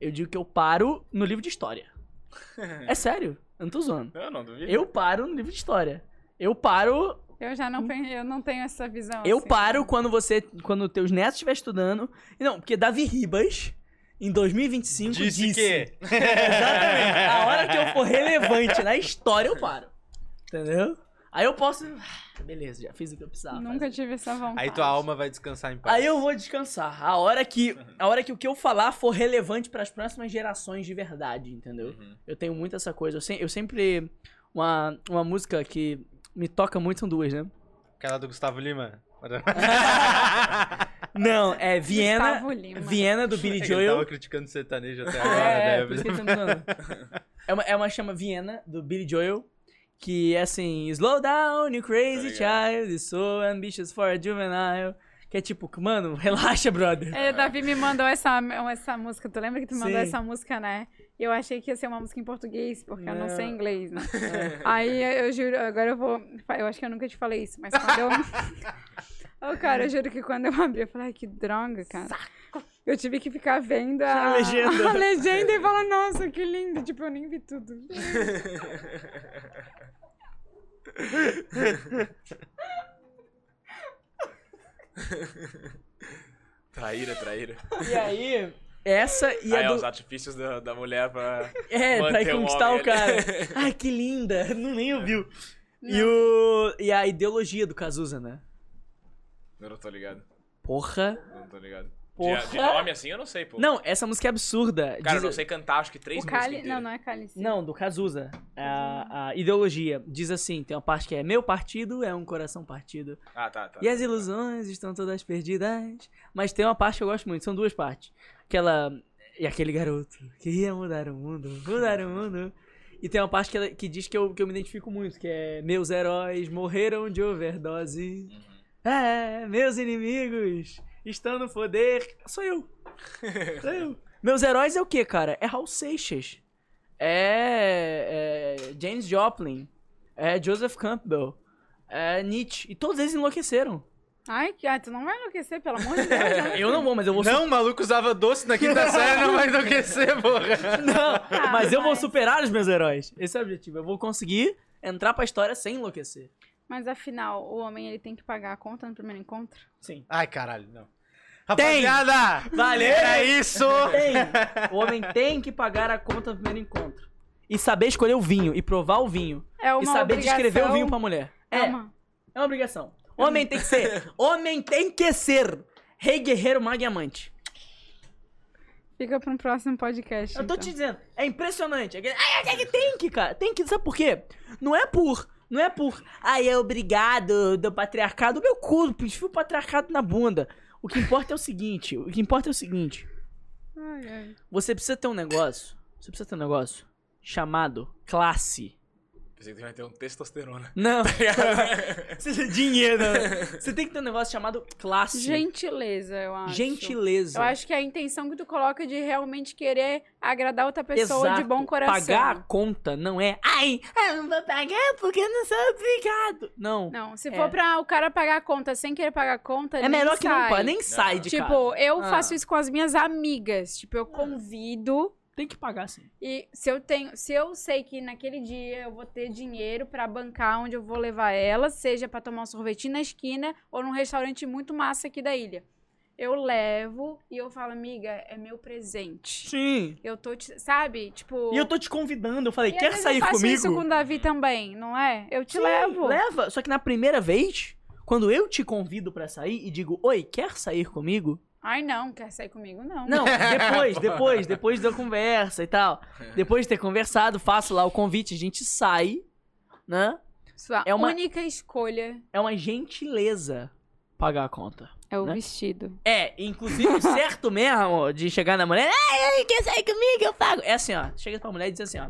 Speaker 4: Eu digo que eu paro no livro de história. É sério, eu não tô zoando.
Speaker 3: Eu não duvido.
Speaker 4: Eu paro no livro de história. Eu paro
Speaker 2: Eu já não, pen- eu não tenho essa visão.
Speaker 4: eu
Speaker 2: assim.
Speaker 4: paro quando você. Quando teus netos estiver estudando. Não, porque Davi Ribas, em 2025, disse. Exatamente. A hora que eu for relevante na história, eu paro. Entendeu? Aí eu posso. ah, Beleza, já fiz o que eu precisava.
Speaker 2: Nunca
Speaker 4: fazer.
Speaker 2: tive essa vontade.
Speaker 1: Aí tua alma vai descansar em paz.
Speaker 4: Aí eu vou descansar. A hora que, a hora que o que eu falar for relevante para as próximas gerações de verdade, entendeu?
Speaker 3: Uhum.
Speaker 4: Eu tenho muito essa coisa. Eu, se- eu sempre uma uma música que me toca muito são duas, né?
Speaker 1: Aquela do Gustavo Lima.
Speaker 4: Não, é Viena,
Speaker 2: Gustavo Lima.
Speaker 4: Viena do Billy
Speaker 1: Ele
Speaker 4: Joel.
Speaker 1: tava criticando sertanejo até agora,
Speaker 4: É,
Speaker 1: né?
Speaker 4: por isso que ele tá me zoando. é, uma, é uma chama Viena, do Billy Joel, que é assim, Slow down, you crazy
Speaker 3: Tá
Speaker 4: child, you're so ambitious for a juvenile. Que é tipo, mano, relaxa, brother.
Speaker 2: É, Davi me mandou essa, essa música. Tu lembra que tu mandou
Speaker 4: Sim.
Speaker 2: essa música, né? E eu achei que ia ser uma música em português, porque eu não
Speaker 4: Não.
Speaker 2: sei inglês, né?
Speaker 4: É.
Speaker 2: Aí eu juro, agora eu vou. Eu acho que eu nunca te falei isso, mas quando eu. Ô, cara, eu juro que quando eu abri, eu falei, ai, que droga, cara. Eu tive que ficar vendo a,
Speaker 4: A legenda.
Speaker 2: a legenda e falar, nossa, que lindo. Tipo, eu nem vi tudo.
Speaker 3: Traíra, traíra.
Speaker 4: E aí, essa e
Speaker 3: Aí,
Speaker 4: a
Speaker 3: ó,
Speaker 4: do...
Speaker 3: os artifícios da, da mulher pra.
Speaker 4: É, pra
Speaker 3: manter
Speaker 4: ir
Speaker 3: o
Speaker 4: conquistar
Speaker 3: homem
Speaker 4: o
Speaker 3: ali.
Speaker 4: cara. Ai, que linda, não nem ouviu. E, o... e a ideologia do Cazuza, né?
Speaker 3: Eu não tô ligado.
Speaker 4: Porra.
Speaker 3: Eu não tô ligado.
Speaker 4: Porra.
Speaker 3: De, de nome assim eu não sei, pô.
Speaker 4: Não, essa música é absurda.
Speaker 3: Cara, eu
Speaker 4: Diz-
Speaker 3: não sei cantar, acho que três
Speaker 2: O
Speaker 3: músicas
Speaker 2: Cali.
Speaker 3: inteiras.
Speaker 2: Não, não é Cali. sim.
Speaker 4: Não, do Cazuza. É A, a ideologia diz assim: tem uma parte que é meu partido é um coração partido.
Speaker 3: Ah, tá, tá.
Speaker 4: E é- as ilusões estão todas perdidas. Mas tem uma parte que eu gosto muito, são duas partes. Aquela. E aquele garoto que ia mudar o mundo, mudar o mundo. E tem uma parte que, ela- que diz que eu, que eu me identifico muito, que é Meus heróis morreram de overdose. É, meus inimigos estão no poder. Sou eu. Sou eu. Meus heróis é o que, cara? É Raul Seixas. É, é James Joplin. É Joseph Campbell. É Nietzsche. E todos eles enlouqueceram.
Speaker 2: Ai, que, ah, tu não vai enlouquecer, pelo amor de Deus. né?
Speaker 4: Eu não vou, mas eu vou. su-
Speaker 1: Não, o maluco usava doce na quinta série, não vai enlouquecer, porra.
Speaker 4: Não,
Speaker 2: Ah,
Speaker 4: mas eu vou
Speaker 2: mas-
Speaker 4: superar os meus heróis. Esse é o objetivo. Eu vou conseguir entrar pra história sem enlouquecer.
Speaker 2: Mas afinal, o homem ele tem que pagar a conta no primeiro encontro?
Speaker 4: Sim.
Speaker 1: Ai, caralho, não.
Speaker 4: Tem!
Speaker 1: Rapaziada!
Speaker 4: Valeu!
Speaker 1: Era isso!
Speaker 4: Tem. O homem tem que pagar a conta do primeiro encontro. E saber escolher o vinho e provar o vinho.
Speaker 2: É uma
Speaker 4: e saber
Speaker 2: obrigação.
Speaker 4: descrever o vinho pra mulher.
Speaker 2: É
Speaker 4: É, é uma,
Speaker 2: uma-
Speaker 4: obrigação. Homem tem que ser. Homem tem que ser. Rei guerreiro, mago e amante.
Speaker 2: Fica pra um próximo podcast.
Speaker 4: Eu tô
Speaker 2: então.
Speaker 4: te dizendo, é impressionante. É que- Ai, ai, ai, Tem que, cara. Tem que. Sabe por quê? Não é por. Não é por. Ai, é obrigado do patriarcado. Meu cu, enfio o patriarcado na bunda. O que importa é o seguinte. O que importa é o seguinte.
Speaker 2: Ai, ai.
Speaker 4: Você precisa ter um negócio. Você precisa ter um negócio chamado classe.
Speaker 3: Pensei que tu ia ter um testosterona. É,
Speaker 4: Não. Precisa de dinheiro. Você tem que ter um negócio chamado classe.
Speaker 2: Gentileza, eu acho.
Speaker 4: Gentileza.
Speaker 2: Eu acho que é a intenção que tu coloca de realmente querer agradar outra pessoa de
Speaker 4: Exato.
Speaker 2: bom coração.
Speaker 4: Pagar a conta não é. Ai, eu não vou pagar porque eu não sou obrigado. Não.
Speaker 2: Não, se
Speaker 4: É.
Speaker 2: for pra o cara pagar a conta sem querer pagar a conta,
Speaker 4: é
Speaker 2: nem
Speaker 4: melhor que não
Speaker 2: sai.
Speaker 4: pague, nem sai de casa.
Speaker 2: Tipo, eu
Speaker 4: Ah.
Speaker 2: faço isso com as minhas amigas. Tipo, eu convido
Speaker 4: Tem que pagar sim.
Speaker 2: E se eu tenho, se eu sei que naquele dia eu vou ter dinheiro pra bancar onde eu vou levar ela, seja pra tomar um sorvetinho na esquina ou num restaurante muito massa aqui da ilha, eu levo e eu falo, amiga, é meu presente.
Speaker 4: Sim.
Speaker 2: Eu tô, te, sabe, tipo.
Speaker 4: E eu tô te convidando, eu falei,
Speaker 2: E às
Speaker 4: quer
Speaker 2: vezes
Speaker 4: sair
Speaker 2: eu faço
Speaker 4: comigo?
Speaker 2: isso com o Davi também, não é? Eu te
Speaker 4: Sim, né?
Speaker 2: levo.
Speaker 4: Leva. Só que na primeira vez, quando eu te convido pra sair e digo, oi, quer sair comigo?
Speaker 2: Ai não, quer sair comigo não.
Speaker 4: Não, depois, depois, depois da conversa e tal. Depois de ter conversado, faço lá o convite, a gente sai, né?
Speaker 2: Sua
Speaker 4: É uma-
Speaker 2: única escolha
Speaker 4: É uma gentileza pagar a conta.
Speaker 2: é o
Speaker 4: Né?
Speaker 2: vestido.
Speaker 4: É, inclusive o certo mesmo de chegar na mulher, ai, ai, quer sair comigo, eu pago. É assim, ó, chega pra mulher e diz assim, ó,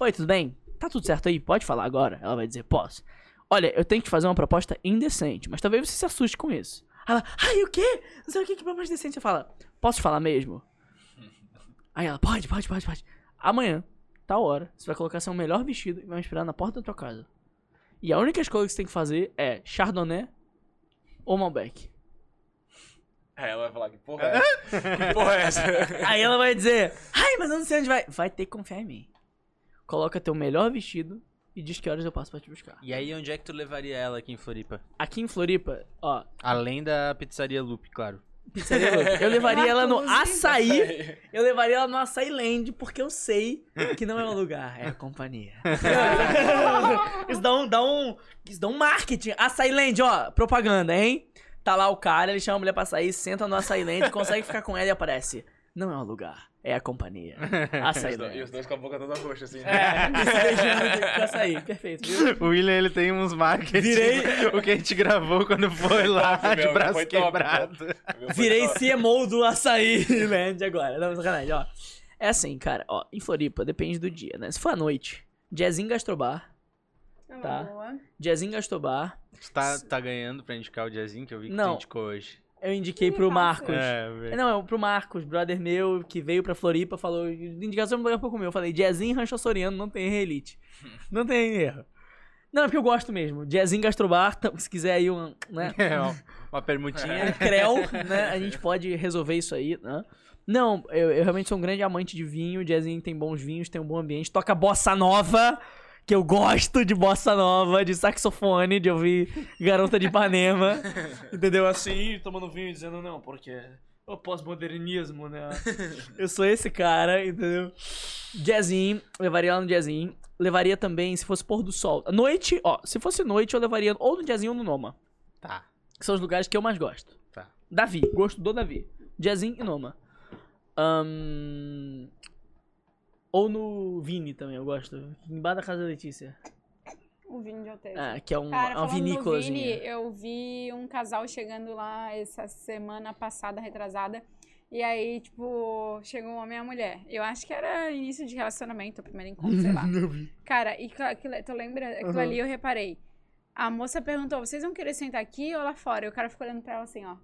Speaker 4: oi, tudo bem? Tá tudo certo aí? Pode falar agora? Ela vai dizer, posso. Olha, eu tenho que te fazer uma proposta indecente, mas talvez você se assuste com isso. Ela, ai, o quê? Não sei o que, que proposta indecente. Você fala, posso falar mesmo? Aí ela, pode, pode, pode, pode. Amanhã, tal hora, você vai colocar seu melhor vestido e vai me esperar na porta da tua casa. E a única escolha que você tem que fazer é Chardonnay ou Malbec.
Speaker 3: Aí ela vai falar, que porra é essa? que porra é essa?
Speaker 4: Aí ela vai dizer, ai, mas eu não sei onde vai. Vai ter que confiar em mim. Coloca teu melhor vestido e diz que horas eu passo pra te buscar.
Speaker 1: E aí, onde é que tu levaria ela aqui em Floripa?
Speaker 4: Aqui em Floripa, ó,
Speaker 1: Além da pizzaria Loop, claro.
Speaker 4: pizzaria louca. Eu levaria ela no
Speaker 2: Inclusive.
Speaker 4: açaí. Eu levaria ela no açaí land, porque eu sei que não é o lugar, é a companhia. isso, dá um, dá um, isso dá um marketing. Açaí land, ó, propaganda, hein? Tá lá o cara, ele chama a mulher pra sair, senta no açaí land, consegue ficar com ela e aparece. Não é o lugar, é a companhia.
Speaker 3: E
Speaker 4: Açaí
Speaker 3: os dois-
Speaker 4: land.
Speaker 3: E os dois com a boca toda roxa,
Speaker 4: É.
Speaker 3: assim.
Speaker 4: pra sair, perfeito, viu?
Speaker 1: O William, ele tem uns marketing.
Speaker 4: Virei-
Speaker 1: O que a gente gravou quando foi lá,
Speaker 3: Top,
Speaker 1: de
Speaker 3: meu,
Speaker 1: braço
Speaker 3: foi top,
Speaker 1: quebrado.
Speaker 3: Meu, foi
Speaker 4: Virei
Speaker 3: top.
Speaker 4: CMO do Açaí Land agora. Não, sacanagem, ó. É assim, cara, ó, em Floripa, depende do dia, né? Se for à noite, Jazzinho Gastrobar,
Speaker 2: É uma
Speaker 4: Tá.
Speaker 2: boa.
Speaker 4: Jazzinho Gastrobar,
Speaker 1: Tu tá, tá ganhando pra indicar o Jazzinho que eu vi que
Speaker 4: Não.
Speaker 1: tu indicou hoje.
Speaker 4: eu indiquei
Speaker 2: Que
Speaker 4: pro
Speaker 2: legal,
Speaker 4: Marcos.
Speaker 1: É, velho.
Speaker 4: Não, é pro Marcos, brother meu, que veio pra Floripa, falou, indicação daqui a pouco meu. Eu falei, Jazzinho Rancho Soriano, não tem erro, elite. Não tem erro. Não, é porque eu gosto mesmo. Jazzinho Gastrobar, tam- se quiser aí um, né,
Speaker 1: É, uma- uma permutinha.
Speaker 4: um creu, né? A gente pode resolver isso aí, né? Não, eu, eu realmente sou um grande amante de vinho. Jazzinho tem bons vinhos, tem um bom ambiente. Toca bossa nova, que eu gosto de bossa nova, de saxofone, de ouvir garota de Ipanema. entendeu? Assim, tomando vinho e dizendo não, porque o pós-modernismo, né? eu sou esse cara, entendeu? Jazzinho, levaria lá no Jazzinho. Levaria também, se fosse pôr do sol. À Noite, ó, se fosse noite, eu levaria ou no Jazzinho ou no Noma
Speaker 1: Tá.
Speaker 4: que são os lugares que eu mais gosto.
Speaker 1: Tá.
Speaker 4: Davi, gosto do Davi. Jazin e Noma. Ahn, ou no Vini também, eu gosto. Embaixo da casa da Letícia.
Speaker 2: O vinho de Alteza.
Speaker 4: Ah, que é um, né?
Speaker 2: Cara,
Speaker 4: uma
Speaker 2: falando do Vini,
Speaker 4: vinícolazinha.
Speaker 2: eu vi um casal chegando lá essa semana passada, retrasada. E aí, tipo, chegou um homem e a mulher. Eu acho que era início de relacionamento, o primeiro encontro, sei lá. Cara, e cla- aquilo, tu lembra? Aquilo
Speaker 4: Aham.
Speaker 2: ali eu reparei. A moça perguntou, vocês vão querer sentar aqui ou lá fora? E o cara ficou olhando pra ela assim, ó.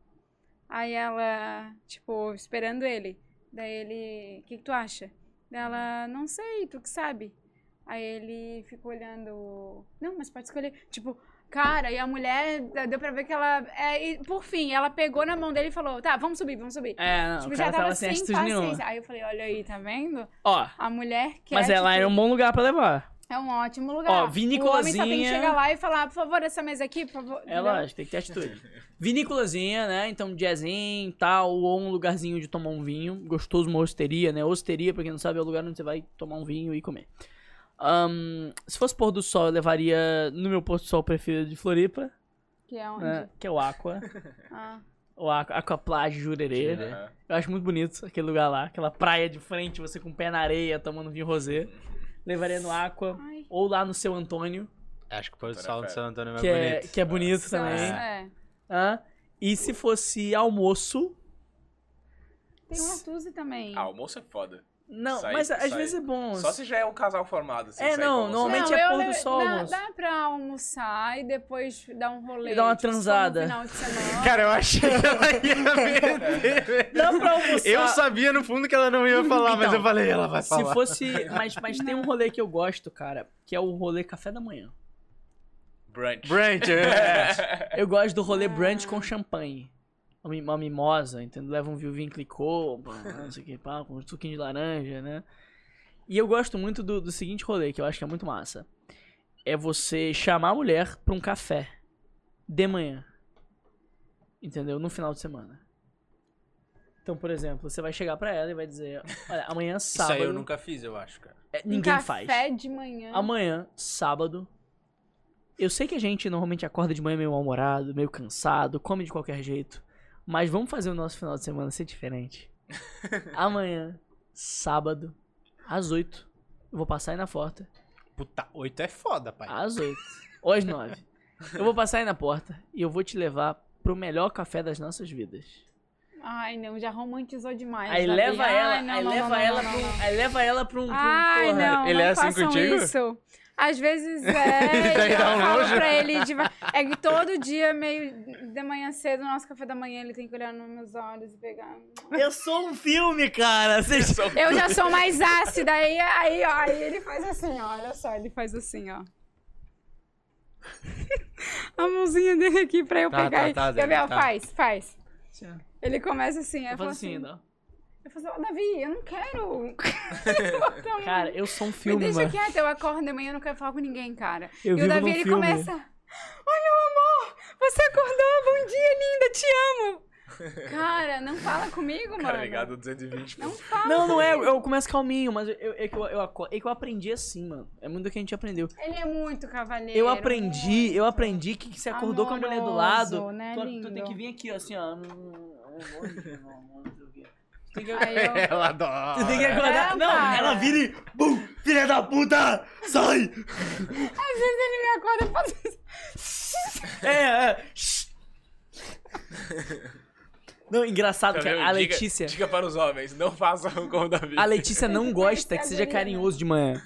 Speaker 2: Aí ela, tipo, esperando ele. Daí ele, o que, que tu acha? Daí ela, não sei, tu que sabe. Aí ele ficou olhando, não, mas pode escolher. Tipo, cara, e a mulher, d- deu pra ver que ela... É, e, por fim, ela pegou na mão dele e falou, tá, vamos subir, vamos subir.
Speaker 4: É, não,
Speaker 2: tipo,
Speaker 4: o cara
Speaker 2: já tava,
Speaker 4: tava sem
Speaker 2: sem
Speaker 4: atitude nenhuma.
Speaker 2: paciência. Aí eu falei, olha aí, tá vendo?
Speaker 4: Ó,
Speaker 2: A mulher quer...
Speaker 4: mas ela é
Speaker 2: atitude.
Speaker 4: um bom lugar pra levar.
Speaker 2: É um ótimo lugar. O
Speaker 4: Ó,
Speaker 2: homem só tem que
Speaker 4: vinicolazinha.
Speaker 2: chegar lá e falar, "Ah, por favor, essa mesa aqui, por favor.
Speaker 4: É lógico, tem que ter atitude. Vinícolazinha, né? Então, jazzinho e tal, ou um lugarzinho de tomar um vinho. Gostoso, uma osteria, né? Osteria, pra quem não sabe, é o lugar onde você vai tomar um vinho e comer. Ahn, se fosse pôr do sol, eu levaria no meu pôr do sol preferido de Floripa,
Speaker 2: Que é onde?
Speaker 4: né? que é o Aqua.
Speaker 2: Ah.
Speaker 4: O Aqua, Aqua Plage Jurerê.
Speaker 3: Aham.
Speaker 4: Eu acho muito bonito aquele lugar lá. Aquela praia de frente, você com o pé na areia, tomando vinho rosé. Levaria no Aqua.
Speaker 2: Ai.
Speaker 4: Ou lá no seu Antônio,
Speaker 1: Acho que o pôr do
Speaker 3: Doutora
Speaker 1: sol do
Speaker 3: Fera.
Speaker 1: Santo Antônio é mais
Speaker 4: que é,
Speaker 1: bonito.
Speaker 4: que é bonito também.
Speaker 2: Nossa, é.
Speaker 4: Hã? E se fosse almoço.
Speaker 2: Tem um Artusi também.
Speaker 3: Ah, almoço é foda.
Speaker 4: Não,
Speaker 3: Sai-
Speaker 4: mas às
Speaker 3: sai.
Speaker 4: vezes é bom.
Speaker 3: Só se já é um casal formado. Assim,
Speaker 4: É,
Speaker 3: sair pra
Speaker 4: não,
Speaker 3: almoçar.
Speaker 4: normalmente- é
Speaker 2: eu
Speaker 4: pôr do
Speaker 2: le-
Speaker 4: sol,
Speaker 2: dá,
Speaker 4: moço.
Speaker 2: dá pra almoçar e depois dar um rolê.
Speaker 4: E dar uma
Speaker 2: tipo, só no
Speaker 4: transada.
Speaker 2: final de semana.
Speaker 1: Cara, eu achei que ela ia meter. velho.
Speaker 4: Dá pra almoçar.
Speaker 1: Eu sabia no fundo que ela não ia falar, mas
Speaker 4: Então,
Speaker 1: eu falei, ela vai falar.
Speaker 4: Se fosse. Mas, mas tem um rolê que eu gosto, cara, que é o rolê café da manhã.
Speaker 3: Brunch.
Speaker 1: Brunch, é.
Speaker 4: Eu gosto do rolê
Speaker 2: Ah.
Speaker 4: brunch com champanhe. Uma mi- Uma mimosa, entendeu? Leva um vinho clicô, pá, não sei o que, pá, com um suquinho de laranja, né? E eu gosto muito do, do seguinte rolê, que eu acho que é muito massa. É você chamar a mulher pra um café. De manhã. Entendeu? No final de semana. Então, por exemplo, você vai chegar pra ela e vai dizer: Olha, amanhã é sábado.
Speaker 1: fiz, eu acho, cara.
Speaker 4: É,
Speaker 2: Um
Speaker 4: ninguém
Speaker 2: café
Speaker 4: faz.
Speaker 2: de manhã.
Speaker 4: Amanhã, sábado. Eu sei que a gente normalmente acorda de manhã meio mal-humorado, meio cansado, come de qualquer jeito. Mas vamos fazer o nosso final de semana ser diferente. Amanhã, sábado, às 8. Eu vou passar aí na porta.
Speaker 1: Puta, oito é foda, pai.
Speaker 4: Às 8. ou às nove. Eu vou passar aí na porta e eu vou te levar pro melhor café das nossas vidas.
Speaker 2: Ai, não, já romantizou demais.
Speaker 4: Aí
Speaker 2: sabe?
Speaker 4: leva
Speaker 2: Ai,
Speaker 4: ela,
Speaker 2: não,
Speaker 4: aí
Speaker 2: não,
Speaker 4: leva
Speaker 2: não,
Speaker 4: ela
Speaker 2: não,
Speaker 4: pra
Speaker 2: não, não.
Speaker 4: um, aí leva ela pra um, pra um
Speaker 2: Ai,
Speaker 4: porra.
Speaker 2: não,
Speaker 1: Ele
Speaker 2: não
Speaker 1: é assim
Speaker 2: façam
Speaker 1: contigo?
Speaker 2: isso. Às vezes é,
Speaker 1: Daí
Speaker 2: eu
Speaker 1: dá um
Speaker 2: falo
Speaker 1: nojo.
Speaker 2: pra ele, de... é que todo dia, meio da manhã cedo, no nosso café da manhã, ele tem que olhar nos meus olhos e pegar...
Speaker 4: Eu sou um filme, cara. Vocês
Speaker 2: Eu já sou mais ácida, aí, aí, ó, aí ele faz assim, ó, olha só, ele faz assim, ó. A mãozinha dele aqui pra eu
Speaker 1: Tá,
Speaker 2: pegar.
Speaker 1: tá,
Speaker 2: e-
Speaker 1: tá, Zé,
Speaker 2: Gabriel,
Speaker 1: tá.
Speaker 2: faz, faz.
Speaker 4: Sim.
Speaker 2: Ele começa assim, aí eu
Speaker 4: Eu
Speaker 2: falo
Speaker 4: faço
Speaker 2: assim,
Speaker 4: assim, não.
Speaker 2: eu falo assim, "Ô, Davi, eu não quero.
Speaker 4: Cara, eu sou um
Speaker 2: Me
Speaker 4: filme,
Speaker 2: deixa
Speaker 4: mano.
Speaker 2: quieto, eu acordo de manhã, eu não quero falar com ninguém, cara.
Speaker 4: Eu
Speaker 2: e o
Speaker 4: vivo
Speaker 2: Davi,
Speaker 4: num
Speaker 2: ele
Speaker 4: filme.
Speaker 2: começa, ai, meu amor, você acordou, bom dia, linda, te amo. Cara, não fala comigo, mano.
Speaker 3: Cara, ligado 220.
Speaker 2: Não fala.
Speaker 4: Não, não é, eu começo calminho, mas eu, eu, é, que eu, eu aco- é que eu aprendi assim, mano. É muito do que a gente aprendeu.
Speaker 2: Ele é muito cavaleiro.
Speaker 4: Eu aprendi, eu aprendi que se acordou com a mulher do lado,
Speaker 2: Amoroso, né,
Speaker 4: tu, tu
Speaker 2: lindo?
Speaker 4: tem que vir aqui, ó, assim, ó. Hum, hum, hum, Tu tem que,
Speaker 2: Aí eu-
Speaker 1: Ela adora.
Speaker 4: tu tem que acordar.
Speaker 2: É,
Speaker 4: não,
Speaker 2: cara.
Speaker 4: ela vira e. Bum, filha da puta! Sai!
Speaker 2: Às vezes ele me acorda e faz isso.
Speaker 4: É, é. shh. Não, engraçado,
Speaker 3: Tá
Speaker 4: que é
Speaker 3: vendo?
Speaker 4: a
Speaker 3: Dica-
Speaker 4: Letícia.
Speaker 3: Dica, para os homens, não façam como o Davi.
Speaker 4: A Letícia não gosta que
Speaker 2: Parece
Speaker 4: seja
Speaker 2: é a Juliana.
Speaker 4: carinhoso de manhã.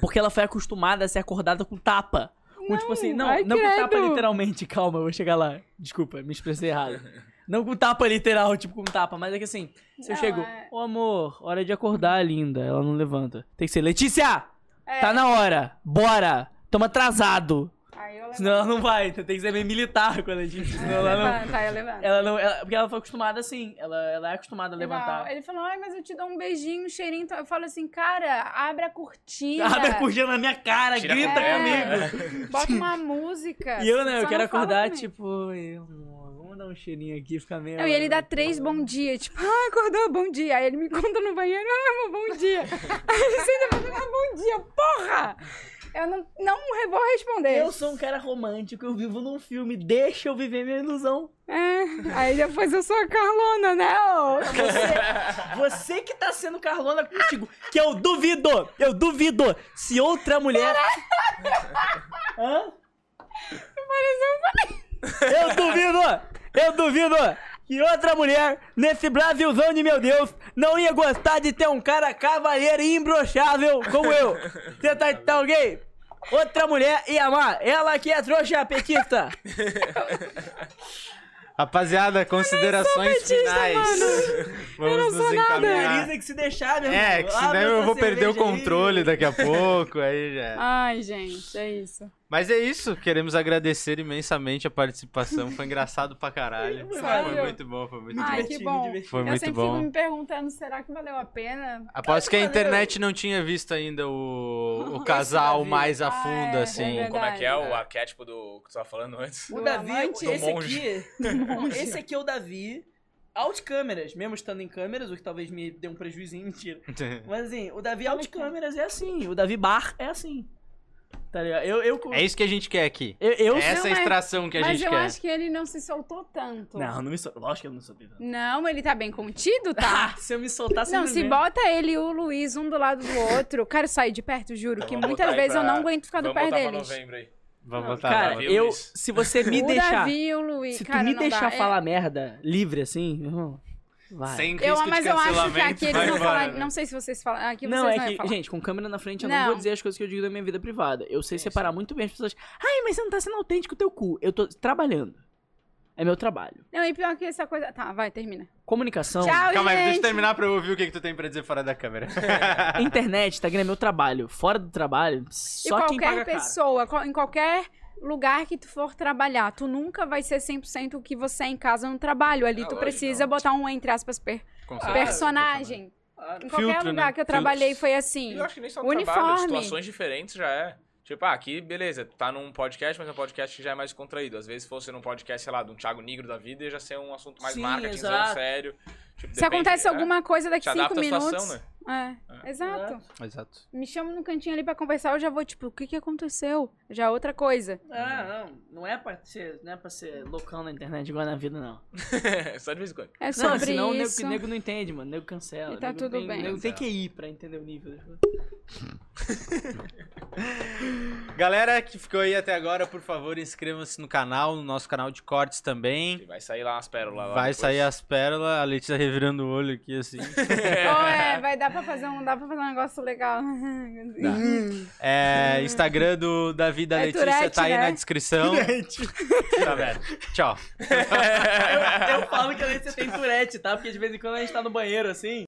Speaker 4: Porque ela foi acostumada a ser acordada com tapa. Com, tipo assim, não,
Speaker 2: ai,
Speaker 4: não com tapa
Speaker 2: credo.
Speaker 4: literalmente, calma, eu vou chegar lá. Desculpa, me expressei errado. Não com tapa literal, tipo com tapa, mas é que assim, se eu
Speaker 2: Não,
Speaker 4: chego, ô
Speaker 2: é-
Speaker 4: amor, hora de acordar, linda, ela não levanta. Tem que ser, Letícia!
Speaker 2: É.
Speaker 4: Tá na hora, bora! Tamo atrasado!
Speaker 2: Aí eu levanto.
Speaker 4: Senão ela não vai, tem que ser meio militar com a Letícia, senão ela não.
Speaker 2: Levanta, aí eu levanto.
Speaker 4: Ela não ela- porque ela foi acostumada assim, ela, ela é acostumada a levantar.
Speaker 2: Não, Ele falou, ai, mas eu te dou um beijinho, um cheirinho. Então, Eu falo assim, cara, abre a cortina.
Speaker 4: Abre a cortina na minha cara,
Speaker 3: Tira a
Speaker 4: grita
Speaker 2: cueca.
Speaker 4: comigo.
Speaker 2: Bota uma música.
Speaker 4: E eu, né?
Speaker 2: É. Só
Speaker 4: Eu quero
Speaker 2: não fala
Speaker 4: acordar,
Speaker 2: comigo.
Speaker 4: tipo, "Ei, amor, vamos dar um cheirinho aqui, ficar meio.
Speaker 2: Não, e ele dá três bom dia, tipo, ah, acordou, bom dia. Aí ele me conta no banheiro, ah, amor, bom dia. Aí ele senta pra mim, ah, bom dia, porra! Eu não, não re- vou responder.
Speaker 4: Eu sou um cara romântico, eu vivo num filme, deixa eu viver minha ilusão.
Speaker 2: É, aí depois eu sou a Carlona, né? ô?
Speaker 4: Você que tá sendo Carlona contigo, que eu duvido, eu duvido se outra mulher. Hã? Eu duvido, eu duvido que outra mulher nesse Brasilzão de meu Deus não ia gostar de ter um cara cavalheiro e imbrochável como eu. Você tá, tá ok? Outra mulher ia amar, ela que é trouxa petista.
Speaker 1: Rapaziada, considerações finais. Vamos nos encaminhar.
Speaker 4: Beleza que se deixar, meu irmão.
Speaker 2: então.
Speaker 4: Ah,
Speaker 1: É, que senão
Speaker 4: Abre
Speaker 1: eu
Speaker 4: essa
Speaker 1: vou perder o
Speaker 4: cerveja aí.
Speaker 1: controle daqui a pouco, aí já.
Speaker 2: Ai, gente, é isso.
Speaker 1: Mas é isso, queremos agradecer imensamente a participação, foi engraçado pra caralho.
Speaker 2: Sério?
Speaker 1: Foi muito bom, foi muito
Speaker 2: Ai,
Speaker 1: bom.
Speaker 2: que
Speaker 4: divertido,
Speaker 2: bom.
Speaker 4: divertido.
Speaker 1: Foi
Speaker 2: eu
Speaker 1: muito
Speaker 2: sempre
Speaker 1: bom.
Speaker 2: fico me perguntando, será que valeu a pena?
Speaker 1: Aposto que a
Speaker 2: Valeu.
Speaker 1: internet não tinha visto ainda o, o casal
Speaker 4: Davi.
Speaker 1: mais a
Speaker 2: Ah,
Speaker 1: fundo,
Speaker 2: é,
Speaker 1: assim.
Speaker 2: é
Speaker 3: Como é que é o
Speaker 1: É.
Speaker 3: arquétipo do que tu tava falando antes?
Speaker 4: O é um
Speaker 2: Do
Speaker 4: Davi,
Speaker 2: amante?
Speaker 4: esse
Speaker 3: Do
Speaker 4: aqui. esse aqui é o Davi. Out câmeras, mesmo estando em câmeras, o que talvez me dê um prejuízo, mentira. Mas assim, o Davi out câmeras é assim, o Davi bar é assim. Tá ligado? Eu. Eu.
Speaker 1: É isso que a gente quer aqui.
Speaker 4: eu, eu
Speaker 1: É Essa
Speaker 2: Não, mas-
Speaker 1: extração que a
Speaker 2: Mas
Speaker 1: gente
Speaker 2: eu
Speaker 1: quer.
Speaker 2: acho que ele não se soltou tanto.
Speaker 4: Não, não me sou. Lógico que eu não sou pivô.
Speaker 2: Não, ele tá bem contido, tá?
Speaker 4: Ah, se eu me soltasse.
Speaker 2: Não, se bota ele e o Luiz um do lado do outro, cara, sair de perto, juro,
Speaker 3: Então
Speaker 2: que
Speaker 3: vamos
Speaker 2: muitas
Speaker 3: botar aí
Speaker 2: vezes eu
Speaker 3: pra-
Speaker 2: não aguento ficar do
Speaker 3: Vamos
Speaker 2: pé
Speaker 3: botar pra
Speaker 2: deles.
Speaker 3: novembro aí.
Speaker 1: Vamos botar
Speaker 4: Cara,
Speaker 1: lá.
Speaker 3: Davi,
Speaker 4: eu.
Speaker 3: Luiz.
Speaker 4: Se você me
Speaker 2: o
Speaker 4: deixar.
Speaker 2: Davi e o Luiz,
Speaker 4: se tu
Speaker 2: cara,
Speaker 4: me
Speaker 2: não
Speaker 4: deixar
Speaker 2: dá. É-
Speaker 4: falar merda livre assim, meu irmão. Vai.
Speaker 1: Sem risco
Speaker 2: Eu, mas
Speaker 1: de
Speaker 2: eu acho
Speaker 1: cancelamento.
Speaker 2: que aqui eles
Speaker 1: vai
Speaker 2: vão
Speaker 1: embora,
Speaker 2: falar.
Speaker 1: né?
Speaker 2: Não sei se vocês falam. Aqui
Speaker 4: Não,
Speaker 2: vocês
Speaker 4: é
Speaker 2: não
Speaker 4: que,
Speaker 2: iam falar.
Speaker 4: gente, com câmera na frente eu não,
Speaker 2: Não.
Speaker 4: vou dizer as coisas que eu digo da minha vida privada. Eu sei separar muito bem as pessoas. Ai, mas você não tá sendo autêntico teu cu. Eu tô trabalhando. É meu trabalho.
Speaker 2: Não, e pior que essa coisa. Tá, vai, termina.
Speaker 4: Comunicação,
Speaker 2: Tchau,
Speaker 1: Calma aí,
Speaker 2: gente. É.
Speaker 1: deixa eu terminar pra eu ouvir o que, que tu tem pra dizer fora da câmera.
Speaker 4: internet, Instagram é meu trabalho. Fora do trabalho,
Speaker 2: E
Speaker 4: só quem paga
Speaker 2: qualquer
Speaker 4: a cara.
Speaker 2: pessoa, qual- em qualquer lugar que tu for trabalhar, tu nunca vai ser 100% o que você é em casa no trabalho. Ali
Speaker 3: Ah,
Speaker 2: tu
Speaker 3: lógico,
Speaker 2: precisa
Speaker 3: não.
Speaker 2: botar um, entre aspas, per-
Speaker 1: Com
Speaker 3: Ah,
Speaker 2: personagem. Em qualquer
Speaker 1: Filtro,
Speaker 2: lugar
Speaker 1: né?
Speaker 2: que eu trabalhei foi assim.
Speaker 3: Eu acho que nem só
Speaker 2: Uniforme.
Speaker 3: trabalho, situações diferentes já é. Tipo, ah, aqui, beleza, tá num podcast, mas é um podcast que já é mais contraído. Às vezes fosse num podcast, sei lá, de um Thiago Negro da vida, ia já ser um assunto mais
Speaker 4: Sim,
Speaker 3: marketingzão,
Speaker 4: exato.
Speaker 3: sério. Tipo,
Speaker 2: Se
Speaker 3: depende,
Speaker 2: acontece
Speaker 3: é,
Speaker 2: alguma coisa daqui
Speaker 3: se
Speaker 2: cinco
Speaker 3: adapta à
Speaker 2: minutos.
Speaker 3: situação, né?
Speaker 2: É, exato.
Speaker 1: Exato.
Speaker 2: Me chama no cantinho ali pra conversar, eu já vou, tipo, o que que aconteceu? Já é outra coisa.
Speaker 4: Ah, não. Não é pra ser, não é pra ser loucão na internet igual é na vida, não.
Speaker 3: né? Só de vez em quando.
Speaker 2: É
Speaker 4: Não,
Speaker 2: sobre
Speaker 4: senão o nego,
Speaker 2: isso.
Speaker 4: nego não entende, mano. O nego cancela.
Speaker 2: E tá
Speaker 4: nego
Speaker 2: tudo
Speaker 4: tem,
Speaker 2: bem.
Speaker 4: O nego tem que ir pra entender o nível. das coisas.
Speaker 1: Galera que ficou aí até agora, por favor, inscrevam-se no canal, no nosso canal de cortes também.
Speaker 3: Vai sair lá as pérolas lá.
Speaker 1: Vai
Speaker 3: depois.
Speaker 1: sair as pérolas, a Letícia revirando o olho aqui, assim.
Speaker 2: Oh, é, vai dar pra fazer um, dá pra fazer um negócio legal.
Speaker 1: É, Instagram do Davi e da
Speaker 2: É
Speaker 1: Letícia
Speaker 2: Tourette,
Speaker 1: tá aí
Speaker 2: né?
Speaker 1: na descrição. Tá, velho. Tchau.
Speaker 4: Eu falo que a gente tem Tourette, tá? Porque de vez em quando a gente tá no banheiro assim.